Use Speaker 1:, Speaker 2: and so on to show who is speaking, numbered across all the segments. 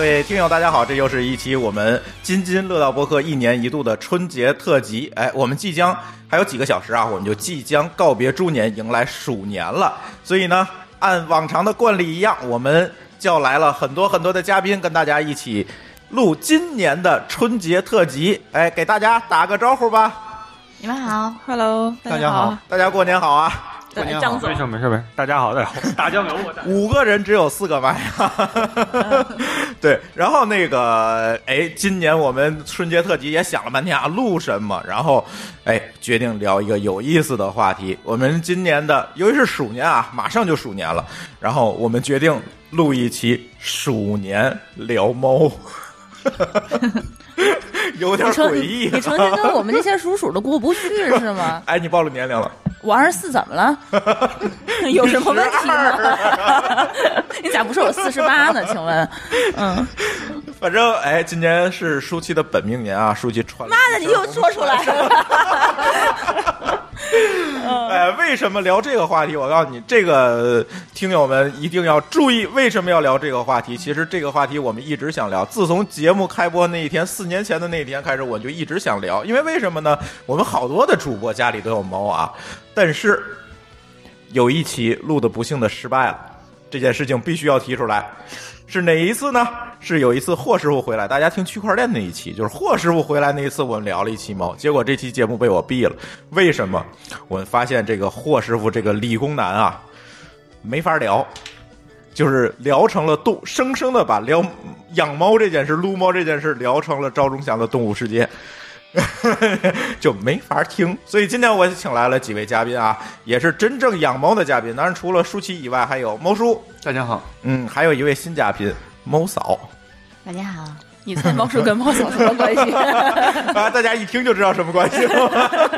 Speaker 1: 位听友，大家好！这又是一期我们津津乐道播客一年一度的春节特辑。哎，我们即将还有几个小时啊，我们就即将告别猪年，迎来鼠年了。所以呢，按往常的惯例一样，我们叫来了很多很多的嘉宾，跟大家一起录今年的春节特辑。哎，给大家打个招呼吧！
Speaker 2: 你们好，
Speaker 3: Hello，大家好。
Speaker 1: 大家过年好啊！
Speaker 3: 对
Speaker 2: 对哎张总
Speaker 4: 没，事没事没事，大家好，大家好，大家好，我
Speaker 1: 五个人只有四个麦啊， 对。然后那个，哎，今年我们春节特辑也想了半天啊，录什么？然后，哎，决定聊一个有意思的话题。我们今年的，由于是鼠年啊，马上就鼠年了，然后我们决定录一期鼠年聊 猫，有点
Speaker 2: 你成
Speaker 1: 诡异？
Speaker 2: 你。成天跟我们这些属鼠的过不去是吗
Speaker 1: 哎，你 暴露年龄了。
Speaker 2: 我二十四怎么 了？有什么问题吗？你咋不说我四十八呢？请问，嗯，
Speaker 1: 反正哎，今年是舒淇的本命年啊，舒淇穿了。
Speaker 2: 妈的，你又说出来了，
Speaker 1: 哎，为什么聊这个话题？我告诉你，这个听友们一定要注意，为什么要聊这个话题？其实这个话题我们一直想聊，自从节目开播那一天，四年前的那一天开始，我就一直想聊。因为为什么呢？我们好多的主播家里都有猫啊，但是有一期录的不幸的失败了，这件事情必须要提出来。是哪一次呢？是有一次霍师傅回来，大家听区块链那一期，就是霍师傅回来那一次，我们聊了一期猫，结果这期节目被我毙了。为什么？我们发现这个霍师傅这个理工男啊，没法聊，就是聊成了动，生生的把聊养猫这件事、撸猫这件事聊成了赵忠祥的《动物世界》。 就没法听，所以今天我请来了几位嘉宾啊，也是真正养猫的嘉宾。当然，除了舒淇以外，还有猫叔，
Speaker 4: 大家好，
Speaker 1: 嗯，还有一位新嘉宾猫嫂
Speaker 2: 大家好，
Speaker 3: 你猜猫叔跟猫嫂什么关系？
Speaker 1: 啊，大家一听就知道什么关系 了。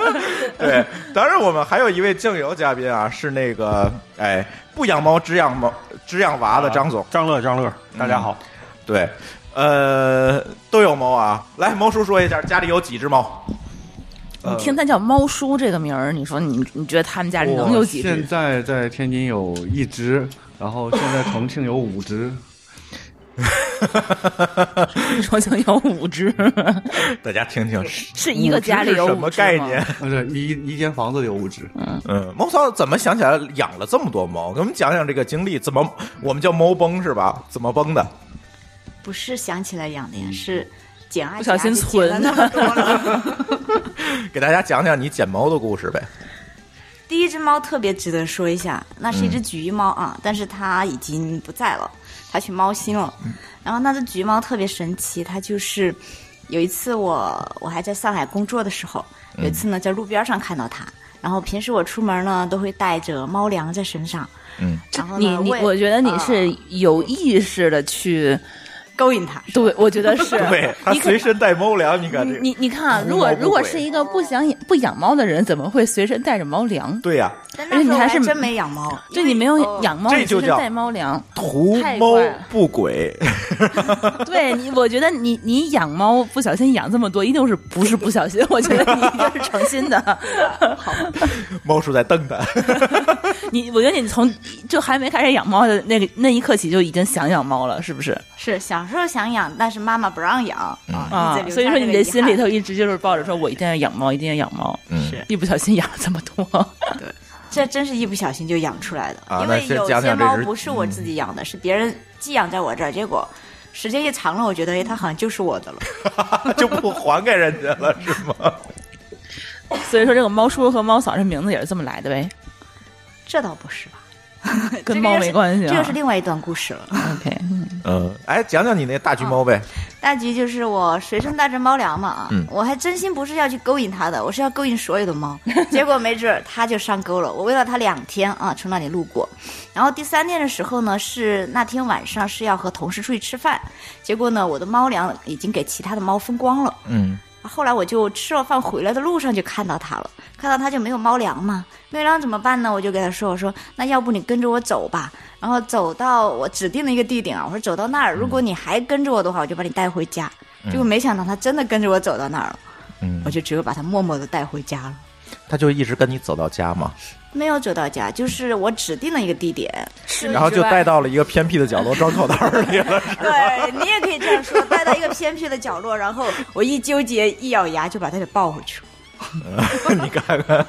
Speaker 1: 对，当然我们还有一位酱油嘉宾啊，是那个哎不养猫只养猫只养娃的张
Speaker 2: 啊
Speaker 1: 总。
Speaker 4: 啊张乐，张乐，
Speaker 1: 嗯
Speaker 4: 大家好，
Speaker 1: 对，呃，都有猫啊。来，猫叔说一下家里有几只猫？
Speaker 2: 你听他叫猫叔这个名儿，你说你你觉得他们家能有几
Speaker 5: 我现
Speaker 2: 只？
Speaker 5: 在在天津有一只，然后现在重庆有五只，
Speaker 2: 重庆有五 只，
Speaker 1: 大家听听是
Speaker 2: 是一个家里有
Speaker 1: 什
Speaker 2: 五
Speaker 1: 么
Speaker 2: 只吗
Speaker 1: 概念？？
Speaker 5: 不是呃一一间房子有五只。
Speaker 1: 嗯，猫嫂怎么想起来养了这么多猫？给我们讲讲这个经历，怎么我们叫猫崩是吧？怎么崩的？
Speaker 6: 不是想起来养的呀，是捡啊
Speaker 2: 嗯不小心
Speaker 6: 捡啊就捡了那么多 了。
Speaker 1: 给大家讲讲你捡猫的故事呗。
Speaker 6: 第一只猫特别值得说一下，那是一
Speaker 2: 嗯
Speaker 6: 只橘猫啊，但是它已经不在了，它去猫星了。
Speaker 2: 嗯
Speaker 6: 然后那只橘猫特别神奇，它就是有一次我我还在上海工作的时候，
Speaker 2: 嗯
Speaker 6: 有一次呢在路边上看到它。然后平时我出门呢都会带着猫粮在身上，
Speaker 1: 嗯，
Speaker 6: 然后呢
Speaker 2: 你你，
Speaker 6: 喂
Speaker 2: 我觉得你
Speaker 6: 啊
Speaker 2: 是有意识的去，
Speaker 6: 勾引它，
Speaker 2: 对，我觉得是，
Speaker 1: 对，它
Speaker 2: 你可
Speaker 1: 随身带猫粮，你看这个，
Speaker 2: 你你看啊，
Speaker 1: 图谋
Speaker 2: 如果
Speaker 1: 不轨
Speaker 2: 如果是一个不想养不养猫的人，怎么会随身带着猫粮？
Speaker 1: 对呀、
Speaker 6: 但
Speaker 2: 而且
Speaker 6: 那
Speaker 2: 你
Speaker 6: 时候
Speaker 2: 还
Speaker 6: 我
Speaker 2: 是
Speaker 6: 真没养猫，哦
Speaker 2: 就你没有养猫，
Speaker 1: 哦这
Speaker 2: 你随
Speaker 1: 就
Speaker 2: 身
Speaker 1: 叫
Speaker 2: 带猫粮。
Speaker 1: 图
Speaker 2: 太
Speaker 1: 猫
Speaker 2: 快了
Speaker 1: 不轨，
Speaker 2: 对你，我觉得你你养猫不小心养这么多，一定是不是不小心？我觉得你一定是诚心 的。
Speaker 1: 猫叔在瞪他。
Speaker 2: 你我觉得你从就还没开始养猫的那个那一刻起就已经想养猫了，是不是？
Speaker 6: 是小时候想养，但是妈妈不让养
Speaker 1: 嗯
Speaker 6: 啊
Speaker 2: 啊
Speaker 6: 一直留下，
Speaker 2: 所以说你
Speaker 6: 这个
Speaker 2: 的
Speaker 6: 遗
Speaker 2: 心
Speaker 6: 憾
Speaker 2: 里头一直就是抱着说我一定要养猫，一定要养猫，
Speaker 1: 嗯
Speaker 6: 是
Speaker 2: 一不小心养了这么多。
Speaker 6: 这真是一不小心就养出来的，
Speaker 1: 啊
Speaker 6: 因
Speaker 1: 那
Speaker 6: 为
Speaker 1: 先
Speaker 6: 有
Speaker 1: 讲
Speaker 6: 些
Speaker 1: 讲这嗯
Speaker 6: 猫
Speaker 1: 只
Speaker 6: 不是我自己养的，是别人寄养在我这儿，结果时间一长了，我觉得哎，它好像就是我的了。
Speaker 1: 啊就不还给人家了，是吗？
Speaker 2: 所以说这个猫叔和猫嫂这名字也是这么来的呗，
Speaker 6: 这倒不是吧？
Speaker 2: 跟
Speaker 6: 这个
Speaker 2: 猫
Speaker 6: 又
Speaker 2: 没
Speaker 6: 是
Speaker 2: 关系、啊。
Speaker 6: 这又是另外一段故事了。
Speaker 2: OK，
Speaker 1: 嗯，哎，讲讲你那大橘猫呗。
Speaker 6: 大橘就是我随身带着猫粮嘛啊，
Speaker 1: 嗯
Speaker 6: 我还真心不是要去勾引它的，我是要勾引所有的猫。 结果没准儿它就上钩了。我喂了它两天啊，从那里路过，然后第三天的时候呢，是那天晚上是要和同事出去吃饭，结果呢，我的猫粮已经给其他的猫分光了。
Speaker 1: 嗯，
Speaker 6: 啊后来我就吃了饭回来的路上就看到它了，看到它就没有猫粮嘛，没有粮怎么办呢？我就给它说，我说那要不你跟着我走吧，然后走到我指定的一个地点啊，我说走到那儿，如
Speaker 1: 嗯
Speaker 6: 果你还跟着我的话，我就把你带回家。结果没想到它真的跟着我走到那儿了，
Speaker 1: 嗯
Speaker 6: 我就只有把它默默的带回家了。
Speaker 1: 他就一直跟你走到家嘛，
Speaker 6: 没有走到家，就是我指定了一个地点。
Speaker 1: 然后就带到了一个偏僻的角落装口袋 儿里了。
Speaker 6: 对你也可以这样说，带到一个偏僻的角落，然后我一纠结，一咬牙就把它给抱回去了。
Speaker 1: 你看看，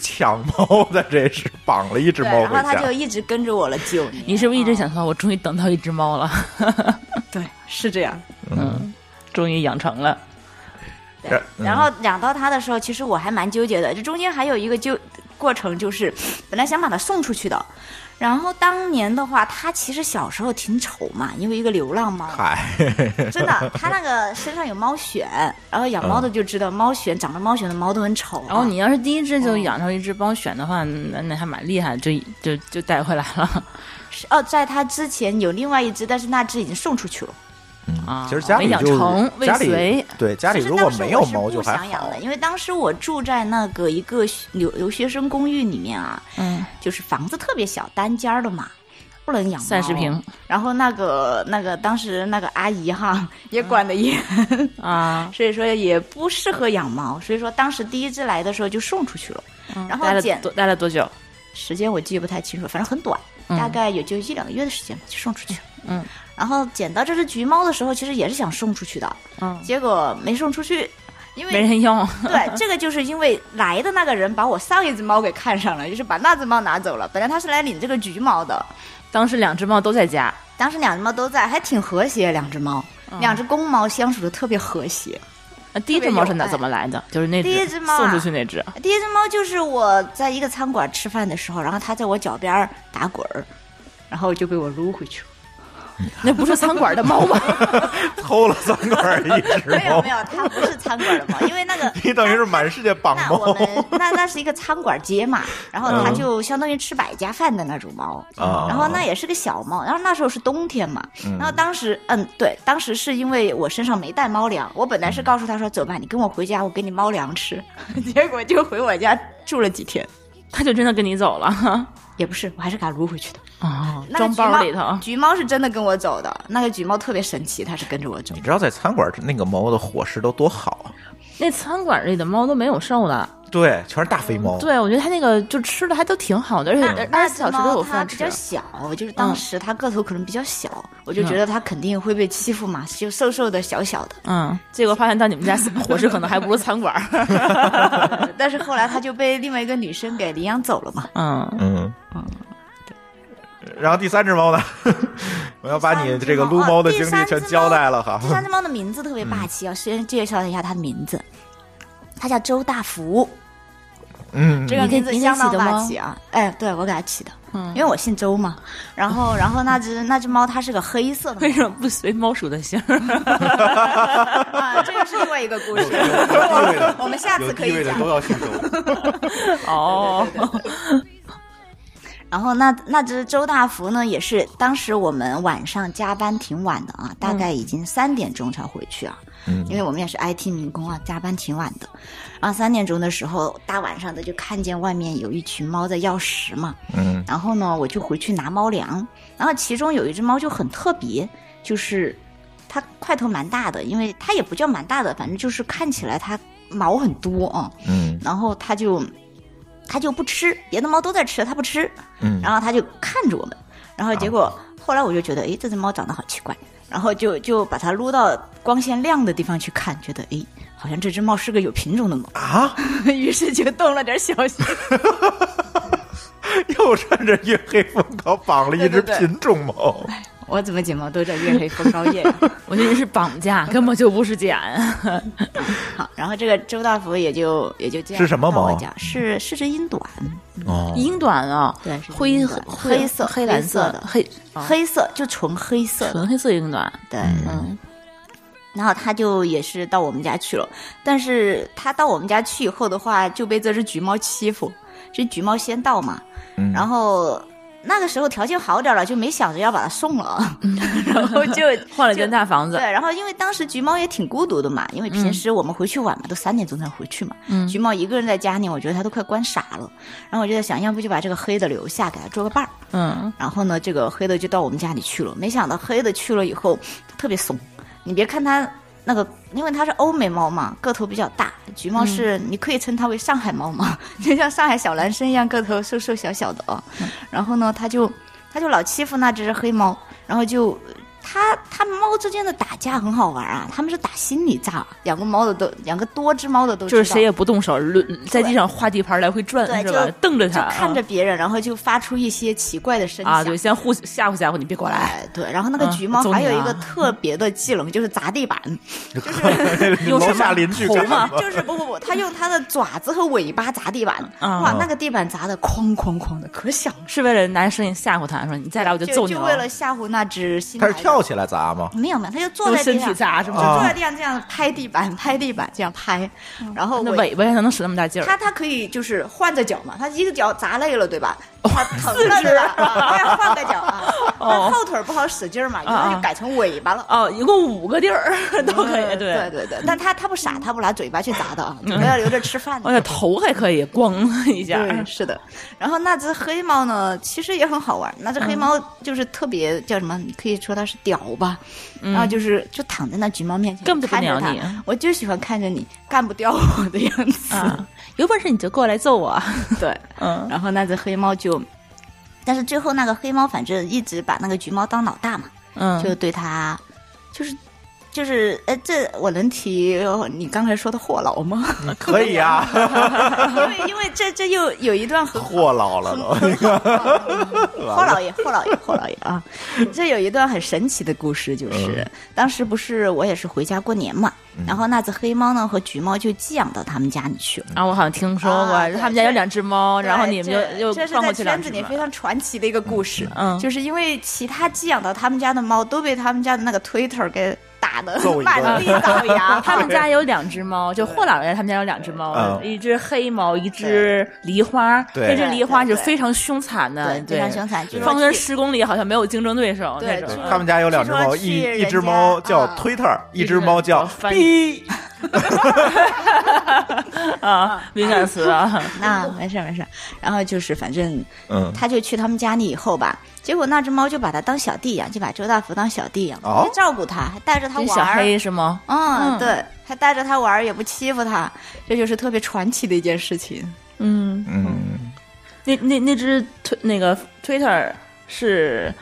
Speaker 1: 抢猫的这是绑了一只
Speaker 6: 对，
Speaker 1: 猫
Speaker 6: 然后
Speaker 1: 回
Speaker 6: 它
Speaker 1: 家
Speaker 6: 就。一直跟着我了九年。嗯
Speaker 2: 你是不是一直想到我终于等到一只猫了？
Speaker 6: 对，是这样。
Speaker 2: 嗯，终于养成了。
Speaker 6: 对
Speaker 1: 嗯
Speaker 6: 然后养到它的时候，其实我还蛮纠结的。这中间还有一个纠过程，就是本来想把它送出去的。然后当年的话，它其实小时候挺丑嘛，因为一个流 浪猫，
Speaker 1: 嗨，
Speaker 6: 真的，它那个身上有猫癣，然后养猫的就知道，猫癣长了猫癣的猫都很丑嘛。
Speaker 2: 然哦后你要是第一只就养成一只帮选的话，那那还蛮厉害，就就就带回来了
Speaker 6: 是哦，在它之前有另外一只，但是那只已经送出去了。
Speaker 2: 啊。
Speaker 1: 其实家
Speaker 2: 没
Speaker 1: 里
Speaker 2: 养
Speaker 1: 就
Speaker 2: 成，未
Speaker 1: 家里
Speaker 2: 遂。
Speaker 1: 对家里
Speaker 6: 其实
Speaker 1: 如果
Speaker 6: 当时
Speaker 1: 没有
Speaker 6: 我是
Speaker 1: 猫就
Speaker 6: 不
Speaker 1: 还
Speaker 6: 想养
Speaker 1: 好
Speaker 6: 的，。因为当时我住在那个一个学留留学生公寓里面啊，
Speaker 2: 嗯，
Speaker 6: 就是房子特别小，单间儿的嘛，不能养猫
Speaker 2: 三十平。
Speaker 6: 然后那个那个当时那个阿姨哈也管得严，
Speaker 2: 啊，
Speaker 6: 所以说也不适合养猫。所以说当时第一只来的时候就送出去了，然后
Speaker 2: 嗯待了
Speaker 6: 捡
Speaker 2: 多待了多久？
Speaker 6: 时间我记不太清楚，反正很短，
Speaker 2: 嗯
Speaker 6: 大概也就一两个月的时间吧，就送出去了。
Speaker 2: 嗯，
Speaker 6: 然后捡到这只橘猫的时候，其实也是想送出去的，
Speaker 2: 嗯
Speaker 6: 结果没送出去，因为
Speaker 2: 没人要。
Speaker 6: 对，这个就是因为来的那个人把我上一只猫给看上了，就是把那只猫拿走了。本来他是来领这个橘猫的，
Speaker 2: 当时两只猫都在家，
Speaker 6: 当时两只猫都在，还挺和谐。两只猫，两只公猫相处的特别和谐。
Speaker 2: 啊第一只猫是哪怎么来的？就是那
Speaker 6: 第一只猫啊
Speaker 2: 送出去那只。
Speaker 6: 第一只猫就是我在一个餐馆吃饭的时候，然后它在我脚边儿打滚儿，然后就被我撸回去了。
Speaker 2: 那不是餐馆的猫吗？
Speaker 1: 偷了三个儿一只
Speaker 6: 没有
Speaker 1: 猫
Speaker 6: 没，有，它不是餐馆的猫，因为那个
Speaker 1: 哎 你等于是满世界绑
Speaker 6: 那我
Speaker 1: 猫
Speaker 6: 们那那是一个餐馆街嘛，然后它就相当于吃百家饭的那种猫，
Speaker 1: 啊
Speaker 6: 然后那也是个小猫，然后那时候是冬天嘛，然后当时嗯对，当时是因为我身上没带猫粮，我本来是告诉他说走吧，你跟我回家，我给你猫粮吃， 结果就回我家住了几天，
Speaker 2: 它就真的跟你走了
Speaker 6: 也不是，我还是给它撸回去的，
Speaker 2: 啊，
Speaker 6: 那个
Speaker 2: 装
Speaker 6: 橘
Speaker 2: 包
Speaker 6: 猫
Speaker 2: 里头。
Speaker 6: 橘猫是真的跟我走的，那个橘猫特别神奇，它是跟着我走
Speaker 1: 你，知道在餐馆那个猫的伙食都多好啊？
Speaker 2: 那餐馆里的猫都没有瘦的，
Speaker 1: 对，全是大肥猫。
Speaker 2: 对我觉得它那个就吃的还都挺好的，而且二
Speaker 6: 那
Speaker 2: 十四小时都有
Speaker 6: 它
Speaker 2: 饭
Speaker 6: 比
Speaker 2: 吃
Speaker 6: 较。小，就是当时它个头可能比较小，我就
Speaker 2: 嗯
Speaker 6: 觉得它肯定会被欺负嘛，就瘦瘦的、小小 的。
Speaker 2: 嗯，结果发现到你们家伙食可能还不如餐馆。
Speaker 6: 但是后来它就被另外一个女生给领养走了嘛。
Speaker 2: 嗯，
Speaker 1: 嗯，然后第三只猫呢？ 我要把你这个撸猫的经历全交代了哈
Speaker 6: 第。
Speaker 2: 啊
Speaker 6: 三只猫的名字特别霸气，要先介绍一下它的名字，它叫周大福，
Speaker 1: 嗯，
Speaker 6: 这个
Speaker 2: 你给
Speaker 6: 名字
Speaker 2: 你给
Speaker 6: 相当
Speaker 2: 起的
Speaker 6: 霸
Speaker 2: 吗
Speaker 6: 气啊！嗯哎，对我给它起的，因为我姓周嘛。然后，然后那只那只猫它是个黑色的
Speaker 2: 为什么不随猫鼠的姓儿？
Speaker 6: 猫啊，这个是另外一个 故事， 我们下次
Speaker 5: 有
Speaker 6: 可
Speaker 5: 地
Speaker 6: 以
Speaker 5: 位的
Speaker 6: 讲。
Speaker 5: 都要姓周。
Speaker 2: 哦，
Speaker 6: 然后那那只周大福呢，也是当时我们晚上加班挺晚的啊，大概已经三点钟才回去啊，
Speaker 1: 嗯
Speaker 6: 因为我们也是 IT 民工啊，加班挺晚的。然后三点钟的时候，大晚上的就看见外面有一群猫在要食嘛，
Speaker 1: 嗯，
Speaker 6: 然后呢，我就回去拿猫粮，然后其中有一只猫就很特别，就是它块头蛮大的，因为它也不叫蛮大的，反正就是看起来它毛很多啊，
Speaker 1: 嗯
Speaker 6: 然后它就它就不吃，别的猫都在吃，它不吃，
Speaker 1: 嗯
Speaker 6: 然后它就看着我们，然后结果后来我就觉得，诶，这只猫长得好奇怪，然后就就把它撸到光线亮的地方去看，觉得诶，好像这只猫是个有品种的猫，
Speaker 1: 啊，
Speaker 6: 于是就动了点小心。
Speaker 1: 又趁着月黑风高绑了一只
Speaker 6: 对对对
Speaker 1: 品种猫。
Speaker 2: 哎
Speaker 6: 我怎么剪毛都在月黑风高夜呀、
Speaker 2: 我觉得是绑架，根本就不是捡。
Speaker 6: 好，然后这个周大福也就也就这样
Speaker 1: 是什么
Speaker 6: 跟我
Speaker 1: 猫
Speaker 6: 讲是是只英短，
Speaker 1: 哦
Speaker 2: 英短啊，
Speaker 6: 对是
Speaker 2: 灰
Speaker 6: 英
Speaker 2: 黑
Speaker 6: 短黑色
Speaker 2: 黑蓝
Speaker 6: 黑色的
Speaker 2: 黑
Speaker 6: 黑色就纯黑色的，
Speaker 2: 纯黑色英 短。
Speaker 6: 对，
Speaker 2: 嗯，
Speaker 6: 然后他就也是到我们家去了，但是他到我们家去以后的话，就被这只橘猫欺负。这橘猫先到嘛，
Speaker 1: 嗯
Speaker 6: 然后那个时候条件好点了，就没想着要把它送 了，然后就
Speaker 2: 换了间大房子
Speaker 6: 对，，然后因为当时橘猫也挺孤独的嘛，因为平时我们回去晚嘛，都三点钟才回去嘛。
Speaker 2: 嗯
Speaker 6: 橘猫一个人在家里，我觉得它都快关傻了。然后我就在想，要不就把这个黑的留下，给它做个伴儿。
Speaker 2: 嗯，
Speaker 6: 然后呢，这个黑的就到我们家里去了。没想到黑的去了以后，特别怂。你别看它那个，因为它是欧美猫嘛，个头比较大。橘猫
Speaker 2: 嗯
Speaker 6: 是、你可以称它为上海猫嘛， 就像上海小男生一样，个头瘦瘦小小的啊、
Speaker 2: 嗯
Speaker 6: 然后呢，它就它就老欺负那只黑猫，然后就它它猫之间的打架很好玩啊，他们是打心理战，两个猫的都两个多只猫的都知
Speaker 2: 就
Speaker 6: 道
Speaker 2: 是谁也不动手，抡在地上画地盘来回转
Speaker 6: 对
Speaker 2: 是吧
Speaker 6: 就？
Speaker 2: 瞪着
Speaker 6: 就
Speaker 2: 他，啊
Speaker 6: 看着别人，然后就发出一些奇怪的声响。
Speaker 2: 啊，对，先互吓唬吓唬你，别过来，
Speaker 6: 哎，对，然后那个
Speaker 2: 嗯
Speaker 6: 橘猫
Speaker 2: 揍
Speaker 6: 还
Speaker 2: 你
Speaker 6: 有一
Speaker 2: 啊
Speaker 6: 个特别的技能，就是 砸地板，
Speaker 2: 用
Speaker 1: 楼
Speaker 2: 什么
Speaker 1: 下邻居
Speaker 2: 头
Speaker 1: 干
Speaker 2: 吗
Speaker 1: 嘛？
Speaker 6: 就是不不不，它用它的爪子和尾巴砸地板，
Speaker 2: 啊
Speaker 6: 哇，那个地板砸的哐哐哐的，可响了。
Speaker 2: 是为了拿声音吓唬他，说你再来我
Speaker 6: 就
Speaker 2: 揍你啊
Speaker 6: 就
Speaker 2: 了。
Speaker 6: 为了吓唬那只新
Speaker 1: 他
Speaker 6: 来
Speaker 1: 是
Speaker 6: 的。
Speaker 1: 跳起来砸吗？
Speaker 6: 没有没有，它就坐
Speaker 2: 用
Speaker 6: 在地
Speaker 2: 身体
Speaker 6: 上，
Speaker 2: 砸是
Speaker 6: 就
Speaker 2: 吗？
Speaker 1: 啊
Speaker 6: 坐在地上这样拍地板，拍地板这样拍，然后
Speaker 2: 嗯那
Speaker 6: 尾
Speaker 2: 尾巴才能使那么大劲儿。
Speaker 6: 它它可以就是换着脚嘛，它一个脚砸累了对吧？ 它疼了对吧？啊要换个脚啊，
Speaker 2: 哦
Speaker 6: 那后腿不好使劲儿嘛，
Speaker 2: 啊啊
Speaker 6: 它就改成尾巴了。
Speaker 2: 哦，一共五个地儿 都可以，
Speaker 6: 嗯对对。对对，但它它不傻，它不拿嘴巴去砸的 啊，主要留着吃饭的。
Speaker 2: 而且头还可以咣一下，
Speaker 6: 对，是的。然后那只黑猫呢，其实也很好玩。那只
Speaker 2: 嗯
Speaker 6: 黑猫就是特别叫什么？你可以说它是屌吧，然后就是就躺在那橘猫面前，
Speaker 2: 嗯根本就不
Speaker 6: 看着
Speaker 2: 鸟
Speaker 6: 它
Speaker 2: 你
Speaker 6: 我就喜欢看着你干不掉我的样子。
Speaker 2: 啊，有本事你就过来揍我。
Speaker 6: 对，
Speaker 2: 嗯，
Speaker 6: 然后那只黑猫就，但是最后那个黑猫反正一直把那个橘猫当老大嘛，
Speaker 2: 嗯，
Speaker 6: 就对它，就是。就是，哎，这我能提你刚才说的货痨吗？
Speaker 1: 可以啊，
Speaker 6: 因为因为这这又有一段很好
Speaker 1: 货老了 都。
Speaker 6: 霍老爷，霍老爷，霍老爷啊！这有一段很神奇的故事，
Speaker 1: 嗯
Speaker 6: 就是、当时不是我也是回家过年嘛，然后那只黑猫呢和橘猫就寄养到他们家里去了。
Speaker 2: 啊，我好像听说过，
Speaker 6: 啊对
Speaker 2: 他们家有两只猫，哦然后你们
Speaker 6: 对
Speaker 2: 就
Speaker 6: 这
Speaker 2: 又
Speaker 6: 这
Speaker 2: 转
Speaker 6: 是
Speaker 2: 过
Speaker 6: 在
Speaker 2: 去两
Speaker 6: 圈子
Speaker 2: 只
Speaker 6: 里
Speaker 2: 猫
Speaker 6: 非。常传奇的一个故事，
Speaker 2: 嗯
Speaker 6: 就是因为其他寄养到他们家的猫都被他们家的那个 Twitter 给打的
Speaker 1: 揍一顿
Speaker 6: 满地找牙，
Speaker 2: 他们家有两只猫，就霍老爷他们家有两只猫，
Speaker 1: 嗯
Speaker 2: 一只黑猫，一只梨花。
Speaker 1: 对
Speaker 2: 那只梨花是
Speaker 6: 对对
Speaker 2: 非常凶残的，
Speaker 6: 对非常凶残据说
Speaker 2: 方圆
Speaker 6: 去
Speaker 2: 十公里好像没有竞争对手那
Speaker 6: 对嗯
Speaker 2: 种
Speaker 6: 据。
Speaker 1: 他们家有两只猫，
Speaker 6: 据说去
Speaker 1: 一
Speaker 6: 人
Speaker 1: 一
Speaker 6: 家
Speaker 1: 只猫叫
Speaker 6: 啊
Speaker 1: Twitter，一只
Speaker 2: 只
Speaker 1: 猫叫
Speaker 2: 叫翻
Speaker 1: 哔。
Speaker 2: 啊，敏感词啊，
Speaker 6: 那没事儿没事儿，然后就是反正
Speaker 1: 嗯，
Speaker 6: 他就去他们家里以后吧，结果那只猫就把它当小弟养，就把周大福当小弟养，
Speaker 1: 哦
Speaker 6: 就照顾它，还带着它
Speaker 2: 跟
Speaker 6: 玩
Speaker 2: 小
Speaker 6: 儿。
Speaker 2: 黑是吗？
Speaker 6: 嗯，
Speaker 2: 嗯
Speaker 6: 对，还带着它玩儿，也不欺负它，这就是特别传奇的一件事情。
Speaker 2: 嗯，
Speaker 1: 嗯，
Speaker 2: 那那那只推那个 Twitter 是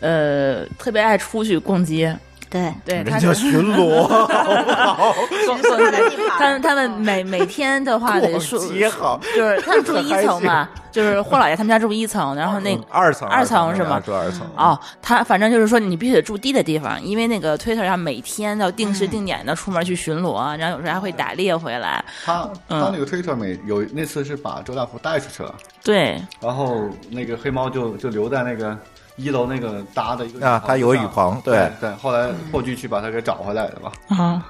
Speaker 2: 呃特别爱出去逛街，
Speaker 6: 对，
Speaker 2: 对，
Speaker 1: 人
Speaker 2: 它
Speaker 1: 家
Speaker 2: 是
Speaker 1: 巡 逻好不好？
Speaker 2: 逛逛街
Speaker 6: 的地方
Speaker 2: 他们他们每每天的 话得
Speaker 1: 逛
Speaker 2: 说，
Speaker 1: 街好，
Speaker 2: 就是他们住一层嘛，就是霍老爷他们家住一层，然后那
Speaker 1: 嗯二层
Speaker 2: 二层是吗
Speaker 1: 住二层
Speaker 2: 哦，他反正就是说你必须得住低的地方，因为那个 Twitter 上每天要定时定点的出门去巡逻，然后有时候还会打猎回来。
Speaker 5: 他他
Speaker 2: 嗯
Speaker 5: 那个推特每有那次是把周大福带出去了，
Speaker 2: 对，
Speaker 5: 然后那个黑猫就就留在那个一楼那个搭的一个
Speaker 1: 啊它有雨棚对
Speaker 5: 对对，后来后续去把它给找回来的吧。
Speaker 2: 啊，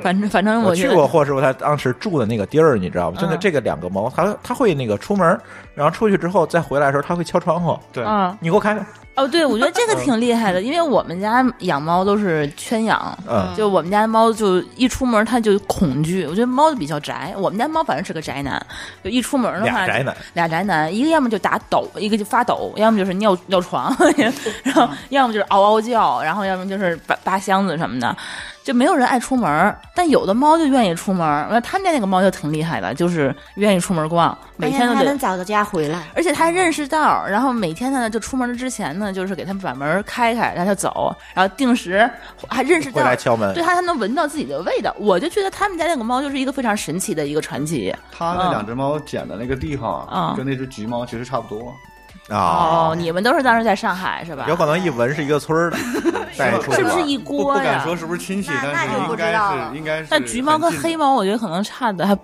Speaker 2: 反正反
Speaker 1: 嗯
Speaker 2: 正
Speaker 1: 我
Speaker 2: 觉
Speaker 1: 去
Speaker 2: 得
Speaker 1: 过霍师傅他当时住的那个地儿，你知道吗？真的，
Speaker 2: 嗯
Speaker 1: 这个两个猫，它它会那个出门，然后出去之后再回来的时候，它会敲窗户。
Speaker 5: 对，
Speaker 2: 啊
Speaker 1: 你给我开开，
Speaker 2: 哦，对，我觉得这个挺厉 害的，因为我们家养猫都是圈养。
Speaker 1: 嗯，
Speaker 2: 就我们家猫就一出门它就恐惧，我觉得猫比较宅。我们家猫反正是个宅男，就一出门的话，
Speaker 1: 俩宅男，
Speaker 2: 俩宅男，一个要么就打抖，一个就发抖，要么就是尿尿床， 然后
Speaker 1: 嗯
Speaker 2: 要么就是嗷嗷叫，然后要么就是扒扒箱子什么的，就没有人爱出门儿。但有的猫就愿意出门儿，那他们家那个猫就挺厉害的，就是愿意出门逛，每天都
Speaker 6: 还能
Speaker 2: 得。
Speaker 6: 找个家 回来。
Speaker 2: 而且它认识道儿，然后每天呢，就出门之前呢，就是给它把门儿开开，让它走，然后定时还认识
Speaker 1: 会
Speaker 2: 道
Speaker 1: 来
Speaker 2: 儿，
Speaker 1: 敲门
Speaker 2: 对。它还能闻到自己的味道。我就觉得他们家那个猫就是一个非常神奇的一个传奇。
Speaker 5: 它
Speaker 2: 啊
Speaker 5: 那两只猫捡的那个地方啊，
Speaker 2: 嗯
Speaker 5: 跟那只橘猫其实差不多。
Speaker 1: 啊，
Speaker 2: 哦你们都是当时在上海是吧？
Speaker 1: 有可能一闻是一个村 儿的，带出
Speaker 2: 是不是
Speaker 1: 门
Speaker 2: 一
Speaker 5: 不不
Speaker 2: 锅呀
Speaker 5: 敢？说是不是亲戚，
Speaker 6: 那
Speaker 5: 但
Speaker 6: 那就
Speaker 5: 是
Speaker 6: 不
Speaker 5: 应
Speaker 6: 知
Speaker 5: 该
Speaker 6: 道了
Speaker 5: 是应该是。
Speaker 2: 但橘猫跟黑，猫，我觉得可能差的还不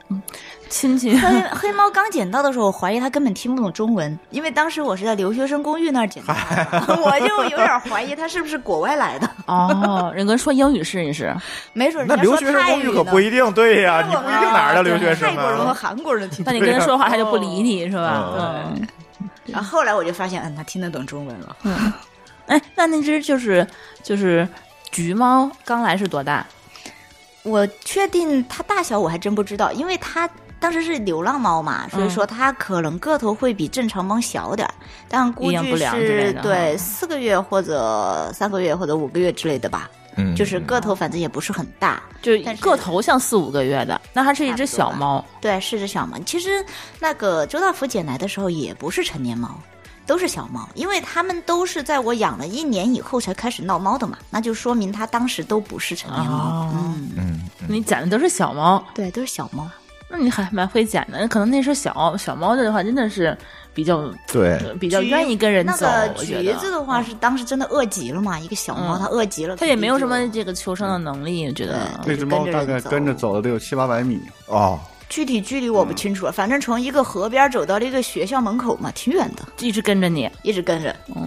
Speaker 2: 亲 戚。
Speaker 6: 黑黑猫刚捡到的时候，我怀疑它根本听不懂中文，因为当时我是在留学生公寓那儿捡到的， 我就有点怀疑它是不是国外来的，
Speaker 2: 哦，人跟说英语试一试。
Speaker 6: 没准
Speaker 1: 那
Speaker 6: 人家说
Speaker 1: 留学生
Speaker 6: 泰
Speaker 1: 公
Speaker 6: 语
Speaker 1: 寓可
Speaker 6: 呢
Speaker 1: 不一定，对呀，你
Speaker 6: 因为我
Speaker 1: 不
Speaker 6: 们
Speaker 1: 一定哪儿的留学
Speaker 6: 啊泰
Speaker 1: 生
Speaker 6: 国人和
Speaker 1: 啊。
Speaker 6: 韩国人听
Speaker 2: 那
Speaker 6: 懂。
Speaker 2: 你跟他说话，他就不理你是吧？
Speaker 1: 哦
Speaker 2: 嗯。
Speaker 6: 然后后来我就发现，嗯，他听得懂中文了。
Speaker 2: 哎，那那只就是就是橘猫刚来是多大？
Speaker 6: 我确定它大小我还真不知道，因为它当时是流浪猫
Speaker 2: 嗯
Speaker 6: 嘛，所以说它可能个头会比正常猫小点儿，但估
Speaker 2: 营养不
Speaker 6: 计
Speaker 2: 良之类
Speaker 6: 是
Speaker 2: 的
Speaker 6: 对四个月或者三个月或者五个月之类的吧。
Speaker 1: 嗯
Speaker 6: 就是个头反正也不是很大，
Speaker 2: 就
Speaker 6: 但是
Speaker 2: 个头像四五个月的，那它是一只小猫，
Speaker 6: 对，是只小猫。其实那个周大福姐来的时候也不是成年猫，都是小猫，因为它们都是在我养了一年以后才开始闹猫的嘛，那就说明它当时都不是成年猫。
Speaker 2: 哦
Speaker 6: 嗯，
Speaker 1: 嗯，嗯
Speaker 2: 你捡的都是小猫，
Speaker 6: 对，都是小猫。
Speaker 2: 那你还蛮会捡的。可能那时候小小猫的话，真的是比较呃
Speaker 1: 对，
Speaker 2: 比较愿意跟人
Speaker 6: 那
Speaker 2: 走。
Speaker 6: 个
Speaker 2: 我觉
Speaker 6: 橘
Speaker 2: 得
Speaker 6: 子的话是当时真的饿极了嘛，一个小猫
Speaker 2: 嗯
Speaker 6: 它饿极了，
Speaker 2: 它也没有什
Speaker 6: 肯
Speaker 2: 么
Speaker 6: 定就
Speaker 2: 这个求生的能力，我觉得
Speaker 6: 对
Speaker 5: 那只猫大概跟
Speaker 6: 就跟着
Speaker 5: 着
Speaker 6: 人走
Speaker 5: 走了得有七八百米，
Speaker 1: 哦，
Speaker 6: 具体距离我不清楚了，反正从一个河边走到了一个学校门口嘛，挺远的，
Speaker 2: 一直跟着你。
Speaker 6: 一直跟着，
Speaker 2: 嗯，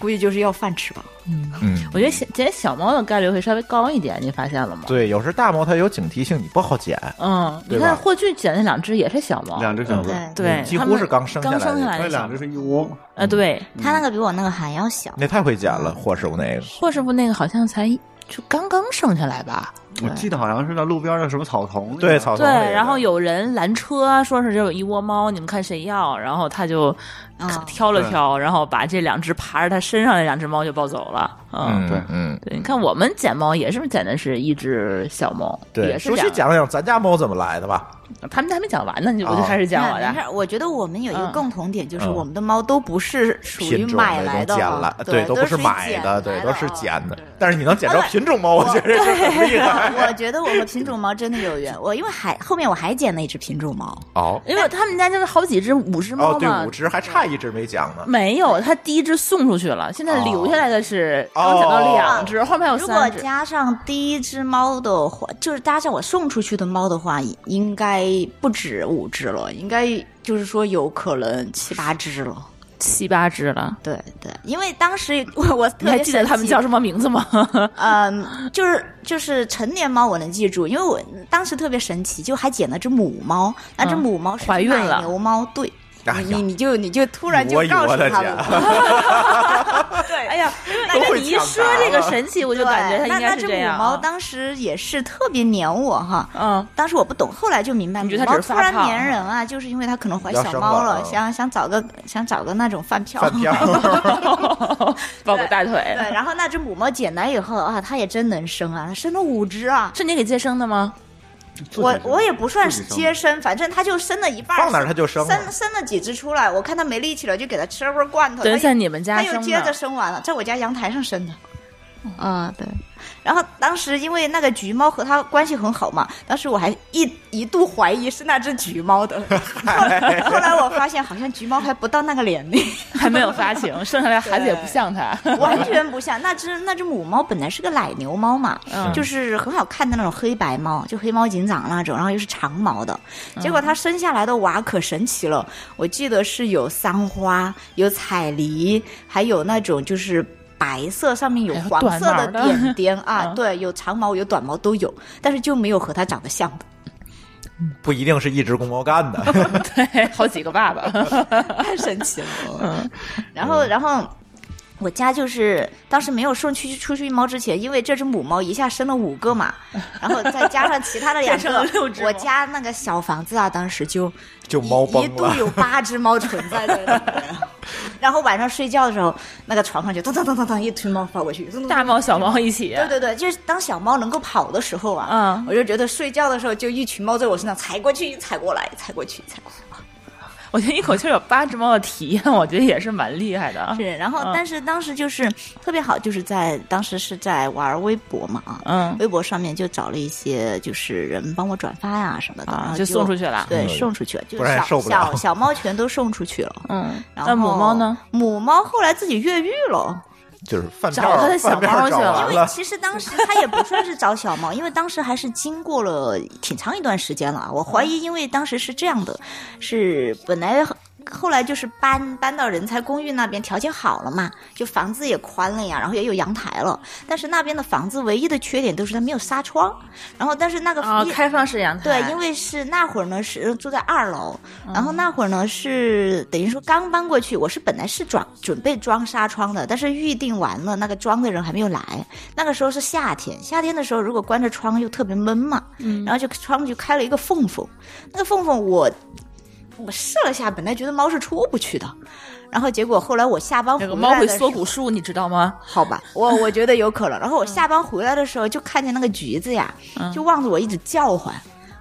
Speaker 6: 估计就是要饭吃吧。
Speaker 1: 嗯，
Speaker 2: 我觉得小捡小猫的概率会稍微高一点，你发现了吗？
Speaker 1: 对，有时大猫它有警惕性，你不好捡，
Speaker 2: 嗯，你
Speaker 1: 对吧嗯
Speaker 2: 看霍炬捡那两只也是小猫，
Speaker 5: 两只小猫，
Speaker 6: 啊嗯对，
Speaker 2: 对，
Speaker 1: 几
Speaker 2: 它
Speaker 1: 乎
Speaker 2: 们
Speaker 1: 是刚生下
Speaker 2: 刚
Speaker 1: 来
Speaker 2: 生
Speaker 1: 的
Speaker 2: 下来
Speaker 5: 那
Speaker 2: 的小
Speaker 5: 两
Speaker 2: 猫
Speaker 5: 只是一窝。
Speaker 1: 嗯
Speaker 2: 呃，对，
Speaker 6: 它那个比我那个还要小，
Speaker 1: 那太会捡了，霍师傅那个，
Speaker 2: 霍师傅那个好像才就刚刚生下来吧？
Speaker 5: 我记得好像是在路边的什么草丛，
Speaker 1: 对，草丛
Speaker 2: 对，
Speaker 1: 里的
Speaker 2: 然后有人拦车，啊说是这有一窝猫，你们看谁要？然后他就
Speaker 6: 啊
Speaker 2: 挑了
Speaker 5: 对
Speaker 2: 挑，然后把这两只爬着他身上那两只猫就抱走了。嗯，
Speaker 1: 嗯，
Speaker 5: 对
Speaker 1: 嗯，
Speaker 2: 对，你看我们捡猫也是不是捡的是一只小猫，
Speaker 1: 对，
Speaker 2: 也是
Speaker 1: 熟悉
Speaker 2: 两
Speaker 1: 讲讲咱家猫怎么来的吧？
Speaker 2: 他们还没讲完呢，你就我就
Speaker 1: 哦
Speaker 2: 开始讲我
Speaker 6: 那没
Speaker 2: 的。
Speaker 6: 事，我觉得我们有一个
Speaker 2: 嗯
Speaker 6: 共同点，就是
Speaker 1: 嗯
Speaker 6: 我们的猫都不是属于
Speaker 1: 品种
Speaker 6: 买
Speaker 1: 那
Speaker 6: 来
Speaker 1: 种
Speaker 6: 的
Speaker 1: 捡
Speaker 6: 啊，
Speaker 1: 了，
Speaker 6: 对，
Speaker 1: 都
Speaker 6: 都
Speaker 1: 不是买
Speaker 6: 的，啊哦
Speaker 1: 对，都是捡的
Speaker 6: 对。
Speaker 1: 但是你能捡着品种猫，我觉得是很厉害。
Speaker 6: 我觉得我和品种猫真的有缘，我因为还后面我还捡了一只品种猫，
Speaker 1: 哦
Speaker 2: 因为他们家就是好几只，五只猫
Speaker 1: 哦，对，
Speaker 2: 嘛
Speaker 1: 五，只还差一只没讲呢。
Speaker 2: 没有，他第一只送出去了，现在
Speaker 1: 哦
Speaker 2: 留下来的是
Speaker 1: 哦
Speaker 2: 刚讲到两只，后面还有
Speaker 6: 如果
Speaker 2: 哦三只。
Speaker 6: 加上第一只猫的话，就是加上我送出去的猫的话，应该不止五只了，应该就是说有可能七八只了。
Speaker 2: 七八只了。
Speaker 6: 对对，因为当时我我特
Speaker 2: 你还
Speaker 6: 别
Speaker 2: 记得
Speaker 6: 神
Speaker 2: 他们
Speaker 6: 奇
Speaker 2: 叫什么名字 吗？
Speaker 6: 嗯，就是就是成年猫我能记住，因为我当时特别神奇，就还捡了只母猫，那只
Speaker 2: 嗯
Speaker 6: 母猫是
Speaker 2: 怀孕
Speaker 6: 卖
Speaker 2: 了
Speaker 6: 牛猫，对。
Speaker 1: 哎
Speaker 6: 你
Speaker 1: 呀
Speaker 6: 你就你就突然就
Speaker 1: 我以
Speaker 6: 告诉
Speaker 1: 我的啊
Speaker 6: 他
Speaker 1: 家
Speaker 6: 了，对，
Speaker 2: 哎呀，
Speaker 1: 都
Speaker 2: 那
Speaker 1: 会
Speaker 2: 你一
Speaker 1: 抢答
Speaker 2: 说这个神奇，我就
Speaker 6: 对
Speaker 2: 感觉它
Speaker 6: 那
Speaker 2: 应该
Speaker 6: 那
Speaker 2: 是
Speaker 6: 只
Speaker 2: 这
Speaker 6: 母
Speaker 2: 样
Speaker 6: 猫
Speaker 2: 啊。
Speaker 6: 当时也是特别黏我哈，
Speaker 2: 嗯，
Speaker 6: 当时我不懂，后来就明白，
Speaker 2: 你觉
Speaker 6: 母
Speaker 2: 得它
Speaker 6: 猫
Speaker 2: 只是
Speaker 6: 突
Speaker 2: 发
Speaker 6: 然
Speaker 2: 胖
Speaker 6: 粘人啊，就是因为它可能怀
Speaker 1: 要
Speaker 6: 小
Speaker 1: 生
Speaker 6: 猫
Speaker 1: 了
Speaker 6: 了，
Speaker 1: 嗯
Speaker 6: 想想找个想找个那种饭票。
Speaker 1: 饭票
Speaker 2: 抱个大腿，
Speaker 6: 对，然后那只母猫捡来以后啊，它也真能生啊，它生了五只啊。
Speaker 2: 是你给接生的吗？
Speaker 6: 我我也不算是
Speaker 5: 自己生
Speaker 6: 接生，反正它就生了一半儿，
Speaker 1: 放哪儿它就生了
Speaker 6: 生生了几只出来。我看它没力气了，就给它吃了块罐头。
Speaker 2: 等于
Speaker 6: 它
Speaker 2: 在
Speaker 6: 呃又
Speaker 2: 你们家
Speaker 6: 它又
Speaker 2: 生
Speaker 6: 接着
Speaker 2: 的。哦
Speaker 6: 生完了，在我家阳台上生的。啊，对。然后当时因为那个橘猫和它关系很好嘛，当时我还一一度怀疑是那只橘 猫的，后来后来我发现好像橘猫还不到那个年龄，
Speaker 2: 还没有发情，生下来孩子也不像它。
Speaker 6: 完全不像那只那只母猫本来是个奶牛猫嘛，
Speaker 2: 嗯
Speaker 6: 就是很好看的那种黑白猫，就黑猫警长那种，然后又是长毛的。
Speaker 2: 嗯
Speaker 6: 结果它生下来的娃可神奇了，我记得是有三花，有彩梨，还有那种就是。白色上面有
Speaker 2: 还有
Speaker 6: 黄
Speaker 2: 短
Speaker 6: 色
Speaker 2: 毛的
Speaker 6: 点点啊，
Speaker 2: 嗯
Speaker 6: 对，有长毛有短毛都有，但是就没有和它长得像的。
Speaker 1: 不一定是一只公猫干的。
Speaker 2: 对，好几个爸 爸。
Speaker 6: 太神奇了。
Speaker 2: 嗯
Speaker 6: 然
Speaker 1: 嗯
Speaker 6: 后，然后我家就是当时没有送出去出去猫之前，因为这只母猫一下生了五个嘛，然后再加上其他的 两
Speaker 2: 变成了
Speaker 6: 个
Speaker 2: 六只，猫
Speaker 6: 我家那个小房子啊，当时就
Speaker 1: 就猫
Speaker 6: 一
Speaker 1: 崩
Speaker 6: 一度
Speaker 1: 了
Speaker 6: 有八只猫存在在 里面。然后晚上睡觉的时候，那个床上就咚咚咚咚咚一堆猫跑过去，咚咚咚
Speaker 2: 大猫小猫一起，
Speaker 6: 对对对，就是当小猫能够跑的时候啊，
Speaker 2: 嗯
Speaker 6: 我就觉得睡觉的时候就一群猫在我身上踩过去、踩过来、踩过去、踩过来。
Speaker 2: 我觉得一口气儿有八只猫的体验，我觉得也是蛮厉害的啊。
Speaker 6: 是，然后
Speaker 2: 嗯
Speaker 6: 但是当时就是特别好，就是在当时是在玩微博嘛啊，
Speaker 2: 嗯
Speaker 6: 微博上面就找了一些就是人帮我转发呀、什么的，然
Speaker 2: 啊
Speaker 6: 后，
Speaker 2: 就送出去了。
Speaker 6: 对，
Speaker 1: 嗯
Speaker 6: 送出去了，就
Speaker 1: 不然
Speaker 6: 小
Speaker 1: 受不了
Speaker 6: 小小猫全都送 出去了。
Speaker 2: 嗯，
Speaker 6: 然后
Speaker 2: 那母猫呢？？
Speaker 6: 母猫后来自己越狱了，
Speaker 1: 就是饭票，
Speaker 2: 找他的小
Speaker 1: 饭
Speaker 2: 猫去
Speaker 1: 票找
Speaker 2: 了
Speaker 6: 因
Speaker 1: 完
Speaker 6: 为
Speaker 1: 了，
Speaker 6: 其实当时它也不算是找小猫，因为当时还是经过了挺长一段时间了。啊我怀疑，因为当时是这样的，是本来后来就是搬搬到人才公寓那边，条件好了嘛，就房子也宽了呀，然后也有阳台了。但是那边的房子唯一的缺点都是它没有纱窗，然后但是那个
Speaker 2: 啊，
Speaker 6: 一
Speaker 2: 开放式阳台。嗯
Speaker 6: 对，因为是那会儿呢是呃住在二楼，然后那会儿呢是等于说刚搬过去，我是本来是装准备装纱窗的，但是预定完了，那个装的人还没有来。那个时候是夏天，夏天的时候如果关着
Speaker 2: 嗯
Speaker 6: 窗又特别闷嘛，然后就窗就开了一个缝缝，那个缝缝我。我试了下，本来觉得猫是出不去的，然后结果后来我下班回
Speaker 2: 这个
Speaker 6: 来，
Speaker 2: 猫会缩骨，术，你知道吗？
Speaker 6: 好吧， 嗯我我觉得有可能。然后我下班回来的时候，就看见那个橘子呀，
Speaker 2: 嗯
Speaker 6: 就望着我一直叫唤。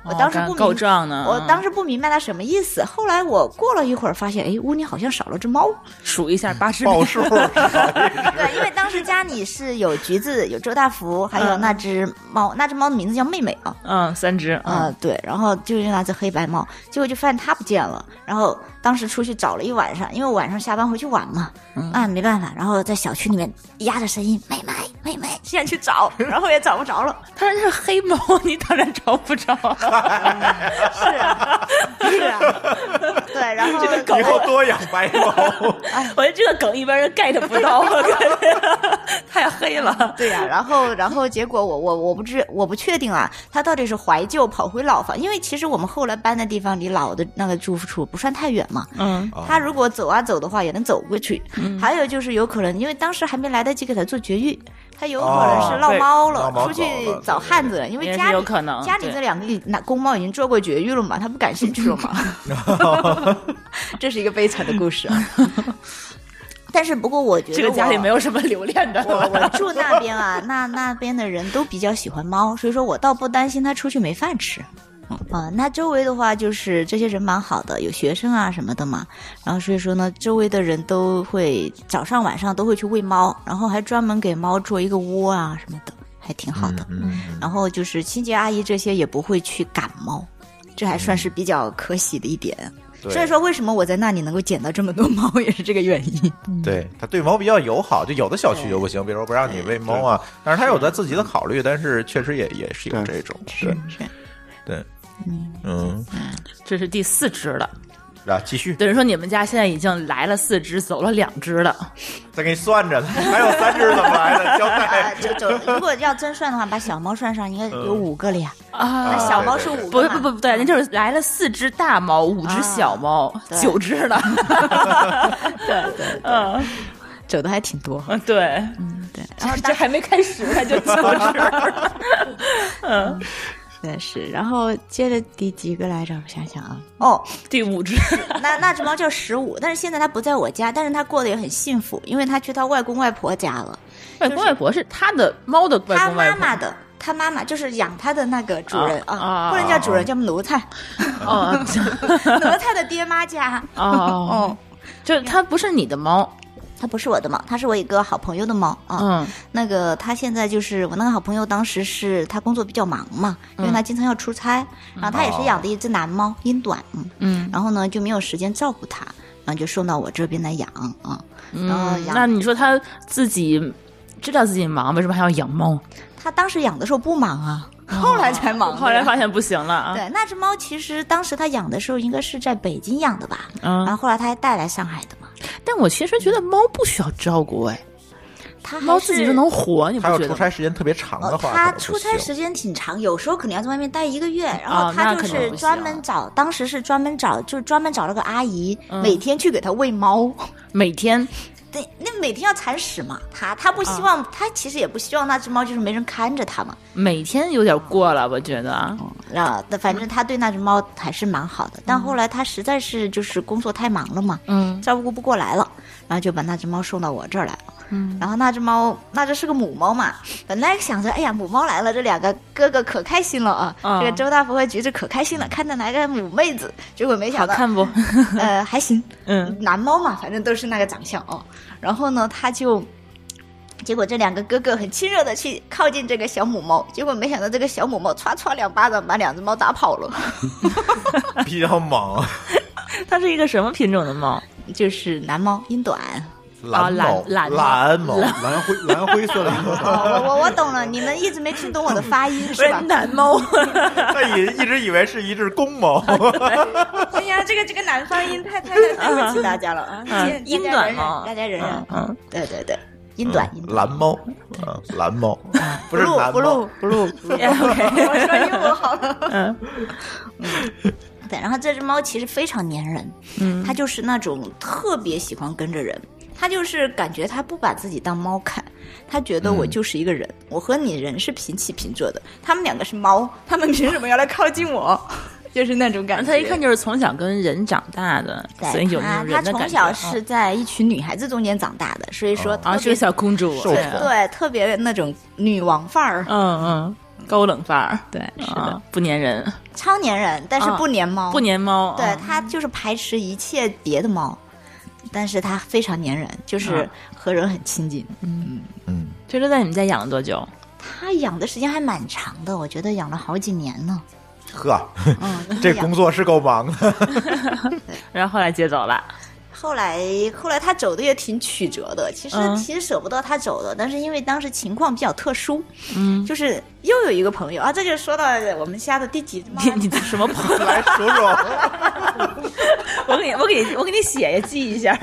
Speaker 6: 我
Speaker 2: 哦
Speaker 6: 当时
Speaker 2: 干
Speaker 6: 不明
Speaker 2: 够账呢，嗯
Speaker 6: 我当
Speaker 2: 时
Speaker 6: 时不明白它什么意思，后来我过了一会儿发现，哎，屋里好像少了只猫。
Speaker 2: 数一下八十
Speaker 1: 报数
Speaker 6: 对，因为当时家里是有橘子、有周大福，还有
Speaker 2: 嗯
Speaker 6: 那只猫，那只猫的名字叫妹妹啊。
Speaker 2: 嗯，三只，
Speaker 6: 啊、
Speaker 2: 嗯，
Speaker 6: 对，然后就是那只黑白猫，结果就发现它不见了。然后当时出去找了一晚上，因为晚上下班回去晚嘛，
Speaker 2: 嗯
Speaker 6: 啊没办法，然后在小区里面压着声音，妹妹妹妹，这样去找，然后也找不着了。
Speaker 2: 它是黑猫，你当然找不着。
Speaker 6: 是啊，是啊，对，然后
Speaker 2: 这个 狗
Speaker 1: 以后多养白猫。
Speaker 2: 我觉得这个梗一般人 get 不到， 太黑了。
Speaker 6: 对呀、然后然后结果我我我不知我不确定啊，他到底是怀旧跑回老房，因为其实我们后来搬的地方离老的那个住处不算太远嘛，
Speaker 2: 嗯，
Speaker 1: 哦
Speaker 6: 他如果走啊走的话，也能走过去。还有就是有可能，因为当时还没来得及给他做绝育，他有可能
Speaker 2: 啊
Speaker 6: 是落猫了，
Speaker 1: 哦对
Speaker 6: 出去找汉子了。因为
Speaker 2: 也
Speaker 6: 家
Speaker 2: 是
Speaker 6: 里
Speaker 2: 有可能。
Speaker 6: 家里这两个那公猫已经做过绝育了嘛，他不感兴趣了嘛。 这是一个悲惨的故事啊。 但是不过我觉得
Speaker 2: 这个家里
Speaker 6: 我
Speaker 2: 没有什么留恋的。
Speaker 6: 我我住那边啊，那那边的人都比较喜欢猫，所以说我倒不担心它出去没饭吃。啊、那周围的话就是这些人蛮好的，有学生啊什么的嘛。然后所以说呢，周围的人都会早上晚上都会去喂猫，然后还专门给猫做一个窝啊什么的，还挺好的。
Speaker 1: 嗯，
Speaker 6: 然后就是清洁阿姨这些也不会去赶猫，这还算是比较可喜的一点。
Speaker 1: 嗯对
Speaker 6: 所以说，为什么我在那里能够捡到这么多猫，也是这个原因。
Speaker 1: 对它对猫比较友好，就有的小区就不行，比如说不让你喂猫啊，但是它有它自己的考虑，但是确实也也是有这种，对
Speaker 6: 是
Speaker 1: 对，嗯，
Speaker 2: 这是第四只了，
Speaker 1: 啊，继续，
Speaker 2: 等于说你们家现在已经来了四只，走了两只了。
Speaker 1: 再给你算着呢，还有三只怎么来的？交
Speaker 6: 啊，
Speaker 1: 代
Speaker 6: 就就如果要真算的话，把小猫算上，应该有五个了呀。
Speaker 2: 啊
Speaker 6: 那小猫是
Speaker 1: 对对
Speaker 6: 五
Speaker 2: 不
Speaker 6: 个嘛
Speaker 2: 不不不对，那就是来了四只大猫，五只小猫，
Speaker 6: 啊对
Speaker 2: 九只 了。
Speaker 6: 对对，
Speaker 2: 嗯，
Speaker 6: 走的还挺多。
Speaker 2: 对，
Speaker 6: 对，然后
Speaker 2: 这还没开始呢，就九只。
Speaker 6: 对嗯是，然后接着第几个来着？我想想啊。哦，
Speaker 2: 第五只，
Speaker 6: 那那只猫叫十五，但是现在它不在我家，但是它过得也很幸福，因为它去它外公外婆家了。
Speaker 2: 外公外婆是他的猫的外
Speaker 6: 它
Speaker 2: 公外
Speaker 6: 妈
Speaker 2: 婆。
Speaker 6: 妈的，它妈妈就是养它的那个主人
Speaker 2: 啊
Speaker 6: 啊，
Speaker 2: 啊
Speaker 6: 不能叫主人，叫 奴才，
Speaker 2: 哦
Speaker 6: 奴才的爹妈家。
Speaker 2: 哦，
Speaker 6: 哦，
Speaker 2: 就是它不是你的猫。
Speaker 6: 它不是我的猫，它是我一个好朋友的猫啊。
Speaker 2: 嗯
Speaker 6: 那个他现在就是我那个好朋友，当时是他工作比较忙嘛，
Speaker 2: 嗯
Speaker 6: 因为他经常要出差，然后他也是养的一只蓝猫英短，嗯，
Speaker 2: 嗯
Speaker 6: 然后呢就没有时间照顾它，然后就送到我这边来养啊。然后
Speaker 2: 嗯，
Speaker 6: 养
Speaker 2: 那你说它自己知道自己忙，为什么还要养猫？
Speaker 6: 他当时养的时候不忙啊，后来才忙的呀。
Speaker 2: 哦后来发现不行了啊。
Speaker 6: 对那只猫，其实当时他养的时候应该是在北京养的吧，然
Speaker 2: 嗯，
Speaker 6: 后后来他还带来上海的嘛。
Speaker 2: 但我其实觉得猫不需要照顾哎，
Speaker 6: 他还
Speaker 2: 猫自己
Speaker 6: 嗯是
Speaker 2: 就能活，你不
Speaker 1: 它要出
Speaker 2: 觉得吗？
Speaker 1: 差时间特别长
Speaker 6: 哦
Speaker 1: 的，话，
Speaker 6: 他
Speaker 1: 可能不
Speaker 6: 出差
Speaker 1: 行嗯
Speaker 6: 时间挺长，有时候可能要在外面待一个月。然后
Speaker 2: 哦那
Speaker 6: 他就
Speaker 2: 肯定
Speaker 6: 是
Speaker 2: 不行
Speaker 6: 专门找，当时是专门找，就是专门找了个阿姨，
Speaker 2: 嗯
Speaker 6: 每天去给他喂猫。
Speaker 1: 嗯
Speaker 2: 每天
Speaker 6: 对，那每天要铲屎嘛。他他不希
Speaker 1: 啊
Speaker 6: 望，他其实也不希望那只猫就是没人看着它嘛。
Speaker 2: 每天有点过了，我觉得啊。
Speaker 1: 哦嗯
Speaker 6: 然后，反正他对那只猫还是蛮好的。但后来他实在是就是工作太忙了嘛，
Speaker 2: 嗯
Speaker 6: 照顾不过来了，然后就把那只猫送到我这儿来了。嗯，然后那只猫，那只是个母猫嘛，本来想着，哎呀，母猫来了，这两个哥哥可开心了啊，
Speaker 2: 啊
Speaker 6: 这个周大福和橘子可开心了，看着来个母妹子，结果没
Speaker 2: 嗯好
Speaker 6: 想到，
Speaker 2: 看不？
Speaker 6: 呃，还行，
Speaker 2: 嗯，
Speaker 6: 男猫嘛，反正都是那个长相哦。然后呢，他就。结果这两个哥哥很亲热的去靠近这个小母猫，结果没想到这个小母猫歘歘两巴掌把两只猫打跑了，
Speaker 1: 比较猛，
Speaker 2: 它是一个什么品种的猫？
Speaker 6: 就是蓝猫英短。哦
Speaker 1: 蓝某
Speaker 2: 懒懒
Speaker 1: 蓝某，
Speaker 5: 蓝灰蓝灰色的一个
Speaker 6: 哦，我我我懂了，你们一直没听懂我的 发音是吧？
Speaker 2: 男猫，
Speaker 1: 它以一直以为是一只公猫，
Speaker 6: 哎呀，这个这个南方音太太太对不起大家了啊！
Speaker 2: 嗯
Speaker 6: 今天
Speaker 2: 英短猫
Speaker 6: 大家忍忍，大家 忍忍。
Speaker 2: 嗯，
Speaker 6: 对对对，英
Speaker 1: 嗯
Speaker 6: 短 英短。
Speaker 1: 蓝猫，啊，蓝猫，不是
Speaker 6: 录
Speaker 1: 蓝
Speaker 6: 啊不
Speaker 1: 猫
Speaker 6: 录，不录不录哎 我说英文好了。
Speaker 2: 嗯
Speaker 6: 对，然后这只猫其实非常粘人，嗯，它就是那种特别喜欢跟着人，它就是感觉它不把自己当猫看，它觉得我就是一个人，我和你人是平起平坐的，他们两个是猫，他们凭什么要来靠近我？ 就是那种感觉。
Speaker 2: 他啊一看就是从小跟人长大的，所以有那
Speaker 6: 他
Speaker 2: 种
Speaker 6: 他
Speaker 2: 人的
Speaker 6: 从
Speaker 2: 感觉。嗯
Speaker 6: 小是在一群女孩子中间长大的，所以说
Speaker 2: 啊，
Speaker 6: 特
Speaker 2: 是个
Speaker 6: 别
Speaker 2: 小公主，
Speaker 1: 受
Speaker 2: 对啊
Speaker 1: 宠
Speaker 6: 对特别那种女王范儿，
Speaker 2: 嗯嗯，高冷范儿，
Speaker 3: 对，是的，
Speaker 2: 啊，不粘人，
Speaker 6: 超粘人，但是
Speaker 2: 啊
Speaker 6: 不粘猫，
Speaker 2: 不粘猫，
Speaker 6: 哦对
Speaker 2: 嗯，
Speaker 6: 它就是排斥一切别的猫，但是它非常粘人，
Speaker 2: 嗯
Speaker 6: 就是和人很亲近。
Speaker 1: 嗯，
Speaker 2: 这都在你们家养了多久？
Speaker 6: 它养的时间还蛮长的，我觉得养了好几年呢。
Speaker 1: 呵，
Speaker 6: 嗯，
Speaker 1: 这
Speaker 6: 养
Speaker 1: 工作是够忙的。
Speaker 2: 然后后来接走了，
Speaker 6: 后来后来它走的也挺曲折的，其实、
Speaker 2: 嗯
Speaker 6: 其实舍不得它走的，但是因为当时情况比较特殊，
Speaker 2: 嗯，
Speaker 6: 就是又有一个朋友啊，这就说到我们家的第几猫。
Speaker 2: 你你什么朋
Speaker 6: 哎
Speaker 2: 友？
Speaker 1: 来数数，
Speaker 2: 我给你我给你我给你写一下记一下，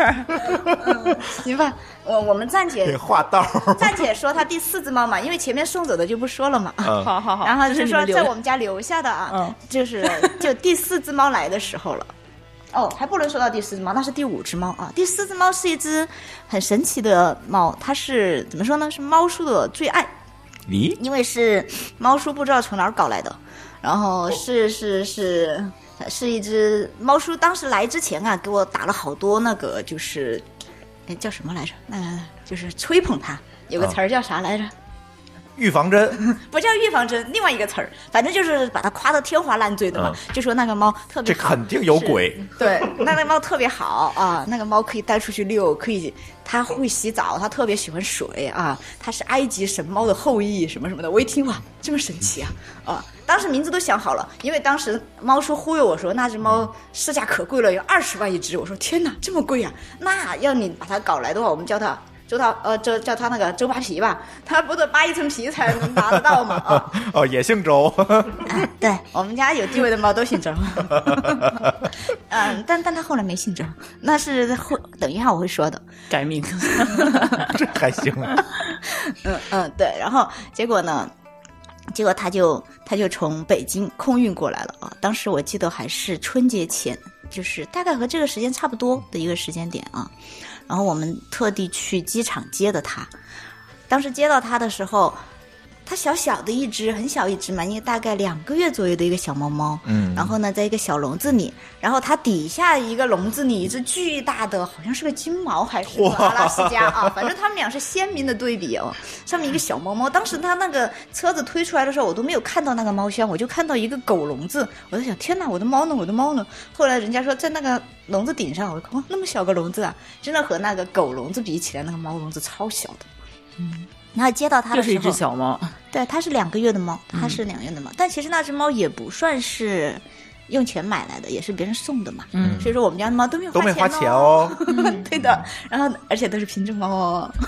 Speaker 6: 行吧，呃我我们暂
Speaker 2: 哎
Speaker 1: 给
Speaker 6: 且
Speaker 1: 画道儿。
Speaker 6: 暂且说它第四只猫嘛，因为前面送走的就不说了嘛。
Speaker 1: 嗯
Speaker 2: 好好好，
Speaker 6: 然后
Speaker 2: 这
Speaker 6: 就是
Speaker 2: 你
Speaker 6: 说
Speaker 2: 们留
Speaker 6: 在我们家留下的啊，
Speaker 2: 嗯
Speaker 6: 就是就第四只猫来的时候了。哦，还不能说到第四只猫，那是第五只猫啊。第四只猫是一只很神奇的猫，它是怎么说呢？是猫叔的最爱，
Speaker 1: 咦，
Speaker 6: 因为是猫叔不知道从哪儿搞来的，然
Speaker 1: 哦
Speaker 6: 后是是是是一只猫叔，当时来之前啊，给我打了好多那个就是，哎叫什么来着？那、就是吹捧它，有个
Speaker 1: 啊
Speaker 6: 词儿叫啥来着？
Speaker 1: 预防针，
Speaker 6: 不叫预防针，另外一个词儿，反正就是把它夸得天花乱坠的嘛，就说那个猫特
Speaker 1: 啊这
Speaker 6: 别好，
Speaker 1: 肯定有鬼。
Speaker 6: 对，那个猫特别好啊，那个猫可以带出去遛，可以，它会洗澡，它特别喜欢水啊，它是埃及神猫的后裔什么什么的，我一听哇，这么神奇啊啊！当时名字都想好了，因为当时猫叔忽悠我说那只猫市价可贵了，有二十万一只，我说天哪，这么贵啊！那要你把它搞来的话，我们叫它。周涛，呃，叫叫它那个周扒皮吧，它不得扒一层皮才能拿得到嘛啊！
Speaker 1: 哦，也姓周，
Speaker 6: 啊，对 我们家有地位的猫都姓周， 嗯，但但他后来没姓周，那是后等一下我会说的，
Speaker 2: 改 名，
Speaker 1: 这还行。啊
Speaker 6: 嗯嗯，对，然后结果呢，结果他就他就从北京空运过来了啊，当时我记得还是春节前，就是大概和这个时间差不多的一个时间点啊，然后我们特地去机场接的他，当时接到他的时候。它小小的一只，很小一只嘛，因为大概两个月左右的一个小猫猫，
Speaker 1: 嗯
Speaker 6: 然后呢，在一个小笼子里，然后它底下一个笼子里一只巨大的，好像是个金毛还是个阿拉斯加啊，反正它们俩是鲜明的对比哦。上面一个小猫猫，当时它那个车子推出来的时候，我都没有看到那个猫箱，我就看到一个狗笼子，我在想，天哪，我的猫呢？我的猫呢？后来人家说在那个笼子顶上，我看哇，那么小个笼子啊，真的和那个狗笼子比起来，那个猫笼子超小的。然后接到它
Speaker 2: 就
Speaker 6: 的时
Speaker 2: 嗯是
Speaker 6: 候，
Speaker 2: 一只小猫，
Speaker 6: 对，它是两个月的猫，它是两个月的猫，但其实那只猫也不算是用钱买来的，也是别人送的嘛。
Speaker 2: 嗯
Speaker 6: 所以说我们家的猫都没有
Speaker 1: 都没
Speaker 6: 花
Speaker 1: 花
Speaker 6: 钱
Speaker 1: 钱哦。
Speaker 6: 对的，然后而且都是品种猫哦。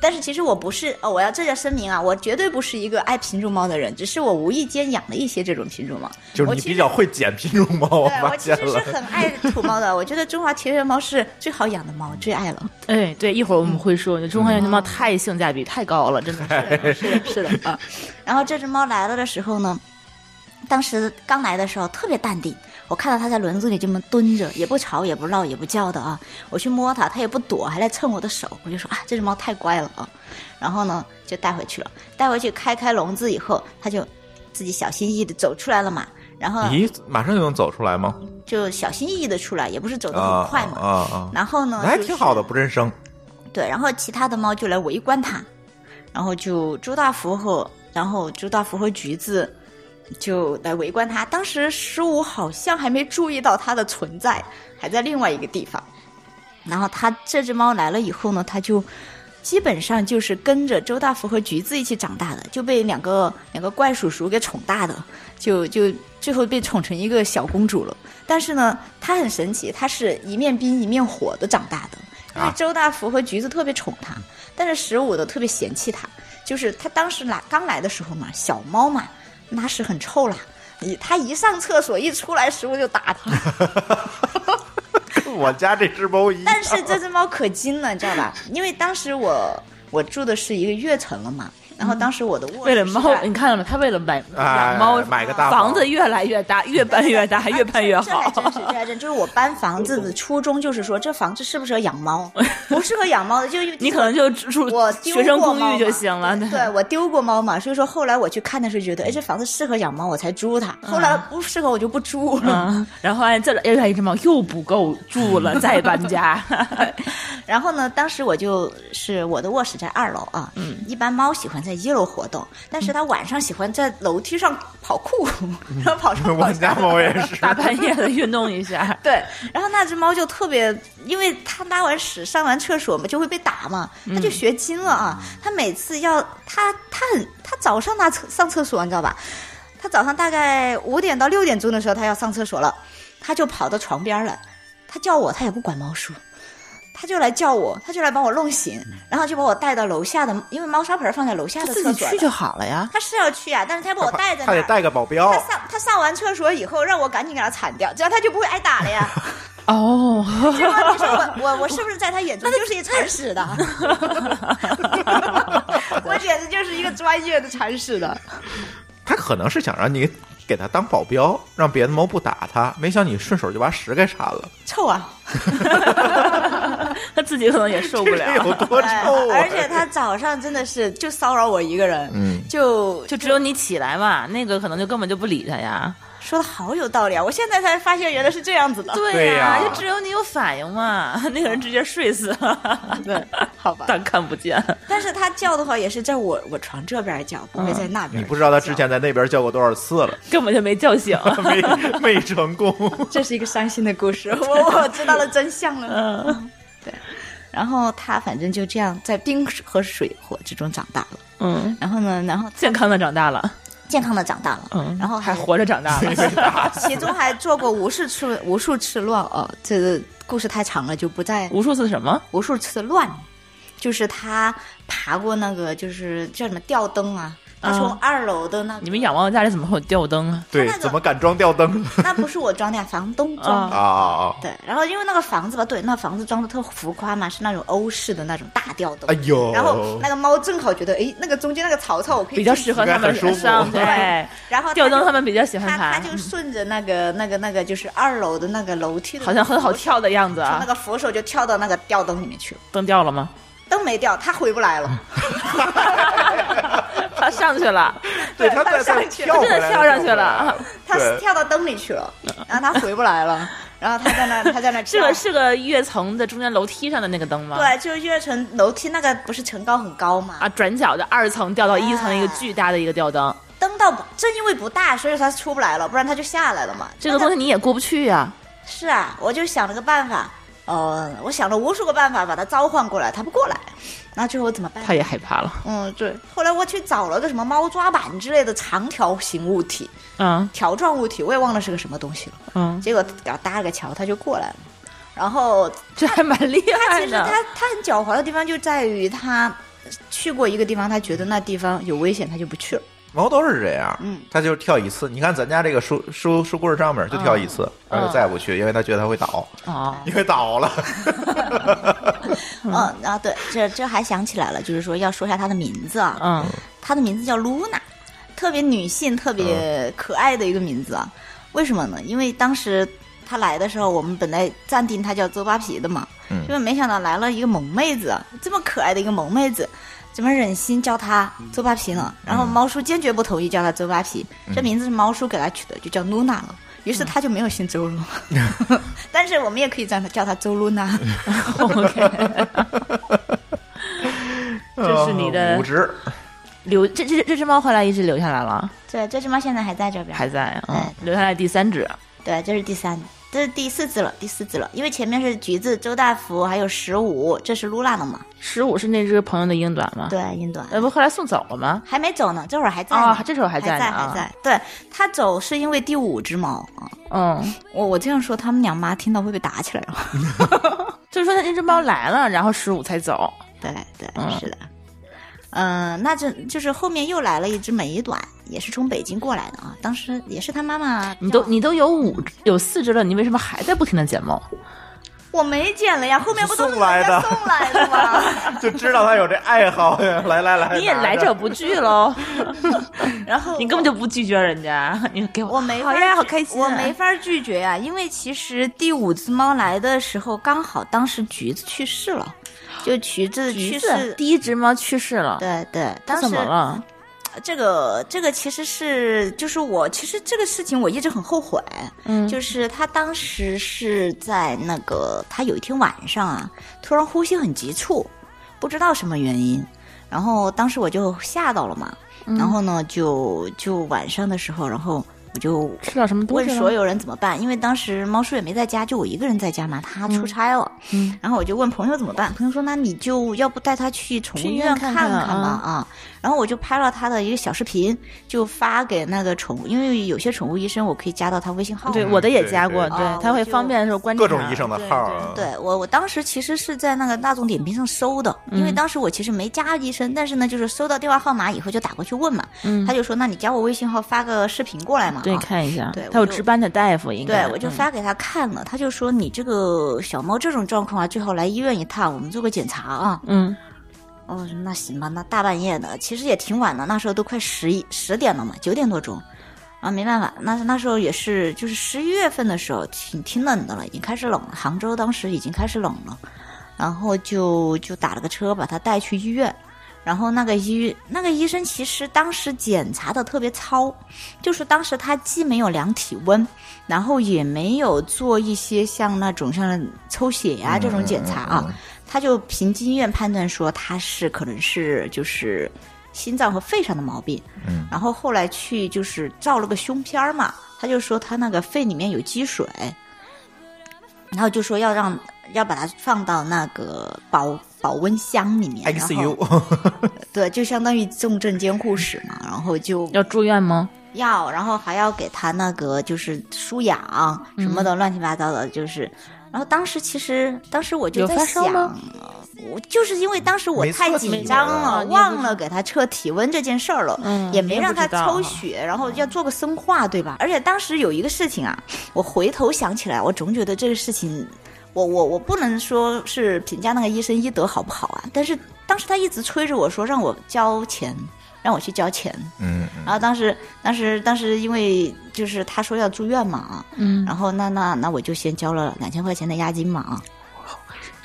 Speaker 6: 但是其实我不是，哦，我要这要声明啊，我绝对不是一个爱品种猫的人，只是我无意间养了一些这种品种猫。
Speaker 1: 就是
Speaker 6: 我
Speaker 1: 你
Speaker 6: 其
Speaker 1: 比
Speaker 6: 实
Speaker 1: 较会捡品种猫，我
Speaker 6: 对我
Speaker 1: 发
Speaker 6: 其实
Speaker 1: 现
Speaker 6: 是
Speaker 1: 了。
Speaker 6: 很爱土猫的，我觉得中华田园猫是最好养的猫，最爱了。
Speaker 2: 哎，对，一会儿我们会说，就中华园的猫太性价比太高了，真的是。
Speaker 6: 嗯 是的，是的啊。然后这只猫来了的时候呢，当时刚来的时候特别淡定，我看到它在轮子里这么蹲着，也不吵，也不闹，也不叫的啊。我去摸它，它也不躲，还来蹭我的手，我就说啊，这只猫太乖了啊。然后呢，就带回去了。带回去开开笼子以后，它就自己小心翼翼的走出来了嘛。然后
Speaker 1: 咦，马上就能走出来吗？
Speaker 6: 就小心翼翼的出来，也不是走得
Speaker 1: 啊
Speaker 6: 很快嘛。
Speaker 1: 啊啊！
Speaker 6: 然后呢，
Speaker 1: 那还
Speaker 6: 就
Speaker 1: 挺
Speaker 6: 是
Speaker 1: 好的，不认生。
Speaker 6: 对，然后其他的猫就来围观它，然后就朱大福和然后朱大福和橘子就来围观它。当时十五好像还没注意到它的存在，还在另外一个地方。然后它这只猫来了以后呢，它就基本上就是跟着周大福和橘子一起长大的，就被两个两个怪叔叔给宠大的，就就最后被宠成一个小公主了。但是呢，它很神奇，它是一面冰一面火的长大的，因为
Speaker 1: 啊
Speaker 6: 周大福和橘子特别宠它，但是十五的特别嫌弃它，就是它当时来刚来的时候嘛，小猫嘛，那是很臭啦。一它一上厕所一出来，十五就 打它。
Speaker 1: 我家这只猫一样，
Speaker 6: 但是这只猫可精了，你知道吧？因为当时我我住的是一个跃层了嘛，然后当时我的卧
Speaker 2: 为了
Speaker 6: 室是
Speaker 2: 猫，
Speaker 6: 在
Speaker 2: 你看到没？他为了买
Speaker 1: 哎
Speaker 2: 养猫，
Speaker 1: 买个大
Speaker 2: 房
Speaker 1: 房
Speaker 2: 子越来越大，越搬越 大，越搬越
Speaker 6: 这还真是，
Speaker 2: 好。
Speaker 6: 这还真就是我搬房子的初衷，就是说这房子适不适合养猫，不适合养猫的就
Speaker 2: 你可能就住
Speaker 6: 我丢
Speaker 2: 学生
Speaker 6: 过
Speaker 2: 公
Speaker 6: 猫
Speaker 2: 寓就
Speaker 6: 嘛
Speaker 2: 行了。
Speaker 6: 对我丢过猫嘛，所以说后来我去看的时候觉得，哎，这房子适合养猫，我才租它。后来不适合我就不租了。
Speaker 2: 嗯，然后哎，这又来一只猫，又不够住了，再搬家。
Speaker 6: 然后呢，当时我就是我的卧室在二楼啊，嗯，一般猫喜欢在一楼活动，但是它晚上喜欢在楼梯上跑酷， 然后跑上
Speaker 1: 我
Speaker 6: 跑
Speaker 1: 们
Speaker 6: 下
Speaker 1: 家。猫也是，
Speaker 2: 大半夜的运动一 下，
Speaker 6: 对，然后那只猫就特别，因为它拉完屎、上完厕所嘛，就会被打嘛，它就学精了啊。它每次要它它很它早上拉厕上厕所，你知道吧？它早上大概五点到六点钟的时候，它要上厕所了，它就跑到床边来，它叫我，它也不管猫叔。它就来叫我，它就来把我弄醒，然后就把我带到楼下的，因为猫砂盆放在楼下的厕所了。
Speaker 2: 好了呀。
Speaker 6: 它是要去啊，但是它把我带在那
Speaker 1: 他
Speaker 6: 儿
Speaker 1: 得。带个保镖
Speaker 6: 它，上它上完厕所以后，让我赶紧给它铲掉，这样它就不会挨打了呀。
Speaker 2: 哦，
Speaker 6: 结果你说我我我是不是在他眼中就是一铲屎的？ 我简直就是一个专业的铲屎的。
Speaker 1: 他可能是想让你给他当保镖，让别的猫不打他，没想你顺手就把屎给铲 了，
Speaker 6: 臭啊！
Speaker 2: 他自己可能也受不
Speaker 1: 这 有
Speaker 2: 了，
Speaker 1: 多 臭啊！
Speaker 6: 呃而且他早上真的是就骚扰我一个人，
Speaker 1: 嗯
Speaker 6: 就
Speaker 2: 就只有你起来嘛，那个可能就根本就不理他呀。
Speaker 6: 说的好有道理啊！我现在才发现原来是这样子的。
Speaker 1: 对呀
Speaker 2: 呀，就只有你有反应嘛，那个人直接睡死了，
Speaker 6: 对，好吧。
Speaker 2: 当看不见。
Speaker 6: 但是他叫的话也是在我我床这边叫，不会在那边。
Speaker 1: 嗯你不知道他之前在那边叫过多少次 了，
Speaker 2: 根本就没叫醒。
Speaker 1: 没没成功。
Speaker 6: 这是一个伤心的故事，我我知道了真相了。
Speaker 2: 嗯
Speaker 6: 然后他反正就这样在冰和水火之中长大了。
Speaker 2: 嗯，
Speaker 6: 然后呢，然后
Speaker 2: 健康的长大了，
Speaker 6: 健康的长大了，
Speaker 2: 嗯，
Speaker 6: 然后
Speaker 2: 还活着长大了。
Speaker 6: 其中还做过无数次无数次乱哦，这个故事太长了，就不再
Speaker 2: 无数次什么？
Speaker 6: 无数次乱。就是他爬过那个，就是叫什么吊灯啊，他从
Speaker 2: 嗯
Speaker 6: 二楼的那个
Speaker 2: 你们养猫家里怎么会有吊灯啊？
Speaker 1: 对，怎么敢装吊灯
Speaker 6: 那不是我装的呀，房东装
Speaker 2: 嗯
Speaker 6: 的。
Speaker 1: 啊啊？啊
Speaker 6: 对，然后因为那个房子吧，对，那房子装的特浮夸嘛，是那种欧式的那种大吊灯。
Speaker 1: 哎呦，
Speaker 6: 然后那个猫正好觉得，哎，那个中间那个槽槽我可以
Speaker 2: 比较
Speaker 6: 进
Speaker 2: 适合它们
Speaker 1: 应该很舒服
Speaker 2: 上对。
Speaker 6: 然后
Speaker 2: 吊灯它
Speaker 6: 它就
Speaker 2: 们比较喜欢嗯
Speaker 6: 他
Speaker 2: 爬，
Speaker 6: 他就顺着那个那个那个就是二楼的那个楼梯的，
Speaker 2: 好像很好跳的样子
Speaker 6: 从那
Speaker 2: 啊。
Speaker 6: 个扶手就跳到那个吊灯里面去了，
Speaker 2: 灯掉了吗？
Speaker 6: 灯没掉，他回不来了。
Speaker 2: 它上去了，
Speaker 1: 对他在
Speaker 6: 上
Speaker 1: 在
Speaker 6: 去
Speaker 1: 跳回
Speaker 2: 真
Speaker 1: 来了，跳
Speaker 2: 的跳上去
Speaker 1: 回
Speaker 2: 了
Speaker 1: 来。
Speaker 6: 他
Speaker 1: 对
Speaker 6: 跳到灯里去 了，然后他回不来了，然后他在那他在那
Speaker 2: 是
Speaker 6: 跳
Speaker 2: 个。是个跃层的中间楼梯上的那个灯吗？
Speaker 6: 对，就是跃层楼梯那个不是层高很高嘛，
Speaker 2: 啊，转角的二层掉到一层，
Speaker 6: 哎
Speaker 2: 一个巨大的一个吊灯，
Speaker 6: 灯倒不正因为不大，所以他出不来了，不然他就下来了嘛。
Speaker 2: 这个东西你也过不去呀。
Speaker 6: 是啊，我就想了个办法，呃，我想了无数个办法把他召唤过来，他不过来，那最后怎么办？
Speaker 2: 它也害怕了。
Speaker 6: 嗯，对。后来我去找了个什么猫抓板之类的长条形物体、
Speaker 2: 嗯
Speaker 6: 条状物体，我也忘了是个什么东西了。
Speaker 2: 嗯，
Speaker 6: 结果给它搭了个桥，它就过来了。然后
Speaker 2: 这还蛮厉
Speaker 6: 它
Speaker 2: 害
Speaker 6: 其实
Speaker 2: 的。
Speaker 6: 它它很狡猾的地方就在于它去过一个地方，它觉得那地方有危险，它就不去了。
Speaker 1: 猫都是这样，
Speaker 6: 嗯，
Speaker 1: 它就跳一次。你看咱家这个书书书柜上面就跳一
Speaker 6: 啊
Speaker 1: 次，然后就再也不去，因为它觉得它会 倒，
Speaker 2: 哦，
Speaker 1: 因为倒了。
Speaker 6: 嗯，啊，对，这这还想起来了，就是说要说一下它的名字啊，
Speaker 2: 嗯，
Speaker 6: 它的名字叫露娜，特别女性、特别可爱的一个名字啊。为什么呢？因为当时她来的时候，我们本来暂定她叫周扒皮的嘛，
Speaker 1: 嗯
Speaker 6: 结果没想到来了一个萌妹子，啊这么可爱的一个萌妹子，怎么忍心叫她周扒皮呢？然后猫叔坚决不同意叫她周扒皮，这名字是猫叔给她取的，就叫露娜了。于是她就没有姓周了， 但是我们也可以叫她叫她周露娜。
Speaker 1: 哦
Speaker 2: 这是你的
Speaker 1: 嗯五指，
Speaker 2: 留这这这只猫后来一直留下来了，
Speaker 6: 对，这只猫现在还在这边，
Speaker 2: 还在，嗯
Speaker 6: 哎，
Speaker 2: 留下来第三只，
Speaker 6: 对，这是第三，这是第四只了，第四只了，因为前面是橘子、周大福，还有十五，这是露娜的嘛？
Speaker 2: 十五是那只朋友的英短吗？
Speaker 6: 对，英短。
Speaker 2: 呃，不，后来送走了吗？
Speaker 6: 还没走呢，哦这会儿还在呢
Speaker 2: 啊，这时候还
Speaker 6: 还在
Speaker 2: 呢
Speaker 6: 还
Speaker 2: 啊，
Speaker 6: 在。对他走是因为第五只猫啊，
Speaker 2: 嗯，
Speaker 6: 我我这样说，他们俩妈听到会被打起来啊了。
Speaker 2: 就是说那只猫来了，然后十五才走，
Speaker 6: 对对，
Speaker 2: 嗯
Speaker 6: 是的。嗯、那这就是后面又来了一只美短，也是从北京过来的啊。当时也是他妈妈叫，
Speaker 2: 你都你都有五有四只了，你为什么还在不停的捡猫？
Speaker 6: 我没捡了呀，后面不都是
Speaker 1: 送来
Speaker 6: 人家
Speaker 1: 的
Speaker 6: 送来的吗？
Speaker 1: 就知道他有这爱好，来来
Speaker 6: 哎
Speaker 1: 来，
Speaker 2: 你也来
Speaker 1: 拿
Speaker 2: 者不拒 喽，
Speaker 6: 然后
Speaker 2: 你根本就不拒绝人家，你给
Speaker 6: 我没法
Speaker 2: 好呀，
Speaker 6: 拒
Speaker 2: 好开心啊，
Speaker 6: 我没法拒绝呀、因为其实第五只猫来的时候，刚好当时橘子去世了，就橘子去
Speaker 2: 去
Speaker 6: 世
Speaker 2: 世，。第一只猫去世了，
Speaker 6: 对对，
Speaker 2: 它
Speaker 6: 当时
Speaker 2: 怎么了？
Speaker 6: 这个这个其实是就是我其实这个事情我一直很后悔，
Speaker 2: 嗯
Speaker 6: 就是他当时是在那个他有一天晚上啊，突然呼吸很急促，不知道什么原因，然后当时我就吓到了嘛，
Speaker 2: 嗯
Speaker 6: 然后呢就就晚上的时候，然后我就
Speaker 2: 吃点什么东
Speaker 6: 问
Speaker 2: 西了？
Speaker 6: 所有人怎么办，因为当时猫叔也没在家，就我一个人在家嘛，他出差了。
Speaker 2: 嗯
Speaker 6: 然后我就问朋友怎么办，朋友说那你就要不带他去宠物
Speaker 2: 去医
Speaker 6: 医
Speaker 2: 院
Speaker 6: 院
Speaker 2: 看
Speaker 6: 看
Speaker 2: 看
Speaker 6: 吧
Speaker 2: 啊
Speaker 6: 啊。然后我就拍了他的一个小视频，就发给那个宠物，因为有些宠物医生我可以加到他微信号嘛。
Speaker 2: 对，我的也加过，
Speaker 1: 嗯对
Speaker 6: 对
Speaker 2: 对，它会
Speaker 6: 啊我就
Speaker 2: 方便的时候关注
Speaker 1: 各种
Speaker 2: 它
Speaker 1: 医生的
Speaker 2: 对
Speaker 1: 号啊，
Speaker 6: 对我，我当时其实是在那个大众点评上搜的，
Speaker 2: 嗯
Speaker 6: 因为当时我其实没加医生，但是呢，就是收到电话号码以后就打过去问嘛，
Speaker 2: 嗯
Speaker 6: 他就说那你加我微信号发个视频过来嘛，
Speaker 2: 对，
Speaker 6: 啊
Speaker 2: 看一下
Speaker 6: 对，
Speaker 2: 它
Speaker 6: 我
Speaker 2: 有
Speaker 6: 就
Speaker 2: 值班的大夫，应该嗯
Speaker 6: 对，我就发给他看了，他就说你这个小猫这种状况啊，最好来医院一趟，我们做个检查啊。
Speaker 2: 嗯
Speaker 6: 哦，那行吧，那大半夜的，其实也挺晚的，那时候都快十一十点了嘛，九点多钟。啊，没办法，那那时候也是，就是十一月份的时候，挺挺冷的了，已经开始冷了。杭州当时已经开始冷了，然后就就打了个车把他带去医院。然后那个医那个医生其实当时检查的特别糙，就是当时他既没有量体温，然后也没有做一些像那种像抽血呀、这种检查啊，他就凭经验判断说他是可能是就是心脏和肺上的毛病，
Speaker 1: 嗯
Speaker 6: 然后后来去就是照了个胸片儿嘛，他就说他那个肺里面有积水，然后就说要让要把它放到那个保保温箱里面然后
Speaker 1: ，ICU，
Speaker 6: 对，就相当于重症监护室嘛，然后就
Speaker 2: 要住院吗？
Speaker 6: 要，然后还要给他那个就是输氧
Speaker 2: 嗯
Speaker 6: 什么的乱七八糟的，就是。然后当时其实，当时我就
Speaker 2: 有
Speaker 6: 在
Speaker 2: 发烧
Speaker 6: 想
Speaker 2: 吗，
Speaker 6: 我就是因为当时我
Speaker 1: 没
Speaker 6: 太
Speaker 1: 测体
Speaker 6: 紧
Speaker 1: 温
Speaker 6: 张
Speaker 1: 啊
Speaker 6: 了，
Speaker 2: 你也不
Speaker 6: 忘了给他测体温这件事儿了，
Speaker 2: 嗯
Speaker 6: 也
Speaker 2: 你
Speaker 6: 没
Speaker 2: 也不
Speaker 6: 让他
Speaker 2: 知道
Speaker 6: 抽
Speaker 2: 啊
Speaker 6: 血，然后要做个生化，对吧？而且当时有一个事情啊，我回头想起来，我总觉得这个事情，我我我不能说是评价那个医生医德好不好啊，但是当时他一直催着我说让我交钱，让我去交钱，
Speaker 1: 嗯，
Speaker 6: 然后当时，当时，当时因为就是他说要住院嘛啊，
Speaker 2: 嗯，
Speaker 6: 然后那那那我就先交了两千块钱的押金嘛啊，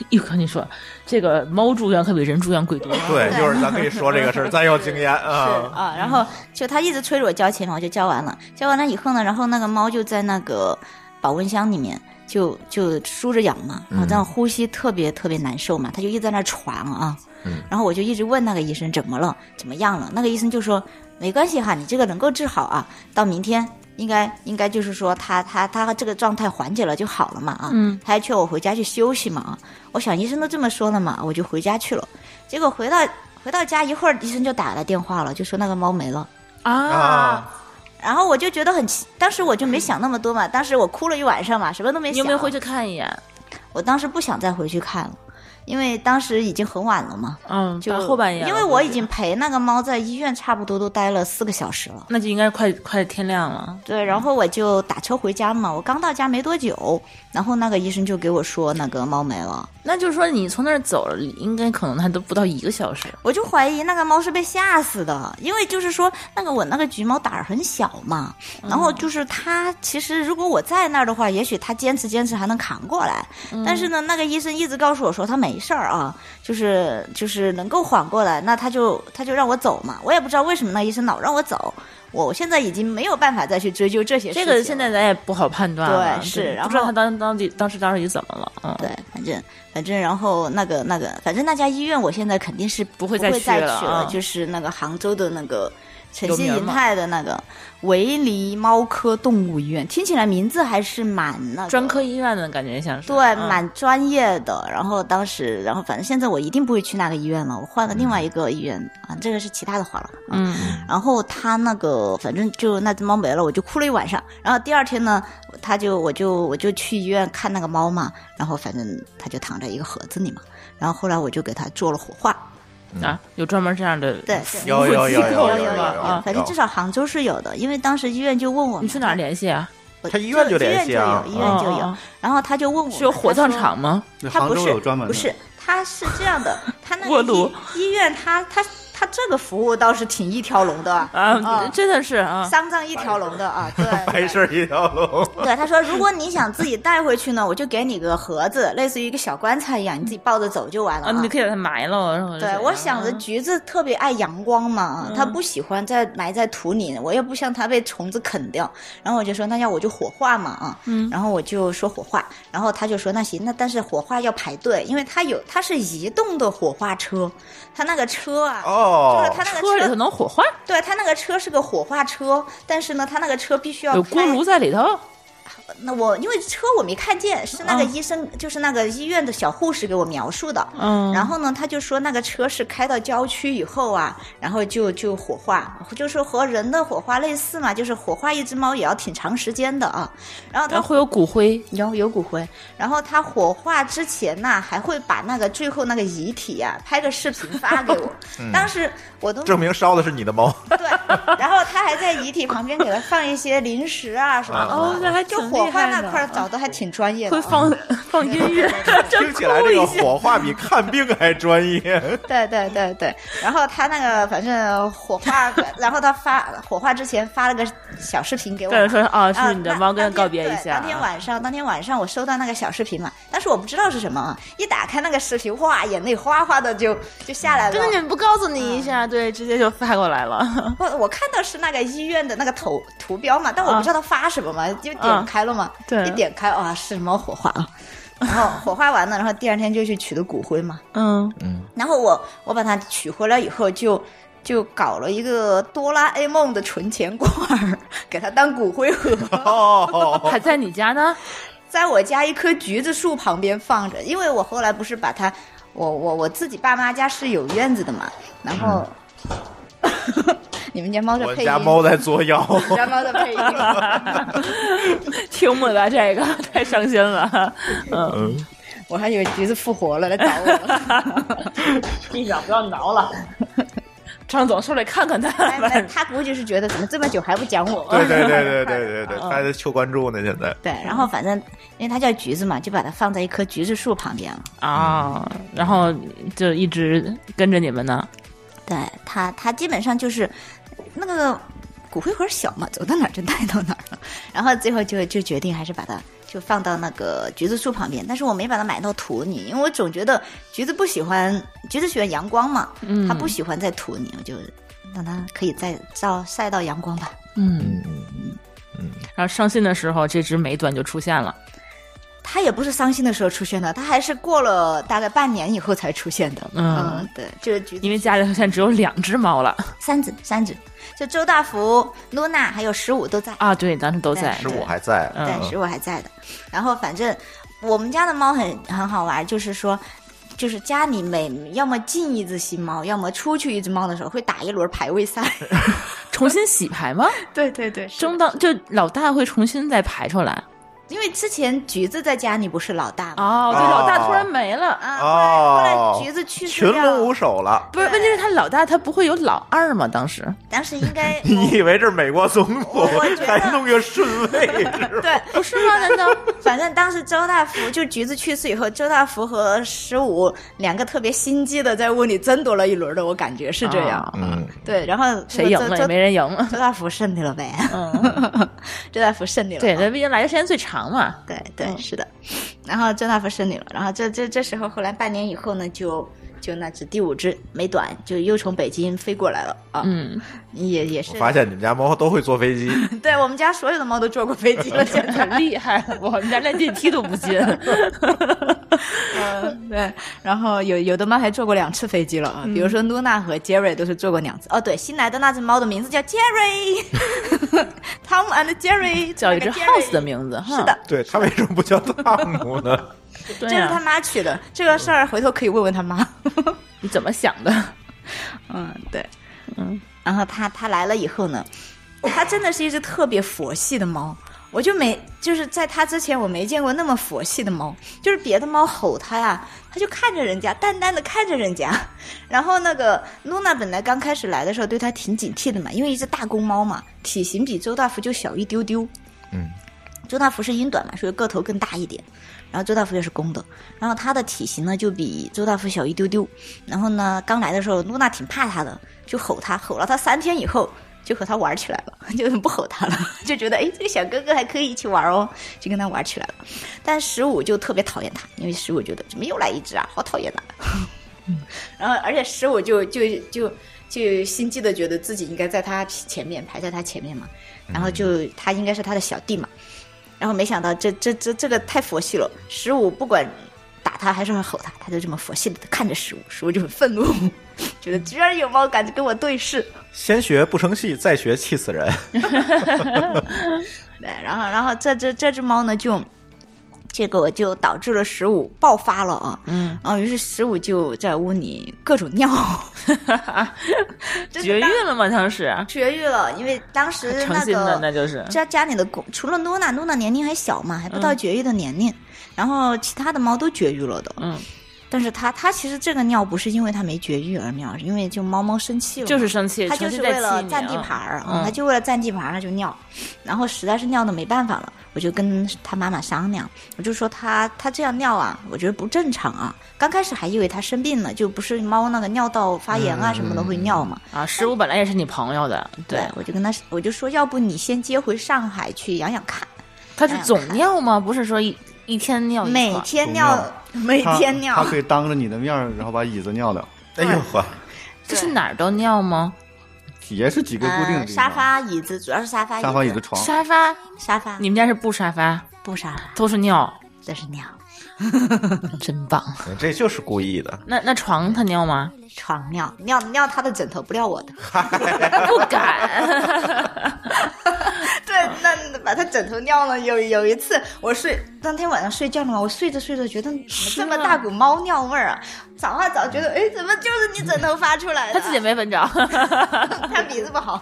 Speaker 2: 又跟你说，这个猫住院可比人住院贵多了。
Speaker 6: 嗯
Speaker 1: 对，一会儿咱可以说这个事儿，咱有经验啊，
Speaker 6: 啊，然后就他一直催着我交钱嘛，我就交完了，交完了以后呢，然后那个猫就在那个保温箱里面就就输着氧嘛，然后这样呼吸特别特别难受嘛，它就一直在那喘啊，
Speaker 1: 嗯
Speaker 6: 然后我就一直问那个医生怎么了，怎么样了，那个医生就说没关系哈，你这个能够治好啊，到明天。应该应该就是说他他他这个状态缓解了就好了嘛啊，
Speaker 2: 嗯
Speaker 6: 他还劝我回家去休息嘛啊，我想医生都这么说了嘛，我就回家去了。结果回到回到家一会儿，医生就打来电话了，就说那个猫没了。
Speaker 2: 啊，
Speaker 1: 啊，
Speaker 6: 然后我就觉得很奇，当时我就没想那么多嘛，当时我哭了一晚上嘛，什么都没想。
Speaker 2: 你有没有回？去看一眼？
Speaker 6: 我当时不想再回去看了，因为当时已经很晚了嘛，
Speaker 2: 嗯，
Speaker 6: 就
Speaker 2: 把后半夜了，
Speaker 6: 因为我已经陪那个猫在医院差不多都待了四个小时了。
Speaker 2: 那就应该快快天亮了。
Speaker 6: 对，然后我就打车回家嘛。我刚到家没多久，然后那个医生就给我说那个猫没了，
Speaker 2: 那就是说你从那儿走了，应该可能它都不到一个小时。
Speaker 6: 我就怀疑那个猫是被吓死的，因为就是说那个我那个橘猫胆儿很小嘛，
Speaker 2: 嗯
Speaker 6: 然后就是它其实如果我在那儿的话，也许它坚持坚持还能扛过来，
Speaker 2: 嗯
Speaker 6: 但是呢，那个医生一直告诉我说它没事儿啊，就是就是能够缓过来，那他就他就让我走嘛，我也不知道为什么那医生老让我走，我现在已经没有办法再去追究这些事
Speaker 2: 这
Speaker 6: 情
Speaker 2: 个现
Speaker 6: 了
Speaker 2: 在咱也不好判断了，
Speaker 6: 对是然
Speaker 2: 不知道
Speaker 6: 后
Speaker 2: 它当当地当时当时怎么了。嗯，
Speaker 6: 对，反正反正，然后那个那个，反正那家医院我现在肯定是
Speaker 2: 不会
Speaker 6: 不
Speaker 2: 再
Speaker 6: 会
Speaker 2: 去
Speaker 6: 再去
Speaker 2: 了啊
Speaker 6: 就是那个杭州的那个晨
Speaker 2: 有
Speaker 6: 曦
Speaker 2: 名
Speaker 6: 银
Speaker 2: 吗
Speaker 6: 泰的那个维尼猫科动物医院，听起来名字还是蛮那个
Speaker 2: 专科。医院的感觉像是
Speaker 6: 对，
Speaker 2: 嗯
Speaker 6: 蛮专业的。然后当时，然后反正现在我一定不会去那个医院了，我换了另外一个医院啊，这个是其他的话了。
Speaker 2: 嗯
Speaker 6: 然后他那个反正就那只猫没了，我就哭了一晚上。然后第二天呢，他就我就我就去医院看那个猫嘛，然后反正它就躺在一个盒子里嘛。然后后来我就给它做了火化，
Speaker 2: 啊，有专门这样的
Speaker 6: 对
Speaker 2: 服务
Speaker 1: 有嗯有有
Speaker 2: 机
Speaker 1: 有
Speaker 2: 构
Speaker 1: 有
Speaker 2: 是吧
Speaker 1: 有
Speaker 2: 啊
Speaker 6: 反正至少杭州是有的，因为当时医院就问我
Speaker 2: 你去哪儿联系啊？
Speaker 6: 我
Speaker 1: 他医院
Speaker 6: 就
Speaker 1: 就联系啊
Speaker 6: 医院就有，医院就有。
Speaker 2: 哦哦
Speaker 6: 然后他就问我，
Speaker 2: 是有火葬
Speaker 6: 他说
Speaker 2: 场吗？
Speaker 5: 那
Speaker 6: 他
Speaker 5: 杭
Speaker 6: 不
Speaker 5: 州
Speaker 6: 是
Speaker 5: 有专门的，
Speaker 6: 不是，他是这样的，他那
Speaker 2: 过
Speaker 6: 个
Speaker 2: 路
Speaker 6: 医医院他他他这个服务倒是挺一条龙的啊，
Speaker 2: 啊，真的是啊，
Speaker 6: 丧葬一条龙的 啊，对，
Speaker 1: 白事儿一条 龙。
Speaker 6: 对，他说如果你想自己带回去呢，我就给你个盒子，类似于一个小棺材一样，你自己抱着走就完了、
Speaker 2: 啊，你可以把它埋了。然后嗯
Speaker 6: 对，我想着橘子特别爱阳光嘛，它不喜欢在埋在土里，我又不想它被虫子啃掉，然后我就说那要我就火化嘛啊，
Speaker 2: 嗯
Speaker 6: 然后我就说火化，然后他就说那行，那但是火化要排队，因为它有它是移动的火化车，它那个车啊，就
Speaker 1: 哦
Speaker 6: 是，它
Speaker 2: 车
Speaker 6: 那个
Speaker 2: 里
Speaker 6: 车，
Speaker 2: 头能火化，
Speaker 6: 对，它那个车是个火化车，但是呢，它那个车必须要
Speaker 2: 有锅
Speaker 6: 开
Speaker 2: 炉在里头。
Speaker 6: 那我因为车我没看见，是那个医生，就是那个医院的小护士给我描述的。
Speaker 2: 嗯，
Speaker 6: 然后呢，他就说那个车是开到郊区以后啊，然后就就火化，就是和人的火化类似嘛，就是火化一只猫也要挺长时间的啊。然后
Speaker 2: 然
Speaker 6: 他
Speaker 2: 后会有骨 灰，
Speaker 6: 有有骨灰，然后他火化之前呐，还会把那个最后那个遗体啊拍个视频发给我。当时我都
Speaker 1: 证明烧的是你的猫。
Speaker 6: 对，然后他还在遗体旁边给他放一些零食啊什么的。
Speaker 2: 哦那还挺
Speaker 6: 就火化
Speaker 2: 厉害
Speaker 6: 那
Speaker 2: 的
Speaker 6: 块儿找的还挺专业的
Speaker 2: 会
Speaker 6: 啊。
Speaker 2: 放放音乐， 真
Speaker 1: 听起来
Speaker 2: 抠
Speaker 1: 这
Speaker 2: 一
Speaker 1: 个
Speaker 2: 下。
Speaker 1: 火化比看病还专 业。
Speaker 6: 对对对对，然后他那个反正火化，然后他发火化之前发了个小视频给我
Speaker 2: 对，
Speaker 6: 嘛。
Speaker 2: 说啊，
Speaker 6: 啊
Speaker 2: 是你的猫，跟它告别一下啊。
Speaker 6: 当天对当天晚上，当天晚上我收到那个小视频嘛，但是我不知道是什么啊。一打开那个视频，哇，眼泪哗哗的就就下来了。
Speaker 2: 真的怎么不告诉你一下？对，直接就发过来了。
Speaker 6: 我我看到是那个医院的那个头图标嘛，但我不知道他发什么嘛，就点开了嘛，
Speaker 2: 对
Speaker 6: 一点开啊是猫火化啊，然后火化完了，然后第二天就去取的骨灰嘛，
Speaker 2: 嗯，
Speaker 6: 然后我我把它取回来以后就。就搞了一个哆啦 A 梦的存钱罐儿， 给它当骨灰盒，
Speaker 1: 哦，
Speaker 2: 还在你家呢？
Speaker 6: 在我家一棵橘子树旁边放着。因为我后来不是把它，我我我自己爸妈家是有院子的嘛，然后、 你们家猫在
Speaker 1: 我
Speaker 6: 配音，
Speaker 1: 家猫在作妖。
Speaker 6: 你家猫在配音。
Speaker 2: 听不得这个， 太伤心了。
Speaker 6: 我还以为橘子复活了来找我，
Speaker 2: 张总说来看看
Speaker 6: 哎 没
Speaker 2: 他。
Speaker 6: 他估计是觉得怎么这么久还不讲我。
Speaker 1: 对对对对对对对，
Speaker 6: 嗯
Speaker 1: 他在求关注呢，现在。
Speaker 6: 对然后反正因为它叫橘子嘛，就把它放在一棵橘子树旁边了。
Speaker 2: 啊、然后就一直跟着你们呢。
Speaker 6: 对它，它基本上就是那个骨灰盒小嘛，走到哪儿就带到哪儿了。然后最后就就决定还是把它就放到那个橘子树旁边，但是我没把它埋到土里，因为我总觉得橘子不喜欢橘子喜欢阳光嘛，
Speaker 2: 嗯
Speaker 6: 它不喜欢在土里，我就让它可以再照晒到阳光吧。
Speaker 2: 嗯，
Speaker 1: 嗯嗯
Speaker 2: 然后伤心的时候，这只美短就出现了。
Speaker 6: 他也不是伤心的时候出现的，他还是过了大概半年以后才出现的。
Speaker 2: 嗯
Speaker 6: 对，就是橘子
Speaker 2: 因为家里头现在只有两只猫了
Speaker 6: 三子三子，就周大福、露娜还有十五都在，
Speaker 2: 啊！对，当时都在
Speaker 1: 十五还在。
Speaker 2: 嗯
Speaker 6: 对，十五还在的。然后反正我们家的猫很很好玩，就是说。就是家里每要么进一只新猫，要么出去一只猫的时候，会打一轮排位赛。
Speaker 2: 重新洗牌 吗？
Speaker 6: 对对对，
Speaker 2: 中当就老大会重新再排出来。
Speaker 6: 因为之前橘子在家里不是老大吗？
Speaker 2: 哦，对，
Speaker 1: 哦
Speaker 2: 老大突然没了。
Speaker 6: 啊，后来
Speaker 1: 哦
Speaker 6: 后来橘子去世
Speaker 1: 群
Speaker 6: 掉
Speaker 1: 龙无
Speaker 6: 了，
Speaker 1: 首了，
Speaker 2: 不是，问题是他老大他不会有老二吗？当时
Speaker 6: 当时应该
Speaker 1: 你以为这是美国总统
Speaker 6: 我我觉得
Speaker 1: 还弄个顺位置？
Speaker 6: 对，
Speaker 2: 不是吗？难道
Speaker 6: 反正当时周大福就橘子去世以后，周大福和十五两个特别心机的在屋里争夺了一轮的，我感觉是这样。
Speaker 2: 啊
Speaker 1: 嗯，
Speaker 6: 对，然后
Speaker 2: 谁赢了也
Speaker 6: 周
Speaker 2: 没人赢了。
Speaker 6: 周大福胜利了 呗，
Speaker 2: 嗯，
Speaker 6: 周大福胜利了。
Speaker 2: 对，嗯那毕竟来的时间最长嘛。
Speaker 6: 对对，是的。然后周大福胜利了，然后这这这时候后来半年以后呢，就就那只第五只美短就又从北京飞过来了啊，
Speaker 2: 嗯，
Speaker 6: 也也是
Speaker 1: 我。发现你们家猫都会坐飞 机，
Speaker 6: 对我们家所有的猫都坐过飞机 了，现在。
Speaker 2: 很厉害，我们家连电梯都不进。
Speaker 6: 对，然后有有的猫还坐过两次飞机了啊，
Speaker 2: 嗯
Speaker 6: 比如说露娜和杰瑞都是坐过两次。哦，对，新来的那只猫的名字叫杰 瑞，Tom and Jerry，
Speaker 2: 叫一
Speaker 6: 那
Speaker 2: 只
Speaker 6: 个 Jerry
Speaker 2: house 的名字，哈
Speaker 6: 是的，，
Speaker 1: 对它为什么不叫汤姆呢？
Speaker 2: 对啊
Speaker 6: 这是
Speaker 2: 呀、
Speaker 6: 他妈取的。这个事儿回头可以问问他妈。
Speaker 2: 你怎么想的？
Speaker 6: 嗯，对，嗯。然后他他来了以后呢，他真的是一只特别佛系的猫。我就没就是在他之前我没见过那么佛系的猫，就是别的猫吼它呀，它就看着人家，淡淡的看着人家。然后那个露娜本来刚开始来的时候对它挺警惕的嘛，因为一只大公猫嘛，体型比周大福就小一丢丢。
Speaker 1: 嗯。
Speaker 6: 周大福是英短嘛，所以个头更大一点。然后周大福也是公的，然后它的体型呢就比周大福小一丢丢。然后呢，刚来的时候露娜挺怕它的，就吼它，吼了它三天以后。就和它玩起来了， 就不吼它了，就觉得哎，这个小哥哥还可以一起玩哦，就跟它玩起来了。但十五就特别讨厌它，因为十五觉得怎么又来一只啊，好讨厌啊。 然后，而且十五就就就就心机的觉得自己应该在他前面，排在他前面嘛。然后就他应该是他的小弟嘛。然后没想到这这这这个太佛系了，十五不管打他还是吼他，他就这么佛系的看着十五，十五就很愤怒， 觉得居然有猫敢跟我对视。
Speaker 1: 先学不成器，再学气死人。
Speaker 6: 对，然后然后这这这只猫呢就。结果就导致了十五爆发了啊，嗯，啊，于是十五就在屋里各种尿，就是
Speaker 2: 绝育
Speaker 6: 当
Speaker 2: 了吗？当时
Speaker 6: 绝育了，因为当时
Speaker 2: 诚
Speaker 6: 那
Speaker 2: 心的那
Speaker 6: 个
Speaker 2: 就是
Speaker 6: 家家里的公，除了露娜，露娜年龄还小嘛，还不到绝育的年龄，然后其他的猫都绝育了的，
Speaker 2: 嗯嗯，
Speaker 6: 但是它它其实这个尿不是因为它没绝育而尿，是因为就猫猫生气了嘛，
Speaker 2: 就是生气，
Speaker 6: 它就
Speaker 2: 诚心
Speaker 6: 是
Speaker 2: 在
Speaker 6: 为了
Speaker 2: 气你
Speaker 6: 占地
Speaker 2: 啊
Speaker 6: 盘儿啊，
Speaker 2: 嗯
Speaker 6: 它就为了占地盘儿，它就尿，然后实在是尿的没办法了，我就跟他妈妈商量，我就说他他这样尿啊，我觉得不正常啊。刚开始还以为他生病了，就不是猫那个尿道发炎啊什么的会尿嘛。
Speaker 2: 啊，十五本来也是你朋友的，对，
Speaker 6: 我就跟他我就说，要不你先接回上海去养养看，
Speaker 2: 他是总尿吗？不是说一一天尿一
Speaker 6: 每
Speaker 2: 串
Speaker 6: 天尿，每
Speaker 5: 他
Speaker 6: 天尿
Speaker 5: 他，可以当着你的面儿，然后把椅子尿了，
Speaker 1: 哎呦呵，
Speaker 2: 这是哪儿都尿吗？
Speaker 5: 也是几个固定的
Speaker 6: 嗯，
Speaker 5: 地
Speaker 6: 沙
Speaker 5: 方，
Speaker 6: 发椅子主要是沙发
Speaker 5: 沙发、椅
Speaker 6: 子
Speaker 5: 子、床，
Speaker 2: 沙发，
Speaker 6: 沙发，
Speaker 2: 你们家是布沙发，
Speaker 6: 不沙发
Speaker 2: 都是尿，
Speaker 6: 这是尿，嗯
Speaker 2: 真棒。
Speaker 1: 嗯这就是故意的。
Speaker 2: 那那床他尿 吗？
Speaker 6: 床尿尿尿他的枕头，不尿我的。
Speaker 2: 不敢，
Speaker 6: 对，那把他枕头尿了。有有一次，我睡当天晚上睡觉了嘛，我睡着睡着觉得怎么这么大股猫尿味儿啊！早啊早觉得，哎，怎么就是你枕头发出来
Speaker 2: 他
Speaker 6: 的？啊
Speaker 2: 自己 没闻着。
Speaker 6: 他鼻子不 好，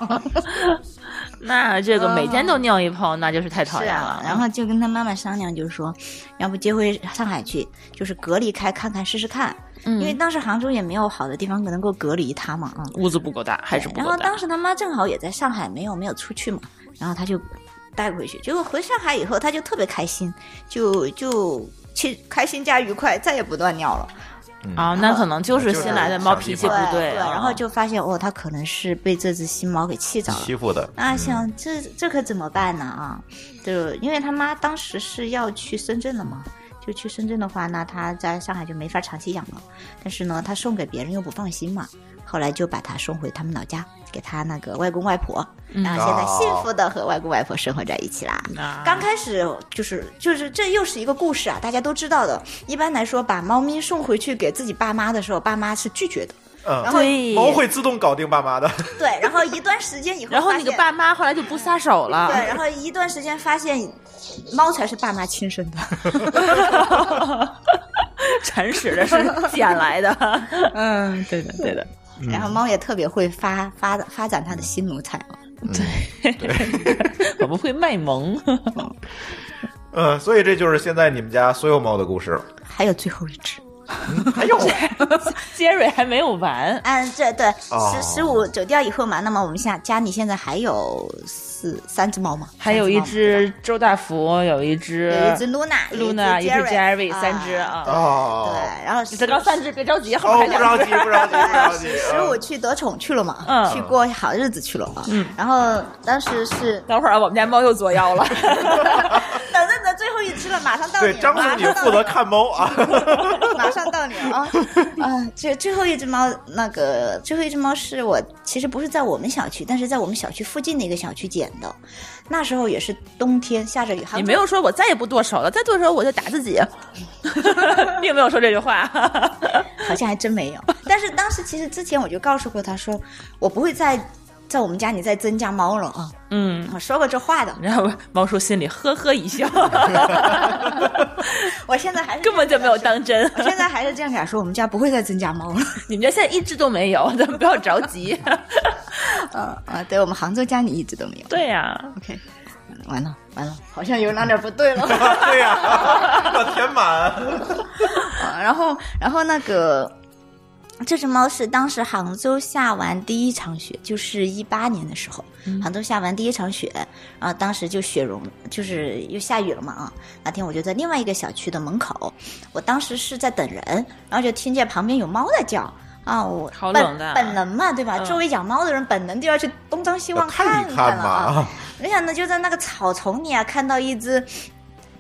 Speaker 2: 那这个每天都尿一泡，那就是太讨厌了。
Speaker 6: 嗯 啊然后就跟他妈妈商量，就是说，要不接回上海去，就是隔离开看看试试看，因为当时杭州也没有好的地方能够隔离他嘛，啊、
Speaker 2: 屋子不够大，还是不
Speaker 6: 然
Speaker 2: 够
Speaker 6: 后
Speaker 2: 大
Speaker 6: 当。时他妈正好也在上海，没有没有出去嘛，然后他就带回去。结果回上海以后，他就特别开心，就就去开心加愉快，再也不断尿了。
Speaker 2: 啊，那可能就是新来的猫脾气不
Speaker 6: 对
Speaker 2: 对，啊
Speaker 6: 然后就发现哦，他可能是被这只新猫给气着了。
Speaker 1: 欺负的，
Speaker 6: 那想这这可怎么办呢啊？就因为他妈当时是要去深圳了嘛，就去深圳的话，那他在上海就没法长期养了。但是呢，他送给别人又不放心嘛，后来就把他送回他们老家，给他那个外公外婆，然后现在幸福的和外公外婆生活在一起啦。
Speaker 2: 那
Speaker 6: 刚开始就是就是这又是一个故事啊，大家都知道的。一般来说，把猫咪送回去给自己爸妈的时候，爸妈是拒绝的。然
Speaker 1: 嗯，
Speaker 6: 后
Speaker 2: 对，
Speaker 1: 猫会自动搞定爸妈的。
Speaker 6: 对，然后一段时间以后，
Speaker 2: 然后
Speaker 6: 发
Speaker 2: 你的
Speaker 6: 现
Speaker 2: 爸妈后来就不撒手
Speaker 1: 啊
Speaker 2: 了，
Speaker 6: 对，然后一段时间发现，猫才是爸妈 亲生的。
Speaker 2: 铲屎的是捡来 的，
Speaker 6: 嗯，对的，对的。然后猫也特别会发发发展它的新奴才哦。
Speaker 2: 我们会卖萌。
Speaker 1: 嗯，所以这就是现在你们家所有猫的故事。
Speaker 6: 还有最后一只，
Speaker 1: 还有，
Speaker 2: 杰瑞还没有完，
Speaker 6: 嗯，这对
Speaker 1: 哦
Speaker 6: 十十五走掉以后嘛，那么我们现在家里现在还有四三只猫嘛，
Speaker 2: 还有一
Speaker 6: 三
Speaker 2: 只周大福，有一只
Speaker 6: 猫嘛，有一只露娜，
Speaker 2: 露娜，一只 Jerry，
Speaker 6: Jerry，
Speaker 2: 三只。啊。
Speaker 6: 对，
Speaker 1: 哦，
Speaker 6: 然后
Speaker 2: 这刚三只，别着急，后面
Speaker 1: 哦，不着
Speaker 2: 还两只。
Speaker 1: 急，不着急，不 着急。
Speaker 6: 十五去得宠去了嘛，
Speaker 2: 嗯
Speaker 6: 去过好日子去了嘛。嗯，然后当 时是
Speaker 2: 等会儿啊我们家猫又作妖了，
Speaker 6: 等着等最后一只了，马上到你
Speaker 1: 对，
Speaker 6: 了，
Speaker 1: 张
Speaker 6: 马
Speaker 1: 总
Speaker 6: 上
Speaker 1: 你
Speaker 6: 到
Speaker 1: 负责
Speaker 6: 了
Speaker 1: 看猫 啊。
Speaker 6: 马上到你 了啊！啊，最最后一只猫，那个最后一只猫是我其实不是在我们小区，但是在我们小区附近的一个小区捡的。那时候也是冬天，下着雨，
Speaker 2: 你
Speaker 6: 杭州
Speaker 2: 没有说我再也不剁手了，再剁手我就打自己， 并没有说这句话。
Speaker 6: 好像还真没有。但是当时其实之前我就告诉过他说，我不会再在我们家里再增加猫了啊。
Speaker 2: 嗯，
Speaker 6: 我说过这话的，
Speaker 2: 然后猫叔心里呵呵一笑，
Speaker 6: 我现在还是
Speaker 2: 根本就没有当 真。
Speaker 6: 我现在还是这样敢说，我们家不会再增加猫了。
Speaker 2: 你们家现在一只都没有，咱们不要着急。
Speaker 6: 啊啊，对我们杭州家里一直都没 有。
Speaker 2: 对呀、
Speaker 6: ，OK，完了完了，好像有哪点不对了。
Speaker 1: 对呀、我填满。
Speaker 6: 啊，然后然后那个这只猫是当时杭州下完第一场雪，就是一八年的时候，
Speaker 2: 嗯
Speaker 6: 杭州下完第一场雪，然后当时就雪融，就是又下雨了嘛啊。那天我就在另外一个小区的门口，我当时是在等人，然后就听见旁边有猫在叫。啊，我
Speaker 2: 好
Speaker 6: 本
Speaker 2: 冷淡啊
Speaker 6: 本能嘛，对吧？
Speaker 2: 嗯
Speaker 6: 周围养猫的人本能就要去东张西望
Speaker 1: 看一
Speaker 6: 看
Speaker 1: 看
Speaker 6: 了啊。
Speaker 1: 吧，
Speaker 6: 没想到就在那个草丛里啊，看到一只，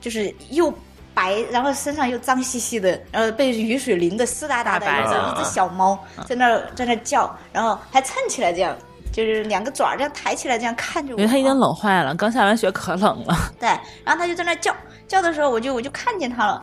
Speaker 6: 就是又白，然后身上又脏兮兮的，然后被雨水淋得湿哒哒的，
Speaker 2: 大白啊
Speaker 1: 的
Speaker 6: 一只小猫在那儿在那儿叫，然后还蹭起来这样，就是两个爪儿这样抬起来这样看着我
Speaker 2: 因
Speaker 6: 啊。
Speaker 2: 为它已经冷坏了，刚下完雪可冷了。
Speaker 6: 对，然后他就在那叫叫的时候，我就我就看见他了，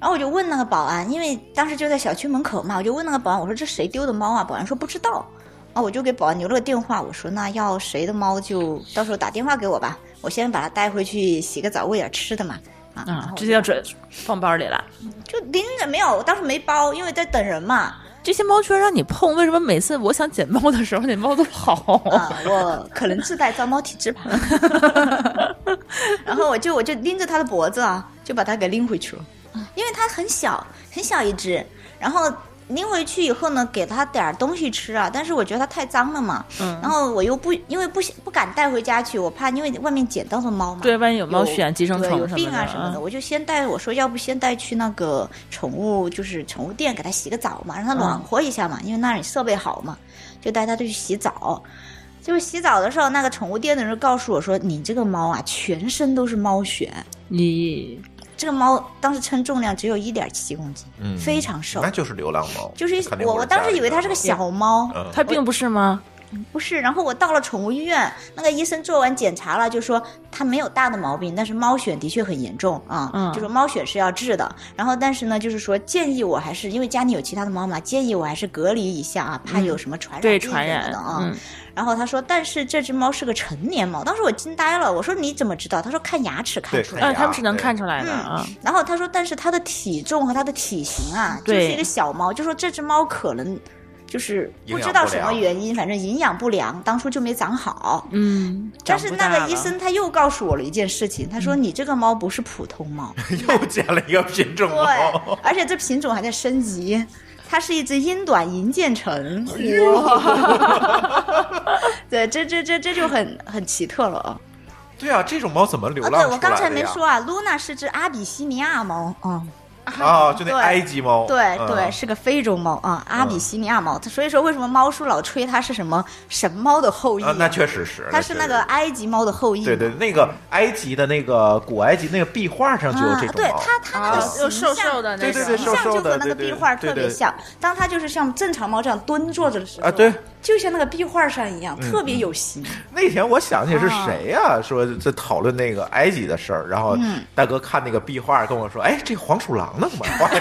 Speaker 6: 然后我就问那个保安，因为当时就在小区门口嘛，我就问那个保安，我说这谁丢的猫啊？保安说不知道，啊，我就给保安留了个电话，我说那要谁的猫就到时候打电话给我吧，我先把它带回去洗个澡喂点吃的嘛，啊，然后
Speaker 2: 啊，
Speaker 6: 我
Speaker 2: 直接要准放包里了。
Speaker 6: 就拎着没有，我当时没包，因为在等人嘛，
Speaker 2: 这些猫居然让你碰，为什么每次我想捡猫的时候，那猫都跑？
Speaker 6: 啊，我可能自带招猫体质吧，然后我就我就拎着它的脖子啊，就把它给拎回去了，因为它很小，很小一只，然后。拎回去以后呢，给它点儿东西吃啊，但是我觉得它太脏了嘛，
Speaker 2: 嗯
Speaker 6: 然后我又不因为不想不敢带回家去，我怕因为外面捡到的猫嘛，
Speaker 2: 对，万一有
Speaker 6: 啊有
Speaker 2: 猫癣、寄生
Speaker 6: 对
Speaker 2: 虫
Speaker 6: 有
Speaker 2: 什
Speaker 6: 病
Speaker 2: 么
Speaker 6: 啊什么的，
Speaker 2: 的。
Speaker 6: 我就先带我说，要不先带去那个宠物，就是宠物店给它洗个澡嘛，
Speaker 2: 嗯
Speaker 6: 让它暖和一下嘛，因为那里设备好嘛，就带它去洗澡。就是洗澡的时候，那个宠物店的人告诉我说：“你这个猫啊，全身都是猫癣。
Speaker 2: 你
Speaker 6: 这个猫当时称重量只有一点七公斤，
Speaker 1: 嗯
Speaker 6: 非常瘦
Speaker 1: 那，就是流浪猫，
Speaker 6: 就是
Speaker 1: 肯定
Speaker 6: 我
Speaker 1: 不
Speaker 6: 我当时以为它是个
Speaker 1: 家里
Speaker 6: 小猫，
Speaker 1: 的猫，嗯
Speaker 2: 它并不是吗？
Speaker 6: 不是，然后我到了宠物医院，那个医生做完检查了，就说它没有大的毛病，但是猫癣的确很严重啊，
Speaker 2: 嗯
Speaker 6: 就说猫癣是要治的。然后但是呢，就是说建议我还是因为家里有其他的猫嘛，建议我还是隔离一下啊，怕有什么传染
Speaker 2: 嗯对，
Speaker 6: 病
Speaker 2: 传
Speaker 6: 什
Speaker 2: 染
Speaker 6: 么的啊。
Speaker 2: 嗯，
Speaker 6: 然后他说，但是这只猫是个成年猫，当时我惊呆了，我说你怎么知道？他说看牙齿看
Speaker 1: 对
Speaker 6: 出来
Speaker 1: 看。
Speaker 2: 啊，他们是能
Speaker 1: 对
Speaker 2: 看出来的
Speaker 6: 嗯
Speaker 2: 啊。
Speaker 6: 然后他说，但是它的体重和它的体型啊，就
Speaker 2: 对
Speaker 6: 是一个小猫，就说这只猫可能就是
Speaker 1: 营
Speaker 6: 不
Speaker 1: 养
Speaker 6: 知道
Speaker 1: 不
Speaker 6: 什么
Speaker 1: 良
Speaker 6: 原因，反正营养不良，当初就没长好。
Speaker 2: 嗯，
Speaker 6: 但
Speaker 2: 长
Speaker 6: 是
Speaker 2: 不
Speaker 6: 那
Speaker 2: 大
Speaker 6: 个医
Speaker 2: 了
Speaker 6: 生他又告诉我了一件事情，他说你这个猫不是普通 猫，
Speaker 1: 嗯又捡了一个品种
Speaker 6: 对
Speaker 1: 猫，，
Speaker 6: 而且这品种还在升级。它是一只英短银渐层，
Speaker 1: 哎
Speaker 6: 对，这这这这就很很奇特了啊！
Speaker 1: 对啊，这种猫怎么流
Speaker 6: 哦，
Speaker 1: 浪
Speaker 6: 对，
Speaker 1: 出
Speaker 6: 我刚
Speaker 1: 来
Speaker 6: 才
Speaker 1: 的
Speaker 6: 没
Speaker 1: 呀
Speaker 6: 说啊，露娜是只阿比西尼亚猫，嗯，
Speaker 1: 啊，就那
Speaker 6: 对
Speaker 1: 埃及猫，
Speaker 6: 对
Speaker 1: 嗯
Speaker 6: 对，是个非洲猫啊，阿比
Speaker 1: 嗯
Speaker 6: 西尼亚猫。所以说，为什么猫叔老吹它是什么神猫的后裔
Speaker 1: 啊
Speaker 6: 啊？，
Speaker 1: 那确实是，
Speaker 6: 它是
Speaker 1: 确
Speaker 6: 那
Speaker 1: 实
Speaker 6: 个埃及猫的后裔。
Speaker 1: 对对，那个埃及的那个古埃及那个壁画上就有
Speaker 6: 啊
Speaker 1: 这，种
Speaker 6: 对
Speaker 1: 猫，
Speaker 6: 它它那
Speaker 2: 啊
Speaker 6: 个
Speaker 2: 又
Speaker 6: 形
Speaker 2: 瘦
Speaker 6: 象
Speaker 2: 瘦的那
Speaker 1: 对对对
Speaker 2: 种，啊
Speaker 6: 形
Speaker 1: 瘦
Speaker 6: 象
Speaker 1: 瘦
Speaker 6: 就
Speaker 1: 的
Speaker 6: 和那个
Speaker 1: 对
Speaker 6: 壁
Speaker 1: 对
Speaker 6: 画
Speaker 1: 对
Speaker 6: 特别
Speaker 1: 对
Speaker 6: 像。当它就是像正常猫这样蹲坐着的时候
Speaker 1: 啊对，嗯
Speaker 6: 就像那个壁画上一样，特别有型。
Speaker 1: 那天我想起是
Speaker 6: 啊
Speaker 1: 谁呀、说在讨论那个埃及的事儿，然后大哥看那个壁画跟我说：“哎，这黄鼠狼呢 怎么画的？”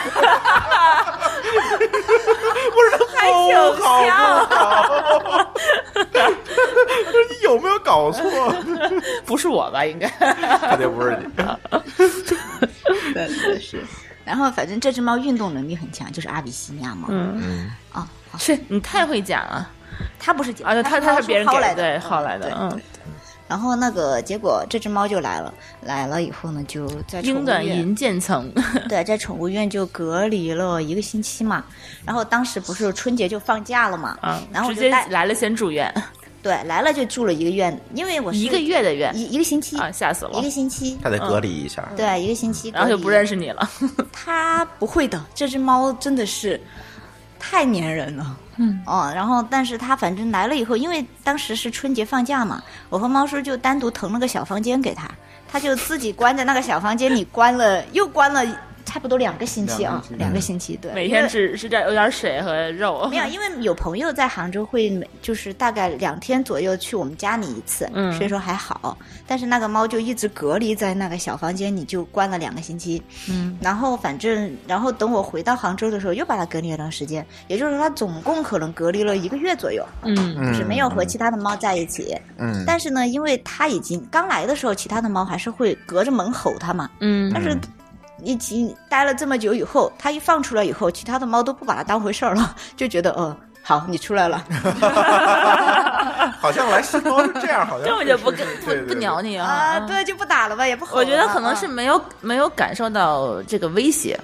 Speaker 1: 我说：“好不好？不好 我说你有没有搞错？
Speaker 2: 不是我吧？应该
Speaker 1: 肯定不是你。
Speaker 6: 对对是。然后反正这只猫运动能力很强，就是阿比西尼亚猫啊。好
Speaker 2: 是你太会讲啊！
Speaker 6: 它不是姐
Speaker 2: 啊，对，
Speaker 6: 它
Speaker 2: 它它
Speaker 6: 猫
Speaker 2: 是
Speaker 6: 叔
Speaker 2: 别人
Speaker 6: 薅
Speaker 2: 给
Speaker 6: 来
Speaker 2: 对
Speaker 6: 的，
Speaker 2: 薅来的，
Speaker 6: 对
Speaker 2: 嗯，
Speaker 6: 然后那个结果这只猫就来了，来了以后呢，就在宠
Speaker 2: 英
Speaker 6: 物
Speaker 2: 短
Speaker 6: 院
Speaker 2: 银渐层，
Speaker 6: 对，在宠物院就隔离了一个星期嘛。然后当时不是春节就放假了嘛，
Speaker 2: 啊，
Speaker 6: 然后我
Speaker 2: 直
Speaker 6: 就
Speaker 2: 接
Speaker 6: 带
Speaker 2: 来了先住院，
Speaker 6: 对来了就住了一个院，因为我是
Speaker 2: 一个月的院
Speaker 6: 一一个星期、
Speaker 2: 啊，吓死
Speaker 6: 一
Speaker 2: 了
Speaker 6: 个，星期，
Speaker 1: 他得隔离一下。
Speaker 6: 对一个星期，
Speaker 2: 然后就不认。识你了。
Speaker 6: 它不会的，这只猫真的是太粘人了。嗯哦，然后但是它反正来了以后，因为当时是春节放假嘛，我和猫叔就单独腾了个小房间给它，它就自己关在那个小房间里关了，又关了差不多两个星期啊，两个星期，对，
Speaker 2: 每
Speaker 6: 因
Speaker 2: 天
Speaker 6: 为
Speaker 2: 只是点有点水和肉，
Speaker 6: 没有，因为有朋友在杭州会每就是大概两天左右去我们家里一次，
Speaker 2: 嗯
Speaker 6: 所以说还好。但是那个猫就一直隔离在那个小房间里，就关了两个星期。
Speaker 2: 嗯，
Speaker 6: 然后反正，然后等我回到杭州的时候，又把它隔离了一段时间，也就是说，它总共可能隔离了一个月左右，
Speaker 2: 嗯，
Speaker 6: 就是没有和其他的猫在一起。
Speaker 1: 嗯，
Speaker 6: 但是呢，因为它已经刚来的时候，其他的猫还是会隔着门吼它嘛，
Speaker 2: 嗯，
Speaker 6: 但是已经待了这么久以后，它一放出来以后，其他的猫都不把它当回事儿了，就觉得嗯。好，你出来了
Speaker 1: 好像来新猫是这样，好像
Speaker 2: 根本就不
Speaker 1: 是
Speaker 2: 跟
Speaker 1: 是
Speaker 2: 不
Speaker 1: 对对
Speaker 2: 不
Speaker 1: 对
Speaker 2: 鸟你
Speaker 6: 啊
Speaker 2: 啊
Speaker 6: 啊，。对，就不打了吧，也不吼了。
Speaker 2: 我觉得可能
Speaker 6: 啊
Speaker 2: 是没有没有感受到这个威胁，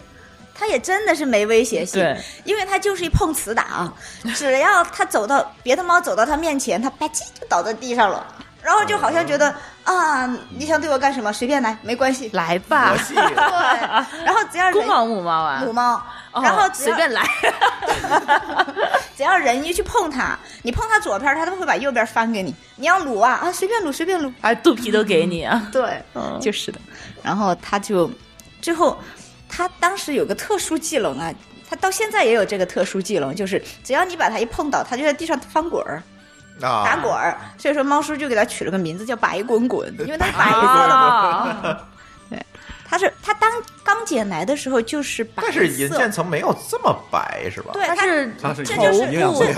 Speaker 6: 它也真的是没威胁性
Speaker 2: 对，
Speaker 6: 因为它就是一碰 瓷打，啊只要它走到别的猫走到它面前，它吧唧就倒在地上了，然后就好像觉得啊，你想对我干什么？随便来，没关系。
Speaker 2: 哦来吧
Speaker 1: 佛，系，嗯
Speaker 6: 对，然后只要人
Speaker 2: 公猫母猫啊
Speaker 6: 母，猫，
Speaker 2: 哦
Speaker 6: 然后只
Speaker 2: 随
Speaker 6: 要
Speaker 2: 便来，
Speaker 6: 只要人一去碰它，你碰它左边，它都会把右边翻给你。你要撸啊啊，随便撸，随便撸。
Speaker 2: 啊，肚皮都给你啊，
Speaker 6: 对，就是的。然后他就最后，他当时有个特殊技能啊，他到现在也有这个特殊技能，就是只要你把它一碰倒，它就在地上翻滚儿、
Speaker 1: 啊，
Speaker 6: 打滚儿。所以说，猫叔就给它取了个名字叫“白滚滚”，因 为它是白色的嘛。
Speaker 2: 啊，
Speaker 6: 它是它当刚捡来的时候就是白色，
Speaker 1: 但是银渐层没有这么白是吧？
Speaker 6: 对
Speaker 2: 它
Speaker 6: 它
Speaker 2: 是
Speaker 5: 它是
Speaker 6: 这
Speaker 5: 有
Speaker 6: 就是
Speaker 5: 营养
Speaker 6: 物
Speaker 5: 会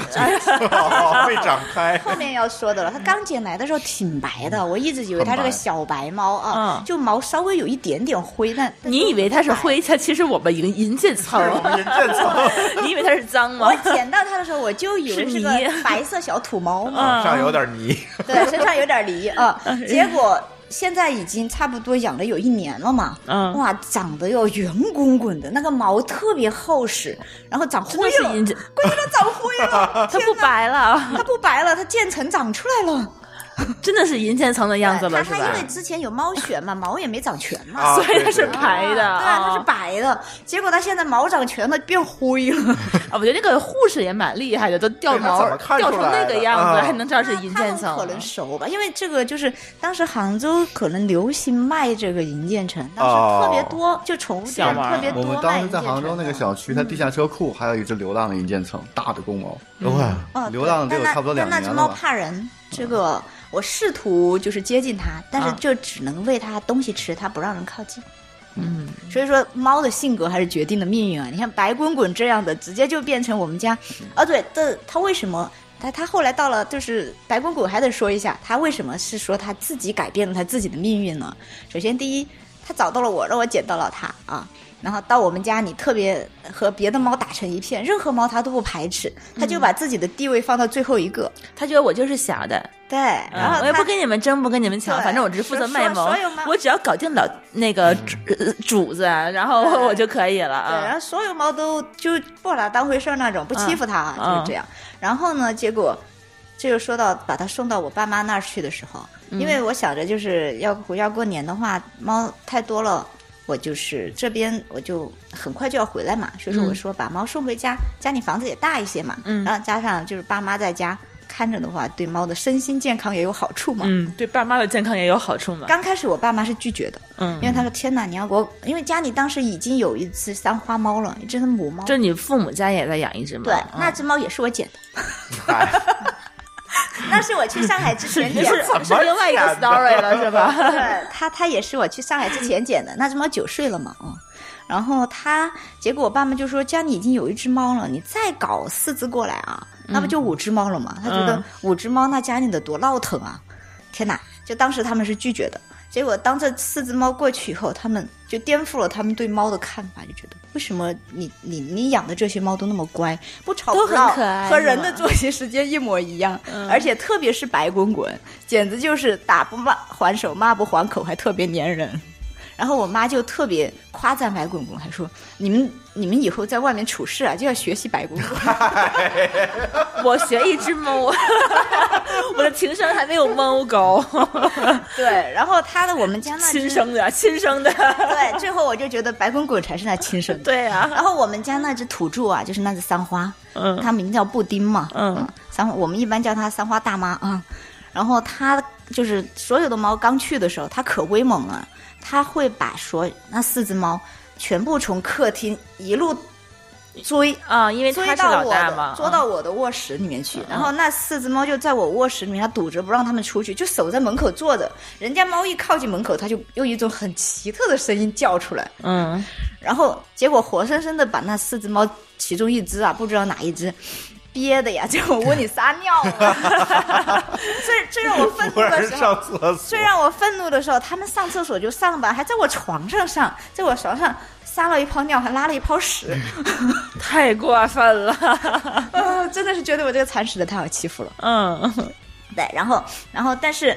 Speaker 1: 哦， 会长开。
Speaker 6: 后面要说的了。它刚捡来的时候挺白的，我一直以为它是个小白猫啊
Speaker 2: 嗯，
Speaker 6: 就毛稍微有一点点灰，但但
Speaker 2: 你以为它是灰，它其实我们银银渐层
Speaker 1: 是， 我们银渐层
Speaker 2: 你以为它是脏吗
Speaker 6: 我？捡到它的时候，我就以为
Speaker 2: 是
Speaker 6: 是
Speaker 2: 泥
Speaker 6: 个 白色小土猫嘛，
Speaker 1: 啊上有点泥，
Speaker 6: 对，身上有 点泥啊。
Speaker 2: 哎
Speaker 6: 结果现在已经差不多养了有一年了嘛，
Speaker 2: 嗯
Speaker 6: 哇，长得哟圆滚滚的，那个毛特别厚实，然后长灰
Speaker 2: 真的是
Speaker 6: 了，
Speaker 2: 银
Speaker 6: 关键
Speaker 2: 渐
Speaker 6: 它长灰 了，
Speaker 2: 它不白了，
Speaker 6: 它不白了，它渐层长出来了，
Speaker 2: 真的是银渐层的样子了，
Speaker 6: 对
Speaker 2: 是
Speaker 6: 它它因
Speaker 2: 吧
Speaker 6: 为？之前有猫血嘛，毛也没长全嘛。
Speaker 1: 啊
Speaker 2: 所以它
Speaker 1: 对
Speaker 2: 是
Speaker 1: 对
Speaker 2: 白的，
Speaker 6: 对啊，它是
Speaker 2: 啊
Speaker 6: 白的，结果它现在毛长全了，变灰了。
Speaker 2: 啊，我觉得这个护士也蛮厉害的，都掉
Speaker 1: 对她
Speaker 2: 毛
Speaker 1: 怎么看
Speaker 2: 掉
Speaker 1: 出
Speaker 2: 成
Speaker 1: 来
Speaker 2: 那
Speaker 1: 的
Speaker 2: 个样子，
Speaker 1: 啊
Speaker 2: 还能知道是银
Speaker 6: 他
Speaker 2: 渐
Speaker 6: 们
Speaker 2: 层。
Speaker 6: 可能熟吧，因为这个就是当时杭州可能流行卖这个银渐层，当时特别多，就宠物
Speaker 2: 小
Speaker 6: 店
Speaker 2: 玩意儿
Speaker 6: 特别多
Speaker 5: 哦我
Speaker 6: 卖
Speaker 5: 们
Speaker 6: 银
Speaker 5: 当时
Speaker 6: 渐层
Speaker 5: 在
Speaker 6: 的
Speaker 5: 杭州那个，小区，它地下车库还有一只流浪的银渐层，大的公猫。
Speaker 1: 哇，
Speaker 6: 嗯
Speaker 5: 流浪得有
Speaker 6: 但那
Speaker 5: 差不多两
Speaker 6: 但那
Speaker 5: 年
Speaker 6: 只
Speaker 5: 了
Speaker 6: 猫
Speaker 5: 吧嗯
Speaker 6: 怕人，这个我试图就是接近它，但
Speaker 5: 啊
Speaker 6: 是就只能喂它东西吃，它不让人靠近。
Speaker 2: 嗯，
Speaker 6: 所以说，猫的性格还是决定了命运啊！你看白滚滚这样的，直接就变成我们家。哦，对，这它为什么？它它后来到了，就是白滚滚还得说一下，它为什么是说它自己改变了它自己的命运呢？首先，第一，它找到了我，让我捡到了它啊。然后到我们家，你特别和别的猫打成一片，任何猫它都不排斥，它
Speaker 2: 嗯
Speaker 6: 就把自己的地位放到最后一个。
Speaker 2: 他觉得我就是小的，
Speaker 6: 对，然
Speaker 2: 嗯
Speaker 6: 后
Speaker 2: 我也
Speaker 6: 它
Speaker 2: 不跟你们争，不跟你们抢，
Speaker 6: 对
Speaker 2: 反正我只负责卖
Speaker 6: 所
Speaker 2: 萌
Speaker 6: 所有猫，
Speaker 2: 我只要搞定老那个主呃主子，然后
Speaker 6: 对
Speaker 2: 我就可以了
Speaker 6: 对，然
Speaker 2: 啊。
Speaker 6: 后所有猫都就不把它当回事儿那种，不欺负它啊，
Speaker 2: 嗯
Speaker 6: 就是这样。然后呢，结果这就说到把它送到我爸妈那儿去的时候，
Speaker 2: 嗯
Speaker 6: 因为我想着就是要回家过年的话，猫太多了。我就是这边，我就很快就要回来嘛，所以说我说把猫送回家，家里房子也大一些嘛，
Speaker 2: 嗯
Speaker 6: 然后加上就是爸妈在家看着的话，对猫的身心健康也有好处嘛。
Speaker 2: 嗯，对爸妈的健康也有好处嘛。
Speaker 6: 刚开始我爸妈是拒绝的，
Speaker 2: 嗯
Speaker 6: 因，为他说天哪，你要给我，因为家里当时已经有一只三花猫了，一只是母猫，
Speaker 2: 就你父母家也在养一只猫，
Speaker 6: 对，
Speaker 2: 嗯
Speaker 6: 那只猫也是我捡的。
Speaker 1: 嗨
Speaker 6: 那 是我去上海之前捡
Speaker 2: 是
Speaker 6: 的，
Speaker 1: 怎
Speaker 2: 是
Speaker 1: 么
Speaker 2: 另外一个
Speaker 1: 想的
Speaker 2: story 了，是吧？
Speaker 6: 对，它它也是我去上海之前捡的。那只猫九岁了嘛，嗯，然后它结果我爸妈就说家里已经有一只猫了，你再搞四只过来啊，那不就五只猫了嘛？他觉得
Speaker 2: 嗯
Speaker 6: 五只猫那家里得多闹腾啊！天哪，就当时他们是拒绝的。结果当这四只猫过去以后，他们就颠覆了他们对猫的看法，就觉得为什么你你你养的这些猫都那么乖， 不吵
Speaker 2: 都
Speaker 6: 不闹
Speaker 2: 很可爱
Speaker 6: 和人的
Speaker 2: 是吧嗯
Speaker 6: 作息时间一模一样，而且特别是白滚滚，简直就是打不骂还手，骂不还口，还特别粘人。然后我妈就特别夸赞白滚滚，还说你们你们以后在外面处事啊，就要学习白滚滚。
Speaker 2: 我学一只猫， 我的情商还没有猫 高，
Speaker 6: 对，然后她的我们家那只
Speaker 2: 亲生的，亲生 的，
Speaker 6: 对，最后我就觉得白滚滚才是她亲生的。
Speaker 2: 对呀，
Speaker 6: 然后我们家那只土著啊，就是那只三花，
Speaker 2: 嗯
Speaker 6: 它名叫布丁嘛，
Speaker 2: 嗯
Speaker 6: 三花我们一般叫它三花大妈啊、嗯然后它就是所有的猫刚去的时候，它可威猛了，它会把所那四只猫全部从客厅一路追。
Speaker 2: 啊，因为
Speaker 6: 追
Speaker 2: 他是
Speaker 6: 到
Speaker 2: 老
Speaker 6: 我
Speaker 2: 大
Speaker 6: 的
Speaker 2: 嘛，，嗯
Speaker 6: 捉到我的卧室里面去，然后那四只猫就在我卧室里面，它堵着不让它们出去，就守在门口坐着。人家猫一靠近门口，它就用一种很奇特的声音叫出来，
Speaker 2: 嗯，
Speaker 6: 然后结果活生生的把那四只猫其中一只啊，不知道哪一只。憋的 呀！结果窝里撒尿了， 最最让我愤
Speaker 1: 突
Speaker 6: 怒的
Speaker 1: 然
Speaker 6: 时候
Speaker 1: 上，厕所
Speaker 6: 最，让我愤怒的时候，他们上厕所就上吧，还在我床上上，在我床上撒了一泡尿，还拉了一 泡屎，
Speaker 2: 太过分了，
Speaker 6: 呃啊真的是觉得我这个铲屎的太好欺负了。
Speaker 2: 嗯。
Speaker 6: 对，然后然后但是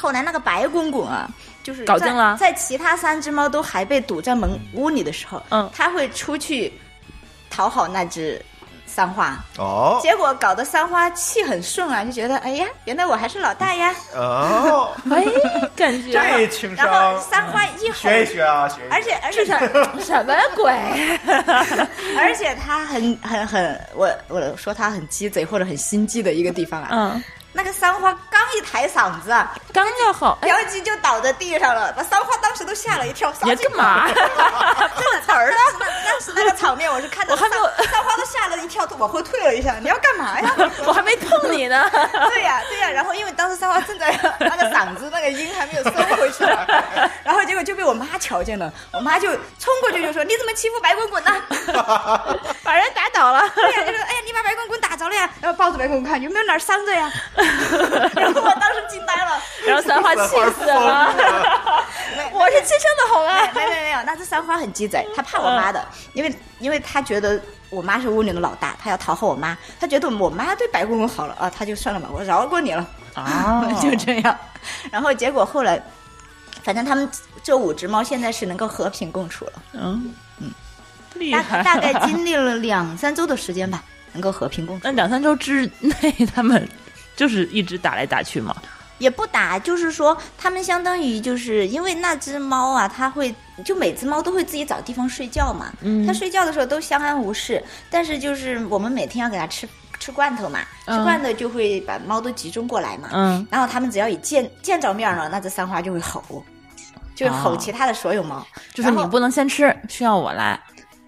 Speaker 6: 后来那个白滚滚啊，就是
Speaker 2: 搞
Speaker 6: 在
Speaker 2: 定了
Speaker 6: 在其他三只猫都还被堵在门屋里的时候，
Speaker 2: 嗯
Speaker 6: 它会出去讨好那只三花，
Speaker 1: 哦
Speaker 6: 结果搞得三花气很顺啊，就觉得哎呀，原来我还是老大呀。
Speaker 1: 哦，
Speaker 2: 哎，感觉
Speaker 1: 这情
Speaker 6: 然
Speaker 1: 商
Speaker 6: 后，三花一哎吼，
Speaker 1: 啊学一学啊，学一学。
Speaker 6: 而且而且
Speaker 2: 什什么鬼？
Speaker 6: 而且它很很很，我我说它很鸡贼或者很心机的一个地方啊，
Speaker 2: 嗯，
Speaker 6: 那个三花刚一抬嗓子啊，
Speaker 2: 刚就好，哎，
Speaker 6: 苗姬就倒在地上了，把三花当时都吓了一跳。
Speaker 2: 你干嘛？
Speaker 6: 这个词儿呢？当时那个场面，我是看到
Speaker 2: 我还没有
Speaker 6: 三三花都吓了一跳，往后退了一下。你要干嘛呀？
Speaker 2: 我还没碰你呢。
Speaker 6: 对呀、对呀、然后因为当时三花正在那个嗓子那个音还没有收回去嘛，然后结果就被我妈瞧见了，我妈就冲过去就说：“你怎么欺负白滚滚呢？”
Speaker 2: 把人打倒了。
Speaker 6: 对呀、就说：“哎呀，你把白滚滚打着了呀！”然后抱着白滚滚看有没有哪儿伤着呀。 然后我当时惊呆了，
Speaker 2: 然后三花气死了，
Speaker 6: 没
Speaker 2: 我是亲生的好吗？
Speaker 6: 哎没没没有，那只三花很鸡贼，他怕我妈
Speaker 2: 嗯
Speaker 6: 的，因为因为他觉得我妈是屋里的老大，他要讨好我妈，他觉得我妈对白公公好了啊，他就算了吧，我饶过你了，
Speaker 2: 啊
Speaker 6: 就这样。然后结果后来，反正他们这五只猫现在是能够和平共处了，
Speaker 2: 嗯嗯，厉
Speaker 6: 大
Speaker 2: 害。
Speaker 6: 大 概经历了两三周的时间吧，能够和平共处，
Speaker 2: 那两三周之内，他们就是一直打来打去嘛。
Speaker 6: 也不打，就是说他们相当于就是因为那只猫啊，它会就每只猫都会自己找地方睡觉嘛，
Speaker 2: 嗯
Speaker 6: 它睡觉的时候都相安无事，但是就是我们每天要给它吃吃罐头嘛，吃
Speaker 2: 嗯
Speaker 6: 罐头就会把猫都集中过来嘛。
Speaker 2: 嗯，
Speaker 6: 然后它们只要一见见着面了，那只三花就会吼，就会吼
Speaker 2: 哦哎
Speaker 6: 其他的所有猫，
Speaker 2: 就是你
Speaker 6: 然后
Speaker 2: 不能先吃，需要我来，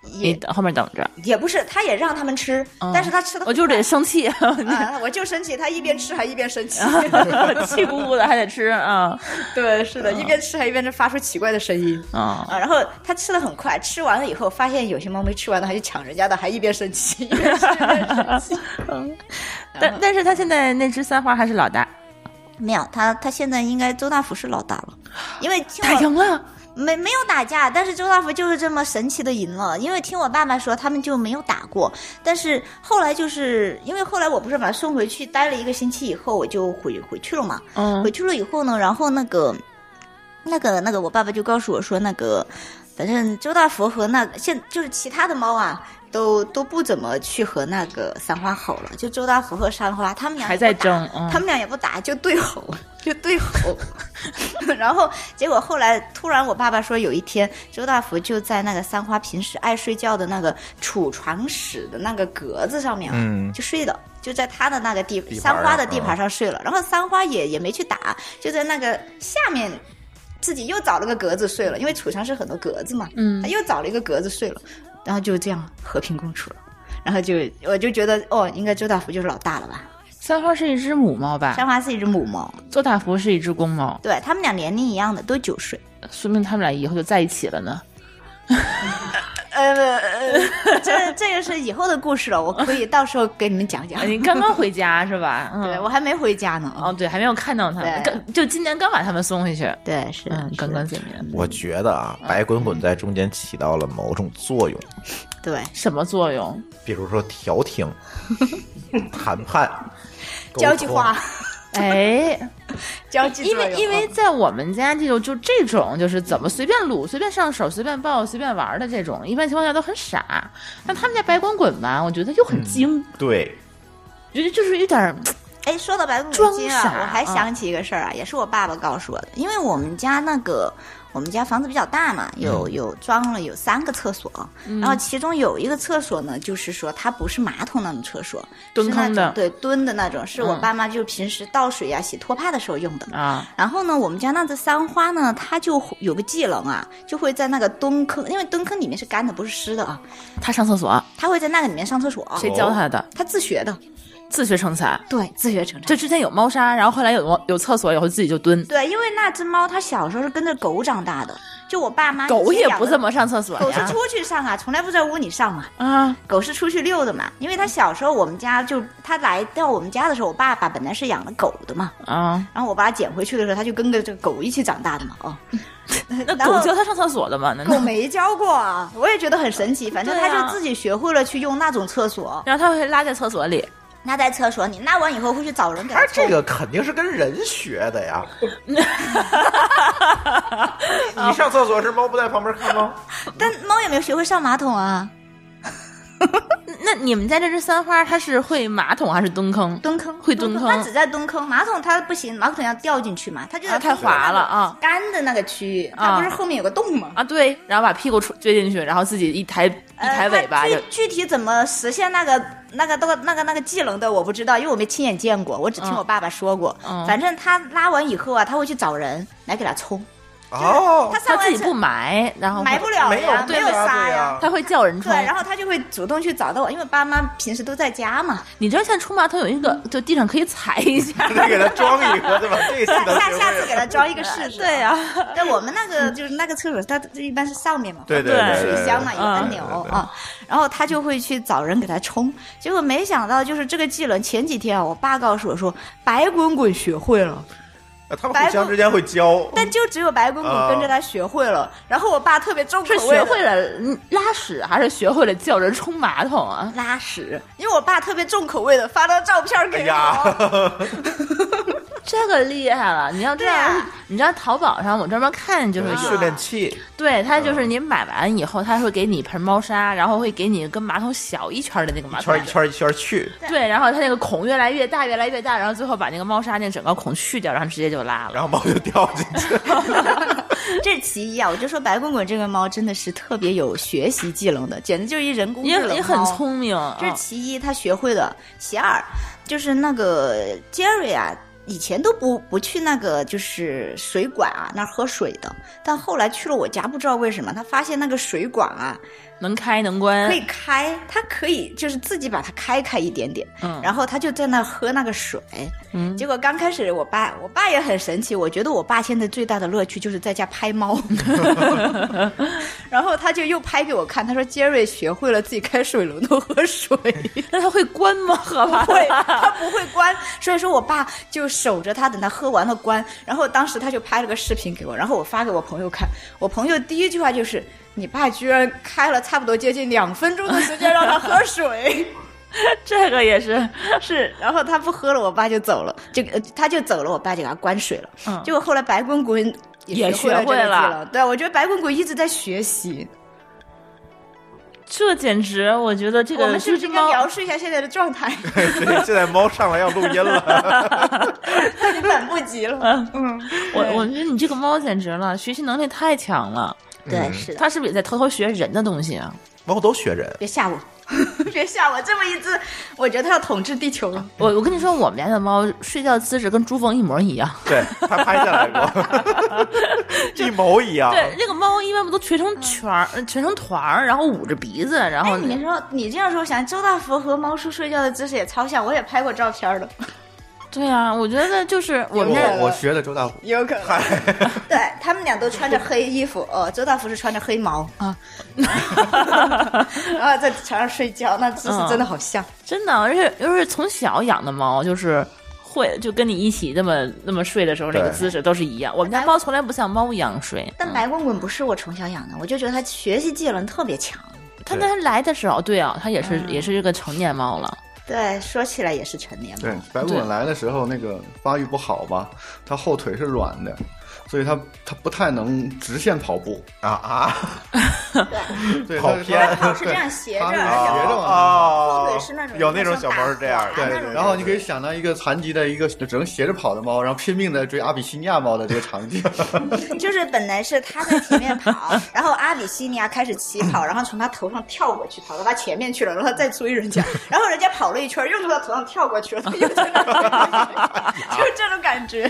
Speaker 2: 你
Speaker 6: 也
Speaker 2: 等后面等着。
Speaker 6: 也不是，它也让它们吃，
Speaker 2: 嗯
Speaker 6: 但是它吃的
Speaker 2: 我就是得生气，
Speaker 6: 啊，我就生气， 它一边吃还一边生气，
Speaker 2: 嗯气鼓鼓的还得吃啊
Speaker 6: 对，是的，一边吃还一边就发出奇怪的声音。
Speaker 2: 啊！
Speaker 6: 啊，然后它吃的很快，吃完了以后发现有些猫没吃完的，还去抢人家的，还一边生气一边吃一边生气。
Speaker 2: 但但是他现在那只三花还是老大，
Speaker 6: 没有，他他现在应该周大福是老大了，因为听
Speaker 2: 打
Speaker 6: 我
Speaker 2: 赢了，
Speaker 6: 没没有打架，但是周大福就是这么神奇的赢了。因为听我爸爸说，他们就没有打过，但是后来就是因为后来我不是把他送回去待了一个星期以后，我就回回去了嘛。
Speaker 2: 嗯
Speaker 6: 回去了以后呢，然后那个那个那个，我爸爸就告诉我说，那个反正周大福和那个现就是其他的猫啊。都都不怎么去和那个三花吼了，就周大福和三花，他们俩
Speaker 2: 还
Speaker 6: 也不
Speaker 2: 在
Speaker 6: 打
Speaker 2: 争，嗯
Speaker 6: 他们俩也不打，就对吼，就 对吼。然后结果后来突然，我爸爸说有一天，周大福就在那个三花平时爱睡觉的那个储藏室的那个格子上面啊，
Speaker 1: 嗯
Speaker 6: 就睡了，就在他的那个地
Speaker 1: 地盘
Speaker 6: 三
Speaker 1: 儿
Speaker 6: 花的
Speaker 1: 上
Speaker 6: 地
Speaker 1: 嗯
Speaker 6: 盘上睡了。然后三花也也没去打，就在那个下面。自己又找了个格子睡了，因为储藏室很多格子嘛，
Speaker 2: 嗯
Speaker 6: 他又找了一个格子睡了，然后就这样和平共处了，然后就我就觉得哦，应该周大福就是老大了吧？
Speaker 2: 三花是一只母猫吧？
Speaker 6: 三花是一只母猫，
Speaker 2: 周大福是一只公猫，
Speaker 6: 对他们俩年龄一样的，都九岁。
Speaker 2: 说明他们俩以后就在一起了呢。
Speaker 6: 呃，呃 这这个是以后的故事了，我可以到时候给你们讲 讲。
Speaker 2: 你刚刚回家是吧？嗯，
Speaker 6: 对我还没回家呢。
Speaker 2: 哦，对，还没有看到他们，
Speaker 6: 对
Speaker 2: 刚就今年刚把他们送回去。
Speaker 6: 对，是
Speaker 2: 嗯，刚
Speaker 6: 是
Speaker 2: 刚见面，
Speaker 1: 我觉得啊，白滚滚在中间起到了某种作用，
Speaker 6: 对，
Speaker 2: 什么作 用？
Speaker 1: 比如说调停、谈判、沟
Speaker 6: 交际
Speaker 1: 通
Speaker 6: 花，
Speaker 2: 哎，
Speaker 6: 交际
Speaker 2: 因
Speaker 6: 作
Speaker 2: 为
Speaker 6: 用嗯
Speaker 2: 因为在我们家这就就这种就是怎么随便撸、随便上手、随便抱、随便玩的这种，一般情况下都很傻。但他们家白滚滚吧，我觉得又很精，
Speaker 1: 对，
Speaker 2: 觉得就是有点儿
Speaker 6: 哎，说到白骨
Speaker 2: 装
Speaker 6: 精啊，
Speaker 2: 傻
Speaker 6: 我还
Speaker 2: 啊
Speaker 6: 想起一个事儿啊，也是我爸爸告诉我的，因为我们家那个。我们家房子比较大嘛，有有装了有三个厕所，然后其中有一个厕所呢，就是说它不是马桶那种厕所，
Speaker 2: 蹲
Speaker 6: 是那
Speaker 2: 坑的
Speaker 6: 种对蹲的那种，是我
Speaker 2: 嗯
Speaker 6: 爸妈就平时倒水呀、洗拖把的时候用的。
Speaker 2: 啊，
Speaker 6: 然后呢，我们家那只三花呢，它就有个技能啊，就会在那个蹲坑，因为蹲坑里面是干的，不是湿的啊，
Speaker 2: 他上厕所，
Speaker 6: 它会在那个里面上厕所，
Speaker 2: 谁教他的？
Speaker 6: 它自学的，
Speaker 2: 自学成才。
Speaker 6: 对，自学成才。
Speaker 2: 这之前有猫砂，然后后来有猫有厕所以后自己就蹲。
Speaker 6: 对，因为那只猫它小时候是跟着狗长大的，就我爸妈
Speaker 2: 狗也不这
Speaker 6: 么，
Speaker 2: 么上厕所
Speaker 6: 狗是
Speaker 2: 呀
Speaker 6: 出去上啊，从来不在屋里上嘛。
Speaker 2: 啊，
Speaker 6: 狗是出去溜的嘛，因为它小时候我们家就它来到我们家的时候，我爸爸本来是养了狗的嘛，
Speaker 2: 啊，
Speaker 6: 然后我把它捡回去的时候，它就跟着这个狗一起长大的嘛，哦。
Speaker 2: 那
Speaker 6: 然后
Speaker 2: 狗教它上厕所的吗？那
Speaker 6: 狗没教过啊，我也觉得很神奇。反正
Speaker 2: 对
Speaker 6: 他
Speaker 2: 啊
Speaker 6: 就自己学会了去用那种厕所，
Speaker 2: 然后它会拉在厕所里，
Speaker 6: 那在厕所你拉完以后会去找人给它
Speaker 1: 他这
Speaker 6: 冲
Speaker 1: 个肯定是跟人学的呀。你上厕所时猫不在旁边看吗？
Speaker 6: 但猫也没有学会上马桶啊，嗯
Speaker 2: 那你们家这只三花，它是会马桶还是蹲坑？
Speaker 6: 蹲坑
Speaker 2: 会蹲坑
Speaker 6: 它只在蹲坑，马桶它不行，马桶要掉进去嘛，它就在
Speaker 2: 啊太滑了啊，
Speaker 6: 干的那个区域，
Speaker 2: 啊
Speaker 6: 它不是后面有个洞吗？
Speaker 2: 啊，对，然后把屁股戳撅进去，然后自己一抬一
Speaker 6: 呃
Speaker 2: 抬尾巴
Speaker 6: 它
Speaker 2: 就
Speaker 6: 具具体怎么实现那个那个那个那个那个技能的我不知道，因为我没亲眼见过，我只听
Speaker 2: 嗯
Speaker 6: 我爸爸说过。
Speaker 2: 嗯
Speaker 6: 反正他拉完以后啊，他会去找人来给他冲。
Speaker 1: 哦
Speaker 6: 他，
Speaker 2: 它
Speaker 6: 上
Speaker 2: 自
Speaker 6: 完
Speaker 2: 己
Speaker 6: 厕
Speaker 2: 不埋，然后
Speaker 6: 埋不了
Speaker 1: 没有
Speaker 6: 呀，没有
Speaker 1: 对呀
Speaker 6: 沙
Speaker 1: 对呀
Speaker 6: 呀。
Speaker 2: 它会叫人冲
Speaker 6: 对，。然后他就会主动去找到我，因为爸妈平时都在家 嘛。
Speaker 2: 你知道现在冲马桶有一个，就地上可以踩一 下。
Speaker 1: 得给他装一个，对吧？这技能
Speaker 6: 下
Speaker 1: 学
Speaker 6: 下次
Speaker 1: 会
Speaker 6: 给
Speaker 1: 了。
Speaker 6: 他装一个 试试。
Speaker 1: 啊
Speaker 2: 对呀、
Speaker 6: 但我们那个就是那个厕所，它一般是上面嘛，
Speaker 1: 对对
Speaker 2: 对
Speaker 6: 水箱嘛，
Speaker 1: 对
Speaker 6: 有按钮
Speaker 1: 对对对
Speaker 6: 啊，然后他就会去找人给他冲。结果没想到，就是这个技能，前几天啊，我爸告诉我说，白滚滚学会
Speaker 1: 哦
Speaker 6: 了，
Speaker 1: 他们互相之间会教。
Speaker 6: 但就只有白滚滚
Speaker 1: 哦
Speaker 6: 跟着他学会了。然后我爸特别重口
Speaker 2: 是
Speaker 6: 味
Speaker 2: 学
Speaker 6: 地
Speaker 2: 会了嗯拉屎，还是学会了叫人冲马桶啊？
Speaker 6: 拉屎，因为我爸特别重口味的发张照片
Speaker 1: 哎
Speaker 6: 给我。
Speaker 1: 呀，
Speaker 2: 这个厉害了！你要知道，
Speaker 6: 对啊
Speaker 2: 你知道淘宝上我专门看就是有
Speaker 1: 训练器，
Speaker 2: 对，它就是你买完以后，它会给你一盆猫砂，然后会给你跟马桶小一圈的那个马
Speaker 1: 一
Speaker 2: 桶
Speaker 1: 圈一。圈一圈去。
Speaker 2: 对，然后它那个孔越来越大，越来越大，然后最后把那个猫砂那整个孔去掉，然后直接就拉了。
Speaker 1: 然后猫就掉进去，
Speaker 6: 这是其一啊，我就说白滚滚这个猫真的是特别有学习技能的，简直就是一人工智
Speaker 2: 也
Speaker 6: 能
Speaker 2: 也很
Speaker 6: 猫
Speaker 2: 聪明，
Speaker 6: 这是
Speaker 2: 嗯
Speaker 6: 其一，他学会的。其二，就是那个 Jerry 啊，以前都不不去那个就是水管啊那儿喝水的，但后来去了我家，不知道为什么，他发现那个水管啊
Speaker 2: 能开能关
Speaker 6: 可。以开，他可以就是自己把它开开一点点，
Speaker 2: 嗯
Speaker 6: 然后他就在那儿喝那个水。
Speaker 2: 嗯
Speaker 6: 结果刚开始我爸，我爸也很神奇，我觉得我爸现在最大的乐趣就是在家拍 猫，然后他就又拍给我看，他说 Jerry 学会了自己开水龙头喝水。
Speaker 2: 那它会关吗？喝完
Speaker 6: 会，他不会关，所以说我爸就守着他，等他喝完了关。然后当时他就拍了个视频给我，然后我发给我朋友看。我朋友第一句话就是：“你爸居然开了差不多接近两分钟的时间让他喝水。
Speaker 2: 这个也是”
Speaker 6: 是，然后他不喝了，我爸就走了，这个呃他就走了，我爸就给他关水了。
Speaker 2: 嗯
Speaker 6: 结果后来白滚滚
Speaker 2: 也
Speaker 6: 学会
Speaker 2: 学会
Speaker 6: 了这个技
Speaker 2: 了
Speaker 6: 能。对，我觉得白滚滚一直在学习。这
Speaker 2: 这简直，我觉得这个
Speaker 6: 我们是不是
Speaker 2: 这
Speaker 6: 应
Speaker 2: 只
Speaker 6: 该
Speaker 2: 猫
Speaker 6: 描述一下现在的状态？
Speaker 1: 对现在猫上来要录音了。
Speaker 6: 已经等不及了。
Speaker 2: 嗯
Speaker 6: 嗯
Speaker 2: 我我觉得你这个猫简直了，学习能力太强了。
Speaker 6: 对，是的。
Speaker 2: 它是不是也在偷偷学人的东西啊？
Speaker 1: 猫都学人，
Speaker 6: 别吓我， 别吓我！这么一只，我觉得它要统治地球了。
Speaker 2: 我我跟你说，我们家的猫睡觉姿势跟朱峰一模一样。
Speaker 1: 对他拍下来过，一模一样。
Speaker 2: 对，那个猫一般不都蜷成圈儿、呃蜷成团儿，然后捂着鼻子，然后
Speaker 6: 哎，你说你这样说，我想周大福和猫叔睡觉的姿势也超像，我也拍过照片的，
Speaker 2: 对啊，我觉得就是我们家
Speaker 5: 我我学的周大虎，
Speaker 6: 有可能。 对他们俩都穿着黑衣服，呃，周大福是穿着黑毛 啊，然后在床上睡觉，那姿势真的好像。
Speaker 2: 真的，而且又是从小养的猫，就是。会就跟你一起那么那么睡的时候，那个
Speaker 1: 对
Speaker 2: 姿势都是一样。我们家猫从来不像猫一样睡，
Speaker 6: 但白滚滚不是我从小养的，我就觉得它学习技能特别强。
Speaker 2: 它它来的时候，对啊，它也是、也是这个成年猫了。
Speaker 6: 对，说起来也是成年
Speaker 5: 对
Speaker 2: 嗯
Speaker 6: 猫，，
Speaker 5: 白骨滚来的时候那个发育不好吧，它后腿是软的，所以它它不太能直线跑步，
Speaker 1: 啊啊，
Speaker 5: 对，
Speaker 1: 跑
Speaker 5: 它
Speaker 1: 偏
Speaker 5: 它
Speaker 6: 它是这
Speaker 5: 对
Speaker 6: 样斜着
Speaker 5: 它是
Speaker 6: 而且
Speaker 5: 斜着往
Speaker 1: 哦，
Speaker 6: 后腿是那种
Speaker 1: 有那种小猫是这样的，
Speaker 6: 像
Speaker 5: 对
Speaker 6: 打那
Speaker 5: 对，
Speaker 6: 种
Speaker 5: 然后你可以想到一个残疾的一个只能斜着跑的猫，然后拼命的追阿比西尼亚猫的这个场 景。
Speaker 6: 就是本来是他在前面跑，然后阿比西尼亚开始起跑，然后从他头上跳过去，跑到他前面去了，然后再追人家，然后人家跑了一圈，又从他头上跳过去了，他又在那儿追人家就是这种感觉。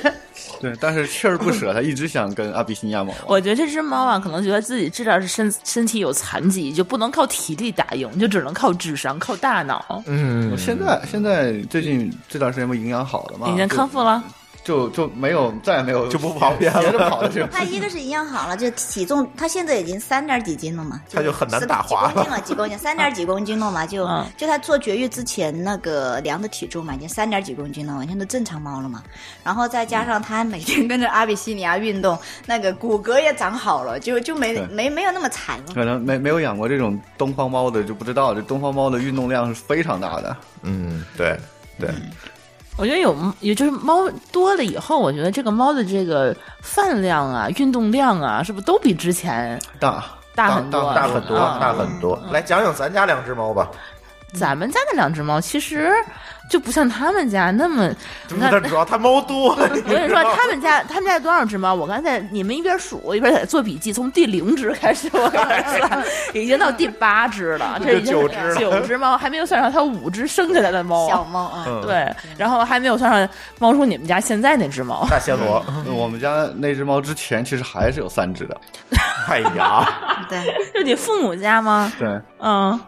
Speaker 5: 对，但是锲而不舍，它一直想跟阿比西尼亚猫玩。
Speaker 2: 我觉得这只猫啊，可能觉得自己知道是身身体有残疾，就不能靠体力打赢，就只能靠智商、靠大脑。
Speaker 1: 嗯
Speaker 5: 我现在现在最近这段时间不营养好了嘛，
Speaker 2: 已经康复了，
Speaker 5: 就，就就没有再也没有
Speaker 1: 就不跑偏了
Speaker 5: 斜着跑的这种。
Speaker 6: 他一个是营养好了，就体重，他现在已经三点几斤了 嘛，
Speaker 1: 他就很难打滑
Speaker 6: 几公斤了，几公斤，三点几公斤了嘛，就
Speaker 2: 嗯
Speaker 6: 就他做绝育之前那个量的体重嘛，已经三点几公斤了，完全都正常猫了嘛。然后再加上他每天跟着阿比西尼亚啊运动，那个骨骼也长好了，就就没
Speaker 5: 对
Speaker 6: 没没有那么惨
Speaker 2: 嗯
Speaker 6: 了。
Speaker 5: 可能没没有养过这种东方猫的就不知道，这东方猫的运动量是非常大的。
Speaker 1: 嗯，对，对，
Speaker 2: 我觉得有，也就是猫多了以后，我觉得这个猫的这个饭量啊、运动量啊，是不是都比之前？
Speaker 5: 大
Speaker 2: 大很多
Speaker 1: 大很多，
Speaker 2: 嗯
Speaker 1: 大很多。来讲讲咱家两只猫吧，
Speaker 2: 咱们家那两只猫其实就不像他们家那 么，
Speaker 1: 不是，主要它猫多。
Speaker 2: 我跟你说，他们家他们家有多少只猫？我刚才你们一边数我一边在做笔记，从第零只开始我刚才算，已经到第八 只了，这已经
Speaker 1: 就九只了
Speaker 2: 九只猫，还没有算上它五只生下来的
Speaker 5: 哦
Speaker 2: 猫。
Speaker 6: 小猫啊，
Speaker 1: 嗯，
Speaker 2: 对，然后还没有算上猫叔你们家现在那只 猫。
Speaker 1: 大暹罗，
Speaker 5: 我们家那只猫之前其实还是有三只的，
Speaker 1: 哎 呀，
Speaker 5: 嗯
Speaker 6: 对，
Speaker 2: 就你父母家吗？
Speaker 5: 对，
Speaker 2: 嗯，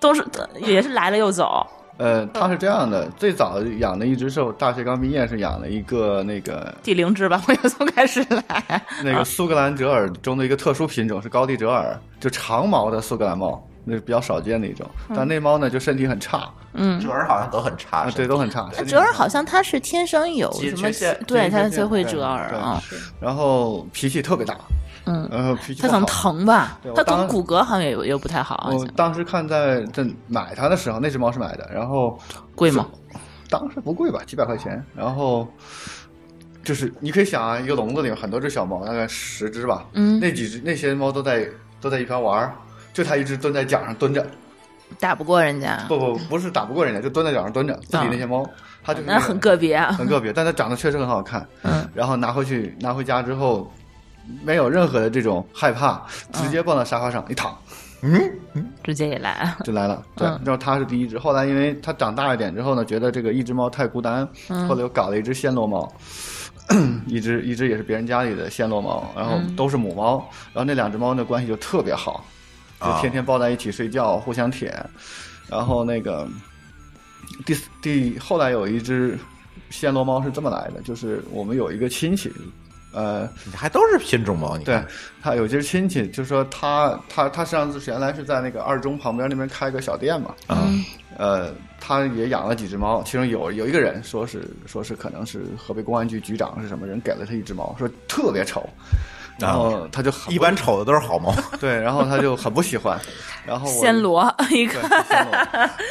Speaker 2: 都是也是来了又走。
Speaker 5: 呃，它是这样的，最早养的一只是我大学刚毕业是养了一个那个
Speaker 2: 第零只吧，我 又从开始来。
Speaker 5: 那个苏格兰折耳中的一个特殊品种是高地折耳，就长毛的苏格兰猫，那是比较少见的一种。但那猫呢，就身体很差，
Speaker 2: 嗯，
Speaker 1: 折儿好像都很差
Speaker 5: 啊，，对，都很差。身体
Speaker 2: 折
Speaker 5: 很
Speaker 2: 耳
Speaker 5: 差
Speaker 2: 好像它是天生有
Speaker 1: 基因
Speaker 2: 什么
Speaker 1: 缺陷，
Speaker 2: 对，
Speaker 5: 基因缺
Speaker 2: 它
Speaker 5: 陷
Speaker 2: 最会折耳
Speaker 5: 对
Speaker 2: 啊。
Speaker 5: 然后脾气特别大，
Speaker 2: 嗯
Speaker 5: 然后脾气
Speaker 2: 它
Speaker 5: 不
Speaker 2: 可能
Speaker 5: 好。
Speaker 2: 疼吧
Speaker 5: 对，我
Speaker 2: 它可能
Speaker 5: 当
Speaker 2: 骨骼好像也有也不太好，好
Speaker 5: 我
Speaker 2: 像
Speaker 5: 当时看在这买它的时候，那只猫是买的，然后
Speaker 2: 贵吗？
Speaker 5: 当时不贵吧，几百块钱。然后就是你可以想啊，一个笼子里有很多只小猫，大概十只吧，
Speaker 2: 嗯，
Speaker 5: 那几只那些猫都在都在一边玩儿，就它一只蹲在脚上蹲着，
Speaker 2: 打不过人家，
Speaker 5: 不不不是打不过人家，就蹲在脚上蹲着。自己那些猫，它就是
Speaker 2: 啊那很个别啊。
Speaker 5: 很个别，但它长得确实很好看。
Speaker 2: 嗯，
Speaker 5: 然后拿回去拿回家之后，没有任何的这种害怕，直
Speaker 2: 嗯
Speaker 5: 接蹦到沙发上一躺
Speaker 2: 直接也来，
Speaker 5: 就来了。对，
Speaker 2: 嗯
Speaker 5: 然后它是第一只，后来因为它长大一点之后呢，觉得这个一只猫太孤单，
Speaker 2: 嗯
Speaker 5: 后来又搞了一只暹罗猫。一只一只也是别人家里的暹罗猫，然后
Speaker 2: 嗯
Speaker 5: 都是母猫，然后那两只猫呢关系就特别好，就天天抱在一起睡觉，互相舔。然后那个第四第后来有一只暹罗猫是这么来的，就是我们有一个亲戚，呃，
Speaker 1: 你还都是品种猫，你
Speaker 5: 对
Speaker 1: 看
Speaker 5: 他有一只亲戚，就说他他他上次原来是在那个二中旁边那边开个小店嘛，
Speaker 1: 嗯
Speaker 5: 呃，他也养了几只猫，其中有有一个人说是说是可能是河北公安局局长是什么人给了他一只猫，说特别丑，然后他就很
Speaker 1: 啊一般丑的都是好猫，
Speaker 5: 对，然后他就很不喜欢，然后我
Speaker 2: 暹罗一
Speaker 5: 对
Speaker 2: 个
Speaker 5: 暹 罗。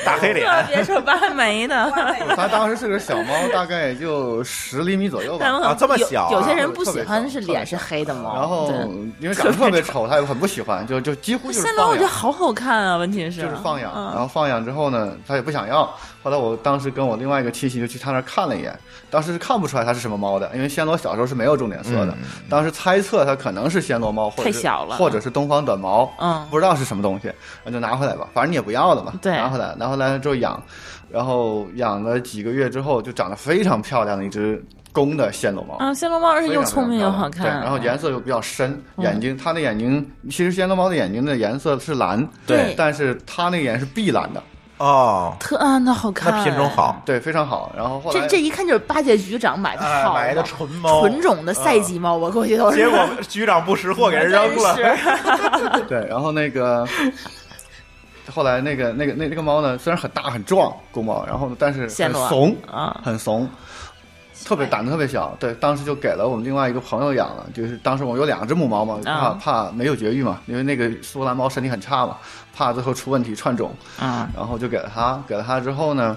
Speaker 1: 大黑脸，
Speaker 2: 特别丑八眉 的，
Speaker 5: 它当时是个小猫，大概也就十厘米左右
Speaker 2: 他
Speaker 5: 吧。
Speaker 2: 们很
Speaker 1: 啊这么
Speaker 2: 有
Speaker 1: 小啊
Speaker 2: 有些人不
Speaker 5: 特
Speaker 2: 喜
Speaker 5: 别
Speaker 2: 欢
Speaker 5: 小
Speaker 2: 是
Speaker 5: 特别
Speaker 2: 脸是黑的猫，
Speaker 5: 然后
Speaker 2: 对
Speaker 5: 因为长得特别丑，它又很不喜欢，就就几乎就是
Speaker 2: 暹罗我
Speaker 5: 放
Speaker 2: 觉得
Speaker 5: 养，
Speaker 2: 好好看啊，问题是
Speaker 5: 就是放养。啊
Speaker 2: 嗯
Speaker 5: 然后放养之后呢，它也不想要。后来我当时跟我另外一个亲戚就去他那儿看了一眼，当时是看不出来它是什么猫的，因为暹罗小时候是没有重点色的
Speaker 1: 嗯嗯。
Speaker 5: 当时猜测它可能是暹罗猫，或者
Speaker 2: 太
Speaker 5: 是
Speaker 2: 小了
Speaker 5: 或者是东方短毛，
Speaker 2: 嗯
Speaker 5: 不知道是什么东西，那就拿回来吧，反正你也不要了嘛，
Speaker 2: 对
Speaker 5: 拿回来，拿回来之后养，然后养了几个月之后，就长得非常漂亮的一只公的暹罗猫。
Speaker 2: 啊，暹罗猫而且
Speaker 5: 非
Speaker 2: 又
Speaker 5: 常
Speaker 2: 聪明又好
Speaker 5: 对，
Speaker 2: 看，嗯
Speaker 5: 然后颜色又比较深，眼睛它的眼睛，其实暹罗猫的眼睛的颜色是蓝，
Speaker 2: 对
Speaker 5: 但是它那个眼是碧蓝的，
Speaker 1: 哦，
Speaker 2: 特啊，那好看，
Speaker 1: 那品种。好，
Speaker 5: 对，非常好。然后后来
Speaker 2: 这这一看就是巴结局长买的
Speaker 1: 哎
Speaker 2: 好、
Speaker 1: 买的纯猫
Speaker 2: 纯种的赛季猫，我估计都是。
Speaker 1: 结果局长不识货，给人扔了。
Speaker 2: 真 是
Speaker 5: 对，然后那个后来那个那个那那个猫呢，虽然很大很壮，公猫，然后呢，但是
Speaker 2: 暹
Speaker 5: 很
Speaker 2: 罗
Speaker 5: 怂，
Speaker 2: 啊，
Speaker 5: 很怂，特别胆子特别小。对，当时就给了我们另外一个朋友养了，就是当时我有两只母猫嘛，怕
Speaker 2: 啊
Speaker 5: 怕没有绝育嘛，因为那个苏格兰猫身体很差嘛，怕最后出问题串种，
Speaker 2: 嗯，
Speaker 5: 然后就给了它，给了它之后呢，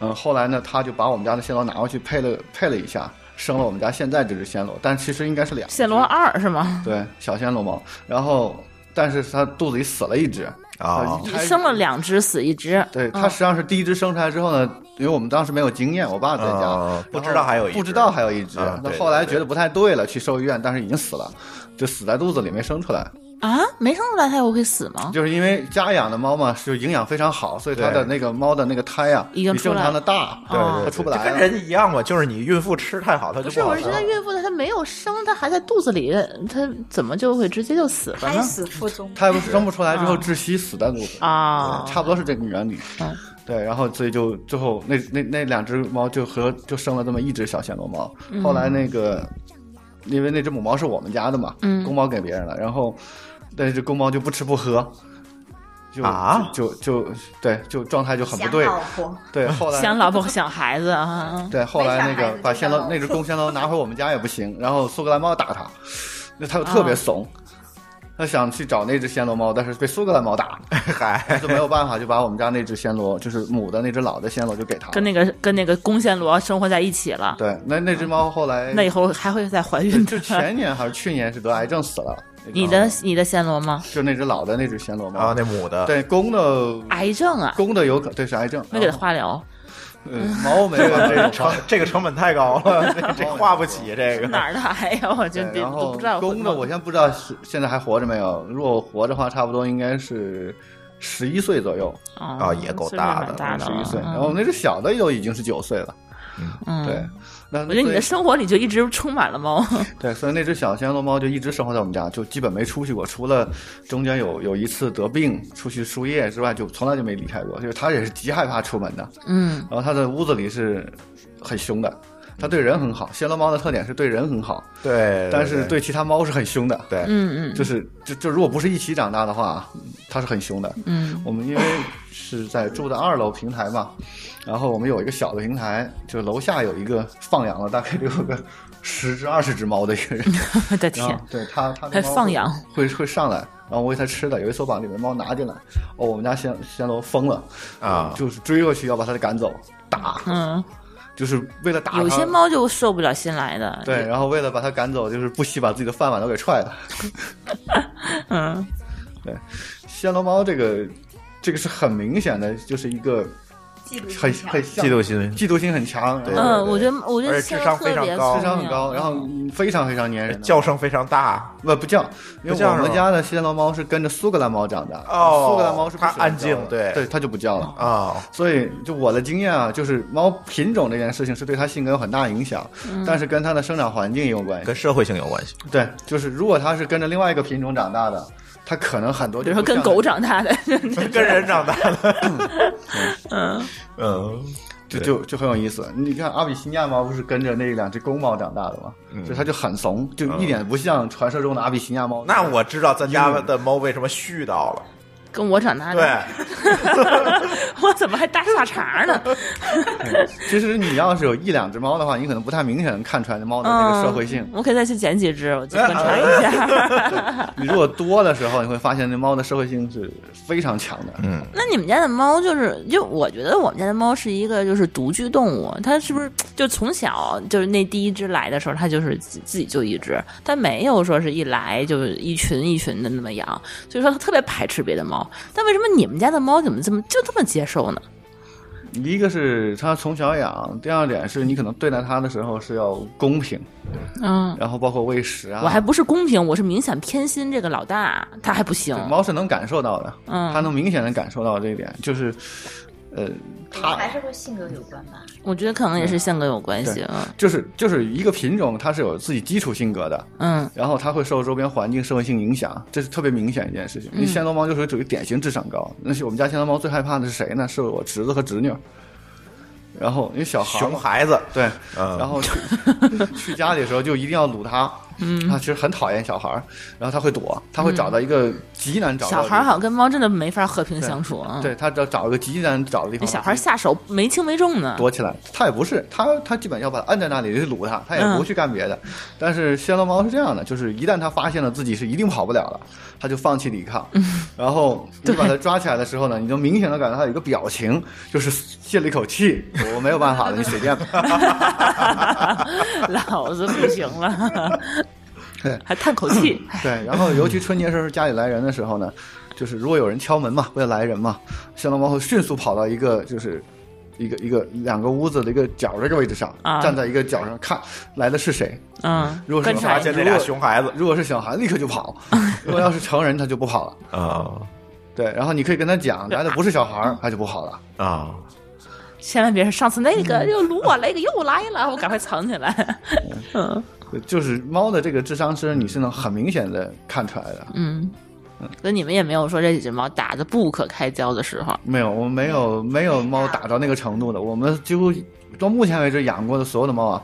Speaker 5: 嗯，后来呢，他就把我们家的暹罗拿回去配了配了一下，生了我们家现在这只暹罗，但其实应该是两只
Speaker 2: 暹罗二是吗？
Speaker 5: 对小暹罗猫，然后但是它肚子里死了一只。
Speaker 1: 啊
Speaker 5: 它
Speaker 2: 生了两只死一只，
Speaker 5: 对，它实际上是第一只生出来之后呢，因为我们当时没有经验，我爸在家，
Speaker 1: 啊不
Speaker 5: 然后
Speaker 1: 知道还有一只
Speaker 5: 不知道还有一只
Speaker 1: 啊，
Speaker 5: 那
Speaker 1: 对
Speaker 5: 后来
Speaker 1: 对
Speaker 5: 觉得不太对了，去兽医院，但是已经死了，就死在肚子里没生出来，
Speaker 2: 啊，没生出来它也会死吗？
Speaker 5: 就是因为家养的猫嘛，就营养非常好，所以它
Speaker 1: 对
Speaker 5: 的那个猫的那个胎啊，
Speaker 2: 已经
Speaker 5: 比
Speaker 2: 出来
Speaker 5: 正常的大，
Speaker 2: 对对对
Speaker 5: 它出不
Speaker 1: 就
Speaker 5: 来啊
Speaker 1: 跟
Speaker 5: 了。
Speaker 1: 人一样嘛，就是你孕妇吃太好，它就
Speaker 2: 不是，
Speaker 1: 好
Speaker 2: 我是觉
Speaker 1: 了
Speaker 2: 得。孕妇的她没有生，她还在肚子里，她怎么就会直接就死了
Speaker 6: 胎
Speaker 2: 呢？
Speaker 6: 死腹中，
Speaker 5: 它生不出来之后
Speaker 2: 啊
Speaker 5: 窒息死在肚子，
Speaker 2: 啊，
Speaker 1: 嗯
Speaker 5: 差不多是这个原理
Speaker 2: 嗯。
Speaker 5: 对，然后所以就最后那那那两只猫就和就生了这么一只小暹罗猫。
Speaker 2: 嗯
Speaker 5: 后来那个，因为那只母猫是我们家的嘛，
Speaker 2: 嗯
Speaker 5: 公猫给别人了，然后那只公猫就不吃不喝，就
Speaker 1: 啊
Speaker 5: 就就就对，就状态就很不
Speaker 6: 想
Speaker 5: 对。
Speaker 6: 老婆，
Speaker 5: 对，后来
Speaker 2: 想老婆想孩 子啊，
Speaker 5: 对，后来那
Speaker 6: 没啥孩
Speaker 5: 个
Speaker 6: 子
Speaker 5: 把
Speaker 6: 就
Speaker 5: 暹
Speaker 6: 叫
Speaker 5: 罗
Speaker 6: 老
Speaker 5: 那只公暹罗拿回我们家也不行，然后苏格兰猫打它，那它又特别
Speaker 2: 啊
Speaker 5: 怂，他想去找那只暹罗猫，但是被苏格兰猫打，
Speaker 1: 嗨，
Speaker 5: 就没有办法，就把我们家那只暹罗，就是母的那只老的暹罗就给他了。
Speaker 2: 跟那个跟那个公暹罗生活在一起了。
Speaker 5: 对，那那只猫后来
Speaker 2: 那以后还会再怀孕
Speaker 5: 就
Speaker 2: 的。
Speaker 5: 前年还是去年是得癌症死了。那只
Speaker 2: 你
Speaker 5: 猫
Speaker 2: 的你的暹罗吗？
Speaker 5: 就那只老的那只暹罗
Speaker 1: 然后
Speaker 5: 猫，
Speaker 1: 啊那母的，
Speaker 5: 对公的
Speaker 2: 癌症啊，
Speaker 5: 公的有可对是癌症，
Speaker 2: 没给他化疗，
Speaker 5: 嗯猫没有
Speaker 1: 啊这
Speaker 5: 这
Speaker 1: 个
Speaker 5: 种
Speaker 1: 成这个成本太高了，这这花不起这个。
Speaker 2: 哪儿的癌呀？我真
Speaker 5: 对
Speaker 2: 别
Speaker 5: 然
Speaker 2: 都
Speaker 5: 后
Speaker 2: 不知道。
Speaker 5: 公的我先不知道是现在还活着没有，如果活着的话，差不多应该是十一岁左右，
Speaker 2: 啊
Speaker 1: 也够大
Speaker 2: 大
Speaker 1: 的
Speaker 2: 大
Speaker 5: 十
Speaker 2: 了
Speaker 5: 一岁。然
Speaker 2: 嗯
Speaker 5: 后我们那只小的都已经是九岁了，
Speaker 2: 嗯
Speaker 5: 对。那
Speaker 2: 我觉得你的
Speaker 5: 所
Speaker 2: 生活里就一直充满了猫，
Speaker 5: 以对，所以那只小暹罗猫就一直生活在我们家，就基本没出去过，除了中间有有一次得病出去输液之外，就从来就没离开过。就是它也是极害怕出门的，
Speaker 2: 嗯，
Speaker 5: 然后它的屋子里是很凶的。它对人很好，暹罗猫的特点是对人很好，
Speaker 1: 对，
Speaker 5: 但是对其他猫是很凶的。
Speaker 1: 对，
Speaker 2: 嗯嗯
Speaker 5: 就是就就如果不是一起长大的话，它是很凶的。
Speaker 2: 嗯
Speaker 5: 我们因为是在住的二楼平台嘛，然后我们有一个小的平台，就楼下有一个放养了大概得有个十至二十只猫的一个人，
Speaker 2: 我的
Speaker 5: 然
Speaker 2: 天
Speaker 5: 后， 对它它
Speaker 2: 嗯还
Speaker 5: 的猫
Speaker 2: 放养
Speaker 5: 会会上来，然后我给它吃的，有一次我把里面猫拿进来，哦，我们家暹暹罗疯了呃
Speaker 1: 啊
Speaker 5: 就是追过去要把它赶走，打，
Speaker 2: 嗯，
Speaker 5: 就是为了打它。
Speaker 2: 有些猫就受不了新来的，
Speaker 5: 对，，然后为了把它赶走，就是不惜把自己的饭碗都给踹了。
Speaker 2: 嗯
Speaker 5: 暹罗猫这个，这个是很明显的，就是一个
Speaker 6: 嫉妒
Speaker 5: 很
Speaker 6: 心
Speaker 5: 很像
Speaker 1: 嫉妒心
Speaker 5: 嫉妒心很强，
Speaker 1: 对
Speaker 5: 然后
Speaker 2: 嗯，我觉得我觉得
Speaker 1: 而且
Speaker 2: 暹
Speaker 1: 智
Speaker 2: 罗
Speaker 1: 商
Speaker 2: 特
Speaker 1: 非
Speaker 2: 别
Speaker 1: 常高
Speaker 5: 智商很高，然后嗯非常非常粘人的。
Speaker 1: 叫声非常大
Speaker 5: 不不叫，因
Speaker 1: 不
Speaker 5: 为
Speaker 1: 叫
Speaker 5: 我
Speaker 1: 是吧
Speaker 5: 们家的暹罗猫是跟着苏格兰猫长大的，
Speaker 1: 哦
Speaker 5: 苏格兰猫是不喜欢
Speaker 1: 它安静
Speaker 5: 叫的
Speaker 1: 对
Speaker 5: 对，它就不叫了。
Speaker 1: 啊，
Speaker 5: 所以，就我的经验啊，就是猫品种这件事情是对它性格有很大影响，
Speaker 2: 嗯
Speaker 5: 但是跟它的生长环境也有关系
Speaker 1: 跟。社会性有关系。
Speaker 5: 对，就是如果它是跟着另外一个品种长大的，它可能很多
Speaker 2: 比
Speaker 5: 就
Speaker 2: 如
Speaker 5: 不
Speaker 2: 说
Speaker 5: 像
Speaker 2: 跟狗长大的，
Speaker 1: 跟人长大 的，嗯
Speaker 5: 就就就很有意思。你看阿比西尼亚猫不是跟着那两只公猫长大的吗？
Speaker 1: 嗯
Speaker 5: 就它就很怂，就一点不像传说中的阿比西尼亚猫。
Speaker 1: 那我知道咱家的猫为什么絮叨了，
Speaker 2: 跟我长大
Speaker 1: 对
Speaker 2: 的，，我怎么还搭下茬 呢？
Speaker 5: 其实你要是有一两只猫的话，你可能不太明显地看出来猫的那个社会性。
Speaker 2: 嗯我可以再去捡几只，我去观 察一下。
Speaker 5: 你如果多的时候，你会发现那猫的社会性是非常强的。
Speaker 1: 嗯，
Speaker 2: 那你们家的猫就是，就我觉得我们家的猫是一个就是独居动物，它是不是就从小就是那第一只来的时候，它就是自自己就一只，它没有说是一来就是一群一群的那么养，所以说它特别排斥别的猫。但为什么你们家的猫怎么这么就这么接受呢？
Speaker 5: 一个是它从小养，第二点是你可能对待它的时候是要公平，
Speaker 2: 嗯，
Speaker 5: 然后包括喂食啊。
Speaker 2: 我还不是公平，我是明显偏心这个老大，它还不行
Speaker 5: 对。猫是能感受到的，
Speaker 2: 嗯
Speaker 5: 它能明显的感受到这一点，就是，呃，它
Speaker 3: 还是和性格有关吧。
Speaker 2: 我觉得可能也是性格有关系。
Speaker 5: 就是就是一个品种，它是有自己基础性格的，
Speaker 2: 嗯
Speaker 5: 然后它会受周边环境社会性影响，这是特别明显一件事
Speaker 2: 嗯
Speaker 5: 情。因为暹罗猫就是属于典型智商高，那是我们家暹罗猫最害怕的是谁呢？是我侄子和侄女。然后因为小孩儿
Speaker 1: 熊
Speaker 5: 嘛，
Speaker 1: 孩子，
Speaker 5: 对，
Speaker 1: 嗯
Speaker 5: 然后去去家里的时候就一定要撸它。嗯，他其实很讨厌小孩儿，然后他会躲，他会找到一个极难找
Speaker 2: 嗯
Speaker 5: 到
Speaker 2: 小
Speaker 5: 的
Speaker 2: 孩儿好像跟猫真的没法和平
Speaker 5: 对
Speaker 2: 相处啊。
Speaker 5: 对他找找一个极难找的地
Speaker 2: 那
Speaker 5: 方，
Speaker 2: 小孩儿下手没轻没重呢。
Speaker 5: 躲起来，他也不是，他他基本要把它摁在那里就撸它，他
Speaker 2: 嗯
Speaker 5: 也不去干别的。但是暹罗猫是这样的，就是一旦它发现了自己是一定跑不了了，它就放弃抵抗。
Speaker 2: 嗯
Speaker 5: 然后你把它抓起来的时候呢，你就明显的感到它有一个表情，就是泄了一口气，我没有办法了，你随便吧。
Speaker 2: 老子不行了，
Speaker 5: 对
Speaker 2: 还叹口气。
Speaker 5: 对，然后尤其春节时候家里来人的时候呢，就是如果有人敲门嘛，为了来人嘛，暹罗猫会迅速跑到一个就是。一个一个两个屋子的一个角儿这个位置上，
Speaker 2: 啊
Speaker 5: 站在一个角上看来的是谁，
Speaker 2: 嗯，
Speaker 5: 如果是
Speaker 2: 观察
Speaker 1: 发
Speaker 2: 一
Speaker 1: 现
Speaker 2: 下
Speaker 1: 这俩熊孩子
Speaker 5: 如果是小孩，立刻就跑；如果要是成人，他就不跑了。
Speaker 1: 啊
Speaker 5: 对，然后你可以跟他讲，来的不是小孩儿，他就不跑了。
Speaker 1: 啊，
Speaker 2: 千万别是上次那个又撸我那个又来了，我赶快藏起来。嗯
Speaker 5: 就是猫的这个智商是你是能很明显的看出来的。
Speaker 2: 嗯，所以你们也没有说这几只猫打的不可开交的时候。
Speaker 5: 没有，我们没有没有猫打到那个程度的。我们几乎到目前为止养过的所有的猫啊，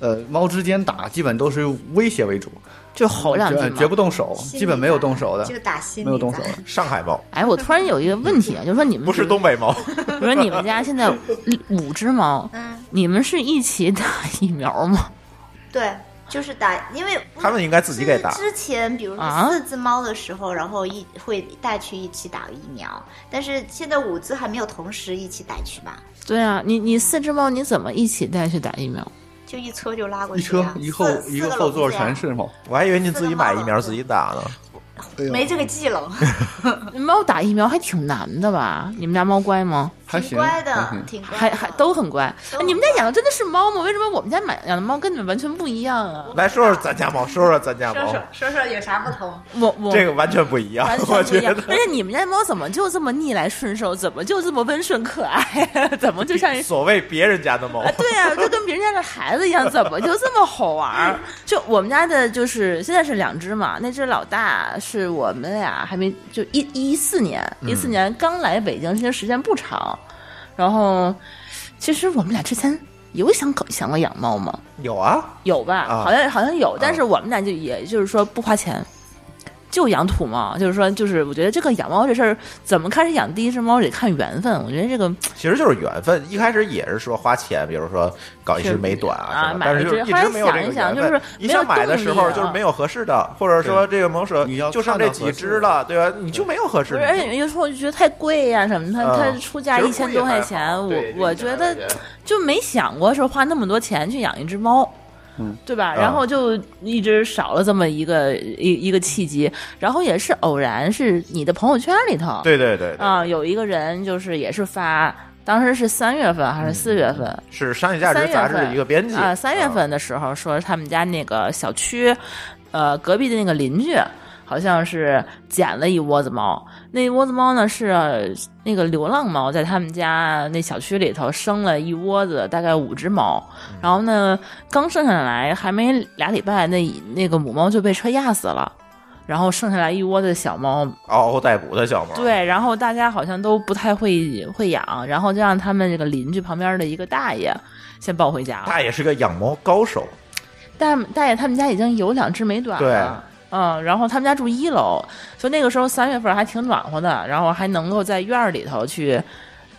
Speaker 5: 呃，猫之间打基本都是威胁为主，
Speaker 2: 就吼两句
Speaker 5: 绝
Speaker 2: 嘛
Speaker 5: 绝不动手，
Speaker 6: 理
Speaker 5: 基本没有动手的，
Speaker 6: 就打心
Speaker 5: 没有动
Speaker 6: 里
Speaker 5: 手
Speaker 6: 打
Speaker 5: 的。
Speaker 1: 上海猫
Speaker 2: 哎，我突然有一个问题啊，就说你们
Speaker 1: 不是东，北猫，
Speaker 2: 我说你们家现在五五只猫，
Speaker 6: 嗯，
Speaker 2: 你们是一起打疫苗吗？
Speaker 6: 对，就是打，因为
Speaker 1: 他们应该自己给打
Speaker 6: 之前比如
Speaker 2: 啊
Speaker 6: 说四只猫的时候，然后一会带去一起打疫苗，但是现在五只还没有同时一起带去吧？
Speaker 2: 对啊，你你四只猫你怎么一起带去打疫苗？
Speaker 6: 就一车就拉过
Speaker 5: 一
Speaker 6: 去
Speaker 5: 车
Speaker 6: 啊，
Speaker 5: 一后
Speaker 6: 四
Speaker 5: 一
Speaker 6: 四
Speaker 5: 个
Speaker 6: 个
Speaker 5: 后座
Speaker 6: 笼子呀
Speaker 5: 全是猫，
Speaker 1: 我还以为你自己买疫苗自己打呢。
Speaker 5: 哎呦
Speaker 6: 没这个技能，
Speaker 2: 猫打疫苗还挺难的吧？你们家猫乖吗？
Speaker 5: 还嗯
Speaker 6: 挺
Speaker 5: 行，
Speaker 6: 乖
Speaker 5: 还
Speaker 6: 的
Speaker 5: 行，
Speaker 6: 挺乖的，
Speaker 2: 还还都很乖。
Speaker 6: 都
Speaker 2: 哎你们家养的真的是猫吗？为什么我们家买养的猫跟你们完全不一样啊？
Speaker 1: 来说说咱家猫，说说咱家
Speaker 6: 说
Speaker 1: 猫
Speaker 6: 说，说说有啥不同？
Speaker 2: 我我
Speaker 1: 这个完全不一样
Speaker 2: 完，
Speaker 1: 我
Speaker 2: 全不
Speaker 1: 觉
Speaker 2: 一样
Speaker 1: 得。。
Speaker 2: 而且你们家猫怎么就这么逆来顺受？怎么就这么温顺可爱？怎么就 像一啊哎
Speaker 1: 所谓别人家的猫，
Speaker 2: 对呀、就跟别人家的孩子一样，怎么就这么好玩儿？就我们家的，就是现在是两只嘛，那只老大是我们俩还没就一一四年，一四年刚来北京，其实时间不长。然后，其实我们俩之前有想搞想过养猫吗？
Speaker 1: 有啊，
Speaker 2: 有吧？
Speaker 1: 啊
Speaker 2: 好像好像有，但是我们俩就也就是说不花钱。就养土猫，就是说，就是我觉得这个养猫这事儿，怎么开始养第一只猫得看缘分。我觉得这个
Speaker 1: 其实就是缘分。一开始也是说花钱，比如说搞一只美短
Speaker 2: 是
Speaker 1: 啊什么的，
Speaker 2: 啊
Speaker 1: 但是
Speaker 2: 买一
Speaker 1: 就
Speaker 2: 只
Speaker 1: 一直没有这个缘
Speaker 2: 后来想一想就是没
Speaker 1: 分
Speaker 2: 有。
Speaker 1: 你想买的时
Speaker 2: 动
Speaker 1: 候
Speaker 2: 力啊
Speaker 1: 就是没有合适的，或者说这个萌舍
Speaker 5: 你要
Speaker 1: 就剩这几只了，对吧？你就没有合适
Speaker 2: 不是，而且
Speaker 1: 的。
Speaker 2: 有时候我就觉得太贵呀、什么，它
Speaker 1: 啊
Speaker 2: 它出价
Speaker 1: 其
Speaker 2: 一
Speaker 1: 实
Speaker 2: 千
Speaker 1: 贵
Speaker 2: 多
Speaker 1: 也还
Speaker 2: 块
Speaker 1: 好
Speaker 2: 钱，我
Speaker 5: 对
Speaker 2: 我觉得就没想过说花那么多钱去养一只猫。
Speaker 5: 嗯，
Speaker 2: 对吧？
Speaker 1: 啊
Speaker 2: 然后就一直少了这么一个一一个契机，然后也是偶然，是你的朋友圈里头，
Speaker 1: 对对对，对
Speaker 2: 啊、有一个人就是也是发，当时是三月份
Speaker 1: 嗯
Speaker 2: 还是四月份？
Speaker 1: 是《商业价值
Speaker 2: 三》月
Speaker 1: 杂志
Speaker 2: 份
Speaker 1: 的一个编辑
Speaker 2: 啊，三月份的时候说他们家那个小区，呃，隔壁的那个邻居好像是捡了一窝子猫，那一窝子猫呢是呃那个流浪猫，在他们家那小区里头生了一窝子，大概五只猫，然后呢刚生下来还没俩礼拜，那那个母猫就被车压死了。然后剩下来一窝子小猫，
Speaker 1: 嗷嗷待哺的小猫。，
Speaker 2: 对，然后大家好像都不太会会养，然后就让他们这个邻居旁边的一个大爷先抱回家了。
Speaker 1: 他也是个养猫高手。
Speaker 2: 大大爷他们家已经有两只美短了。嗯，然后他们家住一楼，就那个时候三月份还挺暖和的，然后还能够在院儿里头去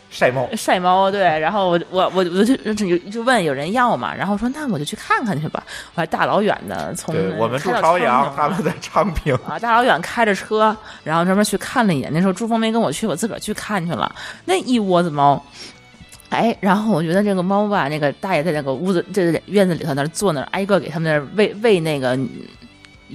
Speaker 1: 晒猫，
Speaker 2: 晒猫，对。然后我我我我就就就问有人要嘛，然后说那我就去看看去吧。我还大老远的从
Speaker 1: 对我们住
Speaker 2: 开嗯到
Speaker 1: 朝
Speaker 2: 昌
Speaker 1: 阳，
Speaker 2: 平
Speaker 1: 他们在昌 平。
Speaker 2: 啊，大老远开着车，然后专门去看了一眼。那时候朱峰没跟我去，我自个儿去看去了。那一窝子猫，哎，然后我觉得这个猫吧，那个大爷在那个屋子、这这院子里头那儿坐那儿，挨个给他们那儿喂喂那个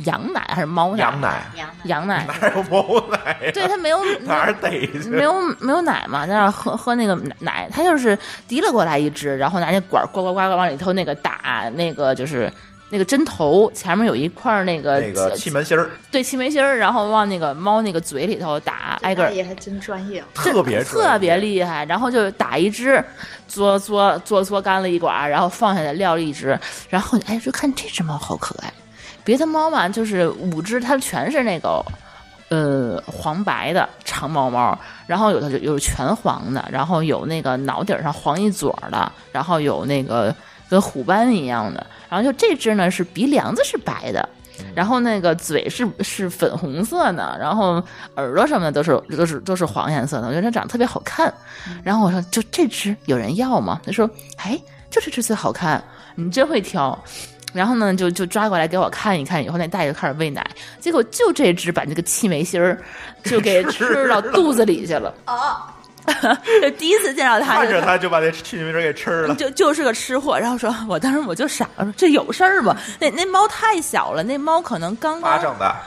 Speaker 2: 羊奶还是猫奶？
Speaker 1: 羊奶
Speaker 6: 娘的
Speaker 2: 羊 奶，
Speaker 1: 哪有猫奶呀？
Speaker 2: 对他没有
Speaker 1: 哪儿逮去？
Speaker 2: 没有没有奶嘛，在那儿喝喝那个奶，他就是提了过来一只，然后拿那管儿呱呱呱呱往里头那个打，那个就是那个针头前面有一块儿那个
Speaker 1: 那个气门芯儿
Speaker 2: 对气门芯儿，然后往那个猫那个嘴里头打，挨个儿
Speaker 6: 也还真专业，
Speaker 1: 特别
Speaker 2: 特别厉害，然后就打一只，嘬嘬嘬嘬干了一管儿，然后放下来撂了一只，然后哎就看这只猫好可爱，别的猫嘛就是五只它全是那个。呃，黄白的长毛猫，然后有的就有全黄的，然后有那个脑顶上黄一撮儿的，然后有那个跟虎斑一样的，然后就这只呢是鼻梁子是白的，然后那个嘴是是粉红色的，然后耳朵什么的都是都是都是黄颜色的，我觉得它长得特别好看。然后我说就这只有人要吗？他说哎，就这只最好看，你真会挑。然后呢，就就抓过来给我看一看，以后那大爷就开始喂奶，结果就这只把那个气梅心儿就给吃到肚子里去了。哦， 就第一次见到它，
Speaker 1: 看
Speaker 2: 就
Speaker 1: 着他就把那气门芯儿给吃了。
Speaker 2: 就就是个吃货。然后说，我当时我就傻了，说这有事儿吗？那那猫太小了，那猫可能刚
Speaker 1: 巴
Speaker 2: 刚
Speaker 1: 掌的，啊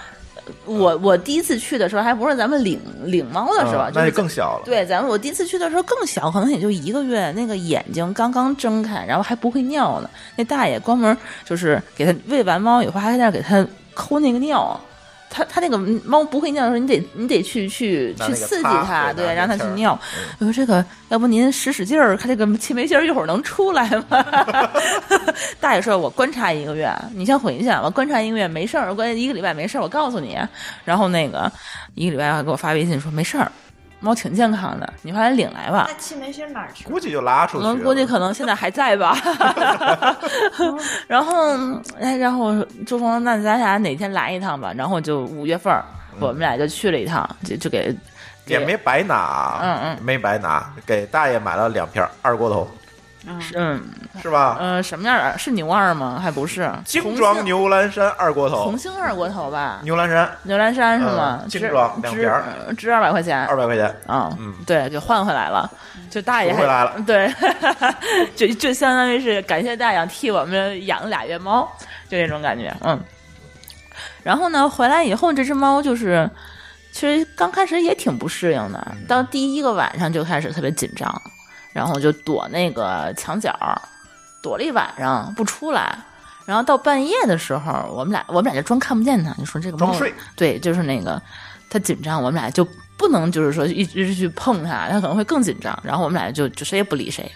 Speaker 2: 我我第一次去的时候，还不是咱们领领猫的时候，
Speaker 1: 嗯
Speaker 2: 就
Speaker 1: 那
Speaker 2: 是
Speaker 1: 就更小了。
Speaker 2: 对，咱们我第一次去的时候更小，可能也就一个月，那个眼睛刚刚睁开，然后还不会尿呢。那大爷关门就是给它喂完猫以后，还在那儿给它抠那个尿。它它那个猫不会尿的时候，你得你得去去
Speaker 1: 拿
Speaker 2: 去
Speaker 1: 那个
Speaker 2: 刺激
Speaker 1: 擦
Speaker 2: 它，
Speaker 1: 对
Speaker 2: 对，
Speaker 1: 拿
Speaker 2: 让它
Speaker 1: 那
Speaker 2: 去
Speaker 1: 气儿
Speaker 2: 尿。我说这个，要不您使使劲儿，看这个气门芯儿一会儿能出来 吗？大爷说，我观察一个月，你先回去，我观察一个月没事儿，我观察一个礼拜没事儿，我告诉你。然后那个一个礼拜还给我发微信说没事儿，猫挺健康的，你快来领来吧
Speaker 6: 那。气门芯哪儿 去？
Speaker 1: 估计就拉出
Speaker 2: 我
Speaker 1: 去了。
Speaker 2: 们估计可能现在还在吧。 然后，哎，然后朱峰，那咱俩哪天来一趟吧？然后就五月份儿，
Speaker 1: 嗯
Speaker 2: 我们俩就去了一趟，就就给
Speaker 1: 也没白拿，
Speaker 2: 嗯
Speaker 1: 嗯，没白拿，给大爷买了两瓶二锅头，
Speaker 2: 嗯
Speaker 1: 是吧？
Speaker 2: 呃，什么样儿是牛二吗？还不是
Speaker 1: 精装牛栏山二锅头
Speaker 2: 红，星二锅头吧？
Speaker 1: 牛栏山
Speaker 2: 牛栏山是吗？
Speaker 1: 嗯
Speaker 2: 值
Speaker 1: 精装两
Speaker 2: 值
Speaker 1: 瓶儿
Speaker 2: 呃值二百块钱，
Speaker 1: 二百块钱，
Speaker 2: 啊，
Speaker 4: 嗯
Speaker 2: 对，给换回来了，就大爷
Speaker 1: 赎回来了，
Speaker 2: 对， 就就相当于是感谢大洋替我们养了俩月猫，就这种感觉，嗯。然后呢，回来以后这只猫就是，其实刚开始也挺不适应的，
Speaker 1: 嗯
Speaker 2: 到第一个晚上就开始特别紧张，然后就躲那个墙角儿，躲了一晚上不出来。然后到半夜的时候，我们俩我们俩就装看不见它，你说这个猫
Speaker 1: 装睡
Speaker 2: 对，就是那个他紧张，我们俩就不能就是说一直去碰他，他可能会更紧张。然后我们俩就就谁也不理谁，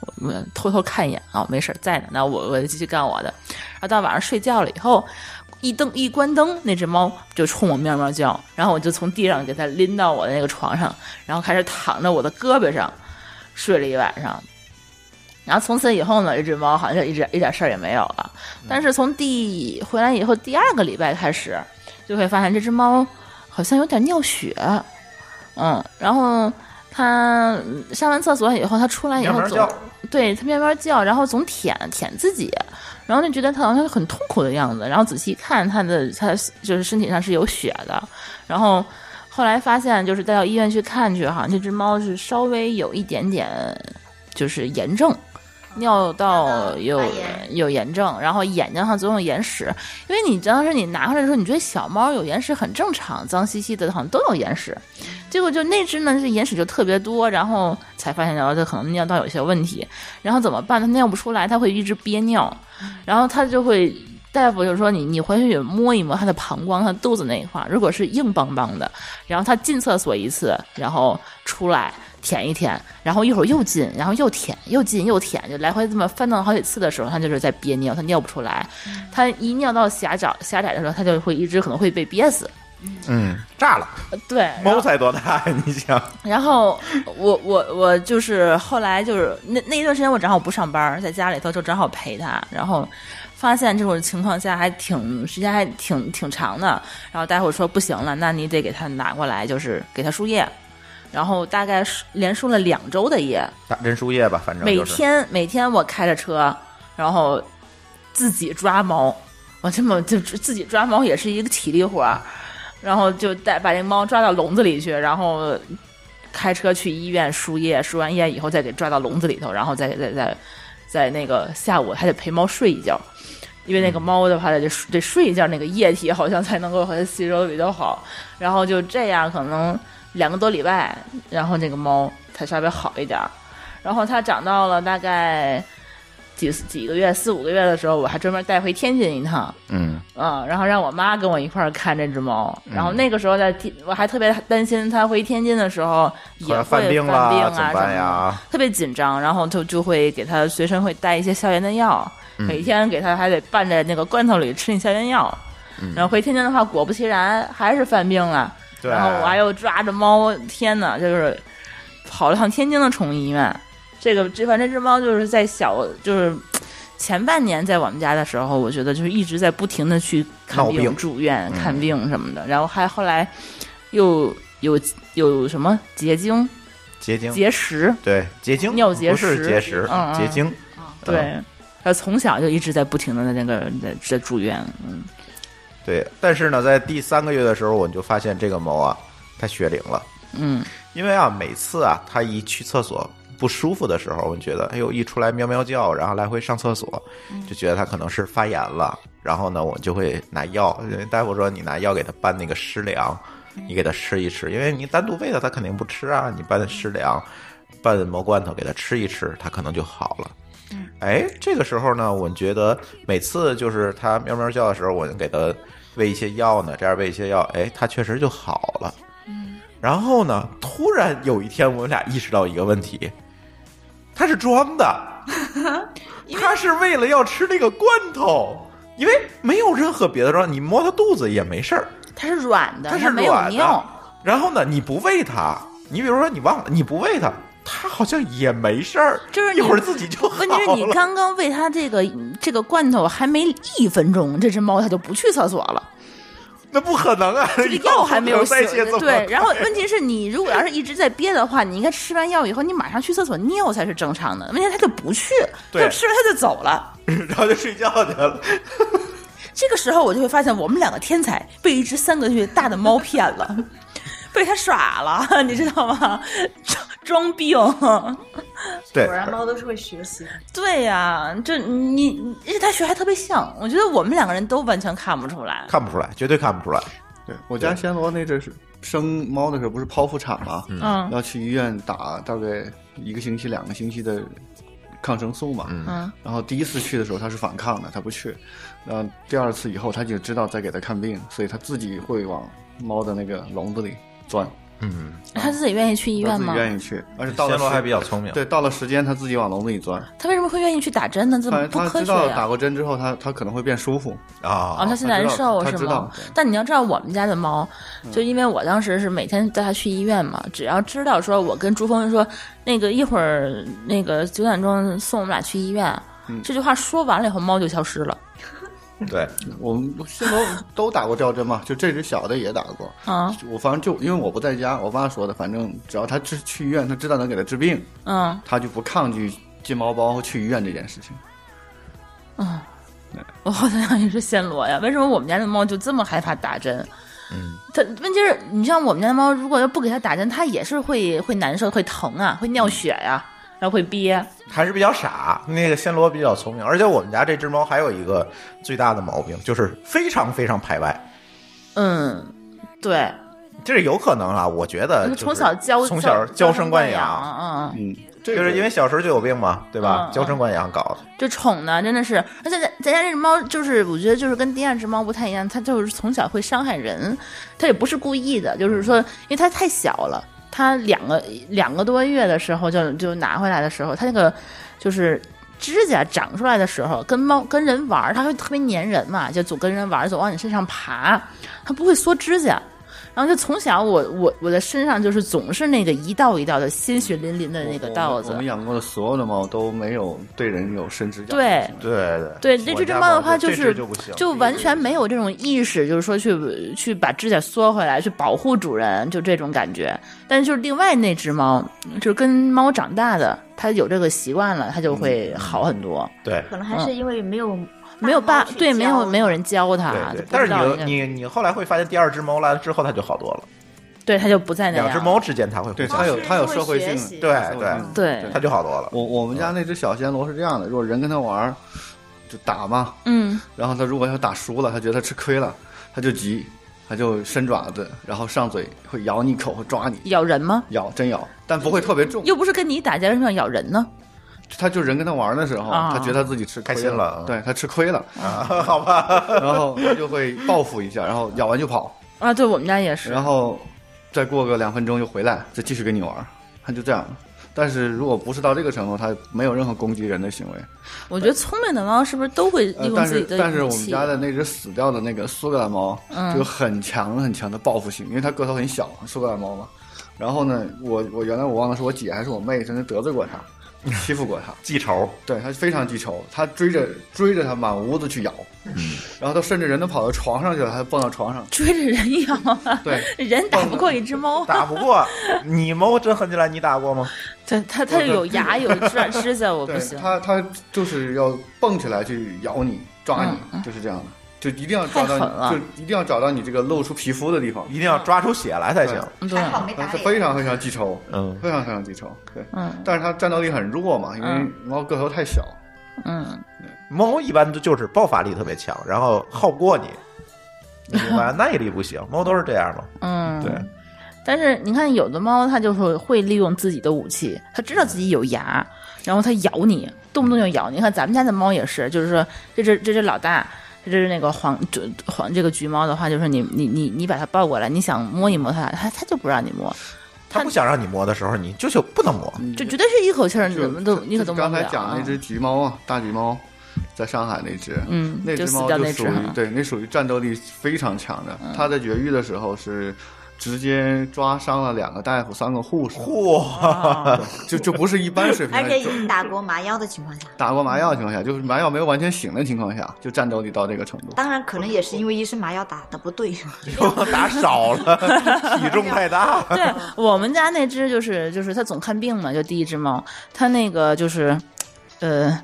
Speaker 2: 我们偷偷看一眼啊、没事儿在呢，那我我就继续干我的。然后到晚上睡觉了以后，一灯一关灯，那只猫就冲我喵喵叫，然后我就从地上给它拎到我的那个床上，然后开始躺在我的胳膊上睡了一晚上。然后从此以后呢，这只猫好像就一直一点事儿也没有了。但是从第回来以后第二个礼拜开始，就会发现这只猫好像有点尿血，嗯，然后它嗯上完厕所以后，它出来以
Speaker 1: 喵
Speaker 2: 后
Speaker 1: 喵
Speaker 2: 总
Speaker 1: 叫，
Speaker 2: 对它喵喵叫，然后总舔舔自己，然后就觉得它好像很痛苦的样子，然后仔细看它的它就是身体上是有血的，然后后来发现就是带到医院去看去，好像这只猫是稍微有一点点就是炎症。尿道有
Speaker 6: 发炎
Speaker 2: 有炎症，然后眼睛上总有眼屎，因为你当时你拿回来的时候，你觉得小猫有眼屎很正常，脏兮兮的，好像都有眼屎。结果就那只呢，是眼屎就特别多，然后才发现然后它可能尿道有些问题，然后怎么办？它尿不出来，它会一直憋尿，然后它就会。大夫就说你，你回去摸一摸它的膀胱、它肚子那一块儿，如果是硬邦邦的，然后它进厕所一次，然后出来舔一舔，然后一会儿又进，然后又舔，又进又舔，就来回这么翻腾好几次的时候，它就是在憋尿，它尿不出来，
Speaker 1: 嗯
Speaker 2: 它一尿到狭窄狭窄的时候，它就会一直可能会被憋死。
Speaker 1: 嗯，炸了，
Speaker 2: 呃对，然后
Speaker 1: 猫才多大呀？你 想，
Speaker 2: 然后我我我就是后来就是那那一段时间我正好不上班，在家里头就正好陪他，然后发现这种情况下还挺时间还挺挺长的，然后大夫说不行了，那你得给他拿过来，就是给他输液，然后大概是连输了两周的液，
Speaker 1: 打针输液吧，反正
Speaker 2: 每
Speaker 1: 就是
Speaker 2: 天每天我开着车，然后自己抓猫，我这么就自己抓猫也是一个体力活儿，然后就带把这猫抓到笼子里去，然后开车去医院输液，输完液以后再给抓到笼子里头，然后再再再再那个下午还得陪猫睡一觉。因为那个
Speaker 1: 嗯
Speaker 2: 猫的话，得睡得睡一觉，那个液体好像才能够和它吸收的比较好。然后就这样，可能两个多礼拜，然后这个猫才稍微好一点儿。然后它长到了大概几几个月、四五个月的时候，我还专门带回天津一趟，
Speaker 5: 嗯，
Speaker 2: 嗯，然后让我妈跟我一块儿看这只猫。
Speaker 1: 嗯
Speaker 2: 然后那个时候在天，我还特别担心它回天津的时候也
Speaker 1: 后来
Speaker 2: 会
Speaker 1: 犯病
Speaker 2: 啊
Speaker 1: 了，怎么
Speaker 2: 什么
Speaker 1: 办
Speaker 2: 的
Speaker 1: 呀？
Speaker 2: 特别紧张，然后就就会给他随身会带一些消炎的药，
Speaker 1: 嗯
Speaker 2: 每天给他还得拌在那个罐头里吃那消炎药。
Speaker 1: 嗯
Speaker 2: 然后回天津的话，果不其然还是犯病了。
Speaker 1: 对，
Speaker 2: 然后我还又抓着猫，天哪，就是跑了趟天津的宠物医院。这个这反正这只猫就是在小就是前半年在我们家的时候，我觉得就是一直在不停的去看
Speaker 1: 闹病嗯
Speaker 2: 住院、看病什么的，然后还后来又有有什么结晶、
Speaker 1: 结晶，嗯
Speaker 2: 结石，
Speaker 1: 对结晶，
Speaker 2: 尿结
Speaker 1: 不
Speaker 2: 石
Speaker 1: 是结石
Speaker 2: 嗯，嗯
Speaker 1: 结晶，嗯
Speaker 2: 对，他从小就一直在不停的在那个在在住院，嗯，
Speaker 1: 对。但是呢，在第三个月的时候，我就发现这个猫啊，它学龄了。
Speaker 2: 嗯，
Speaker 1: 因为啊，每次啊，它一去厕所不舒服的时候，我觉得，哎呦，一出来喵喵叫，然后来回上厕所，就觉得它可能是发炎了。然后呢，我就会拿药，因为大夫说你拿药给它拌那个湿粮，你给它吃一吃，因为你单独喂它，它肯定不吃啊。你拌湿粮，拌蘑罐头给它吃一吃，它可能就好了。哎，这个时候呢，我觉得每次就是它喵喵叫的时候，我就给它喂一些药呢，这样喂一些药，哎，它确实就好了。然后呢，突然有一天，我们俩意识到一个问题，他是装的， 他是为了要吃那个罐头，因为没有任何别的装，你摸他肚子也没事儿，
Speaker 2: 它是软的，
Speaker 1: 它
Speaker 2: 它
Speaker 1: 是
Speaker 2: 没有
Speaker 1: 软的
Speaker 2: 尿，。
Speaker 1: 然后呢，你不喂它，你比如说你忘了，你不喂它，它好像也没事儿，
Speaker 2: 就是你
Speaker 1: 一会儿自己就好了。
Speaker 2: 问题是你刚刚喂它这个这个罐头还没一分钟，这只猫它就不去厕所了，
Speaker 1: 那不可能啊！
Speaker 2: 这个药还没有醒
Speaker 1: 代谢这，么
Speaker 2: 对。然后问题是你如果要是一直在憋的话，你应该吃完药以后，你马上去厕所尿才是正常的。问题是他就不去，
Speaker 1: 对
Speaker 2: 就吃了他就走了。
Speaker 1: 然后就睡觉去了。
Speaker 2: 这个时候我就会发现，我们两个天才被一只三个月大的猫骗了， 被他耍了，你知道吗？装装病。
Speaker 1: 对
Speaker 3: 果，然猫都是会学习的。
Speaker 2: 对呀、这你，你而且他学还特别像，我觉得我们两个人都完全看不出来。
Speaker 1: 看不出来，绝对看不出来。
Speaker 5: 对我家暹罗那阵是生猫的时候，不是剖腹产嘛，
Speaker 2: 嗯
Speaker 5: 要去医院打大概一个星期、两个星期的抗生素嘛。
Speaker 2: 嗯，
Speaker 5: 然后第一次去的时候他是反抗的，他不去。然后第二次以后他就知道在给他看病，所以他自己会往猫的那个笼子里钻，
Speaker 1: 嗯，
Speaker 2: 哎他自己愿意去医
Speaker 5: 他
Speaker 2: 院
Speaker 5: 自己
Speaker 2: 吗？
Speaker 5: 愿意去。而且到了
Speaker 1: 暹罗
Speaker 5: 时
Speaker 1: 还比较聪明，
Speaker 5: 对，到了时间他自己往笼子里钻。
Speaker 2: 他为什么会愿意去打针呢？这
Speaker 5: 他
Speaker 2: 么不啊
Speaker 5: 他
Speaker 2: 科
Speaker 5: 知
Speaker 2: 学
Speaker 5: 道
Speaker 2: 呀、
Speaker 5: 打过针之后，他他可能会变舒服。
Speaker 2: 哦，
Speaker 1: 啊
Speaker 2: 他现在难受
Speaker 5: 他
Speaker 2: 是
Speaker 5: 知道他知
Speaker 2: 吗
Speaker 5: 道对？嗯
Speaker 2: 但你要知道，我们家的猫，就因为我当时是每天带它去医院嘛，只要知道说我跟朱峰说那个一会儿那个九点钟送我们俩去医院，
Speaker 5: 嗯
Speaker 2: 这句话说完了以后，猫就消失了
Speaker 1: 对，
Speaker 5: 我们暹罗都打过吊针嘛，就这只小的也打过。
Speaker 2: 啊，
Speaker 5: 我反正就因为我不在家，我爸说的，反正只要他去去医院，他知道能给他治病，
Speaker 2: 嗯
Speaker 5: 他就不抗拒进猫包和去医院这件事情。
Speaker 2: 嗯，我好想想也是暹罗呀，为什么我们家的猫就这么害怕打针？
Speaker 1: 嗯，
Speaker 2: 它问题是，你像我们家的猫，如果要不给它打针，它也是会会难受、会疼啊，会
Speaker 1: 嗯
Speaker 2: 尿血呀、然后会憋。
Speaker 1: 还是比较傻。那个暹罗比较聪明，而且我们家这只猫还有一个最大的毛病，就是非常非常排外。
Speaker 2: 嗯，对，
Speaker 1: 这是有可能啊，我觉得
Speaker 2: 那
Speaker 1: 呃就
Speaker 2: 个
Speaker 1: 是
Speaker 2: 从小教
Speaker 1: 从小
Speaker 2: 娇
Speaker 1: 生
Speaker 2: 惯
Speaker 1: 养，
Speaker 2: 嗯，
Speaker 5: 嗯，这
Speaker 1: 就是因为小时候就有病嘛，对吧？
Speaker 2: 嗯
Speaker 1: 娇生惯养搞的。
Speaker 2: 这宠呢真的是，而且咱咱家这只猫就是，我觉得就是跟第二只猫不太一样，它就是从小会伤害人，它也不是故意的，就是说，因为它太小了，它两个两个多月的时候就就拿回来的时候，它那个就是。指甲长出来的时候，跟猫跟人玩儿，它会特别粘人嘛，就总跟人玩儿，总往你身上爬，它不会缩指甲。然后就从小我我我的身上就是总是那个一道一道的鲜血淋淋的那个道
Speaker 5: 我
Speaker 2: 子。
Speaker 5: 们我们养过的所有的猫都没有对人有伸指甲。
Speaker 2: 对，
Speaker 1: 对对
Speaker 2: 对，那这只猫的话
Speaker 1: 就
Speaker 2: 就是
Speaker 1: 就不行，
Speaker 2: 就完全没有这种意识，就是说去去把指甲缩回来，去保护主人，就这种感觉。但是就是另外那只猫，就是跟猫长大的，它有这个习惯了，它就会好很多。
Speaker 1: 对。
Speaker 3: 可能还是因为没有
Speaker 2: 嗯没有
Speaker 3: 爸
Speaker 2: 爸，对，没有没有人教它
Speaker 1: 对，
Speaker 2: 啊就
Speaker 1: 对
Speaker 2: 不
Speaker 1: 但
Speaker 2: 知道
Speaker 1: 是
Speaker 2: 应该
Speaker 1: 你你你后来会发现，第二只猫来了之后，它就好多了。
Speaker 2: 对啊它就不再那样。
Speaker 1: 两只猫之间它会互
Speaker 5: 对，
Speaker 1: 相
Speaker 5: 它有
Speaker 6: 猫是
Speaker 5: 它有
Speaker 6: 会
Speaker 5: 社会性
Speaker 6: 学
Speaker 5: 的
Speaker 6: 习，
Speaker 1: 对
Speaker 5: 它有社会性的
Speaker 2: 对
Speaker 1: 它就好多了。
Speaker 5: 我我们
Speaker 1: 嗯
Speaker 5: 家那只小暹罗是这样的，如果人跟它玩儿，就打嘛，
Speaker 2: 嗯，
Speaker 5: 然后它如果要打输了，它觉得它吃亏了，它就急，它就伸爪子，然后上嘴会咬你一口，会抓你，
Speaker 2: 咬人吗？
Speaker 5: 咬真咬，但不会特别重。
Speaker 2: 又不是跟你打架，为什么要咬人呢？
Speaker 5: 他就人跟他玩的时候，
Speaker 2: 啊
Speaker 5: 他觉得他自己吃亏
Speaker 1: 开心了啊
Speaker 5: 对他吃亏了，
Speaker 1: 啊，好吧，
Speaker 5: 然后他就会报复一下，然后咬完就跑，
Speaker 2: 啊，对我们家也是
Speaker 5: 然。后再过个两分钟就回来，再继续跟你玩，他就这样。但是如果不是到这个程度，他没有任何攻击人的行为。
Speaker 2: 我觉得聪明的猫是不是都会
Speaker 5: 呃
Speaker 2: 利、用
Speaker 5: 但
Speaker 2: 自己
Speaker 5: 是
Speaker 2: 的
Speaker 5: 但是
Speaker 2: 勇
Speaker 5: 我们
Speaker 2: 气
Speaker 5: 家的那只死掉的那个苏格兰猫，
Speaker 2: 嗯，
Speaker 5: 就有很强很强的报复性，因为它个头很小，苏格兰猫嘛。然后呢，我我原来我忘了是我姐还是我妹，真的得罪过它，欺负过它。
Speaker 1: 记仇。
Speaker 5: 对他非常记仇，他追着追着他满屋子去咬，然后他甚至人都跑到床上去了，他蹦到床上
Speaker 2: 追着人咬啊，
Speaker 5: 对，
Speaker 2: 人打不过一只猫。
Speaker 1: 打不过你猫真狠起来，你打过吗？
Speaker 2: 对，它它
Speaker 5: 我的
Speaker 2: 有 牙有指指甲，我不
Speaker 5: 对
Speaker 2: 行。
Speaker 5: 他他就是要蹦起来去咬你抓你，就是这样的，就一定要抓
Speaker 2: 嗯太狠
Speaker 5: 到
Speaker 2: 了
Speaker 5: 你，就一定要找到你这个露出皮肤的地方，
Speaker 1: 一定要抓出血来才行。
Speaker 2: 对
Speaker 6: 还，好没打
Speaker 5: 他
Speaker 6: 脸。
Speaker 5: 非常非常记仇，
Speaker 1: 嗯
Speaker 5: 非常非常记仇，对，
Speaker 2: 嗯
Speaker 5: 但是他战斗力很弱嘛，因为
Speaker 2: 嗯
Speaker 5: 猫个头太小，
Speaker 2: 嗯，
Speaker 1: 猫一般都就是爆发力特别强，然后好过你，你明 白？耐力不行，猫都是这样嘛。
Speaker 2: 嗯，
Speaker 1: 对。
Speaker 2: 但是你看，有的猫它就是会利用自己的武器，它知道自己有牙，然后它咬你，动不动就咬你。你看咱们家的猫也是，就是说这只这只老大，这只那个黄这黄这个橘猫的话，就是你你你你把它抱过来，你想摸一摸它，它它就不让你摸，
Speaker 1: 它不想让你摸的时候，你就就不能摸。
Speaker 2: 就绝对是一口气儿，你
Speaker 5: 嗯就
Speaker 2: 怎么都
Speaker 5: 就
Speaker 2: 你可都摸
Speaker 5: 刚
Speaker 2: 不
Speaker 5: 才
Speaker 2: 了
Speaker 5: 讲那
Speaker 2: 啊
Speaker 5: 只橘猫啊，大橘猫，在上海那只，
Speaker 2: 嗯
Speaker 5: 那
Speaker 2: 就
Speaker 5: 只
Speaker 2: 死
Speaker 5: 猫
Speaker 2: 掉
Speaker 5: 就
Speaker 2: 那
Speaker 5: 属
Speaker 2: 只啊
Speaker 5: 于
Speaker 2: 哈嗯
Speaker 5: 对，那属于战斗力非常强的。它在绝育的时候是直接抓伤了两个大夫、三个护士，
Speaker 1: 嚯，
Speaker 2: 啊
Speaker 5: 就就不是一般水平
Speaker 6: 而
Speaker 5: 的。
Speaker 6: 且已 经打过麻药的情况下，
Speaker 5: 打过麻药的情况下，就是麻药没有完全醒的情况下，就战斗力到这个程度。
Speaker 6: 当然可能也是因为医生麻药打的不 对，
Speaker 1: 打少了，体重太大。
Speaker 2: 对 我们家那只就是就是它总看病嘛，就第一只猫，它那个就是，呃，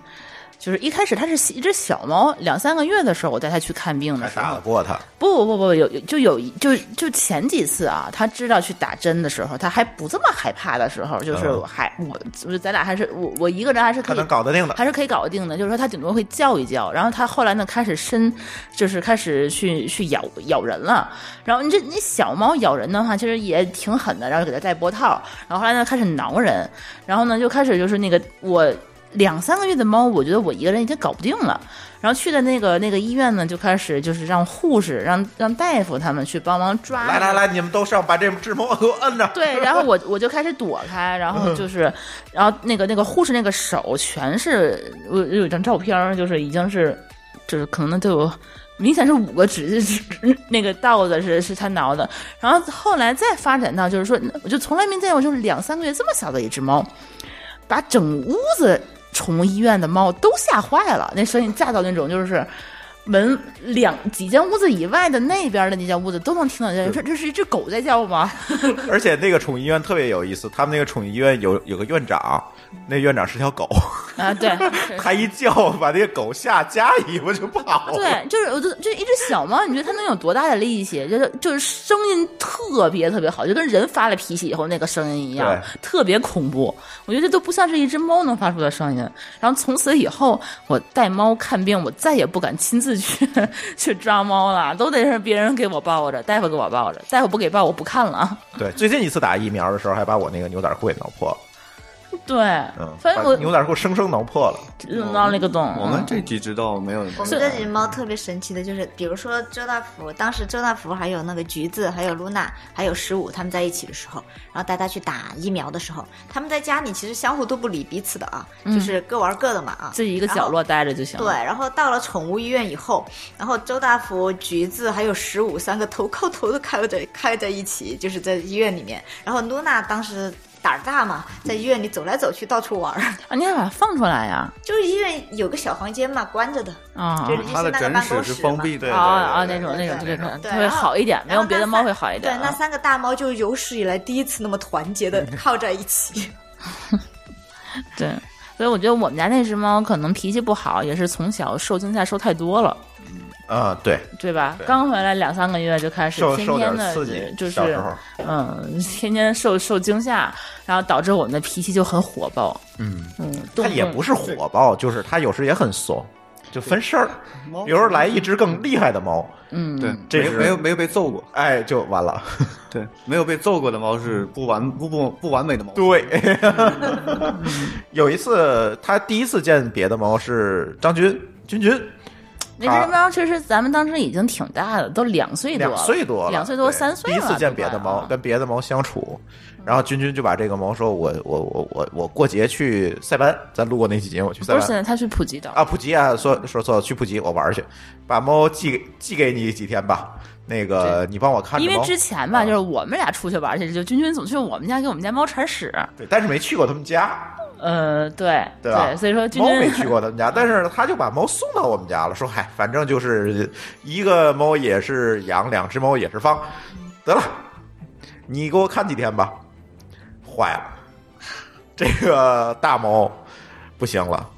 Speaker 2: 就是一开始它是一只小猫，两三个月的时候我带它去看病的时
Speaker 1: 打
Speaker 2: 候
Speaker 1: 得，过他，
Speaker 2: 不不不不有就有一就就前几次啊，他知道去打针的时候，他还不这么害怕的时候，就是
Speaker 1: 嗯
Speaker 2: 我还我就是咱俩还是我我一个人还是可
Speaker 1: 他
Speaker 2: 以
Speaker 1: 能搞得定的。
Speaker 2: 还是可以搞定的，就是说他顶多会叫一叫，然后他后来呢开始伸，就是开始去去咬咬人了。然后你这你小猫咬人的话，其实也挺狠的，然后给它戴脖套，然后后来呢开始挠人，然后呢就开始就是那个我两三个月的猫，我觉得我一个人已经搞不定了。然后去的那个那个医院呢，就开始就是让护士、让让大夫他们去帮忙抓。
Speaker 1: 来来来，你们都上，把这只猫给我摁 着。
Speaker 2: 对，然后我我就开始躲开，然后 就是，然后那个那个护士那个手全是，我有一张照片儿，就是已经是，就是可能都有。明显是五个指指指那个道子是是他挠的，然后后来再发展到就是说，我就从来没见过就是两三个月这么小的一只猫，把整屋子宠物医院的猫都吓坏了，那声音炸到那种就是门两几间屋子以外的那边的那间屋子都能听到叫，这这是一只狗在叫吗？
Speaker 1: 而且那个宠物医院特别有意思，他们那个宠物医院有有个院长，那院长是条狗，
Speaker 2: 啊，对，
Speaker 1: 他一叫把那个狗吓夹尾巴就跑了。
Speaker 2: 对，就是我就就一只小猫，你觉得它能有多大的力气？就是就是声音特别特别好，就跟人发了脾气以后那个声音一样
Speaker 1: 对，
Speaker 2: 特别恐怖。我觉得这都不像是一只猫能发出的声音。然后从此以后，我带猫看病，我再也不敢亲自去 去抓猫了，都得是别人给我抱着，大夫给我抱着，大夫不给抱我不看了。
Speaker 1: 对，最近一次打疫苗的时候，还把我那个牛仔裤给挠破了，
Speaker 2: 对，
Speaker 1: 嗯，
Speaker 2: 反正
Speaker 1: 把
Speaker 2: 我
Speaker 1: 牛仔裤生生挠破了。
Speaker 2: 扔到那个洞。嗯
Speaker 5: 我们这几只倒没有，
Speaker 6: 我们这只猫特别神奇的就是，比如说周大福，当时周大福还有那个橘子，还有露娜，还有十五，他们在一起的时候，然后带它去打疫苗的时候，他们在家里其实相互都不理彼此的啊，就是各玩各的嘛啊，
Speaker 2: 嗯自己一个
Speaker 6: 然后
Speaker 2: 角落待着就行
Speaker 6: 对，
Speaker 2: 了。
Speaker 6: 然后到了宠物医院以后，然后周大福、橘子还有十五三个头靠头的开在开在一起，就是在医院里面。然后露娜当时胆儿大嘛，在医院里走来走去，到处玩儿。
Speaker 2: 啊，你还把它放出来呀？
Speaker 6: 就是医院有个小房间嘛，关着的，
Speaker 2: 啊，
Speaker 6: 就是医
Speaker 5: 它的
Speaker 6: 生那个
Speaker 5: 诊
Speaker 6: 办公
Speaker 5: 室是
Speaker 6: 室哦
Speaker 5: 封
Speaker 6: 嘛。
Speaker 5: 闭的。
Speaker 2: 啊啊
Speaker 5: 对
Speaker 2: 那种那种对可能
Speaker 6: 对
Speaker 2: 它会
Speaker 6: 然后
Speaker 2: 好一点，没
Speaker 6: 然后
Speaker 2: 有别
Speaker 6: 那
Speaker 2: 的猫
Speaker 6: 三
Speaker 2: 会好一点
Speaker 6: 对，
Speaker 2: 啊。
Speaker 6: 那三个大猫就有史以来第一次那么团结的靠在一起。
Speaker 2: 对，所以我觉得我们家那只猫可能脾气不好，也是从小受惊吓受太多了，
Speaker 1: 啊、对，
Speaker 2: 对吧？
Speaker 1: 对
Speaker 2: 刚回来两三个月就开始
Speaker 1: 受
Speaker 2: 天
Speaker 1: 受
Speaker 2: 天
Speaker 1: 点
Speaker 2: 的
Speaker 1: 刺激，
Speaker 2: 就
Speaker 1: 小时
Speaker 2: 是
Speaker 1: 候
Speaker 2: 嗯，天天受受惊吓，然后导致我们的脾气就很火爆。
Speaker 1: 嗯
Speaker 2: 嗯，
Speaker 1: 它
Speaker 2: 动
Speaker 1: 也
Speaker 2: 动
Speaker 1: 不是火爆，就是它有时也很怂，就分事儿。
Speaker 5: 猫
Speaker 1: 有时候来一只更厉害的猫，
Speaker 2: 嗯
Speaker 5: 对，
Speaker 1: 这
Speaker 5: 没有
Speaker 1: 是
Speaker 5: 没有没有被揍过，
Speaker 1: 哎，就完了。
Speaker 5: 对，没有被揍过的猫是不完不不不完美的猫。
Speaker 1: 对，啊
Speaker 2: 嗯
Speaker 1: 有一次他第一次见别的猫是张军，军军
Speaker 2: 那只猫其实咱们当时已经挺大的，都两岁多
Speaker 1: 啊两
Speaker 2: 了，
Speaker 1: 岁多了，
Speaker 2: 两岁多
Speaker 1: 对
Speaker 2: 三岁
Speaker 1: 第
Speaker 2: 了，啊
Speaker 1: 一次见别的猫，
Speaker 2: 对吧
Speaker 1: 跟别的猫相处，然后君君就把这个猫说我，我我我我过节去塞班，咱录过那期节目，我去塞
Speaker 2: 不是现
Speaker 1: 班
Speaker 2: 在它去普吉岛
Speaker 1: 啊，普吉啊，说说错了，去普吉我玩去，把猫寄给寄给你几天吧，那个你帮我看着
Speaker 2: 因
Speaker 1: 猫，
Speaker 2: 为之前吧，
Speaker 1: 啊
Speaker 2: 就是我们俩出去玩去，就君君总去我们家给我们家猫铲屎，
Speaker 1: 对，但是没去过他们家，
Speaker 2: 呃，对
Speaker 1: 对吧？
Speaker 2: 所以说君
Speaker 1: 猫没
Speaker 2: 君
Speaker 1: 去过他们家，但是他就把猫送到我们家了，说：“嗨，反正就是一个猫也是养，两只猫也是放，得了，你给我看几天吧。”坏了， 这个大猫不行了。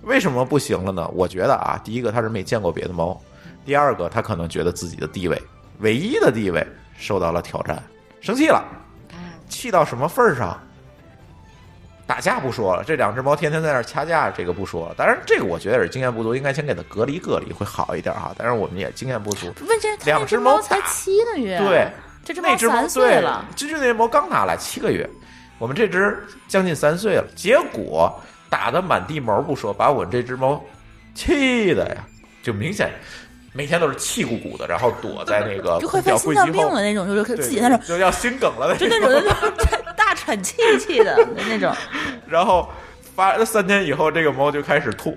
Speaker 1: 为什么不行了呢？我觉得啊，第一个它是没见过别的猫，第二个它可能觉得自己的地位，唯一的地位受到了挑战，生气了，气到什么份儿上？打架不说了，这两只猫天天在那儿掐架，这个不说了。当然，这个我觉得也是经验不足，应该先给它隔离隔离会好一点哈。但是我们也经验不足，
Speaker 2: 问这它
Speaker 1: 两
Speaker 2: 那
Speaker 1: 只
Speaker 2: 只
Speaker 1: 猫
Speaker 2: 猫才
Speaker 1: 打
Speaker 2: 七个月，
Speaker 1: 对，
Speaker 2: 啊这只
Speaker 1: 那
Speaker 2: 猫
Speaker 1: 只猫
Speaker 2: 三岁了，
Speaker 1: 对，君君那猫刚拿来七个月，我们这只将近三岁了，结果打的满地毛不说，把我们这只猫气的呀，就明显每天都是气鼓鼓的，然后躲在那个
Speaker 2: 就快
Speaker 1: 小
Speaker 2: 犯
Speaker 1: 柜
Speaker 2: 心
Speaker 1: 机
Speaker 2: 脏病
Speaker 1: 后
Speaker 2: 了，那种，就是
Speaker 1: 对
Speaker 2: 自己在那种，
Speaker 1: 就要心梗了
Speaker 2: 就那种就是大喘气气的那种。
Speaker 1: 然后发三天以后，这个猫就开始吐，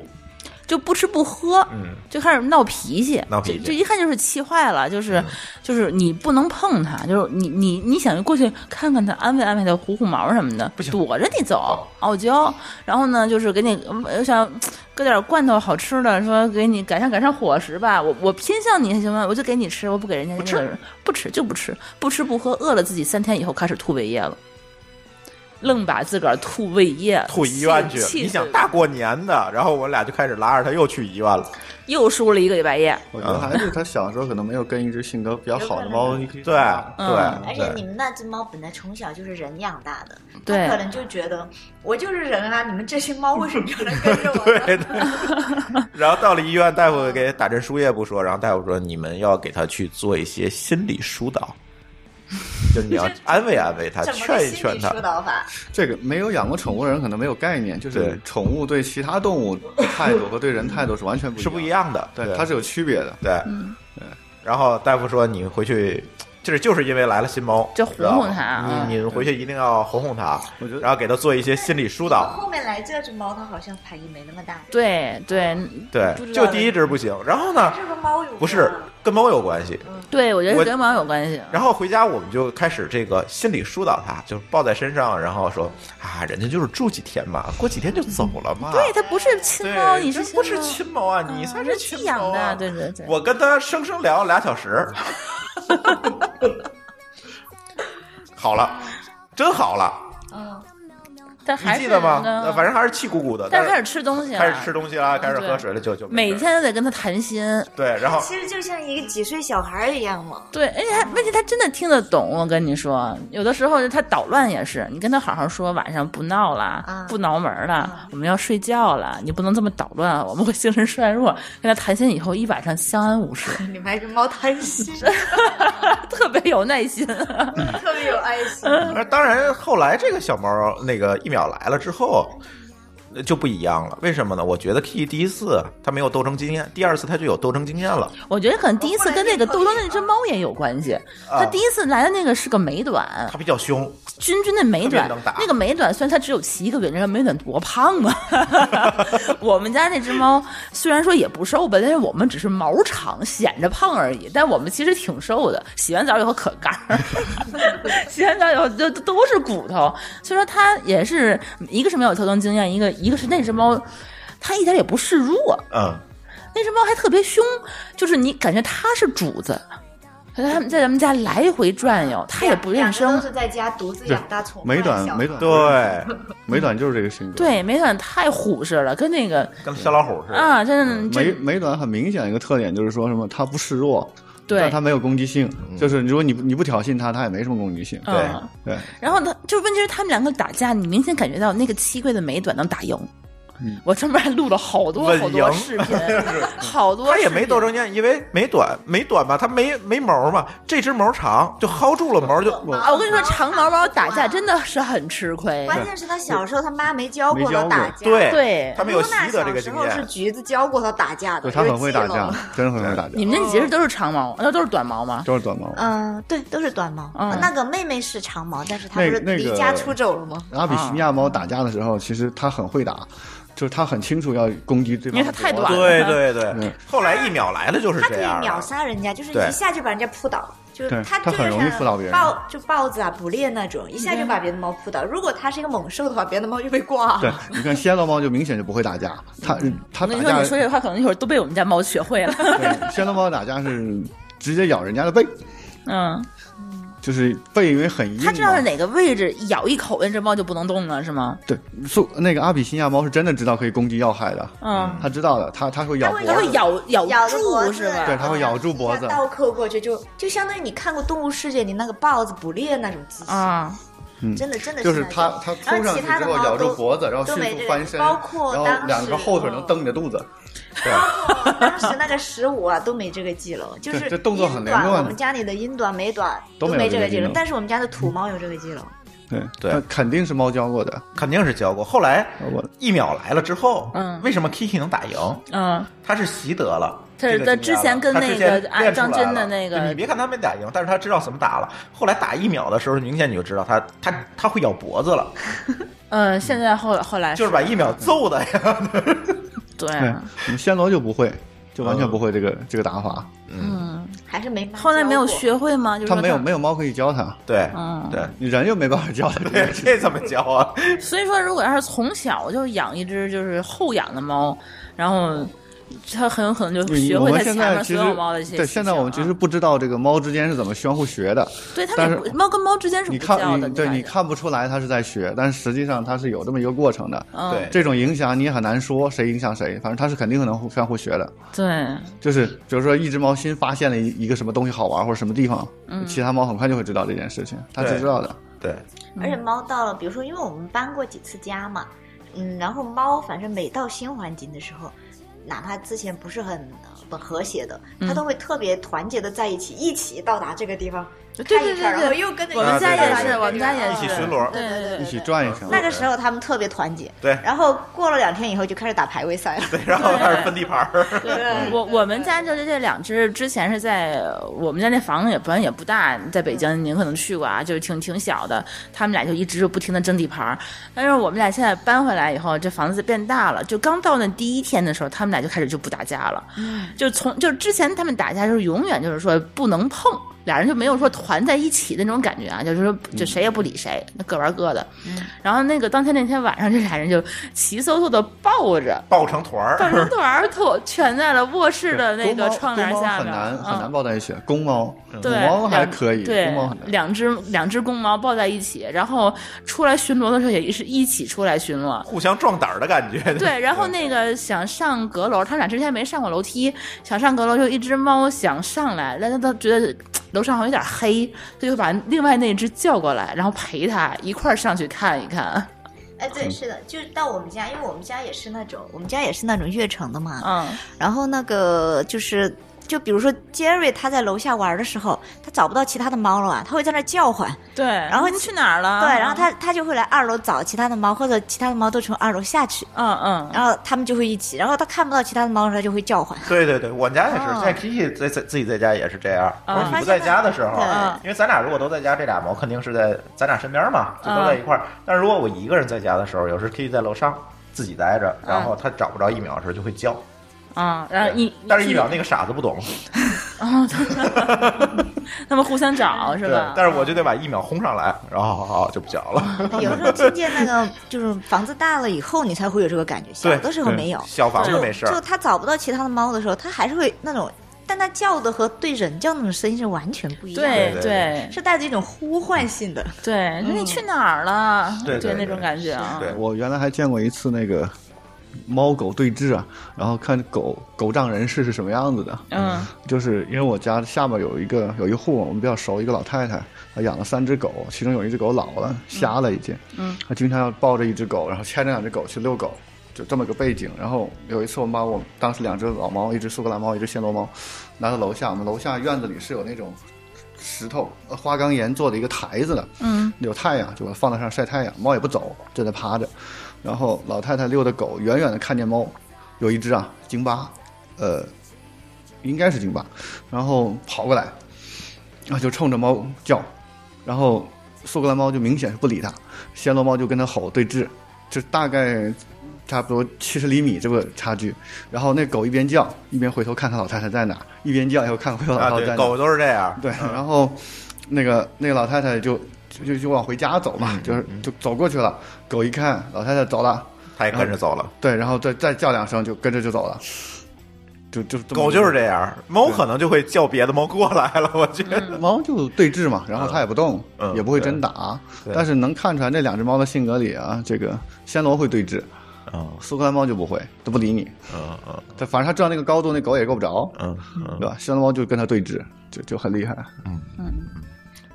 Speaker 2: 就不吃不喝，
Speaker 1: 嗯，
Speaker 2: 就开始闹脾气，
Speaker 1: 闹脾气
Speaker 2: 这这一看就是气坏了，就是、就是你不能碰它，就是你你你想过去看看它，安慰安慰它，护护毛什么的，躲着你走，傲娇，然后呢就是给你呃想搁点罐头好吃的，说给你改善改善伙食吧，我我偏向你行吗？我就给你吃，我不给人家不吃，不吃就不吃，不吃不喝，饿了自己三天以后开始吐胃液了。愣把自个儿吐胃液，
Speaker 1: 吐医院去。
Speaker 2: 气
Speaker 1: 你想
Speaker 2: 死
Speaker 1: 大过年的，然后我俩就开始拉着他又去医院了。
Speaker 2: 又输了一个礼拜夜，
Speaker 5: 我觉得还是他小时候可能没有跟一只性格比较好的猫，你可以
Speaker 1: 对
Speaker 2: 嗯
Speaker 1: 对
Speaker 6: 而且你
Speaker 1: 对，
Speaker 6: 们那只猫本来从小就是人养大的，
Speaker 2: 对
Speaker 6: 它可能就觉得我就是人啊，你们这些猫为什么就能跟着我 呢？
Speaker 1: 对然后到了医院，大夫给打针输液不说，然后大夫说你们要给他去做一些心理疏导，就是你要安慰安慰他，
Speaker 6: 怎么个
Speaker 1: 啊劝一
Speaker 6: 心
Speaker 1: 劝
Speaker 6: 理
Speaker 1: 他。
Speaker 6: 疏导法？
Speaker 5: 这个没有养过宠物的人可能没有概念，就是
Speaker 1: 对
Speaker 5: 宠物对其他动物的态度和对人态度是完全不
Speaker 1: 是不一
Speaker 5: 一。
Speaker 1: 样的，
Speaker 5: 对，它是有区别的。
Speaker 1: 对，
Speaker 2: 嗯
Speaker 1: 然后大夫说你回去，就是就是因为来了新猫，
Speaker 2: 就哄啊嗯哄它
Speaker 1: 知道吗你你回去一定要哄哄它，
Speaker 5: 我觉得
Speaker 1: 然后给它做一些心理疏导。
Speaker 6: 后面来这只猫，它好像反应没那么大。
Speaker 2: 对对
Speaker 1: 对
Speaker 2: 不，知道
Speaker 1: 就第一只不行，然后呢，
Speaker 6: 是和猫有关
Speaker 1: 不是跟猫有关系。
Speaker 2: 对，我觉得
Speaker 1: 我
Speaker 2: 是跟网友有关系。啊
Speaker 1: 然后回家我们就开始这个心理疏导它，就是抱在身上，然后说啊，人家就是住几天嘛，过几天就走了嘛。
Speaker 2: 对，它不是亲
Speaker 1: 啊对，
Speaker 2: 猫，你
Speaker 1: 这
Speaker 2: 是
Speaker 1: 不
Speaker 2: 亲
Speaker 1: 是
Speaker 2: 猫
Speaker 1: 亲猫啊？你
Speaker 2: 啊
Speaker 1: 才
Speaker 2: 人
Speaker 1: 是
Speaker 2: 家
Speaker 1: 亲
Speaker 2: 寄
Speaker 1: 猫
Speaker 2: 养
Speaker 1: 啊！
Speaker 2: 的，对对对。
Speaker 1: 我跟他生生聊了俩小时，好了，真好了，
Speaker 2: 但
Speaker 1: 你
Speaker 2: 还是
Speaker 1: 记得吗？
Speaker 2: 呢
Speaker 1: 呃反正还是气鼓鼓的，
Speaker 2: 但是开
Speaker 1: 是
Speaker 2: 始吃东西了，
Speaker 1: 开始吃东西啦，开始
Speaker 2: 对
Speaker 1: 喝水了，就就没
Speaker 2: 每
Speaker 1: 事儿
Speaker 2: 天都得跟它谈心。
Speaker 1: 对，然后
Speaker 6: 其实就像一个几岁小孩一样嘛。
Speaker 2: 对，而且它问题它真的听得懂。我跟你说，有的时候它捣乱也是，你跟它好好说，晚上不闹了，
Speaker 6: 啊
Speaker 2: 不挠门了，我们要睡觉了，你不能这么捣乱，我们会精神衰弱。跟它谈心以后，一晚上相安无事，
Speaker 6: 你们还跟猫谈心，
Speaker 2: 特别有耐心。
Speaker 6: 特别有爱心。
Speaker 1: 而当然后来这个小猫那个一秒来了之后。呃就不一样了，为什么呢？我觉得 Kitty 第一次它没有斗争经验，第二次它就有斗争经验了。
Speaker 2: 我觉得可能第一次跟那个斗争的那只猫也有关系。
Speaker 1: 啊
Speaker 2: 它第一次来的那个是个美短，
Speaker 1: 它比较凶，
Speaker 2: 君君的美
Speaker 1: 特别
Speaker 2: 短
Speaker 1: 能打，
Speaker 2: 那个美短虽然它只有骑一个月，你知道美短多胖吗？ 我们家那只猫虽然说也不瘦吧，但是我们只是毛长，显着胖而已。但我们其实挺瘦的，洗完澡以后可干儿， 洗完澡以后就都是骨头。所以说它也是一个是没有特征经验，一个一个是那只猫，它一点也不示弱。
Speaker 1: 嗯，
Speaker 2: 那只猫还特别凶，就是你感觉它是主子，它在咱们在咱们家来回转悠，它也不认
Speaker 6: 两个
Speaker 2: 生
Speaker 6: 都。是在家独自养大宠物，
Speaker 5: 美短，
Speaker 6: 小
Speaker 5: 美短，
Speaker 1: 对，
Speaker 5: 美短就是这个性格。，
Speaker 2: 对，美短太虎实了，跟那个
Speaker 1: 跟小老虎似的。
Speaker 2: 啊，
Speaker 1: 嗯
Speaker 2: 真的
Speaker 5: 美
Speaker 2: 这
Speaker 5: 美短很明显一个特点就是说什么，它不示弱，
Speaker 2: 对
Speaker 5: 但它没有攻击性，就是如果你不你不挑衅它，它也没什么攻击性。
Speaker 1: 对
Speaker 2: 嗯。
Speaker 5: 对，
Speaker 2: 然后呢，就是问题是他们两个打架，你明显感觉到那个七贵的美短能打赢。
Speaker 5: 嗯
Speaker 2: 我专门还录了好多
Speaker 1: 稳
Speaker 2: 好多
Speaker 1: 赢
Speaker 2: 视 频，好多
Speaker 1: 它也
Speaker 2: 视频
Speaker 1: 没斗争经验，因为没短没短吧，它没没毛嘛，这只毛长就薅住了毛就
Speaker 2: 啊！我跟你说，长毛猫打架真的是很吃亏。
Speaker 6: 关键是他小时候他妈没教过他打架，
Speaker 1: 对
Speaker 2: 对
Speaker 1: 它没有习得这个经
Speaker 6: 露娜小时
Speaker 1: 验，
Speaker 6: 候是橘子教过他打架的，
Speaker 5: 对，它很会打
Speaker 6: 有技
Speaker 5: 架
Speaker 6: 能。，
Speaker 5: 真很会打架
Speaker 2: 你，们这几只都是长毛，那都是短毛吗？
Speaker 5: 都是短毛。
Speaker 6: 嗯，对，都是短毛。
Speaker 2: 嗯
Speaker 6: 那个妹妹是长毛，但是她不
Speaker 5: 那
Speaker 6: 是
Speaker 5: 那个
Speaker 6: 离家出走了吗？
Speaker 5: 阿比西尼亚猫打架的时候，其实它很会打，就是它很清楚要攻击对方的脖子。
Speaker 2: 因为它太短
Speaker 1: 对对对
Speaker 5: 嗯。
Speaker 1: 后来一秒来了就是
Speaker 6: 她可
Speaker 1: 这
Speaker 6: 以
Speaker 1: 样
Speaker 6: 秒
Speaker 1: 了，
Speaker 6: 杀人家，就是
Speaker 1: 对
Speaker 6: 一下就把人家扑倒。就是
Speaker 5: 对
Speaker 6: 她
Speaker 5: 她
Speaker 6: 就是
Speaker 5: 很容易
Speaker 6: 像
Speaker 5: 扑倒别人
Speaker 6: 豹就豹子啊，捕猎那种，一下就把别的猫扑倒。如果她是一个猛兽的话，别的猫就被挂
Speaker 5: 对
Speaker 6: 了。，
Speaker 5: 你看暹罗猫就明显就不会打架，它它
Speaker 2: 我跟嗯你说，
Speaker 5: 打架
Speaker 2: 你，说这话可能一会儿都被我们家猫学会了。
Speaker 5: 对暹罗猫打架是直接咬人家的背，
Speaker 2: 嗯，
Speaker 5: 就是背因为很硬嘛。
Speaker 2: 它知道是哪个位置咬一口，那只猫就不能动了，是吗？
Speaker 5: 对，素那个阿比西尼亚猫是真的知道可以攻击要害的，
Speaker 2: 嗯，
Speaker 5: 它知道的，它它会咬脖
Speaker 6: 它
Speaker 2: 它会
Speaker 5: 子，
Speaker 2: 咬
Speaker 6: 咬
Speaker 2: 咬
Speaker 6: 着脖
Speaker 2: 住
Speaker 6: 子嗯
Speaker 2: 是吧？
Speaker 5: 对，它会咬住脖
Speaker 6: 一
Speaker 5: 子
Speaker 6: 下。倒扣过去就就相当于你看过《动物世界》里那个豹子捕猎那种姿势，
Speaker 2: 啊，
Speaker 6: 真的真的
Speaker 5: 就是
Speaker 6: 那
Speaker 5: 它
Speaker 6: 种，
Speaker 5: 它
Speaker 6: 然
Speaker 5: 扑上
Speaker 6: 其
Speaker 5: 去
Speaker 6: 他
Speaker 5: 之
Speaker 6: 的
Speaker 5: 后
Speaker 6: 猫
Speaker 5: 咬住
Speaker 6: 都
Speaker 5: 脖子，然后
Speaker 6: 都
Speaker 5: 迅
Speaker 6: 没
Speaker 5: 速
Speaker 6: 这个
Speaker 5: 翻身，
Speaker 6: 包括
Speaker 5: 然后两个
Speaker 6: 当时
Speaker 5: 后腿能
Speaker 6: 嗯
Speaker 5: 蹬着肚子，
Speaker 1: 对，
Speaker 6: 当时那个十五啊都没这个技能，就
Speaker 5: 对
Speaker 6: 是
Speaker 5: 这动作很
Speaker 6: 英
Speaker 5: 连贯
Speaker 6: 短，
Speaker 5: 的
Speaker 6: 我们家里的英短、美短
Speaker 5: 都没有
Speaker 6: 没
Speaker 5: 这
Speaker 6: 这
Speaker 5: 个
Speaker 6: 个
Speaker 5: 技能
Speaker 6: 能，但是我们家的土猫有这个技能。
Speaker 5: 对
Speaker 1: 对
Speaker 5: 它肯定是猫教 过的，
Speaker 1: 肯定是教过。后来
Speaker 5: 教过的。
Speaker 1: 一秒来了之后，
Speaker 2: 嗯
Speaker 1: 为什么 Kiki 能打赢？
Speaker 2: 嗯，
Speaker 1: 他是习得了
Speaker 2: 它
Speaker 1: 这
Speaker 2: 是
Speaker 1: 个经验了。
Speaker 2: 它之前跟
Speaker 1: 它
Speaker 2: 那
Speaker 1: 之前
Speaker 2: 个
Speaker 1: 练
Speaker 2: 啊
Speaker 1: 出来
Speaker 2: 张真的
Speaker 1: 了
Speaker 2: 那个
Speaker 1: 对你别看他没打赢，但是他知道怎么打了。后来打一秒的时候，明显你就知道他他他会咬脖子了，
Speaker 2: 呃嗯，现在后后来
Speaker 1: 就是把一秒揍的呀。
Speaker 2: 对啊
Speaker 5: 对，我们暹罗就不会，就
Speaker 2: 嗯
Speaker 5: 完全不会这个、这个打法。
Speaker 6: 还是没妈
Speaker 2: 后来没有
Speaker 6: 教过
Speaker 2: 学会吗？就是
Speaker 5: 他
Speaker 2: 说
Speaker 5: 没有没有猫可以教它，
Speaker 1: 对
Speaker 2: 嗯
Speaker 1: 对。
Speaker 5: 你人又没办法教它。
Speaker 1: 对，这怎么教啊？
Speaker 2: 所以说，如果要是从小就养一只就是后养的猫，然后它很有可能就
Speaker 5: 你
Speaker 2: 学
Speaker 5: 我
Speaker 2: 会
Speaker 5: 们
Speaker 2: 它
Speaker 5: 现
Speaker 2: 前
Speaker 5: 在
Speaker 2: 面
Speaker 5: 其
Speaker 2: 所
Speaker 5: 实
Speaker 2: 有猫的一些
Speaker 5: 对，
Speaker 2: 习
Speaker 5: 现在
Speaker 2: 性
Speaker 5: 我们其
Speaker 2: 啊
Speaker 5: 实不知道这个猫之间是怎么相互学的。
Speaker 2: 对它
Speaker 5: 但
Speaker 2: 们也
Speaker 5: 是
Speaker 2: 不猫跟猫之间是
Speaker 5: 你
Speaker 2: 不
Speaker 5: 看
Speaker 2: 叫的，
Speaker 5: 你对
Speaker 2: 看
Speaker 5: 你看不出来它是在学，但实际上它是有这么一个过程的。
Speaker 2: 嗯
Speaker 1: 对
Speaker 5: 这种影响你也很难说谁影响谁，反正它是肯定能互相互学的。
Speaker 2: 对
Speaker 5: 就是比如说一只猫新发现了一一个什么东西好玩或者什么地方，
Speaker 2: 嗯
Speaker 5: 其他猫很快就会知道这件事情，它
Speaker 1: 对
Speaker 5: 是知道的。
Speaker 1: 对，
Speaker 6: 而
Speaker 2: 嗯
Speaker 6: 且猫到了，比如说，因为我们搬过几次家嘛，嗯，然后猫反正每到新环境的时候，哪怕之前不是很很和谐的，它
Speaker 2: 嗯
Speaker 6: 都会特别团结的在一起，一起到达这个地方，
Speaker 2: 对对
Speaker 6: 看一圈
Speaker 2: 对对
Speaker 6: 然后又跟着
Speaker 2: 我
Speaker 1: 啊
Speaker 2: 们
Speaker 6: 一起
Speaker 2: 家
Speaker 1: 对
Speaker 2: 也
Speaker 6: 到达
Speaker 1: 对
Speaker 6: 这
Speaker 2: 是，
Speaker 6: 个
Speaker 2: 我们
Speaker 6: 地
Speaker 2: 家
Speaker 6: 方
Speaker 2: 也
Speaker 1: 一起
Speaker 2: 是
Speaker 1: 巡逻
Speaker 2: 对对对
Speaker 5: 一起转一圈，
Speaker 6: 那个时候它们特别团结，
Speaker 1: 对
Speaker 6: 然后过了两天以后就开始打排位赛了，
Speaker 1: 对，然后开始分地盘儿，
Speaker 6: 对
Speaker 2: 我我们家就是这两只，之前是在我们家那房子也反正也不大，在北京您可能去过啊，就是挺挺小的。他们俩就一直就不停的争地盘儿，但是我们俩现在搬回来以后，这房子变大了。就刚到那第一天的时候，他们俩就开始就不打架了，就从就之前他们打架的时候，永远就是说不能碰，俩人就没有说团在一起的那种感觉啊，就是说就谁也不理谁，那各玩各的。然后那个当天那天晚上，这俩人就齐嗖嗖的抱着。
Speaker 1: 抱成团
Speaker 2: 抱
Speaker 1: 儿。
Speaker 2: 成团儿，吐蜷在了卧室的那个窗帘下
Speaker 5: 公
Speaker 2: 边
Speaker 5: 猫
Speaker 2: 儿，
Speaker 5: 很难很难
Speaker 2: 嗯
Speaker 5: 抱在一起，公猫、母
Speaker 2: 对，
Speaker 5: 猫还
Speaker 2: 两
Speaker 5: 可以，
Speaker 2: 对
Speaker 5: 公猫很，难。
Speaker 2: 两只两只公猫抱在一起，然后出来巡逻的时候也是一起出来巡 逻。
Speaker 1: 互相壮胆儿的感觉，
Speaker 2: 对，然后那个想上阁楼，他们俩之前没上过楼梯，想上阁楼就一只猫想上来，但是它觉得嘖楼上好像有点黑，它就把另外那只叫过来，然后陪它一块儿上去看一看。
Speaker 6: 哎，对，是的，就是到我们家，因为我们家也是那种，我们家也是那种悦城的嘛，
Speaker 2: 嗯，
Speaker 6: 然后那个就是，就比如说 Jerry 他在楼下玩的时候，他找不到其他的猫了啊，他会在那儿叫唤，
Speaker 2: 对。然
Speaker 6: 后
Speaker 2: 你去哪儿
Speaker 1: 啊
Speaker 2: 了？
Speaker 6: 对，然后他他就会来二楼找其他的猫，或者其他的猫都从二楼下去，
Speaker 2: 嗯
Speaker 1: 啊
Speaker 2: 嗯，
Speaker 6: 然后他们就会一起，然后他看不到其他的猫的时候，他就会 叫唤。
Speaker 1: 对对对，我们家也
Speaker 6: 哦
Speaker 1: 是，在 Kiki 在在自己在家也是这样。
Speaker 2: 啊
Speaker 1: 我说你不在家的时候
Speaker 6: 发现了，
Speaker 1: 因为咱俩如果都在家，这俩毛肯定是在咱俩身边嘛，就都在一块
Speaker 2: 嗯
Speaker 1: 儿。但是如果我一个人在家的时候，有时 Kiki 在楼上自己待着，然后他找不着一秒的时候就会叫，
Speaker 2: 啊，然后
Speaker 1: 对
Speaker 2: 一，
Speaker 1: 但是一
Speaker 2: 一
Speaker 1: 秒那个傻子不懂，
Speaker 2: 哦，他们互相找是
Speaker 1: 对
Speaker 2: 吧，？
Speaker 1: 但是我就得把一秒轰上来，然后好好好就不叫
Speaker 2: 嗯
Speaker 1: 了。
Speaker 6: 有的时候听见那个就是房子大了以后，你才会有这个感觉，小
Speaker 1: 对
Speaker 6: 的时候没有。
Speaker 1: 小房子
Speaker 6: 就
Speaker 1: 没事
Speaker 6: 就
Speaker 1: 儿，
Speaker 6: 他找不到其他的猫的时候，他还是会那种，但他叫的和对人叫的那种声音是完全不一样的，
Speaker 2: 对嗯
Speaker 1: 对
Speaker 2: 对
Speaker 6: 是带着一种呼唤性的。
Speaker 2: 对，说你去哪儿了？
Speaker 1: 对对
Speaker 2: 那
Speaker 1: 对
Speaker 2: 种感觉啊。
Speaker 1: 对
Speaker 5: 我原来还见过一次那个猫狗对峙啊，然后看狗狗仗人势是什么样子的。
Speaker 2: 嗯
Speaker 5: 就是因为我家下面有一个有一户我们比较熟一个老太太，她养了三只狗，其中有一只狗老了瞎了已经，嗯，她经常要抱着一只狗，然后牵着两只狗去遛狗，就这么个背景。然后有一次我们把我们当时两只老猫，一只苏格兰猫，一只暹罗猫，拿到楼下，我们楼下院子里是有那种石头呃花岗岩做的一个台子的，嗯，有太阳就把它放在上晒太阳，猫也不走，就在趴着。然后老太太遛的狗，远远的看见猫，有一只啊京巴，呃，应该是京巴，然后跑过来，然后就冲着猫叫，然后苏格兰猫就明显是不理它，暹罗猫就跟它吼对峙，就大概差不多七十厘米这个差距。然后那狗一边叫一边回头看看老太太在哪，一边叫又看回头老
Speaker 1: 啊，
Speaker 5: 太太
Speaker 1: 对，
Speaker 5: 在哪。
Speaker 1: 狗都是这样，
Speaker 5: 对，然后那个那个老太太就就就就往回家走
Speaker 1: 嗯
Speaker 5: 嘛，就是就走过去了。狗一看老太太走了，
Speaker 1: 它也跟着走了。
Speaker 5: 对，然后再再叫两声就跟着就走了，就就这么
Speaker 1: 狗就是这样，猫可能就会叫别的猫过来了，我觉得。
Speaker 5: 猫就对峙嘛，然后它也不动，
Speaker 1: 嗯
Speaker 5: 也不会真打，
Speaker 1: 对
Speaker 5: 但是能看出来这两只猫的性格里啊，这个暹罗会对峙，
Speaker 1: 嗯
Speaker 5: 苏格兰猫就不会，都不理你。
Speaker 1: 嗯嗯
Speaker 5: 它反正它知道那个高度，那狗也够不着，
Speaker 1: 嗯嗯。
Speaker 5: 对吧？暹罗猫就跟它对峙，就就很厉害。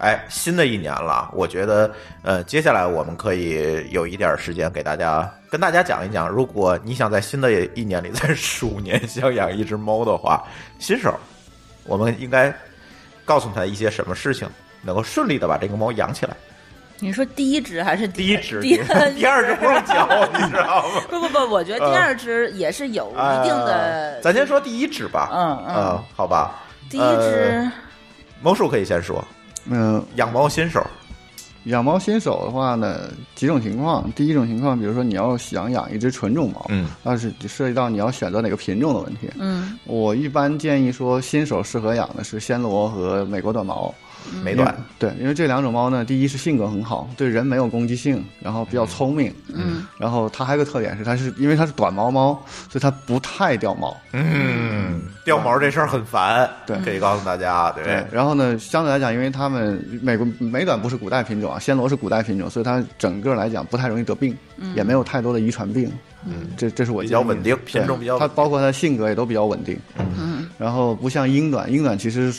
Speaker 1: 哎，新的一年了，我觉得呃，接下来我们可以有一点时间给大家跟大家讲一讲，如果你想在新的一年里，在十五年想养一只猫的话，新手我们应该告诉他一些什么事情，能够顺利的把这个猫养起来。
Speaker 2: 你说第一只还是
Speaker 1: 第一只，
Speaker 2: 第
Speaker 1: 第二只不用教，你知道吗？
Speaker 2: 不不不，我觉得第二只也是有一定
Speaker 1: 嗯
Speaker 2: 的。
Speaker 1: 呃咱先说第一只吧。
Speaker 2: 嗯嗯
Speaker 1: 呃好吧。
Speaker 2: 第一只
Speaker 1: 呃，，猫叔可以先说
Speaker 5: 嗯、
Speaker 1: 养猫新手。
Speaker 5: 养猫新手的话呢，几种情况。第一种情况，比如说你要想养一只纯种猫，
Speaker 1: 嗯，
Speaker 5: 那是涉及到你要选择哪个品种的问题。
Speaker 2: 嗯，
Speaker 5: 我一般建议说，新手适合养的是暹罗和美国短毛。
Speaker 1: 美短，
Speaker 5: 对，因为这两种猫呢，第一是性格很好，对人没有攻击性，然后比较聪明，嗯，然后它还有个特点是，它是因为它是短毛猫，所以它不太掉毛，
Speaker 1: 嗯，掉毛这事儿很烦，
Speaker 5: 对
Speaker 1: 可以告诉大家，对，
Speaker 5: 然后呢，相对来讲，因为它们美国美短不是古代品种啊，暹罗是古代品种，所以它整个来讲不太容易得病，也没有太多的遗传病。嗯，这这是我
Speaker 1: 比较
Speaker 5: 建议的
Speaker 1: 稳定
Speaker 5: 对
Speaker 1: 品种比较稳定
Speaker 5: 它包括它的性格也都比较稳定。嗯，然后不像英短，英短其实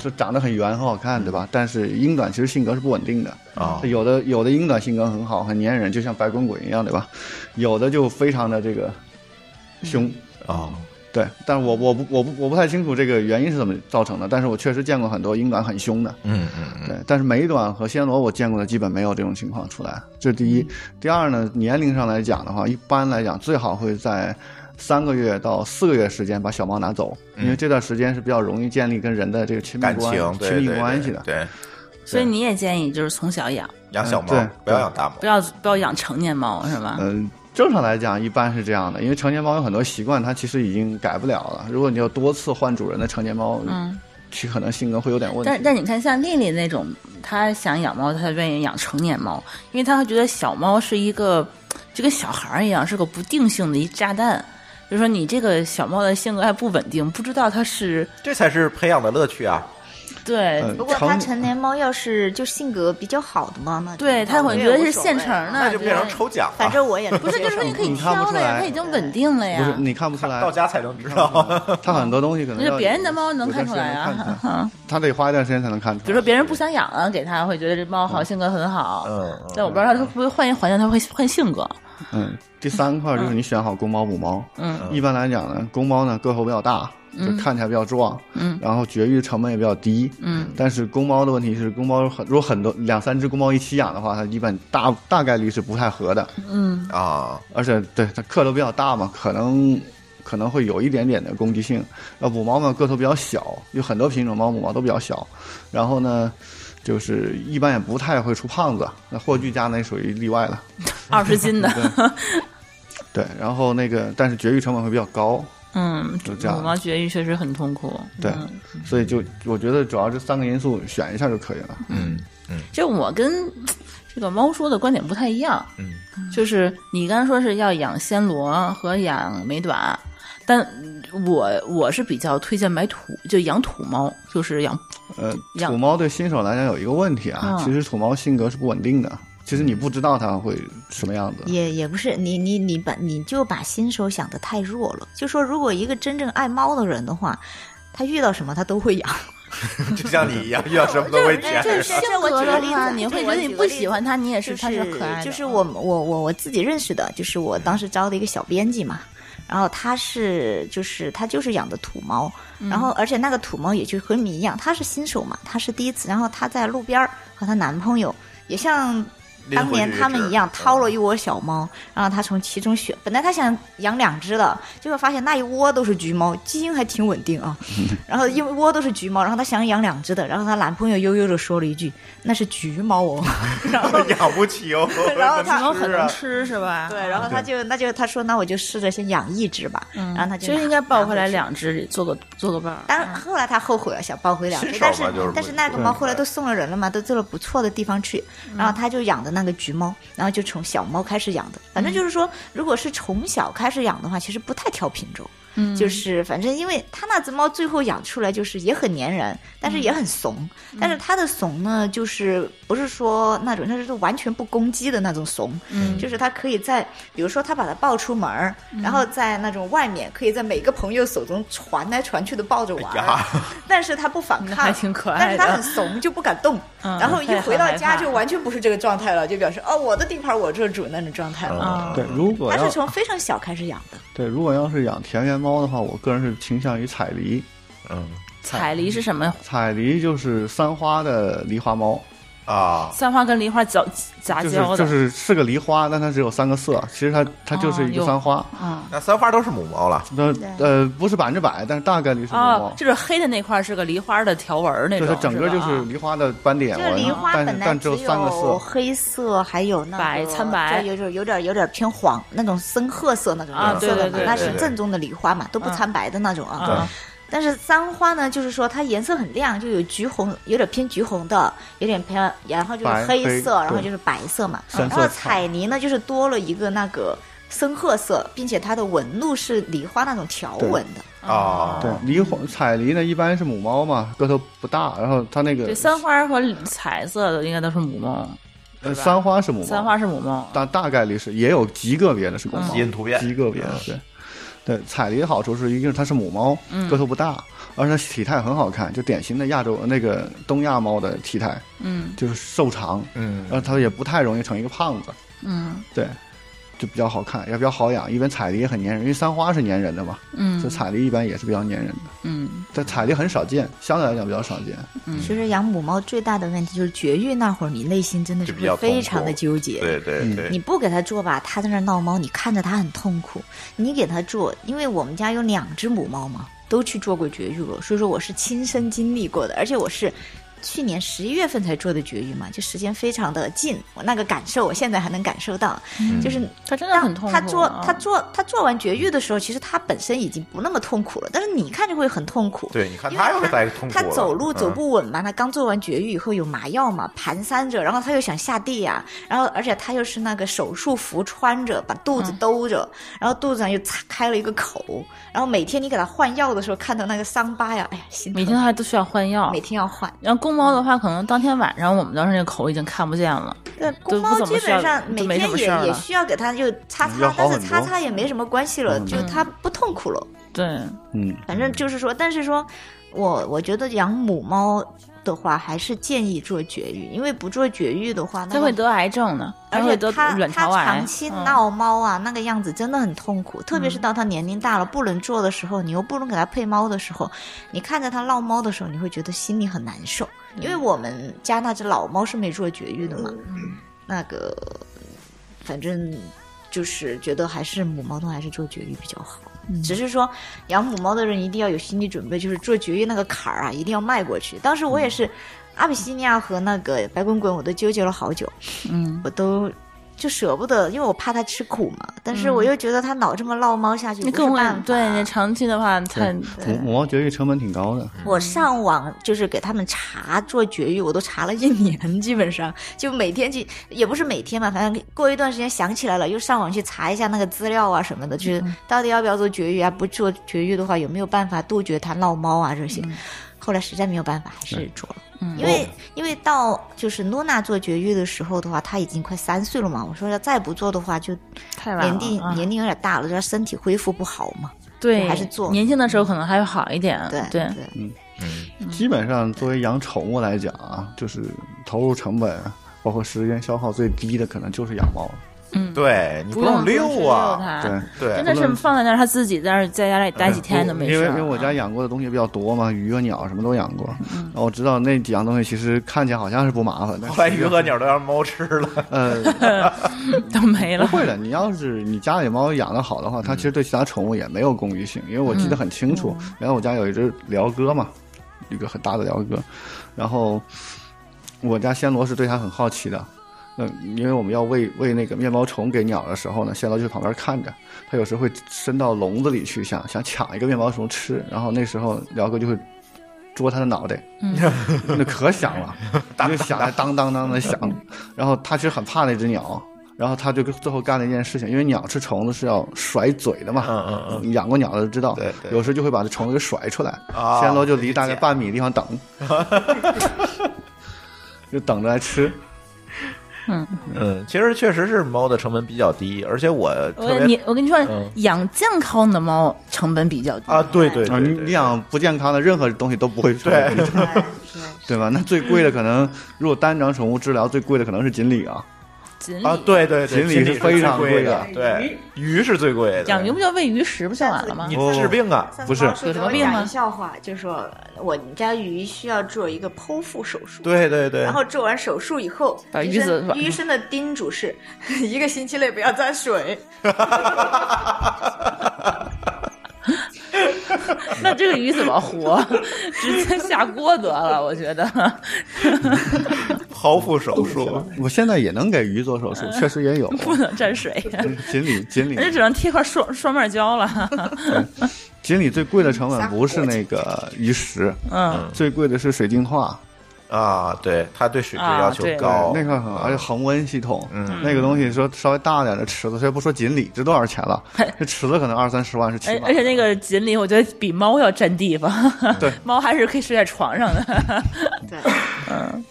Speaker 5: 是长得很圆很好看，对吧？但是英短其实性格是不稳定的。
Speaker 1: 啊
Speaker 5: 有的有的英短性格很好，很粘人，就像白滚滚一样，对吧？有的就非常的这个凶。
Speaker 1: 哦，
Speaker 5: 对，但是我我不我不我不太清楚这个原因是怎么造成的，但是我确实见过很多英短很凶的，
Speaker 1: 嗯嗯
Speaker 5: 对，但是美短和暹罗我见过的基本没有这种情况出来，这是第一。
Speaker 1: 嗯
Speaker 5: 第二呢，年龄上来讲的话，一般来讲最好会在三个月到四个月时间把小猫拿走，因为这段时间是比较容易建立跟人的这个亲密
Speaker 1: 嗯感
Speaker 5: 关
Speaker 1: 情对
Speaker 5: 亲密
Speaker 1: 对
Speaker 5: 关
Speaker 1: 对
Speaker 5: 系的。
Speaker 1: 对，
Speaker 2: 所以你也建议就是从小养，
Speaker 1: 养小猫
Speaker 5: 嗯对
Speaker 1: 不要养大猫
Speaker 2: 不，要不要养成年猫是吧？
Speaker 5: 嗯，正常来讲一般是这样的，因为成年猫有很多习惯，它其实已经改不了了。如果你有多次换主人的成年猫，
Speaker 2: 嗯，
Speaker 5: 其可能性格会有点问题。
Speaker 2: 但但你看，像丽丽那种，她想养猫，她愿意养成年猫，因为她会觉得小猫是一个就跟小孩儿一样，是个不定性的一炸弹。就是说，你这个小猫的性格还不稳定，不知道它是
Speaker 1: 这才是培养的乐趣啊！
Speaker 2: 对、
Speaker 5: 嗯
Speaker 6: 不过它
Speaker 5: 成
Speaker 6: 成年猫要是就性格比较好的嘛，那
Speaker 2: 对，它会觉得是现成的，
Speaker 1: 那就变成
Speaker 2: 对
Speaker 1: 抽奖
Speaker 6: 啊
Speaker 1: 啊
Speaker 6: 反
Speaker 1: 了，
Speaker 6: 正我也
Speaker 2: 不是，就是说你可以
Speaker 5: 你看不
Speaker 2: 挑
Speaker 5: 出
Speaker 2: 了呀，
Speaker 5: 来
Speaker 2: 它已经稳定了呀。
Speaker 5: 不是你看不出来，
Speaker 1: 到家才能知道。
Speaker 5: 它很多东西可能
Speaker 2: 那
Speaker 5: 要
Speaker 2: 别人的猫能看出来
Speaker 5: 有段时间能看出来
Speaker 2: 啊，
Speaker 5: 它得花一段时间才能看出来。
Speaker 2: 比如说别人不想养了，给它会觉得这猫好，性格很好。
Speaker 1: 嗯，嗯
Speaker 2: 但我不知道它会不会换一环境，它会换性格。
Speaker 5: 嗯，第三块就是你选好公猫母猫。
Speaker 2: 嗯，
Speaker 5: 一般来讲呢，公猫呢个头比较大，就看起来比较壮，
Speaker 2: 嗯，
Speaker 5: 然后绝育成本也比较低，
Speaker 2: 嗯。
Speaker 5: 但是公猫的问题是，公猫很如果很多两三只公猫一起养的话，它一般大大概率是不太合的，
Speaker 2: 嗯
Speaker 1: 啊，
Speaker 5: 而且对它个头比较大嘛，可能。可能会有一点点的攻击性，呃，母猫嘛个头比较小，有很多品种猫母猫都比较小，然后呢，就是一般也不太会出胖子，那霍炬家那属于例外了。
Speaker 2: 二十斤的，
Speaker 5: 对，然后那个，但是绝育成本会比较高，
Speaker 2: 嗯，
Speaker 5: 就这样
Speaker 2: 母猫绝育确实很痛苦。
Speaker 5: 对，
Speaker 2: 嗯
Speaker 5: 所以就我觉得主要这三个因素选一下就可以了。
Speaker 1: 嗯
Speaker 2: 这我跟这个猫说的观点不太一样。
Speaker 1: 嗯，
Speaker 2: 就是你刚才说是要养暹罗和养美短，但我我是比较推荐买土，就养土猫，就是养
Speaker 5: 呃，
Speaker 2: 养
Speaker 5: 土猫对新手来讲有一个问题啊，
Speaker 2: 嗯
Speaker 5: 其实土猫性格是不稳定的，其实你不知道它会什么样子。
Speaker 6: 也也不是你你你把你就把新手想的太弱了。就说如果一个真正爱猫的人的话，他遇到什么他都会养。
Speaker 1: 就像你一样，遇到什么都会舔。
Speaker 6: 就是
Speaker 2: 性
Speaker 6: 这我
Speaker 2: 格
Speaker 6: 举个
Speaker 2: 的
Speaker 6: 例子
Speaker 2: 话，
Speaker 6: 啊
Speaker 2: 你
Speaker 6: 这
Speaker 2: 会
Speaker 6: 我
Speaker 2: 觉得
Speaker 6: 举
Speaker 2: 你
Speaker 6: 个
Speaker 2: 不
Speaker 6: 例
Speaker 2: 喜
Speaker 6: 子
Speaker 2: 欢它，你 也
Speaker 6: 就是
Speaker 2: 它是可爱的，
Speaker 6: 就是我我我我自己认识的，就是我当时招的一个小编辑嘛，然后他是就是他就是养的土猫，然后而且那个土猫也就和你一样，他是新手嘛，他是第一次，然后他在路边儿和她男朋友也像。
Speaker 1: 拎
Speaker 6: 当
Speaker 1: 回
Speaker 6: 年
Speaker 1: 去一
Speaker 6: 他们
Speaker 1: 只
Speaker 6: 一样
Speaker 1: 嗯
Speaker 6: 掏了一窝小猫，然后他从其中选。本来他想养两只的，结果发现那一窝都是橘猫，基因还挺稳定 啊。然后一窝都是橘猫，然后他想养两只的，然后她男朋友悠悠的说了一句：“那是橘猫哦。”然后
Speaker 1: 养不起哦，
Speaker 6: 然后
Speaker 2: 猫
Speaker 6: 它
Speaker 1: 能
Speaker 2: 很
Speaker 1: 吃
Speaker 2: 能
Speaker 1: 啊。
Speaker 2: 吃是吧？
Speaker 6: 对，然后他就那就他说那我就试着先养一只吧，然后他
Speaker 2: 嗯其
Speaker 6: 就
Speaker 2: 实
Speaker 6: 拿
Speaker 2: 应该抱回来。
Speaker 6: 拿去
Speaker 2: 两只，做个做个伴儿。
Speaker 6: 当然，后来他后悔了，想抱回两
Speaker 1: 新
Speaker 6: 只，
Speaker 1: 手嘛
Speaker 6: 但是
Speaker 1: 就是
Speaker 6: 但
Speaker 1: 不
Speaker 6: 是那个
Speaker 1: 对
Speaker 6: 猫后来都送了人了嘛，都做了不错的地方去，然后他就养的那个橘猫，然后就从小猫开始养的。反正就是说，如果是从小开始养的话，其实不太挑品种，
Speaker 2: 嗯
Speaker 6: 就是反正因为他那只猫最后养出来就是也很粘人，但是也
Speaker 2: 嗯
Speaker 6: 很怂，但是他的怂呢，就是不是说那种，就是完全不攻击的那种怂，
Speaker 2: 嗯
Speaker 6: 就是他可以在，比如说他把它抱出门儿，然后在那种外面，可以在每个朋友手中传来传去的抱着玩儿，
Speaker 1: 哎呀
Speaker 6: 但是他不反
Speaker 2: 那
Speaker 6: 抗，
Speaker 2: 嗯还挺可
Speaker 6: 但
Speaker 2: 爱
Speaker 6: 是
Speaker 2: 的
Speaker 6: 他很怂，就不敢动，
Speaker 2: 嗯
Speaker 6: 然后一
Speaker 2: 他也很
Speaker 6: 回到
Speaker 2: 害
Speaker 6: 家
Speaker 2: 怕
Speaker 6: 就完全不是这个状态了，就表示哦，我的地盘我做主那种状态了。
Speaker 2: 啊，
Speaker 5: 嗯对，如果
Speaker 6: 他
Speaker 5: 要
Speaker 6: 是从非常小开始养的，
Speaker 5: 对，如果要是养田园猫的话，我个人是倾向于彩梨。
Speaker 1: 嗯，
Speaker 2: 彩梨是什么？
Speaker 5: 彩梨就是三花的狸花猫，
Speaker 1: 啊，
Speaker 2: 三花跟梨花搅杂
Speaker 5: 就是
Speaker 2: 交的，
Speaker 5: 就是是个梨花，但它只有三个色，其实它它就是一
Speaker 2: 哦
Speaker 5: 个
Speaker 2: 有
Speaker 5: 三花。
Speaker 2: 啊
Speaker 1: 那三花都是母猫了，
Speaker 5: 那呃不是百分之百，但是大概率是母
Speaker 2: 啊，
Speaker 5: 猫。
Speaker 2: 就是黑的那块是个梨花的条纹儿那
Speaker 5: 就
Speaker 2: 种，
Speaker 5: 它整
Speaker 2: 吧
Speaker 5: 个
Speaker 2: 啊
Speaker 5: 就是梨花的斑点
Speaker 6: 这
Speaker 5: 纹，
Speaker 6: 个梨花
Speaker 5: 啊但
Speaker 6: 本来
Speaker 5: 但只有三个
Speaker 6: 有
Speaker 5: 色，
Speaker 6: 黑色，还有那个
Speaker 2: 白参白
Speaker 6: 就有点有点有点偏黄那种深褐色那种
Speaker 2: 啊
Speaker 6: 颜色的
Speaker 2: 对对
Speaker 6: 嘛
Speaker 2: 对，
Speaker 6: 那
Speaker 1: 对
Speaker 6: 是
Speaker 1: 对
Speaker 6: 正宗的梨花嘛，都不
Speaker 2: 嗯
Speaker 6: 参白的那种
Speaker 2: 啊
Speaker 6: 啊。
Speaker 2: 啊
Speaker 6: 但是三花呢，就是说它颜色很亮，就有橘红，有点偏橘红的，有点偏，然后就是
Speaker 5: 白
Speaker 6: 黑色，
Speaker 5: 黑
Speaker 6: 然后
Speaker 5: 对
Speaker 6: 就是白色嘛。嗯
Speaker 5: 深
Speaker 6: 然
Speaker 5: 色
Speaker 6: 后
Speaker 5: 彩
Speaker 6: 彩泥呢，就是多了一个那个深褐色，并且它的纹路是梨花那种条
Speaker 5: 对
Speaker 6: 纹的。
Speaker 1: 啊，
Speaker 5: 对，梨花彩梨呢一般是母猫嘛，个头不大，然后它那个
Speaker 2: 对，三花和彩色的应该都是母猫，
Speaker 5: 呃
Speaker 2: 吧
Speaker 5: 三花是母猫，
Speaker 2: 三花是嗯母猫，
Speaker 5: 大大概率是也有极个别的是公猫，
Speaker 1: 基因突变
Speaker 5: 极个别的对。对，彩梨的好处是，一个是它是母猫，个头不大，而且它体态很好看，就典型的亚洲那个东亚猫的体态，
Speaker 2: 嗯
Speaker 5: 就是瘦长，
Speaker 1: 嗯
Speaker 5: 然后它也不太容易成一个胖子，
Speaker 2: 嗯
Speaker 5: 对，就比较好看，也比较好养。因为彩梨也很粘人，因为三花是粘人的嘛，
Speaker 2: 嗯
Speaker 5: 所以彩梨一般也是比较粘人的。
Speaker 2: 嗯
Speaker 5: 但彩梨很少见，相对来讲比较少见。
Speaker 6: 其实养母猫最大的问题就是绝育那会儿，你内心真的是
Speaker 1: 就比较
Speaker 6: 会非常的
Speaker 1: 痛苦
Speaker 6: 纠结。
Speaker 1: 对对
Speaker 5: 嗯
Speaker 1: 对，
Speaker 6: 你不给它做吧，它在那儿闹猫，你看着它很痛苦；你给它做，因为我们家有两只母猫嘛，都去做过绝育了，所以说我是亲身经历过的，而且我是。去年十一月份才做的绝育嘛，就时间非常的近，我那个感受我现在还能感受到，就是
Speaker 2: 它真的
Speaker 6: 当
Speaker 2: 很痛苦啊
Speaker 6: 他做他做他做完绝育的时候，其实他本身已经不那么痛苦了，但是你看着会很痛苦。
Speaker 1: 对你看
Speaker 6: 因为
Speaker 1: 他又在痛苦
Speaker 6: 他
Speaker 1: 了
Speaker 6: 走路走
Speaker 1: 嗯
Speaker 6: 不稳嘛，他刚做完绝育以后有麻药嘛，蹒跚着，然后他又想下地呀、然后而且他又是那个手术服穿着，把肚子兜着，然后肚子上又擦开了一个口，然后每天你给他换药的时候，看到那个伤疤呀，哎呀，心疼
Speaker 2: 每天它都需要换药
Speaker 6: 每。天要换。
Speaker 2: 然后公猫的话，可能当天晚上我们当时那口已经看不见了，
Speaker 6: 对，
Speaker 2: 都
Speaker 6: 公
Speaker 2: 不
Speaker 6: 猫
Speaker 2: 怎么
Speaker 6: 基
Speaker 2: 事儿
Speaker 6: 本上
Speaker 2: 了就
Speaker 6: 每
Speaker 2: 没什
Speaker 6: 天
Speaker 2: 么
Speaker 6: 也
Speaker 2: 事儿
Speaker 6: 也
Speaker 2: 了
Speaker 6: 需要给它就擦
Speaker 5: 要
Speaker 6: 擦，
Speaker 5: 好
Speaker 6: 但是
Speaker 5: 很
Speaker 6: 擦
Speaker 5: 多
Speaker 6: 擦也没什么关系了，就它不痛苦了。
Speaker 2: 对，
Speaker 5: 嗯，
Speaker 6: 反正就是说，但是说我我觉得养母猫的话，还是建议做绝育，因为不做绝育的话，那
Speaker 2: 它会
Speaker 6: 个。
Speaker 2: 得癌症的，它
Speaker 6: 而
Speaker 2: 会
Speaker 6: 且
Speaker 2: 得
Speaker 6: 它
Speaker 2: 卵
Speaker 6: 它
Speaker 2: 巢癌。
Speaker 6: 长期
Speaker 2: 嗯
Speaker 6: 闹猫啊，那个样子真的很痛苦。特别是当它年龄大了不能做的时候，你又不能给它配猫的时候，你看着它闹猫的时候，你会觉得心里很难受。因为我们家那只老猫是没做绝育的嘛，那个反正就是觉得还是母猫的话还是做绝育比较好。
Speaker 2: 嗯
Speaker 6: 只是说，养母猫的人一定要有心理准备，就是做绝育那个坎儿啊，一定要迈过去。当时我也
Speaker 2: 嗯
Speaker 6: 是，阿比西尼亚和那个白滚滚，我都纠结了好久，
Speaker 2: 嗯，
Speaker 6: 我都就舍不得，因为我怕它吃苦嘛。但是我又觉得它老这么闹猫下去
Speaker 2: 你
Speaker 6: 不是
Speaker 2: 嗯更会
Speaker 6: 办法。
Speaker 2: 对你长期的话，它
Speaker 5: 母母猫绝育成本挺高的，
Speaker 6: 我上网就是给他们查做绝育，我都查了一年，基本上就每天去，也不是每天嘛，反正过一段时间想起来了，又上网去查一下那个资料啊什么的，就是
Speaker 2: 嗯
Speaker 6: 到底要不要做绝育啊？不做绝育的话，有没有办法杜绝它闹猫啊这些？
Speaker 2: 嗯
Speaker 6: 后来实在没有办法，还是做了。因为因为到就是露娜做绝育的时候的话，她已经快三岁了嘛。我说要再不做的话，就
Speaker 2: 太晚
Speaker 6: 年
Speaker 2: 了。
Speaker 6: 龄、
Speaker 2: 啊
Speaker 6: 年龄有点大了，就她身体恢复不好嘛。
Speaker 2: 对
Speaker 6: 还是做
Speaker 2: 年轻的时候可能还会好一点。
Speaker 6: 对
Speaker 2: 嗯对，
Speaker 6: 对
Speaker 5: 基本上作为养宠物来讲啊，就是投入成本包括时间消耗最低的，可能就是养猫了。
Speaker 1: 对你
Speaker 2: 用
Speaker 1: 用
Speaker 2: 遛
Speaker 1: 遛啊，
Speaker 2: 它
Speaker 5: 对，嗯
Speaker 1: 对
Speaker 2: 真的是放在那儿，它自己在那儿在家里待几天都没事
Speaker 5: 因
Speaker 2: 儿嗯
Speaker 5: 为
Speaker 2: 啊。
Speaker 5: 因为我家养过的东西比较多嘛，鱼和鸟什么都养过，然后我知道那几样东西其实看起来好像是不麻烦，但
Speaker 1: 后来
Speaker 5: 实际
Speaker 1: 鱼
Speaker 5: 上
Speaker 1: 和鸟都让猫吃了，
Speaker 5: 呃
Speaker 2: 都 没
Speaker 5: 不
Speaker 2: 了。
Speaker 5: 会的。你要是你家里猫养的好的话，
Speaker 1: 嗯
Speaker 5: 它其实对其他宠物也没有攻击性，因为我
Speaker 2: 嗯
Speaker 5: 记得很清楚，原来我家有一只鹩哥嘛，一个很大的鹩哥，然后我家暹罗是对它很好奇的。嗯，因为我们要喂喂那个面包虫给鸟的时候呢，暹罗就旁边看着，它有时候会伸到笼子里去，想想抢一个面包虫吃，然后那时候鹩哥就会捉它的脑袋， 那可响了，你就响得当当当的响，然后它其实很怕那只鸟。然后它就最后干了一件事情，因为鸟吃虫子是要甩嘴的嘛，
Speaker 1: 嗯嗯
Speaker 5: 嗯，养过鸟的都知道，
Speaker 1: 对对
Speaker 5: 有时就会把这虫子给甩出来，
Speaker 1: 啊
Speaker 5: 暹罗就离大概半米地方 等，就等着来吃。
Speaker 1: 嗯，其实确实是猫的成本比较低，而且我
Speaker 2: 我
Speaker 1: 特
Speaker 2: 你
Speaker 1: 别
Speaker 2: 我跟你说
Speaker 1: 嗯，
Speaker 2: 养健康的猫成本比较低
Speaker 1: 啊，对对
Speaker 5: 啊，
Speaker 1: 对
Speaker 5: 你
Speaker 1: 对
Speaker 5: 你养不健康的任何东西都不会出 来
Speaker 1: 对
Speaker 6: 对对
Speaker 5: 对吧？那最贵的可能，如果单张宠物治疗最贵的可能是锦鲤啊，
Speaker 2: 锦
Speaker 1: 啊，
Speaker 2: 鲤。
Speaker 1: 对对对，
Speaker 5: 锦鲤
Speaker 1: 锦
Speaker 5: 是
Speaker 1: 鲤
Speaker 5: 非常
Speaker 1: 最
Speaker 5: 贵
Speaker 1: 的
Speaker 5: 的，
Speaker 1: 对，鱼是最贵的。
Speaker 2: 养鱼不就喂鱼食不就完了吗
Speaker 1: 你？
Speaker 5: 不
Speaker 1: 治病啊？
Speaker 3: 上次
Speaker 5: 不是
Speaker 3: 猫叔
Speaker 2: 有什
Speaker 3: 给
Speaker 2: 么
Speaker 3: 我
Speaker 2: 病吗
Speaker 3: 讲一笑话，就说我们家鱼需要做一个剖腹手术。
Speaker 1: 对对对
Speaker 3: 然，后做完手术以后，
Speaker 2: 把
Speaker 3: 医
Speaker 2: 鱼子
Speaker 3: 生医生的叮嘱是，一个星期内不要沾水。
Speaker 2: 那这个鱼怎么活？直接下锅得了，我觉得。
Speaker 1: 剖腹手术，
Speaker 5: 我现在也能给鱼做手术，确实也有
Speaker 2: 不能沾水，
Speaker 5: 锦鲤，锦鲤
Speaker 2: 那就只能贴块双双面胶了。
Speaker 5: 锦鲤最贵的成本不是那个鱼食，
Speaker 2: 嗯，
Speaker 5: 最贵的是水净化，
Speaker 1: 啊，对，它对水质
Speaker 2: 啊
Speaker 1: 要求
Speaker 2: 对
Speaker 1: 高，
Speaker 5: 那个很，而且恒温系统，
Speaker 1: 哦嗯
Speaker 5: 那个东西说稍微大点的池子，先不说锦鲤值多少钱了，
Speaker 6: 哎
Speaker 5: 这池子可能二三十万是起
Speaker 2: 而
Speaker 5: 码的，
Speaker 2: 而且那个锦鲤，我觉得比猫要占地方。
Speaker 5: 对，
Speaker 2: 猫还是可以睡在床上的。
Speaker 3: 对，
Speaker 1: 嗯，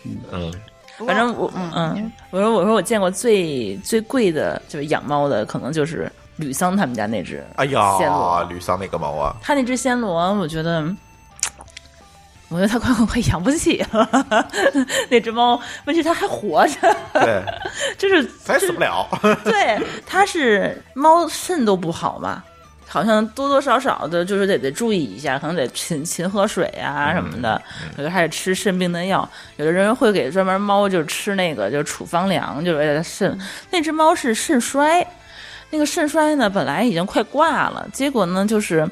Speaker 3: 不过
Speaker 2: 反正我嗯，我说我说我见过最最贵的就是养猫的，可能就是吕桑他们家那只。
Speaker 1: 哎
Speaker 2: 暹
Speaker 1: 呀
Speaker 2: 罗，
Speaker 1: 吕桑那个毛啊，
Speaker 2: 他那只暹罗，我觉得，我觉得他快 快快养不起了。 那只猫，问题是它还活着，
Speaker 1: 对，
Speaker 2: 就是
Speaker 1: 咱死不了，
Speaker 2: 对，它是猫肾都不好嘛，好像多多少少的，就是得得注意一下，可能得勤勤喝水啊什么的，有的还得吃肾病的药，有的人会给专门猫就是吃那个就是处方粮，就是为了肾。那只猫是肾衰，那个肾衰呢本来已经快挂了，结果呢就是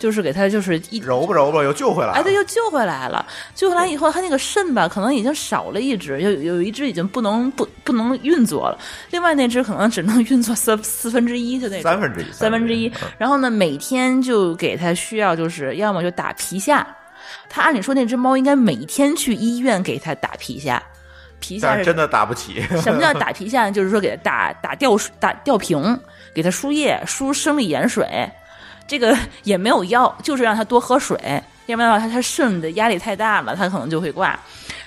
Speaker 2: 就是给它就是一
Speaker 1: 揉吧揉吧又救回来了，
Speaker 2: 哎，对，又救回来了。救回来以后，它那个肾吧，可能已经少了一只，有有一只已经不能不不能运作了，另外那只可能只能运作四四分之一，就那种
Speaker 1: 三分之一，
Speaker 2: 三分之一。然后呢，每天就给它需要就是要么就打皮下，它按理说那只猫应该每天去医院给它打皮下，皮下
Speaker 1: 但
Speaker 2: 是
Speaker 1: 是真的打不起，
Speaker 2: 什么叫打皮下呢？就是说给它打打吊水打吊瓶，给它输液、输生理盐水，这个 也没有药，就是让它多喝水，要不然的话它它肾的压力太大了，它可能就会挂。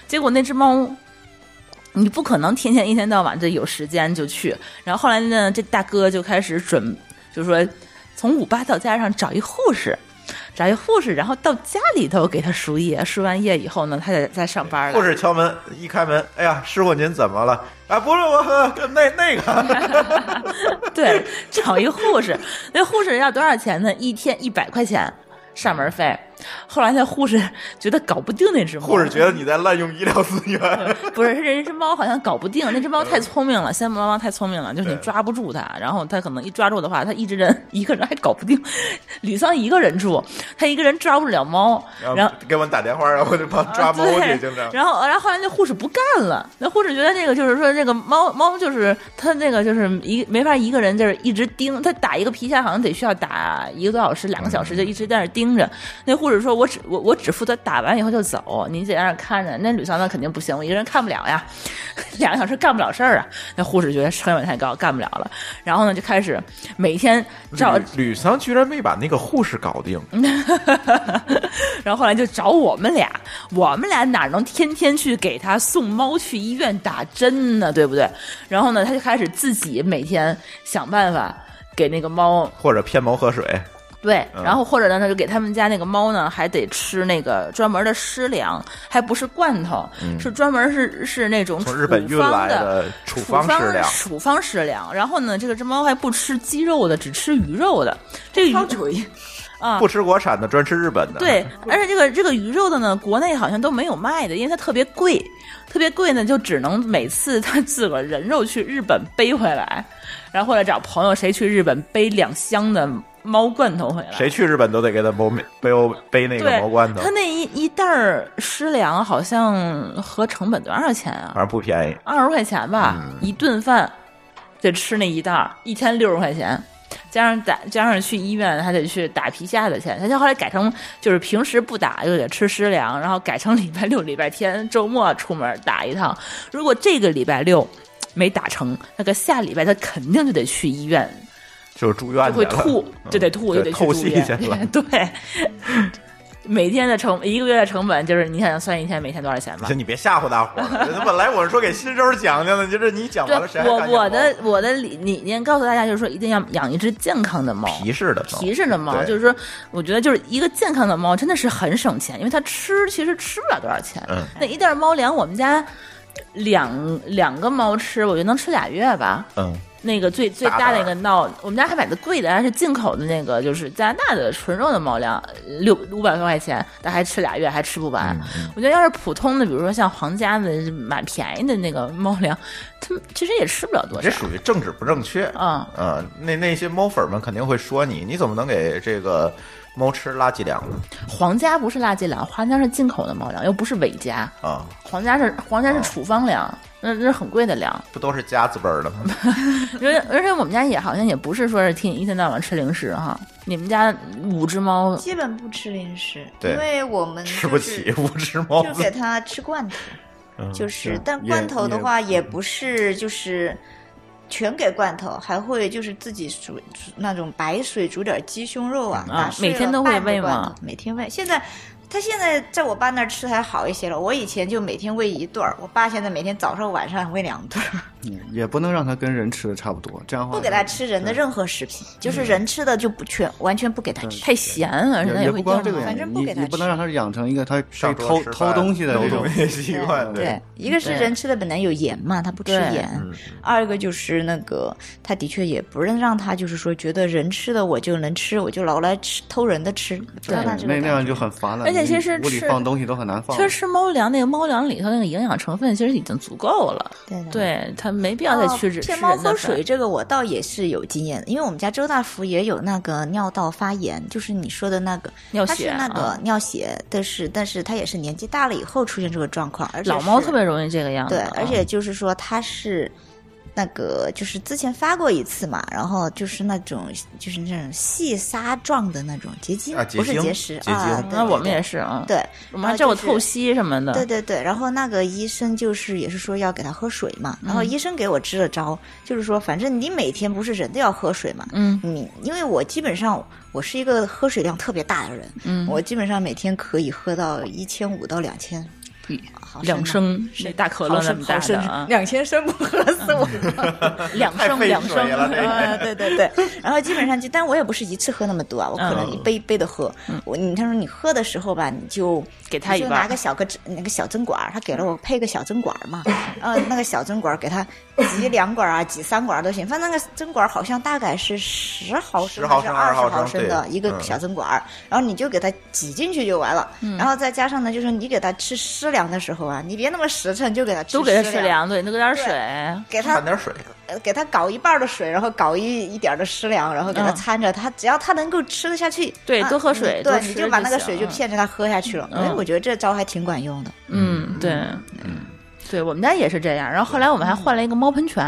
Speaker 2: 结果那只猫。你不可能天天一天到晚这有时间就去，然后后来呢，这大哥就开始准，就说从五八到家上找一护士，找一护士，然后到家里头给它输液，输完液以后呢，他再再上班了。
Speaker 1: 护士敲门，一开门，哎呀，师傅您怎么了？啊，不是我，呃那那 个，
Speaker 2: 对，找一护士，那护士要多少钱呢？一天一百块钱上门费。后来那护士觉得搞不定那只猫，
Speaker 1: 护士觉得你在滥用医疗资 源，
Speaker 2: 不是，人只猫好像搞不定，那只猫太聪 明了，三毛猫太聪明了，就是你抓不住它，然后它可能一抓住的话，它一只人一个人还搞不定。吕桑一个人住，他一个人抓不了猫，然后。
Speaker 1: 给我打电话，然后我就帮抓猫
Speaker 2: 啊
Speaker 1: 去，
Speaker 2: 对
Speaker 1: 经常。
Speaker 2: 然后，然后后来那护士不干了，那护士觉得那个就是说，这个猫猫就是它那个就是一没法一个人就是一直盯，它打一个皮下好像得需要打一个多小时、两个小
Speaker 1: 嗯
Speaker 2: 时，就一直在那儿盯着。那护士说：“我只我我只负责打完以后就走，你在那儿看着。”那吕桑那肯定不行，我一个人看不了呀， 两个小时干不了事儿啊。那护士觉得成本太高，干不了了。然后呢，就开始每天找嗯
Speaker 1: 吕吕桑居然没把那个护士搞定，
Speaker 2: 然后后来就找我们俩，我们俩哪能天天去给他送猫去医院打针呢？对不对？然后呢，他就开始自己每天想办法给那个猫
Speaker 1: 或者骗猫喝水，
Speaker 2: 对，
Speaker 1: 嗯
Speaker 2: 然后或者呢，他就给他们家那个猫呢，还得吃那个专门的湿粮，还不是罐头，是专门是是那种
Speaker 1: 嗯从日本
Speaker 2: 处
Speaker 1: 运
Speaker 2: 方
Speaker 1: 来
Speaker 2: 的。
Speaker 1: 的处
Speaker 2: 处
Speaker 1: 方食粮，
Speaker 2: 处方食粮，然后呢，这个只猫还不吃鸡肉的，只吃鱼肉的。这个
Speaker 3: 超
Speaker 2: 鱼
Speaker 3: 主意，
Speaker 1: 不吃国产的，专吃日本的。
Speaker 2: 啊对，而且这个这个鱼肉的呢，国内好像都没有卖的，因为它特别贵，特别贵呢，就只能每次他自个儿人肉去日本背回来，然后或者找朋友谁去日本背两箱的猫罐头回来。
Speaker 1: 谁去日本都得给他包背欧背那个
Speaker 2: 对
Speaker 1: 毛罐头
Speaker 2: 他，那一一袋儿湿粮好像合成本多少钱
Speaker 1: 反
Speaker 2: 啊？
Speaker 1: 正不便宜。
Speaker 2: 二十块钱吧，
Speaker 1: 嗯
Speaker 2: 一顿饭得吃那一袋儿，一天六十块钱，加上打加上去医院还得去打皮下的钱，他就后来改成就是平时不打就得吃湿粮，然后改成礼拜六、礼拜天、周末出门打一趟。如果这个礼拜六没打成，那个下礼拜他肯定就得去医院，
Speaker 1: 就是住院
Speaker 2: 就
Speaker 1: 去
Speaker 2: 会
Speaker 1: 了
Speaker 2: 吐，就得吐，
Speaker 1: 嗯
Speaker 2: 就得去
Speaker 1: 透
Speaker 2: 住
Speaker 1: 析
Speaker 2: 院
Speaker 1: 去了。
Speaker 2: 对。每天的成一个月的成本就是你想想算一天每天多少钱吧？
Speaker 1: 行，你别吓唬大 伙儿了。本来我是说给新手讲讲的，你这你讲
Speaker 2: 对
Speaker 1: 完了谁还
Speaker 2: 我
Speaker 1: 敢
Speaker 2: 我
Speaker 1: 养
Speaker 2: 的我的理理念告诉大家，就是说一定要养一只健康的猫，
Speaker 1: 猫皮式的呢
Speaker 2: 皮实的猫，
Speaker 1: 对
Speaker 2: 就是说，我觉得就是一个健康的猫真的是很省钱，因为它吃其实吃不了多少钱。
Speaker 1: 嗯
Speaker 2: 那一袋猫粮，我们家两两个猫吃，我觉得能吃俩月吧。
Speaker 1: 嗯，
Speaker 2: 那个最最
Speaker 1: 大
Speaker 2: 大
Speaker 1: 的
Speaker 2: 的一个闹，我们家还买的贵的，还是进口的那个，就是加拿大的纯肉的猫粮，六五百多块钱，但还吃俩月还吃不完。
Speaker 1: 嗯
Speaker 2: 我觉得要是普通的，比如说像皇家的买便宜的那个猫粮，它们其实也吃不了多
Speaker 1: 这
Speaker 2: 少。
Speaker 1: 属于政治不正确。
Speaker 2: 嗯
Speaker 1: 嗯，那那些猫粉们肯定会说你，你怎么能给这个猫吃垃圾粮呢？
Speaker 2: 皇家不是垃圾粮，皇家是进口的猫粮，又不是伪家。
Speaker 1: 啊、
Speaker 2: 皇家是皇家是
Speaker 1: 哦
Speaker 2: 处方粮，那那是很贵的粮。
Speaker 1: 不都是家字辈儿的吗？
Speaker 2: 而且而且我们家也好像也不是说是听一天到晚吃零食哈，你们家五只猫
Speaker 6: 基本不吃零食，
Speaker 1: 对
Speaker 6: 因为我们、就是、
Speaker 1: 吃不起，不吃猫
Speaker 6: 就
Speaker 1: 子
Speaker 6: 给它吃罐头，
Speaker 2: 嗯
Speaker 6: 就是
Speaker 5: 是，
Speaker 6: 但
Speaker 5: 也
Speaker 6: 罐头的
Speaker 5: 也
Speaker 6: 话也不是就是全给罐头，还会就是自己煮煮那种白水煮点鸡胸肉啊，
Speaker 2: 啊
Speaker 6: 打碎
Speaker 2: 每天
Speaker 6: 了
Speaker 2: 都会
Speaker 6: 拌着
Speaker 2: 喂
Speaker 6: 罐
Speaker 2: 吗
Speaker 6: 头？每天喂，现在。他现在在我爸那儿吃还好一些了，我以前就每天喂一顿儿，我爸现在每天早上晚上喂两顿儿，
Speaker 5: 也不能让它跟人吃的差不多，这样的话
Speaker 6: 不给它吃人的任何食品，
Speaker 2: 嗯
Speaker 6: 就是人吃的就不全完全不给它吃。
Speaker 2: 太咸，而且它
Speaker 5: 也也
Speaker 2: 会
Speaker 5: 不
Speaker 2: 掉
Speaker 5: 光这个
Speaker 2: 毛
Speaker 5: 原
Speaker 6: 反正
Speaker 5: 因，
Speaker 6: 不
Speaker 5: 你
Speaker 6: 给它
Speaker 5: 你不能
Speaker 6: 吃
Speaker 5: 让它养成一个它被
Speaker 1: 上桌
Speaker 5: 偷
Speaker 1: 吃
Speaker 5: 偷
Speaker 1: 饭
Speaker 5: 东西的
Speaker 1: 有
Speaker 5: 这
Speaker 1: 种
Speaker 5: 种。
Speaker 1: 习惯，
Speaker 6: 对，一个是
Speaker 2: 对
Speaker 6: 人吃的本来有盐嘛，他不吃
Speaker 2: 对
Speaker 6: 盐；
Speaker 5: 嗯
Speaker 6: 二个就是那个，他的确也不能让他就是说觉得人吃的我就能吃，我就老来吃偷人的吃，不让他这
Speaker 5: 那
Speaker 6: 个
Speaker 5: 那
Speaker 6: 感觉。
Speaker 5: 样就很烦了，
Speaker 2: 而且
Speaker 5: 你
Speaker 2: 其实
Speaker 5: 屋里
Speaker 2: 吃
Speaker 5: 放东西都很难放。
Speaker 2: 其实吃猫粮那个猫粮里头那个营养成分其实已经足够了，
Speaker 6: 对
Speaker 1: 嗯
Speaker 6: 的。
Speaker 2: 对它没必要再
Speaker 6: 哦
Speaker 2: 去吃
Speaker 6: 骗
Speaker 2: 吃
Speaker 6: 猫
Speaker 2: 人的
Speaker 6: 喝
Speaker 2: 饭
Speaker 6: 水。这个我倒也是有经验的，因为我们家周大福也有那个尿道发炎，就是你说的那个
Speaker 2: 尿
Speaker 6: 他
Speaker 2: 血
Speaker 6: 是那个
Speaker 2: 啊
Speaker 6: 尿血，但是但是他也是年纪大了以后出现这个状况，而且
Speaker 2: 老猫
Speaker 6: 是
Speaker 2: 特别容易这个样子
Speaker 6: 对
Speaker 2: 啊，，
Speaker 6: 而且就是说它是那个，就是之前发过一次嘛，然后就是那种就是那种细沙状的那种结晶，
Speaker 1: 啊结
Speaker 6: 不是
Speaker 1: 晶
Speaker 6: 结石
Speaker 1: 结
Speaker 6: 啊
Speaker 1: 晶。
Speaker 6: 对
Speaker 2: 那我嗯们也是啊，
Speaker 6: 对，
Speaker 2: 我们还
Speaker 6: 然后
Speaker 2: 照过
Speaker 6: 就是
Speaker 2: 透析什么的，
Speaker 6: 对对对，然后那个医生就是也是说要给他喝水嘛，然后医生给我支了招，就是说反正你每天不是人都要喝水嘛，
Speaker 2: 嗯
Speaker 6: 你因为我基本上我是一个喝水量特别大的人，
Speaker 2: 嗯，
Speaker 6: 我基本上每天可以喝到一千五到两千毫升
Speaker 2: 两
Speaker 6: 吧，
Speaker 2: 升那大可乐那么大的啊，
Speaker 6: 两千升不喝死 我。
Speaker 2: 两
Speaker 1: 太
Speaker 2: 升
Speaker 1: 费
Speaker 2: 两
Speaker 1: 水
Speaker 2: 升
Speaker 1: 了，这
Speaker 6: 啊，对对对，然后基本上就，但我也不是一次喝那么多啊，我可能一杯一杯的喝。我你他说你喝的时候吧，你就
Speaker 2: 给他
Speaker 6: 你
Speaker 2: 一
Speaker 6: 就
Speaker 2: 半
Speaker 6: 拿个小个那个小针管儿，他给了我配个小针管儿嘛，呃，那个小针管儿给他挤两管儿啊，挤三管儿都行，反正那个针管儿好像大概是十毫升
Speaker 1: 10毫
Speaker 6: 还是
Speaker 1: 升
Speaker 6: 二
Speaker 1: 20
Speaker 6: 十
Speaker 1: 毫
Speaker 6: 毫
Speaker 1: 升
Speaker 6: 升的
Speaker 1: 对
Speaker 6: 一个
Speaker 1: 嗯
Speaker 6: 小针管儿，然后你就给它挤进去就完了。然后再加上呢，就是你给它吃湿粮的时候啊，你别那么实诚，就给它吃
Speaker 2: 都给它
Speaker 6: 湿
Speaker 2: 吃
Speaker 6: 粮，
Speaker 2: 粮，对，都给点
Speaker 6: 对
Speaker 2: 水，嗯
Speaker 6: 给它
Speaker 1: 看点水，
Speaker 6: 呃，给它搞一半儿的水，然后搞一一点儿的湿粮，然后给它
Speaker 2: 嗯
Speaker 6: 掺着，它只要它能够吃得下去，
Speaker 2: 对
Speaker 6: 啊
Speaker 2: 多喝水
Speaker 6: 你
Speaker 2: 多
Speaker 6: 对，
Speaker 2: 吃
Speaker 6: 你就把
Speaker 2: 就
Speaker 6: 那个
Speaker 2: 行
Speaker 6: 水就
Speaker 2: 嗯
Speaker 6: 骗着它喝下去了。
Speaker 2: 嗯
Speaker 6: 哎，我觉得这招还挺管用的
Speaker 2: 嗯，对，对，我们家也是这样。然后后来我们还换了一个猫喷泉，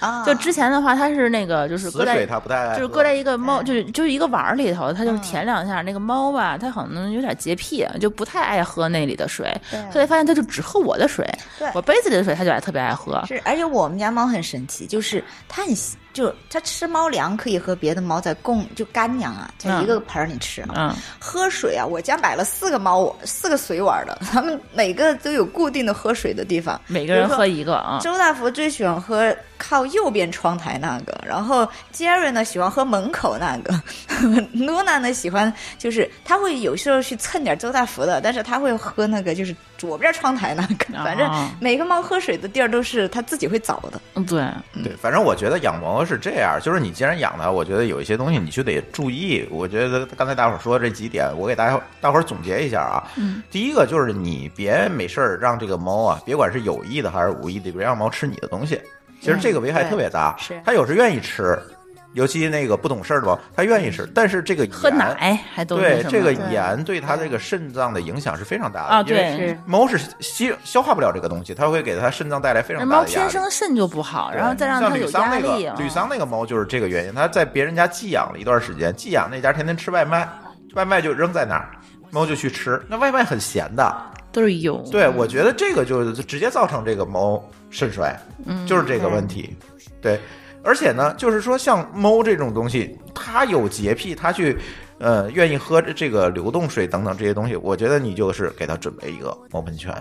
Speaker 6: 啊。
Speaker 2: 就之前的话，它是那个就是搁
Speaker 1: 死水
Speaker 2: 在
Speaker 1: 它不太爱喝，
Speaker 2: 就是搁在一个猫
Speaker 6: 嗯
Speaker 2: 就是就是一个碗儿里头，它就是舔两下。那个猫吧，它可能有点洁癖，啊就不太爱喝那里的水。
Speaker 6: 对
Speaker 2: 后来发现它就只喝我的水
Speaker 6: 对，
Speaker 2: 我杯子里的水它就爱特别爱喝。
Speaker 6: 是，而且我们家猫很神奇，就是它很喜就它吃猫粮可以和别的猫在共就干粮啊，在一
Speaker 2: 嗯
Speaker 6: 个盆儿里吃啊。
Speaker 2: 嗯，
Speaker 6: 喝水啊，我家买了四个猫四个水碗儿的， 它们每个都有固定的喝水的地方。
Speaker 2: 每个人
Speaker 6: 比如说
Speaker 2: 喝一个啊。
Speaker 6: 周大福最喜欢喝靠右边窗台那个，然后 Jerry 呢喜欢喝门口那个 ，Luna 呢喜欢就是他会有时候去蹭点周大福的，但是他会喝那个就是左边窗台那个，
Speaker 2: 哦
Speaker 6: 反正每个猫喝水的地儿都是他自己会找的。
Speaker 2: 嗯，对，
Speaker 1: 对，反正我觉得养猫是这样，就是你既然养它，我觉得有一些东西你就得注意。我觉得刚才大伙儿说的这几点，我给大家大伙儿总结一下啊。嗯，第一个就是你别没事儿让这个猫啊，别管是有意的还是无意的，别让猫吃你的东西。其
Speaker 2: 嗯
Speaker 1: 实这个危害
Speaker 6: 对
Speaker 1: 特别大，
Speaker 6: 是
Speaker 1: 它有时愿意吃，尤其那个不懂事儿的猫，它愿意吃，但是这个
Speaker 2: 嗯喝
Speaker 1: 盐
Speaker 2: 奶还都那
Speaker 1: 对
Speaker 2: 什么
Speaker 1: 这个
Speaker 6: 对
Speaker 1: 盐对它这个肾脏的影响是非常大的
Speaker 2: 啊，
Speaker 1: 因为
Speaker 2: 对，
Speaker 1: 猫是吸消化不了这个东西，它会给它肾脏带来非
Speaker 2: 那
Speaker 1: 常大
Speaker 2: 猫
Speaker 1: 的压
Speaker 2: 天
Speaker 1: 力。
Speaker 2: 生肾就不好，
Speaker 1: 对
Speaker 2: 然后再让
Speaker 1: 像
Speaker 2: 它
Speaker 1: 吕
Speaker 2: 有
Speaker 1: 桑
Speaker 2: 压
Speaker 1: 那个
Speaker 2: 力。啊
Speaker 1: 吕桑那个猫就是这个原因，它在别人家寄养了一段时间，寄养那家天天吃外卖，外卖就扔在那儿，猫就去吃。那外卖很咸的，
Speaker 2: 都是油，
Speaker 1: 对我觉得这个就直接造成这个猫肾衰，
Speaker 2: 嗯
Speaker 1: 就是这个问题。对，而且呢，就是说像猫这种东西，它有洁癖，它去。呃，愿意喝这个流动水等等这些东西，我觉得你就是给它准备一个猫喷泉，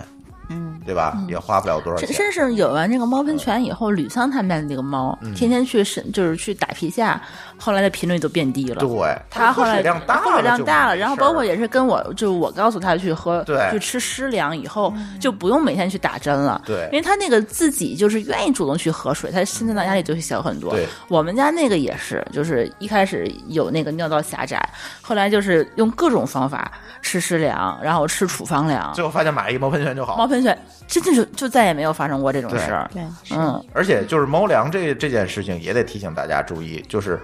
Speaker 6: 嗯，
Speaker 1: 对吧？也花不了多少
Speaker 2: 甚
Speaker 1: 钱。
Speaker 2: 甚至有完这个猫喷泉以后，吕桑他们家的那个猫，
Speaker 1: 嗯
Speaker 2: 天天去是就是去打皮下，后来的频率都变低了。
Speaker 1: 对，
Speaker 2: 他后
Speaker 1: 喝
Speaker 2: 来
Speaker 1: 水量大了就没事儿，
Speaker 2: 喝水量大了，然后包括也是跟我，就是我告诉他去喝，
Speaker 1: 对
Speaker 2: 去吃湿粮以后就不用每天去打针了，
Speaker 1: 对
Speaker 2: 因为他那个自己就是愿意主动去喝水，他新陈代谢压力就会小很多。
Speaker 1: 对，
Speaker 2: 我们家那个也是，就是一开始有那个尿道狭窄，后来就是用各种方法吃湿粮，然后吃处方粮
Speaker 1: 最，后发现买一猫喷泉就好
Speaker 2: 猫。喷泉真的是就再也没有发生过这种
Speaker 1: 对
Speaker 2: 事儿。
Speaker 6: 对，
Speaker 2: 嗯，
Speaker 1: 而且就是猫粮这这件事情也得提醒大家注意，就是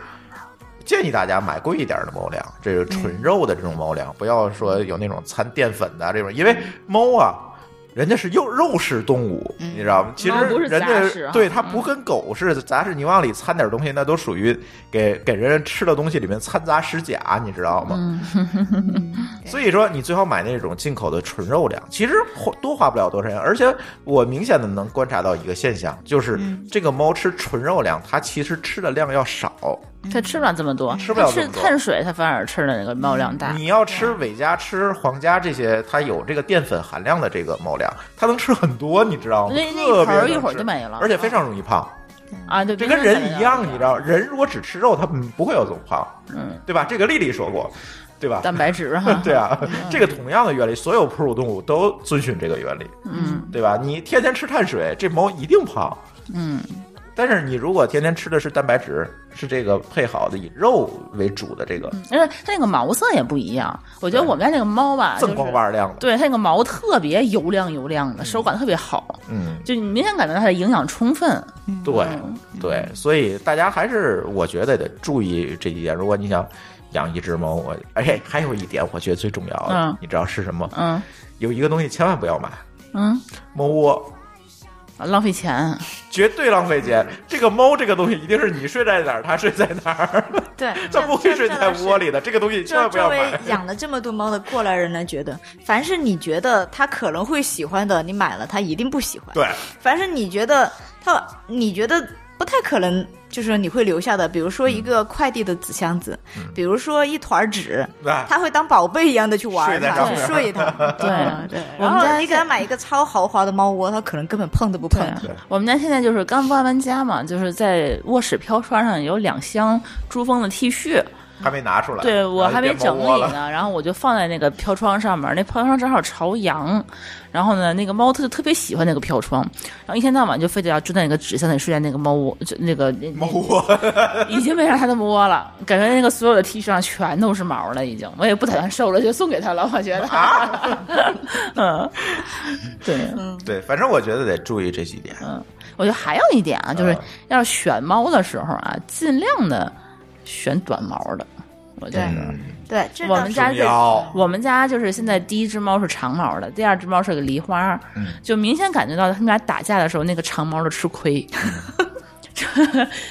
Speaker 1: 建议大家买贵一点的猫粮，这
Speaker 2: 嗯
Speaker 1: 是纯肉的这种猫粮，不要说有那种掺淀粉的这种，因为猫啊。人家是肉肉食动物，你知道吗？其实
Speaker 2: 嗯猫不是
Speaker 1: 人
Speaker 2: 杂食
Speaker 1: 家
Speaker 2: 哈嗯
Speaker 1: 对它不跟狗似的，杂食你往里掺点东西，那都属于给给人吃的东西里面掺杂食甲，你知道吗？所以说，你最好买那种进口的纯肉粮，其实花多花不了多少钱。而且我明显的能观察到一个现象，就是
Speaker 2: 嗯
Speaker 1: 这个猫吃纯肉粮，它其实吃的量要少。
Speaker 6: 嗯
Speaker 2: 它吃不了这么多，
Speaker 1: 吃不了
Speaker 2: 它
Speaker 1: 这
Speaker 2: 吃
Speaker 1: 么多
Speaker 2: 碳水，它反而吃的那个猫量大。
Speaker 1: 你要吃伟家、吃皇家这些，它有这个淀粉含量的这个猫粮，它能吃很多，你知道吗？
Speaker 2: 那
Speaker 1: 特
Speaker 2: 那
Speaker 1: 别
Speaker 2: 一盆儿
Speaker 1: 能
Speaker 2: 一会儿
Speaker 1: 吃
Speaker 2: 就没了嗯
Speaker 1: 而且非常容易胖。
Speaker 2: 啊，对，
Speaker 1: 这
Speaker 2: 别
Speaker 1: 跟
Speaker 2: 人
Speaker 1: 人
Speaker 2: 可能
Speaker 1: 一样，
Speaker 2: 要
Speaker 1: 你知道，人如果只吃肉，他不会有这么胖，
Speaker 2: 嗯，
Speaker 1: 对吧？这个丽丽说过，对吧？，
Speaker 2: 蛋白质哈
Speaker 1: 对啊，这个同样的原理，所有哺乳动物都遵循这个原理，
Speaker 2: 嗯
Speaker 1: 对吧？你天天吃碳水，这猫一定胖。
Speaker 2: 嗯，
Speaker 1: 但是你如果天天吃的是蛋白质，是这个配好的以肉为主的这个
Speaker 2: 因为它那个毛色也不一样。我觉得
Speaker 1: 对
Speaker 2: 我们家那个猫吧，就
Speaker 1: 锃
Speaker 2: 是
Speaker 1: 光瓦亮的，
Speaker 2: 对它那个毛特别油亮油亮的，手感特别好，
Speaker 1: 嗯，
Speaker 2: 就你明显感觉到它的营养充分。
Speaker 1: 对
Speaker 2: 嗯
Speaker 1: 对，所以大家还是我觉得得注意这一点。如果你想养一只猫，我而且还有一点，我觉得最重要的，
Speaker 2: 嗯
Speaker 1: 你知道是什么？
Speaker 2: 嗯
Speaker 1: 有一个东西千万不要买，
Speaker 2: 嗯，
Speaker 1: 猫窝。
Speaker 2: 浪费钱。
Speaker 1: 绝对浪费钱。这个猫这个东西一定是你睡在哪儿，它睡在哪儿，
Speaker 6: 对，
Speaker 1: 它不会睡在窝里的。这个东西千
Speaker 6: 这
Speaker 1: 万不要
Speaker 6: 作为
Speaker 1: 买。
Speaker 6: 养了这么多猫的过来人来觉得，凡是你觉得他可能会喜欢的，你买了他一定不喜欢；
Speaker 1: 对，
Speaker 6: 凡是你觉得他你觉得不太可能，就是你会留下的，比如说一个快递的纸箱子，
Speaker 1: 嗯
Speaker 6: 比如说一团纸，
Speaker 1: 那
Speaker 6: 他会当宝贝一样的去玩
Speaker 1: 睡在
Speaker 6: 它，
Speaker 1: 上面
Speaker 6: 去睡它。
Speaker 2: 对
Speaker 6: 嗯对，
Speaker 2: 我
Speaker 6: 然
Speaker 2: 们
Speaker 6: 后
Speaker 2: 家
Speaker 6: 你给他买一个超豪华的猫窝，他可能根本碰都不碰。
Speaker 2: 对，啊我们家现在就是刚搬完家嘛，就是在卧室飘刷上有两箱珠峰的 T 恤，
Speaker 1: 还没拿出来，
Speaker 2: 对我还没
Speaker 1: 然后
Speaker 2: 整
Speaker 1: 一
Speaker 2: 理
Speaker 1: 变猫窝 了。
Speaker 2: 呢，然后我就放在那个飘窗上面，那飘窗正好朝阳，然后呢，那个猫它就特别喜欢那个飘窗，然后一天到晚就非得要蹲在那个纸箱里睡在那个猫窝，就那个
Speaker 1: 猫窝，
Speaker 2: 已经没啥它的窝了，感觉那个所有的 T 恤上全都是毛了，已经，我也不打算收了，就送给他了，我觉得，
Speaker 1: 啊
Speaker 2: 嗯，对，
Speaker 1: 对，反正我觉得得注意这几点。
Speaker 2: 嗯我觉得还有一点啊，就是
Speaker 1: 嗯
Speaker 2: 要是选猫的时候啊，尽量的选短毛的，我觉得。
Speaker 1: 嗯
Speaker 6: 对，这
Speaker 2: 我
Speaker 6: 倒
Speaker 2: 们
Speaker 6: 是
Speaker 2: 家
Speaker 1: 重
Speaker 2: 这
Speaker 1: 要
Speaker 2: 我们家就是现在第一只猫是长毛的，第二只猫是个狸花，就明显感觉到他们俩打架的时候，那个长毛的吃亏。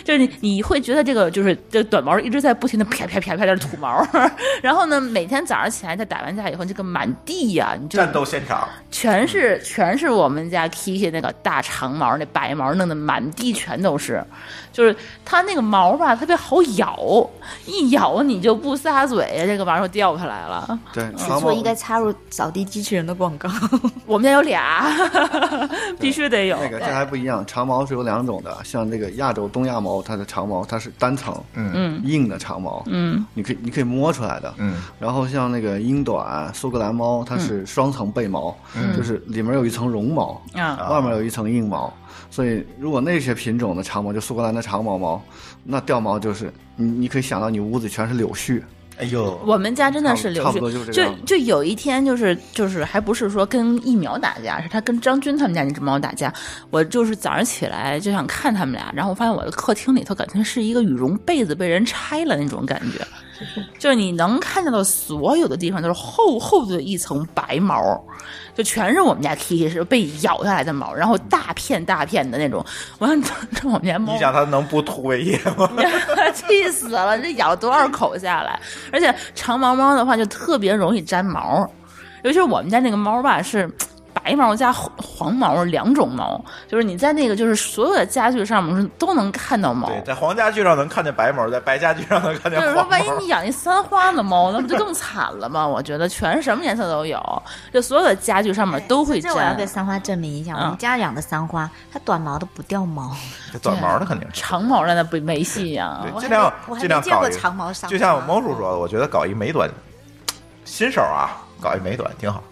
Speaker 2: 就是你，你会觉得这个就是这短毛一直在不停的啪啪啪啪在吐毛， 然后呢，每天早上起来在打完架以后，这个满地呀、你就
Speaker 1: 战斗现场，
Speaker 2: 全是全是我们家 Kiki 那个大长毛那白毛，弄得满地全都是，就是它那个毛吧特别好咬，一咬你就不撒嘴呀，这个玩意儿就掉下来了。
Speaker 5: 对，
Speaker 6: 此
Speaker 5: 长毛
Speaker 6: 处应该插入扫地机器人的广告。
Speaker 2: 我们家有俩， 必须得有。
Speaker 5: 那个这还不一样，长毛是有两种的，像这个亚洲东亚毛，它的长毛它是单层，嗯，硬的长毛，嗯，你可以你可以摸出来的，
Speaker 1: 嗯，
Speaker 5: 然后像那个英短、苏格兰猫，它
Speaker 2: 嗯
Speaker 5: 是双层背毛，就是里面有一层绒毛，
Speaker 2: 啊，
Speaker 5: 外面有一层硬毛，所以如果那些品种的长毛，就苏格兰的长毛毛，那掉毛就是你你可以想到你屋子全是柳絮，
Speaker 1: 哎呦，
Speaker 2: 我们家真的是柳
Speaker 5: 差不多就是
Speaker 2: 絮，
Speaker 5: 这
Speaker 2: 就
Speaker 5: 样
Speaker 2: 就有一天就是就是还不是说跟疫苗打架，是他跟张军他们家那只猫打架。我就是早上起来就想看他们俩，然后我发现我的客厅里头感觉是一个羽绒被子被人拆了那种感觉，就是你能看见到所有的地方都是厚厚的一层白毛，就全是我们家 Kiki 是被咬下来的毛，然后大片大片的那种。我想 这我们家猫
Speaker 1: 你想它能不吐胃液吗？
Speaker 2: 气死了！这咬了多少口下来？而且长毛猫的话，就特别容易粘毛，尤其是我们家那个猫吧，是把白毛加黄黄毛两种毛，就是你在那个就是所有的家具上面是都能看到毛。
Speaker 1: 对，在黄家具上能看见白毛，在白家具上能看见
Speaker 2: 就是说，
Speaker 1: 黄
Speaker 2: 万一
Speaker 1: 毛
Speaker 2: 你。养一三花的猫，那不就更惨了吗？我觉得全什么颜色都有，就所有的家具上面 都会
Speaker 3: 这我要
Speaker 2: 粘
Speaker 3: 给。三花证明一下，我
Speaker 2: 嗯
Speaker 3: 们家养的三花，它短毛的不掉毛。
Speaker 1: 这短毛的肯定是。
Speaker 2: 长毛的那不没戏呀、
Speaker 1: 对
Speaker 3: 我还
Speaker 1: 尽量
Speaker 3: 没我还
Speaker 1: 尽量
Speaker 3: 没见
Speaker 1: 搞
Speaker 3: 过
Speaker 1: 一个
Speaker 3: 长毛三花。
Speaker 1: 就像猫叔说的，我觉得搞一美短，新手啊，搞一美短挺好。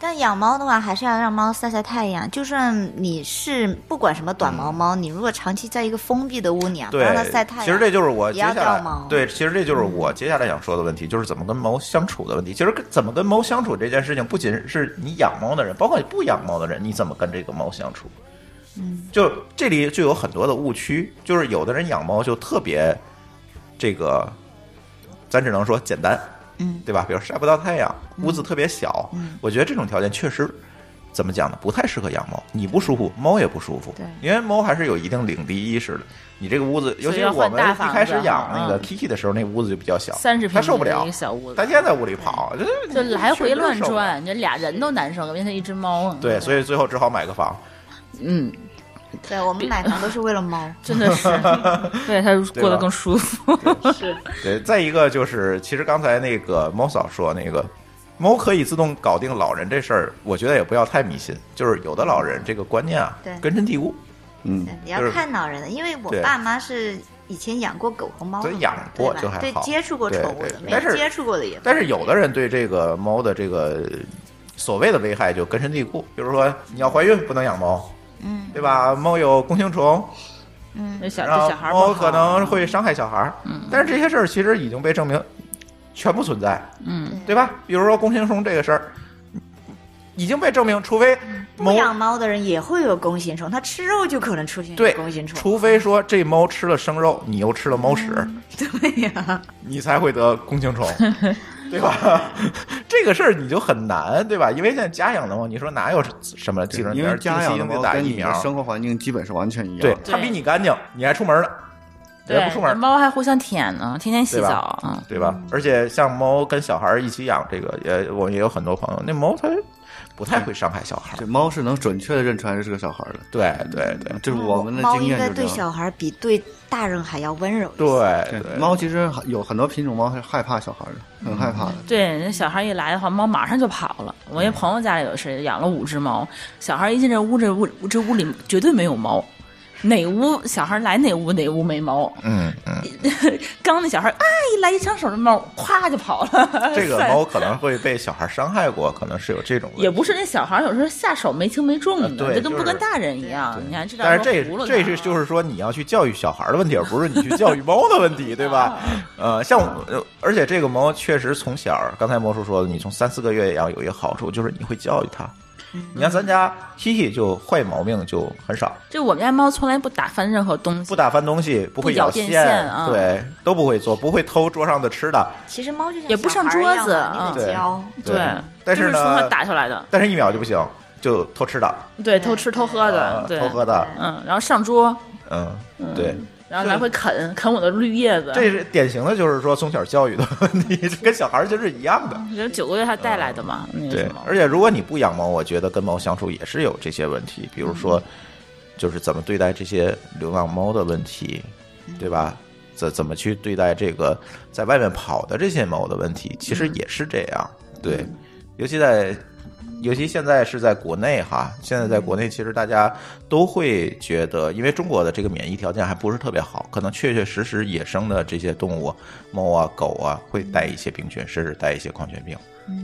Speaker 3: 但养猫的话，还是要让猫晒晒太阳。就算你是不管什么短毛猫，你如果长期在一个封闭的屋里啊，
Speaker 1: 嗯
Speaker 3: 不
Speaker 1: 对
Speaker 3: 让它晒太阳，
Speaker 1: 其实这就是我接
Speaker 3: 也要
Speaker 1: 下来
Speaker 3: 掉毛嗯
Speaker 1: 对，其实这就是我接下来想说的问题，就是怎么跟猫相处的问题。其实跟怎么跟猫相处这件事情，不仅是你养猫的人，包括你不养猫的人，你怎么跟这个猫相处？嗯，就这里就有很多的误区，就是有的人养猫就特别这个，咱只能说简单，
Speaker 3: 嗯，
Speaker 1: 对吧？比如晒不到太阳，屋子特别小，我觉得这种条件确实。怎么讲呢？不太适合养猫，你不舒服，猫也不舒服。
Speaker 3: 对
Speaker 1: 因为猫还是有一定领地意识的。你这个屋子，尤其是
Speaker 2: 要
Speaker 1: 我
Speaker 2: 换
Speaker 1: 们
Speaker 2: 大
Speaker 1: 一
Speaker 2: 房
Speaker 1: 开始
Speaker 2: 子
Speaker 1: 养那个
Speaker 2: 嗯
Speaker 1: Kiki 的时候，那屋子就比较小，
Speaker 2: 三十平
Speaker 1: 它受
Speaker 2: 米
Speaker 1: 不
Speaker 2: 的
Speaker 1: 了
Speaker 2: 一个，小屋子
Speaker 1: 它，天天在屋里跑，
Speaker 2: 就
Speaker 1: 就
Speaker 2: 来回乱。
Speaker 1: 确实受不了
Speaker 2: 转，这俩人都难受，因为它一只猫。
Speaker 1: 对，所以最后只好买个房。
Speaker 2: 嗯，
Speaker 3: 对我们买房都是为了 猫。
Speaker 2: 真的 是，对它过得更舒服。
Speaker 1: 对，再一个就是，其实刚才那个猫嫂说那个。猫可以自动搞定老人这事儿，我觉得也不要太迷信。就是有的老人这个观念啊
Speaker 3: 对，
Speaker 1: 根深蒂固。
Speaker 5: 嗯
Speaker 3: 对，也要
Speaker 1: 就是
Speaker 3: 看老人的，因为我
Speaker 1: 对
Speaker 3: 爸妈是以前养过狗和猫
Speaker 1: 所
Speaker 3: 的
Speaker 1: 以
Speaker 3: 嘛，
Speaker 1: 养过
Speaker 3: 对
Speaker 1: 就
Speaker 3: 吧
Speaker 1: 还
Speaker 3: 对
Speaker 1: 好
Speaker 3: 接触过
Speaker 1: 对
Speaker 3: 宠物
Speaker 1: 对
Speaker 3: 的，
Speaker 1: 对
Speaker 3: 没
Speaker 1: 但是
Speaker 3: 接触过的也。
Speaker 1: 但是有的人对这个猫的这个所谓的危害就根深蒂固，比如说你要怀孕不能养猫，
Speaker 3: 嗯，
Speaker 1: 对吧？猫有弓形虫，
Speaker 2: 那小
Speaker 1: 然
Speaker 2: 这
Speaker 1: 后
Speaker 2: 小孩儿不
Speaker 1: 猫
Speaker 2: 好嗯
Speaker 1: 可能会伤害小孩儿。但是这些事儿其实已经被证明全不存在，
Speaker 2: 嗯，
Speaker 1: 对吧？比如说弓形虫这个事儿，已经被证明，除非
Speaker 2: 嗯
Speaker 3: 不
Speaker 1: 猫
Speaker 3: 养猫的人也会有弓形虫，它吃肉就可能出现
Speaker 1: 对
Speaker 3: 弓形，虫。
Speaker 1: 除非说这猫吃了生肉，你又吃了猫屎，
Speaker 2: 嗯
Speaker 3: 对呀、
Speaker 1: 你才会得弓形虫，对吧？这个事儿你就很难，对吧？因为现在家养的猫，你说哪有什么技能？
Speaker 5: 因为家养的猫
Speaker 1: 打
Speaker 5: 跟
Speaker 1: 疫
Speaker 5: 你
Speaker 1: 苗
Speaker 5: 的，生活环境基本是完全一样
Speaker 1: 对
Speaker 5: 的。
Speaker 1: 它比你干净，你还出门呢，也呃不出门
Speaker 2: 对，。猫还互相舔呢，天天洗
Speaker 1: 对吧
Speaker 2: 澡。嗯，
Speaker 1: 对吧？而且像猫跟小孩儿一起养，这个也我也有很多朋友，那猫它不太会伤害小孩儿。
Speaker 5: 这猫是能准确的认出来这是个小孩儿的，
Speaker 1: 对对对
Speaker 5: 这是我们的
Speaker 3: 猫
Speaker 5: 经
Speaker 3: 应
Speaker 5: 验
Speaker 3: 该
Speaker 5: 就
Speaker 3: 对
Speaker 5: 是这样。
Speaker 3: 小孩比对大人还要温柔。
Speaker 1: 对
Speaker 5: 对
Speaker 1: 对，
Speaker 5: 猫其实有很多品种猫是害怕小孩儿的，很害怕的。
Speaker 2: 对，那小孩一来的话，猫马上就跑了。我
Speaker 1: 嗯
Speaker 2: 一朋友家里有谁养了五只猫，小孩一进这屋，这屋这屋里绝对没有猫。哪屋小孩来哪屋哪屋没猫，
Speaker 1: 嗯嗯，
Speaker 2: 刚那小孩啊一来一抢手的猫，咵就跑了。
Speaker 1: 这个猫可能会被小孩儿伤害过，可能是有这种问题
Speaker 2: 也不是那小孩有时候下手没轻没重的，
Speaker 1: 呃对
Speaker 2: 这跟
Speaker 1: 就是
Speaker 2: 不跟大人一样
Speaker 1: 对。
Speaker 2: 你看这
Speaker 1: 但是这
Speaker 2: 这
Speaker 1: 这是就是说你要去教育小孩儿的问题，而不是你去教育猫的问 题，对
Speaker 2: 啊
Speaker 1: 吧？呃，像我呃而且这个猫确实从小，刚才魔术说的，你从三四个月养有一个好处就是你会教育它。
Speaker 2: 嗯
Speaker 1: 你看咱家 Kiki 就坏毛病就很少，
Speaker 2: 就我们家猫从来不打翻任何东西，
Speaker 1: 不打翻东西，不会
Speaker 2: 不咬
Speaker 1: 咬
Speaker 2: 电
Speaker 1: 线，
Speaker 2: 线啊
Speaker 1: 对，都不会做，不会偷桌上的吃的，
Speaker 3: 其实猫就像
Speaker 2: 也不
Speaker 3: 小
Speaker 2: 上
Speaker 3: 孩儿一
Speaker 2: 桌
Speaker 3: 样
Speaker 2: 子
Speaker 3: 嘛你
Speaker 1: 嗯
Speaker 3: 得教。
Speaker 2: 对，
Speaker 1: 但
Speaker 2: 就是是从它
Speaker 1: 呢，
Speaker 2: 打下来的，
Speaker 1: 但是一秒就不行，就偷吃的，
Speaker 2: 对，偷吃偷喝的
Speaker 1: 呃，
Speaker 2: 对，
Speaker 1: 偷喝的，
Speaker 2: 嗯，然后上桌，
Speaker 1: 嗯，对。
Speaker 2: 然后来回啃啃我的绿叶子，
Speaker 1: 这是典型的，就是说从小教育的问题，这跟小孩儿就是一样的。
Speaker 2: 人九个月他带来的嘛，那个
Speaker 1: 对
Speaker 2: 什么，
Speaker 1: 而且如果你不养猫，我觉得跟猫相处也是有这些问题，比如
Speaker 2: 嗯
Speaker 1: 说，就是怎么对待这些流浪猫的问题，
Speaker 2: 嗯
Speaker 1: 对吧？怎怎么去对待这个在外面跑的这些猫的问题，其实
Speaker 2: 嗯
Speaker 1: 也是这样。对，尤其在。尤其现在是在国内哈，现在在国
Speaker 2: 嗯
Speaker 1: 内其实大家都会觉得，因为中国的这个免疫条件还不是特别好，可能确确实实野生的这些动物，猫啊、狗啊，会
Speaker 2: 嗯
Speaker 1: 带一些病菌，甚至带一些狂犬病。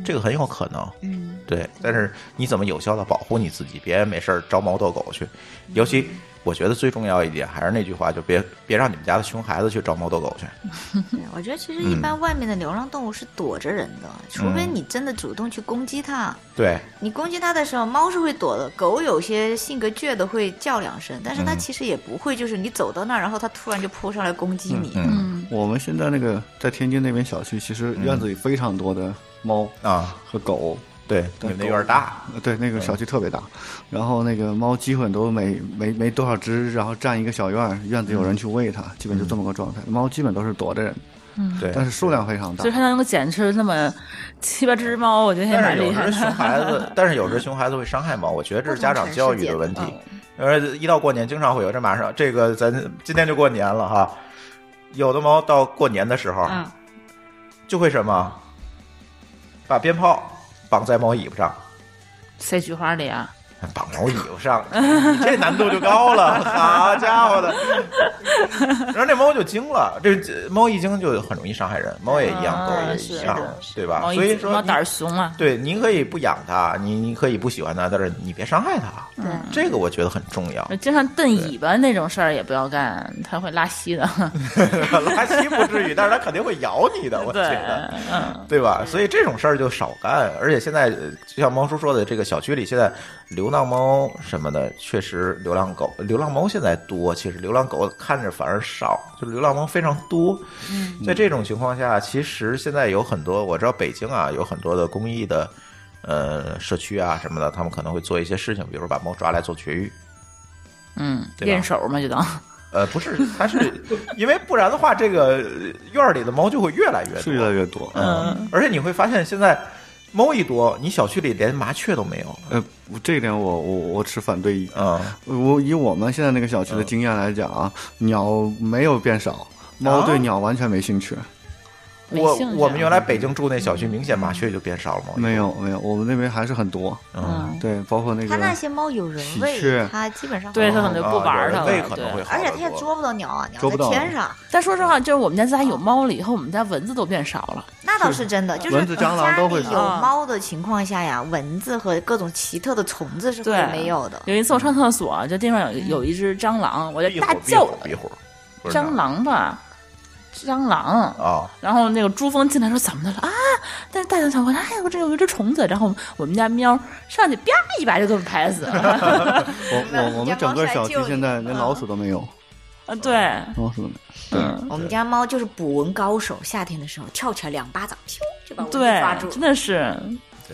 Speaker 1: 这个很有可能。嗯，对。但是你怎么有效的保护你自己？别没事儿招猫逗狗去。尤其我觉得最重要一点还是那句话，就别别让你们家的熊孩子去招猫逗狗去。
Speaker 3: 对我觉得其实一
Speaker 1: 嗯
Speaker 3: 般外面的流浪动物是躲着人的，除非你真的主动去攻击它。
Speaker 1: 对，
Speaker 3: 你攻击它的时候，猫是会躲的，狗有些性格倔的会叫两声，但是它
Speaker 1: 嗯
Speaker 3: 其实也不会，就是你走到那儿，然后它突然就扑上来攻击你。
Speaker 1: 嗯
Speaker 5: 我们现在那个在天津那边小区，其实院子里非常多的猫
Speaker 1: 啊，
Speaker 5: 和狗。
Speaker 1: 对，你
Speaker 5: 但
Speaker 1: 们那
Speaker 5: 狗
Speaker 1: 院儿大，
Speaker 5: 呃对，那个小区特别大，然后那个猫基本都没没没
Speaker 1: 嗯
Speaker 5: 多少只，然后占一个小院儿，院子有人去喂它，基本就这么个状态。猫基本都是躲着人，
Speaker 1: 对，
Speaker 5: 嗯但是数量非常大
Speaker 2: 所以。它能够减吃那么 七八只猫，我觉得也
Speaker 1: 但
Speaker 2: 蛮
Speaker 1: 是有
Speaker 2: 厉
Speaker 1: 时
Speaker 2: 害
Speaker 1: 候熊
Speaker 2: 的。
Speaker 1: 孩 子，但是有时候熊孩子会伤害猫，我觉得这是家长教育的问题。呃，一到过年经常会有，这马上这个咱今天就过年了哈，有的猫到过年的时候
Speaker 6: 嗯，
Speaker 1: 就会什么，把鞭炮绑在猫尾巴上。
Speaker 2: 塞菊花里啊，
Speaker 1: 绑毛衣服上，你这难度就高了，好家伙的！然后这猫就惊了，这这猫一惊就很容易伤害人，猫也一样，
Speaker 2: 啊
Speaker 1: 狗也
Speaker 2: 是
Speaker 1: 一样
Speaker 2: 的，
Speaker 1: 对吧？
Speaker 2: 猫
Speaker 1: 啊
Speaker 2: 一
Speaker 1: 所以说
Speaker 2: 猫
Speaker 1: 你
Speaker 2: 胆儿熊啊，
Speaker 1: 对，您可以不养它，你你可以不喜欢它，但是你别伤害它，
Speaker 3: 对
Speaker 1: 这个我觉得很重要。
Speaker 2: 经常蹬尾巴那种事儿也不要干，它会拉稀的。
Speaker 1: 啊拉稀不至于，但是它肯定会咬你的，我觉
Speaker 2: 对
Speaker 1: 得，，
Speaker 2: 嗯，
Speaker 1: 对吧？所以这种事儿就少干。而且现在，呃就像猫叔说的，这个小区里现在流浪猫什么的，确实流浪狗、流浪猫现在多，其实流浪狗看着反而少，就流浪猫非常多。嗯，在这种情况下，其实现在有很多，我知道北京啊有很多的公益的。呃，社区啊什么的，他们可能会做一些事情，比如说把猫抓来做绝育，
Speaker 2: 嗯，
Speaker 1: 对吧
Speaker 2: 练手嘛，就当
Speaker 1: 呃，不是，它是因为不然的话，这个呃院儿里的猫就会越来越多，
Speaker 5: 是越来越多，
Speaker 1: 嗯，而且你会发现现在猫一多，你小区里连麻雀都没有。
Speaker 5: 呃，我这一点我我我持反对意见。呃
Speaker 1: 嗯，
Speaker 5: 我以我们现在那个小区的经验来讲啊，鸟没有变少，猫对鸟完全没兴趣。
Speaker 2: 没
Speaker 1: 我
Speaker 2: 兴趣啊
Speaker 1: 我们原来北京住那小区，明显麻雀就变少了嘛。
Speaker 5: 没有没有，我们那边还是很多。
Speaker 1: 嗯，
Speaker 5: 对，包括那
Speaker 3: 它那
Speaker 5: 个
Speaker 3: 些猫有人
Speaker 5: 喜
Speaker 3: 喂
Speaker 5: 鹊，哦
Speaker 3: 它基本上
Speaker 2: 对
Speaker 3: 好
Speaker 2: 它可能就不玩它
Speaker 1: 啊
Speaker 2: 了。
Speaker 1: 有人喂可能会
Speaker 2: 对。
Speaker 1: 好
Speaker 3: 而且
Speaker 1: 得
Speaker 3: 它也
Speaker 1: 多
Speaker 3: 捉不到鸟啊，鸟
Speaker 5: 捉不
Speaker 3: 在
Speaker 5: 到
Speaker 3: 天上，
Speaker 2: 但说实话，就是我们家自打有猫了以后，我们家蚊子都变少了。
Speaker 3: 那倒是真的。就是
Speaker 5: 蚊子蟑螂都会
Speaker 3: 家
Speaker 5: 死
Speaker 3: 里有猫的情况下呀，蚊子和各种奇特的虫子是会
Speaker 2: 对
Speaker 3: 没有的。
Speaker 2: 有一次我上厕所，就地上有有一只蟑螂，我就
Speaker 1: 壁
Speaker 2: 大
Speaker 1: 虎，壁
Speaker 2: 叫
Speaker 1: 虎，壁虎，不是
Speaker 2: 蟑螂吧，蟑螂
Speaker 1: 哪儿啊，
Speaker 2: 然后那个珠峰进来说怎么的了啊？但是大家想回来，哎，我这有一只虫子。然后我们家喵上去啪一把就给我们拍死了。
Speaker 5: 我我我们整个小区现在连老鼠都没有，
Speaker 2: 啊， 对，
Speaker 5: 老鼠都没有。
Speaker 3: 我们家猫就是捕蚊高手，夏天的时候跳起来两巴掌，咻就把蚊子
Speaker 2: 对
Speaker 3: 抓住，了
Speaker 2: 真。的是，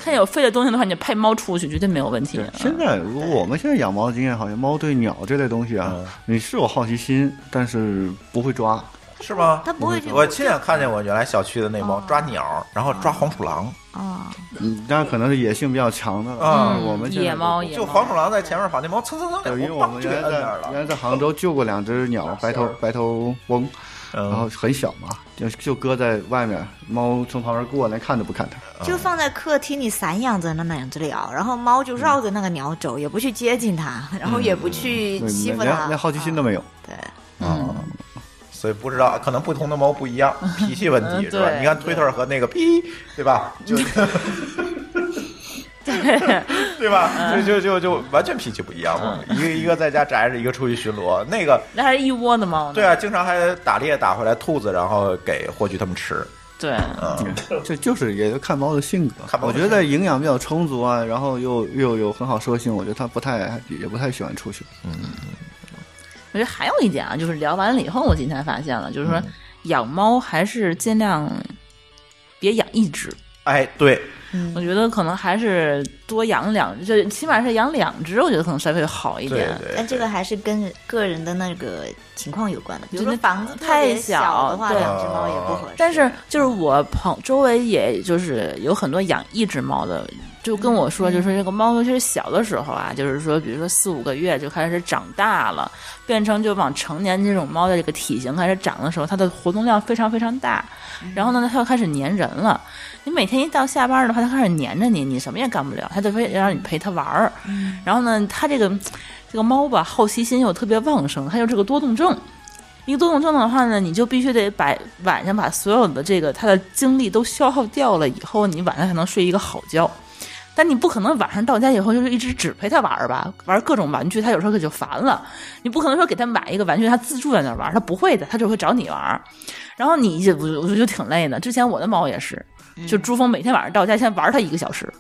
Speaker 2: 它有废的东西的话，你派猫出去绝对没有问题啊
Speaker 5: 对，。啊现在如果我们现在养猫的经验，好像猫对鸟这类东西啊，你是有好奇心，但是不会抓。
Speaker 1: 是吗？嗯
Speaker 3: 它不会去
Speaker 1: 我亲眼看见我原来小区的那
Speaker 2: 哦
Speaker 1: 猫抓鸟，然后抓黄鼠狼，
Speaker 3: 啊，
Speaker 5: 嗯，那可能是野性比较强的了。
Speaker 1: 啊
Speaker 5: 我们现
Speaker 2: 嗯
Speaker 5: 在
Speaker 2: 野猫，野
Speaker 1: 就
Speaker 2: 猫
Speaker 1: 黄鼠狼在前面跑，那猫蹭蹭蹭
Speaker 5: 对，因为
Speaker 1: 两
Speaker 5: 我
Speaker 1: 步砰
Speaker 5: 们
Speaker 1: 就
Speaker 5: 原
Speaker 1: 给
Speaker 5: 来
Speaker 1: 摁
Speaker 5: 在
Speaker 1: 那儿
Speaker 5: 原
Speaker 1: 了。
Speaker 5: 来在杭州救过两只鸟，白头白头翁，然后
Speaker 1: 嗯，
Speaker 5: 很小嘛，就就搁在外面，猫从旁边过，连看都不看它。
Speaker 3: 就放在客厅里散养着那两只鸟，然后猫就绕着那个鸟走，也不去接近它，然后也不去
Speaker 5: 对，
Speaker 3: 欺
Speaker 5: 连
Speaker 3: 负它，啊
Speaker 5: 连连好奇心都没有。
Speaker 3: 对，
Speaker 2: 嗯
Speaker 1: 所以不知道，可能不同的猫不一 样，脾气问题
Speaker 2: 嗯
Speaker 1: 是吧？
Speaker 2: 对
Speaker 1: 你看推特和那个 屁，对吧？就 对吧？
Speaker 2: 嗯
Speaker 1: 就就就就完全脾气不一样嘛，一个一个在家宅着，一个出去巡逻。那个
Speaker 2: 那还是一窝的猫呢。
Speaker 1: 对啊，经常还打猎打回来兔子，然后给霍炬他们吃。
Speaker 2: 对，
Speaker 1: 嗯，
Speaker 5: 这就是也就看猫的性格
Speaker 1: 看。猫
Speaker 5: 我
Speaker 1: 的
Speaker 5: 觉得营养比较充足啊，然后又又有很好社性，我觉得它不太也不太喜欢出去。
Speaker 2: 我觉得还有一点啊，就是聊完了以后，我今天发现了，就
Speaker 1: 嗯
Speaker 2: 是说养猫还是尽量别养一只。
Speaker 1: 哎，对，
Speaker 2: 我觉得可能还是多养两，就起码是养两只，我觉得可能稍微会好一
Speaker 1: 对
Speaker 2: 点。
Speaker 1: 对
Speaker 3: 但这个还是跟个人的那个情况有关的。比如
Speaker 2: 真
Speaker 3: 说
Speaker 2: 的
Speaker 3: 房子特
Speaker 2: 太
Speaker 3: 别
Speaker 2: 小
Speaker 3: 的话，
Speaker 2: 对
Speaker 3: 两只猫也
Speaker 1: 啊
Speaker 3: 不合适。
Speaker 2: 但是就是我朋周围也就是有很多养一只猫的，就跟我说，就是这个猫，尤其是小的时候啊，就是说，比如说四五个月就开始长大了，变成就往成年这种猫的这个体型开始长的时候，它的活动量非常非常大，然后呢，它又开始粘人了。你每天一到下班的话，它开始粘着你，你什么也干不了，它就非让你陪它玩儿。然后呢，它这个这个猫吧，好奇心又特别旺盛，它有这个多动症。一个多动症的话呢，你就必须得把晚上把所有的这个它的精力都消耗掉了以后，你晚上才能睡一个好觉。但你不可能晚上到家以后就是一直只陪它玩儿吧，玩各种玩具，它有时候可就烦了。你不可能说给它买一个玩具，它自助在那儿玩儿，它不会的，它就会找你玩儿。然后你就我就我就挺累的。之前我的猫也是，就珠峰每天晚上到家先玩儿它一个小时，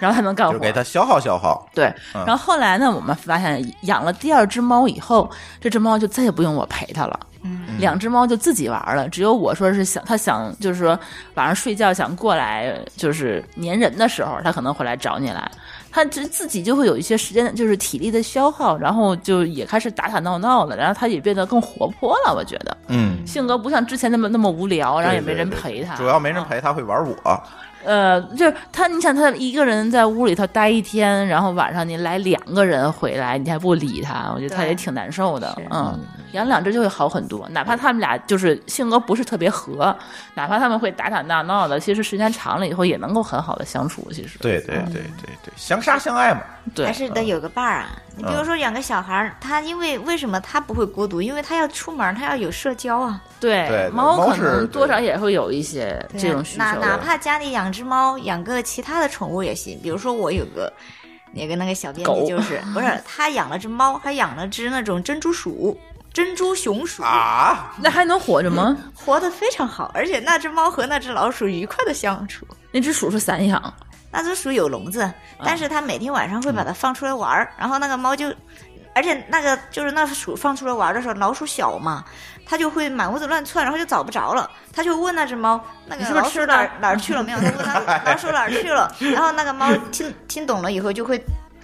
Speaker 2: 然后它能干活
Speaker 1: 就
Speaker 2: 儿。
Speaker 1: 给它消耗消耗。
Speaker 2: 对，然后后来呢，我们发现养了第二只猫以后，这只猫就再也不用我陪它了。嗯，两只猫就自己玩了，只有我说是想它想就是说晚上睡觉想过来就是粘人的时候，它可能会来找你来。它自自己就会有一些时间，就是体力的消耗，然后就也开始打打闹闹了，然后它也变得更活泼了。我觉得
Speaker 1: 嗯，
Speaker 2: 性格不像之前那么那么无聊，然后也没
Speaker 1: 对对
Speaker 2: 人
Speaker 1: 对
Speaker 2: 陪它，
Speaker 1: 主要没人
Speaker 2: 啊
Speaker 1: 陪他会玩我，
Speaker 2: 呃，就是他，你想他一个人在屋里头待一天，然后晚上你来两个人回来，你还不理他，我觉得他
Speaker 6: 对
Speaker 2: 也挺难受的
Speaker 6: 是。
Speaker 2: 嗯，养两只就会好很多，哪怕他们俩就是性格不是特别合，哪怕他们会打打闹闹的，其实时间长了以后也能够很好的相处。其实，
Speaker 1: 对对对对对，相杀相爱嘛，
Speaker 2: 对
Speaker 3: 还，是
Speaker 1: 嗯
Speaker 3: 得有个伴儿啊。你比如说养个小孩儿，他因为为什么他不会孤独？因为他要出门，他要有社交啊。
Speaker 2: 对
Speaker 1: 对
Speaker 2: 猫
Speaker 1: 猫
Speaker 2: 可
Speaker 1: 是
Speaker 2: 能
Speaker 1: 对
Speaker 2: 多少也会有一些
Speaker 3: 对啊
Speaker 2: 这种需求
Speaker 3: 哪。哪怕家里养只猫，养个其他的宠物也行。比如说我有个那个那个小编
Speaker 2: 狗
Speaker 3: 辑，就是 不是他养了只猫，还养了只那种珍珠鼠、珍珠熊鼠，
Speaker 1: 啊，
Speaker 2: 那还能活着吗？
Speaker 3: 活得非常好。而且那只
Speaker 1: 嗯
Speaker 3: 猫和那只老鼠愉快的相处。
Speaker 2: 那只鼠是散养，
Speaker 3: 那只鼠有笼子，但是它每天晚上会把它放出来玩儿，然后那个猫就，而且那个就是那鼠放出来玩儿的时候，老鼠小嘛，它就会满屋子乱窜，然后就找不着了，它就问那只猫，那个
Speaker 2: 你是不是
Speaker 3: 老鼠
Speaker 2: 吃
Speaker 3: 哪
Speaker 2: 了
Speaker 3: 儿哪儿去了没有？它问它老鼠哪儿去了，然后那个猫听听懂了以后就会。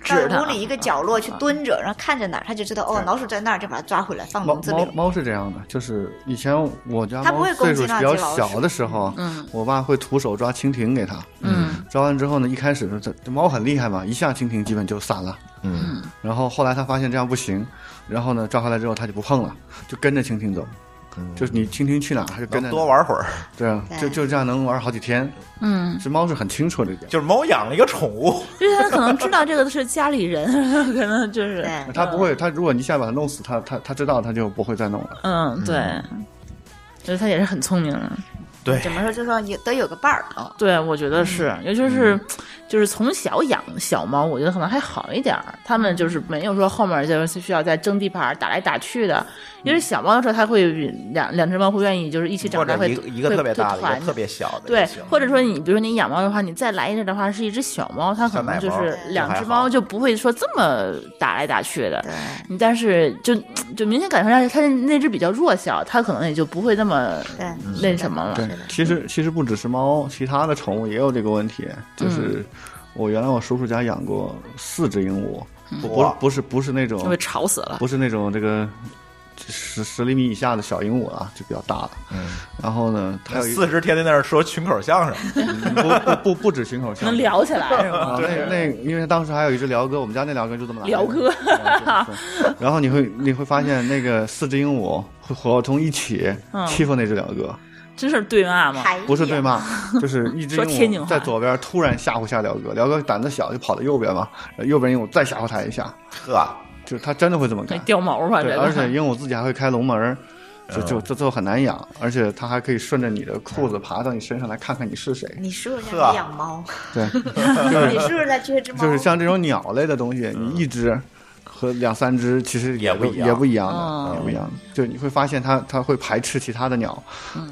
Speaker 3: 到
Speaker 2: 指它
Speaker 3: 屋里一个角落去蹲着，然后看着哪儿，它就知道哦，老鼠在那儿，就把它抓回来放
Speaker 5: 猫
Speaker 3: 笼子里
Speaker 5: 猫
Speaker 3: 了。
Speaker 5: 猫是这样的，就是以前我家
Speaker 3: 嗯它不
Speaker 5: 猫
Speaker 3: 会攻
Speaker 5: 岁
Speaker 3: 击
Speaker 5: 数
Speaker 3: 那
Speaker 5: 比较
Speaker 3: 只老
Speaker 5: 小
Speaker 3: 鼠
Speaker 5: 的时候，啊
Speaker 2: 嗯
Speaker 5: 我爸会徒手抓蜻蜓给它，
Speaker 2: 嗯，
Speaker 5: 抓完之后呢，一开始这这猫很厉害嘛，一下蜻蜓基本就散了。
Speaker 1: 嗯，
Speaker 5: 然后后来他发现这样不行，然后呢抓回来之后他就不碰了，就跟着蜻蜓走，就是你蜻蜓去哪儿它就跟着
Speaker 1: 嗯能多，玩会儿，
Speaker 5: 对啊，就
Speaker 3: 对
Speaker 5: 就这样能玩好几天。
Speaker 2: 嗯，
Speaker 5: 这猫是很清楚这一点，
Speaker 1: 就是猫养了一个宠物，
Speaker 2: 就是他可能知道这个是家里人， 可能就是
Speaker 3: 对，
Speaker 5: 它不会，它如果你一下把它弄死，它它它知道它就不会再弄了。
Speaker 2: 嗯，对，就是他也是很聪明的。
Speaker 1: 对，
Speaker 3: 怎么说就说有得有个伴儿啊。
Speaker 2: 对，我觉得是，
Speaker 1: 嗯
Speaker 2: 尤其是就是从小养小猫，我觉得可能还好一点儿。他们就是没有说后面就是需要再争地盘儿、打来打去
Speaker 1: 嗯
Speaker 2: 的。因为小猫的时候，它会两两只猫会愿意就是一起
Speaker 1: 或
Speaker 2: 长大，
Speaker 1: 者
Speaker 2: 会
Speaker 1: 一个一个
Speaker 2: 会
Speaker 1: 特别大
Speaker 2: 会
Speaker 1: 的，一
Speaker 2: 团
Speaker 1: 个特别小的
Speaker 2: 对
Speaker 1: 就行，
Speaker 2: 或者说你比如说你养猫的话，你再来一只的话是一只小猫，它可
Speaker 1: 小奶
Speaker 2: 能就
Speaker 1: 猫
Speaker 2: 是
Speaker 1: 就
Speaker 2: 两
Speaker 1: 还
Speaker 2: 只
Speaker 1: 好
Speaker 2: 猫就不会说这么打来打去的。
Speaker 3: 对，
Speaker 2: 你但是就就明显感受到它那只比较弱小，它可能也就不会那么
Speaker 3: 对
Speaker 2: 那什
Speaker 1: 啊
Speaker 2: 么了。
Speaker 5: 对，其实其实不只是猫，其他的宠物也有这个问题。
Speaker 2: 嗯
Speaker 5: 就是我原来我叔叔家养过四只鹦鹉，不不是
Speaker 1: 哇
Speaker 5: 不是不是那
Speaker 2: 嗯就被
Speaker 5: 种
Speaker 2: 吵死了。
Speaker 5: 不是那种这个十十厘米以下的小鹦鹉啊，就比较大的。
Speaker 1: 嗯，
Speaker 5: 然后呢，它有一
Speaker 1: 四十天天在那儿说群口相声，
Speaker 5: 不不不不止群口相
Speaker 2: 能
Speaker 5: 声。
Speaker 2: 聊起来是
Speaker 5: 啊
Speaker 2: 吗？，
Speaker 5: 那那，因为当时还有一只鹩哥，我们家那鹩哥就这么来的。
Speaker 2: 鹩哥
Speaker 5: 啊，对对然后你会你会发现，那个四只鹦鹉会合成一起
Speaker 2: 嗯
Speaker 5: 欺负那只鹩哥，
Speaker 2: 真是对骂吗？
Speaker 3: 还
Speaker 5: 不是对骂，就是一只
Speaker 2: 说天津
Speaker 5: 鹦鹉
Speaker 2: 话
Speaker 5: 在左边突然吓唬下鹩哥，鹩哥胆子小就跑到右边嘛，呃右边鹦鹉再吓唬它一下，
Speaker 1: 呵，
Speaker 5: 就是它真的会这么
Speaker 2: 那
Speaker 5: 干。
Speaker 2: 哎掉毛吧，这
Speaker 5: 对，
Speaker 2: 个
Speaker 5: 而且鹦鹉自己还会开笼门儿，就就
Speaker 1: 嗯
Speaker 5: 这就很难养，而且它还可以顺着你的裤子爬到你身上来看看你是谁。
Speaker 3: 你叔叔
Speaker 1: 呵
Speaker 3: 家里养猫，
Speaker 5: 对，
Speaker 3: 你叔叔家缺只猫，
Speaker 5: 就是像这种鸟类的东西，你一只和两三只其实
Speaker 1: 也不
Speaker 5: 不
Speaker 1: 一样
Speaker 5: 也不一样
Speaker 2: 嗯
Speaker 5: 的，也不一样的。就你会发现它它会排斥其他的鸟，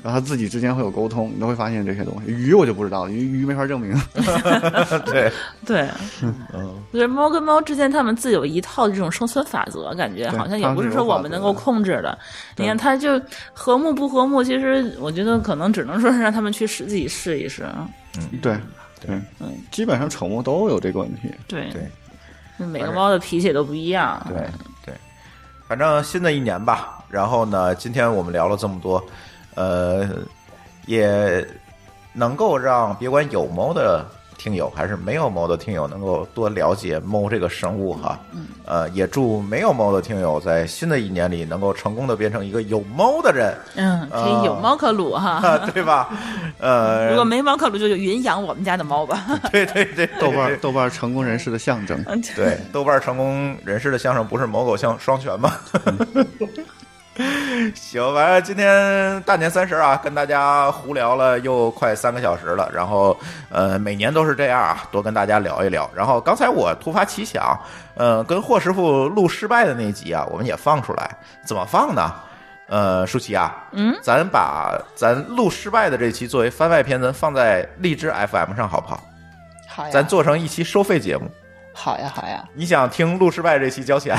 Speaker 5: 然后它自己之间会有沟通，你都会发现这些东西。鱼我就不知道了，鱼鱼没法证明。
Speaker 1: 嗯对，
Speaker 2: 对，
Speaker 5: 嗯
Speaker 2: 就是猫跟猫之间，它们自有一套这种生存法则，感觉
Speaker 5: 对
Speaker 2: 好像也
Speaker 5: 它
Speaker 2: 不
Speaker 5: 是
Speaker 2: 是
Speaker 5: 有
Speaker 2: 说我
Speaker 5: 法
Speaker 2: 们
Speaker 5: 则
Speaker 2: 能够
Speaker 5: 的
Speaker 2: 控制的。你
Speaker 5: 对
Speaker 2: 看，它就和睦不和睦，其实我觉得可能只能说是让他们去试自己试一试。啊
Speaker 5: 对对，嗯基本上宠物都有这个问题。
Speaker 2: 对
Speaker 1: 对，
Speaker 2: 每
Speaker 1: 反正
Speaker 2: 个猫的脾气都不一样。
Speaker 1: 对对，反正新的一年吧。然后呢，今天我们聊了这么多，呃，也能够让别管有猫的听友还是没有猫的听友能够多了解猫这个生物哈。嗯。呃，也祝没有猫的听友在新的一年里能够成功的变成一个有猫的人，
Speaker 2: 嗯，可
Speaker 5: 呃
Speaker 2: 以有
Speaker 1: 啊
Speaker 2: 猫可撸哈。
Speaker 1: 啊，对吧？呃，
Speaker 2: 如果没猫可撸，就有云养我们家的猫吧。
Speaker 1: 对 对对，
Speaker 5: 豆瓣豆瓣成功人士的象征。
Speaker 1: 对， 豆瓣成功人士的相声不是某狗相双全吗？ 行，完了，今天大年三十啊，跟大家胡聊了又快三个小时了。然后，呃，每年都是这样啊，多跟大家聊一聊。然后刚才我突发奇想，呃，跟霍师傅录失败的那集啊，我们也放出来，怎么放呢？呃，舒淇啊，嗯，咱把咱录失败的这期作为番外篇，咱放在荔枝 FM 上好不好？
Speaker 2: 好
Speaker 1: 哎咱做成一期收费节目。
Speaker 2: 好呀，好呀。
Speaker 1: 你想听录失败这期交钱？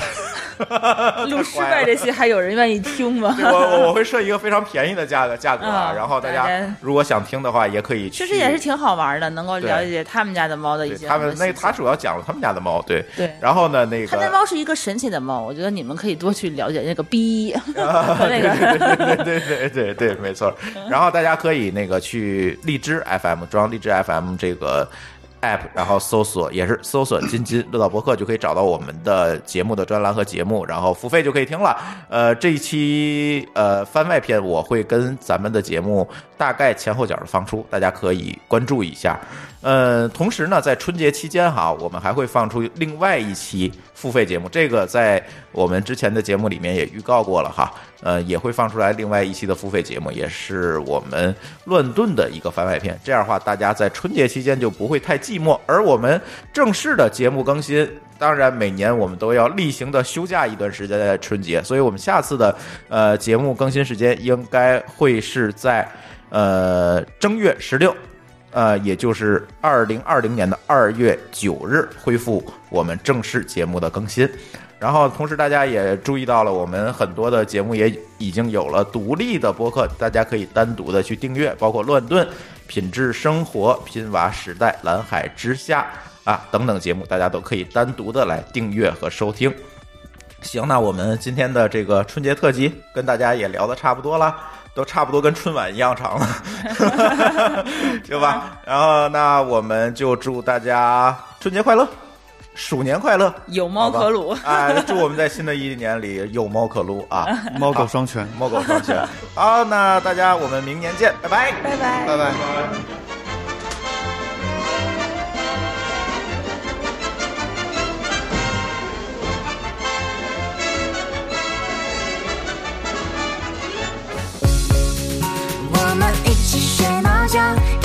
Speaker 2: 录失败这期还有人愿意听吗？
Speaker 1: 我我我会设一个非常便宜的价格价格啊，
Speaker 2: 嗯
Speaker 1: 然后大
Speaker 2: 大
Speaker 1: 家
Speaker 2: 家
Speaker 1: 如果想听的话，也可以去。
Speaker 2: 确实也是挺好玩的，能够
Speaker 1: 对
Speaker 2: 了解他们家的猫的
Speaker 1: 嗯
Speaker 2: 一
Speaker 1: 对
Speaker 2: 些
Speaker 1: 他们
Speaker 2: 很多
Speaker 1: 那
Speaker 2: 细节
Speaker 1: 他主要讲了他们家的猫，对。
Speaker 2: 对。
Speaker 1: 然后呢，那
Speaker 2: 他家
Speaker 1: 个
Speaker 2: 猫是一个神奇的猫，我觉得你们可以多去了解那 个 B 和那个
Speaker 1: 对对对对对，没错。然后大家可以那个去荔枝 FM 装荔枝 FM 这个 app，然后搜索也是搜索“津津乐道播客”就可以找到我们的节目的专栏和节目，然后付费就可以听了。呃，这一期呃番外篇我会跟咱们的节目大概前后脚的放出，大家可以关注一下。呃，同时呢，在春节期间哈，我们还会放出另外一期付费节目，这个在我们之前的节目里面也预告过了哈。呃，也会放出来另外一期的付费节目，也是我们乱炖的一个番外篇。这样的话，大家在春节期间就不会太寂寞。而我们正式的节目更新，当然每年我们都要例行的休假一段时间在春节，所以我们下次的呃节目更新时间应该会是在呃正月十六。呃，也就是二零二零年的二月九日恢复我们正式节目的更新。然后，同时大家也注意到了，我们很多的节目也已经有了独立的播客，大家可以单独的去订阅，包括《乱炖》《品质生活》《拼娃时代》《蓝海之下》啊等等节目，大家都可以单独的来订阅和收听。行，那我们今天的这个春节特辑跟大家也聊的差不多了，都差不多跟春晚一样长了，行吧？然后那我们就祝大家春节快乐，鼠年快乐，
Speaker 2: 有猫可撸。
Speaker 1: 啊！祝我们在新的一年里有猫可撸啊，
Speaker 5: 猫狗双全。
Speaker 1: 猫狗双全。好，那大家我们明年见，拜拜。
Speaker 3: 拜拜。
Speaker 5: 拜拜。
Speaker 7: 我们一起学猫叫，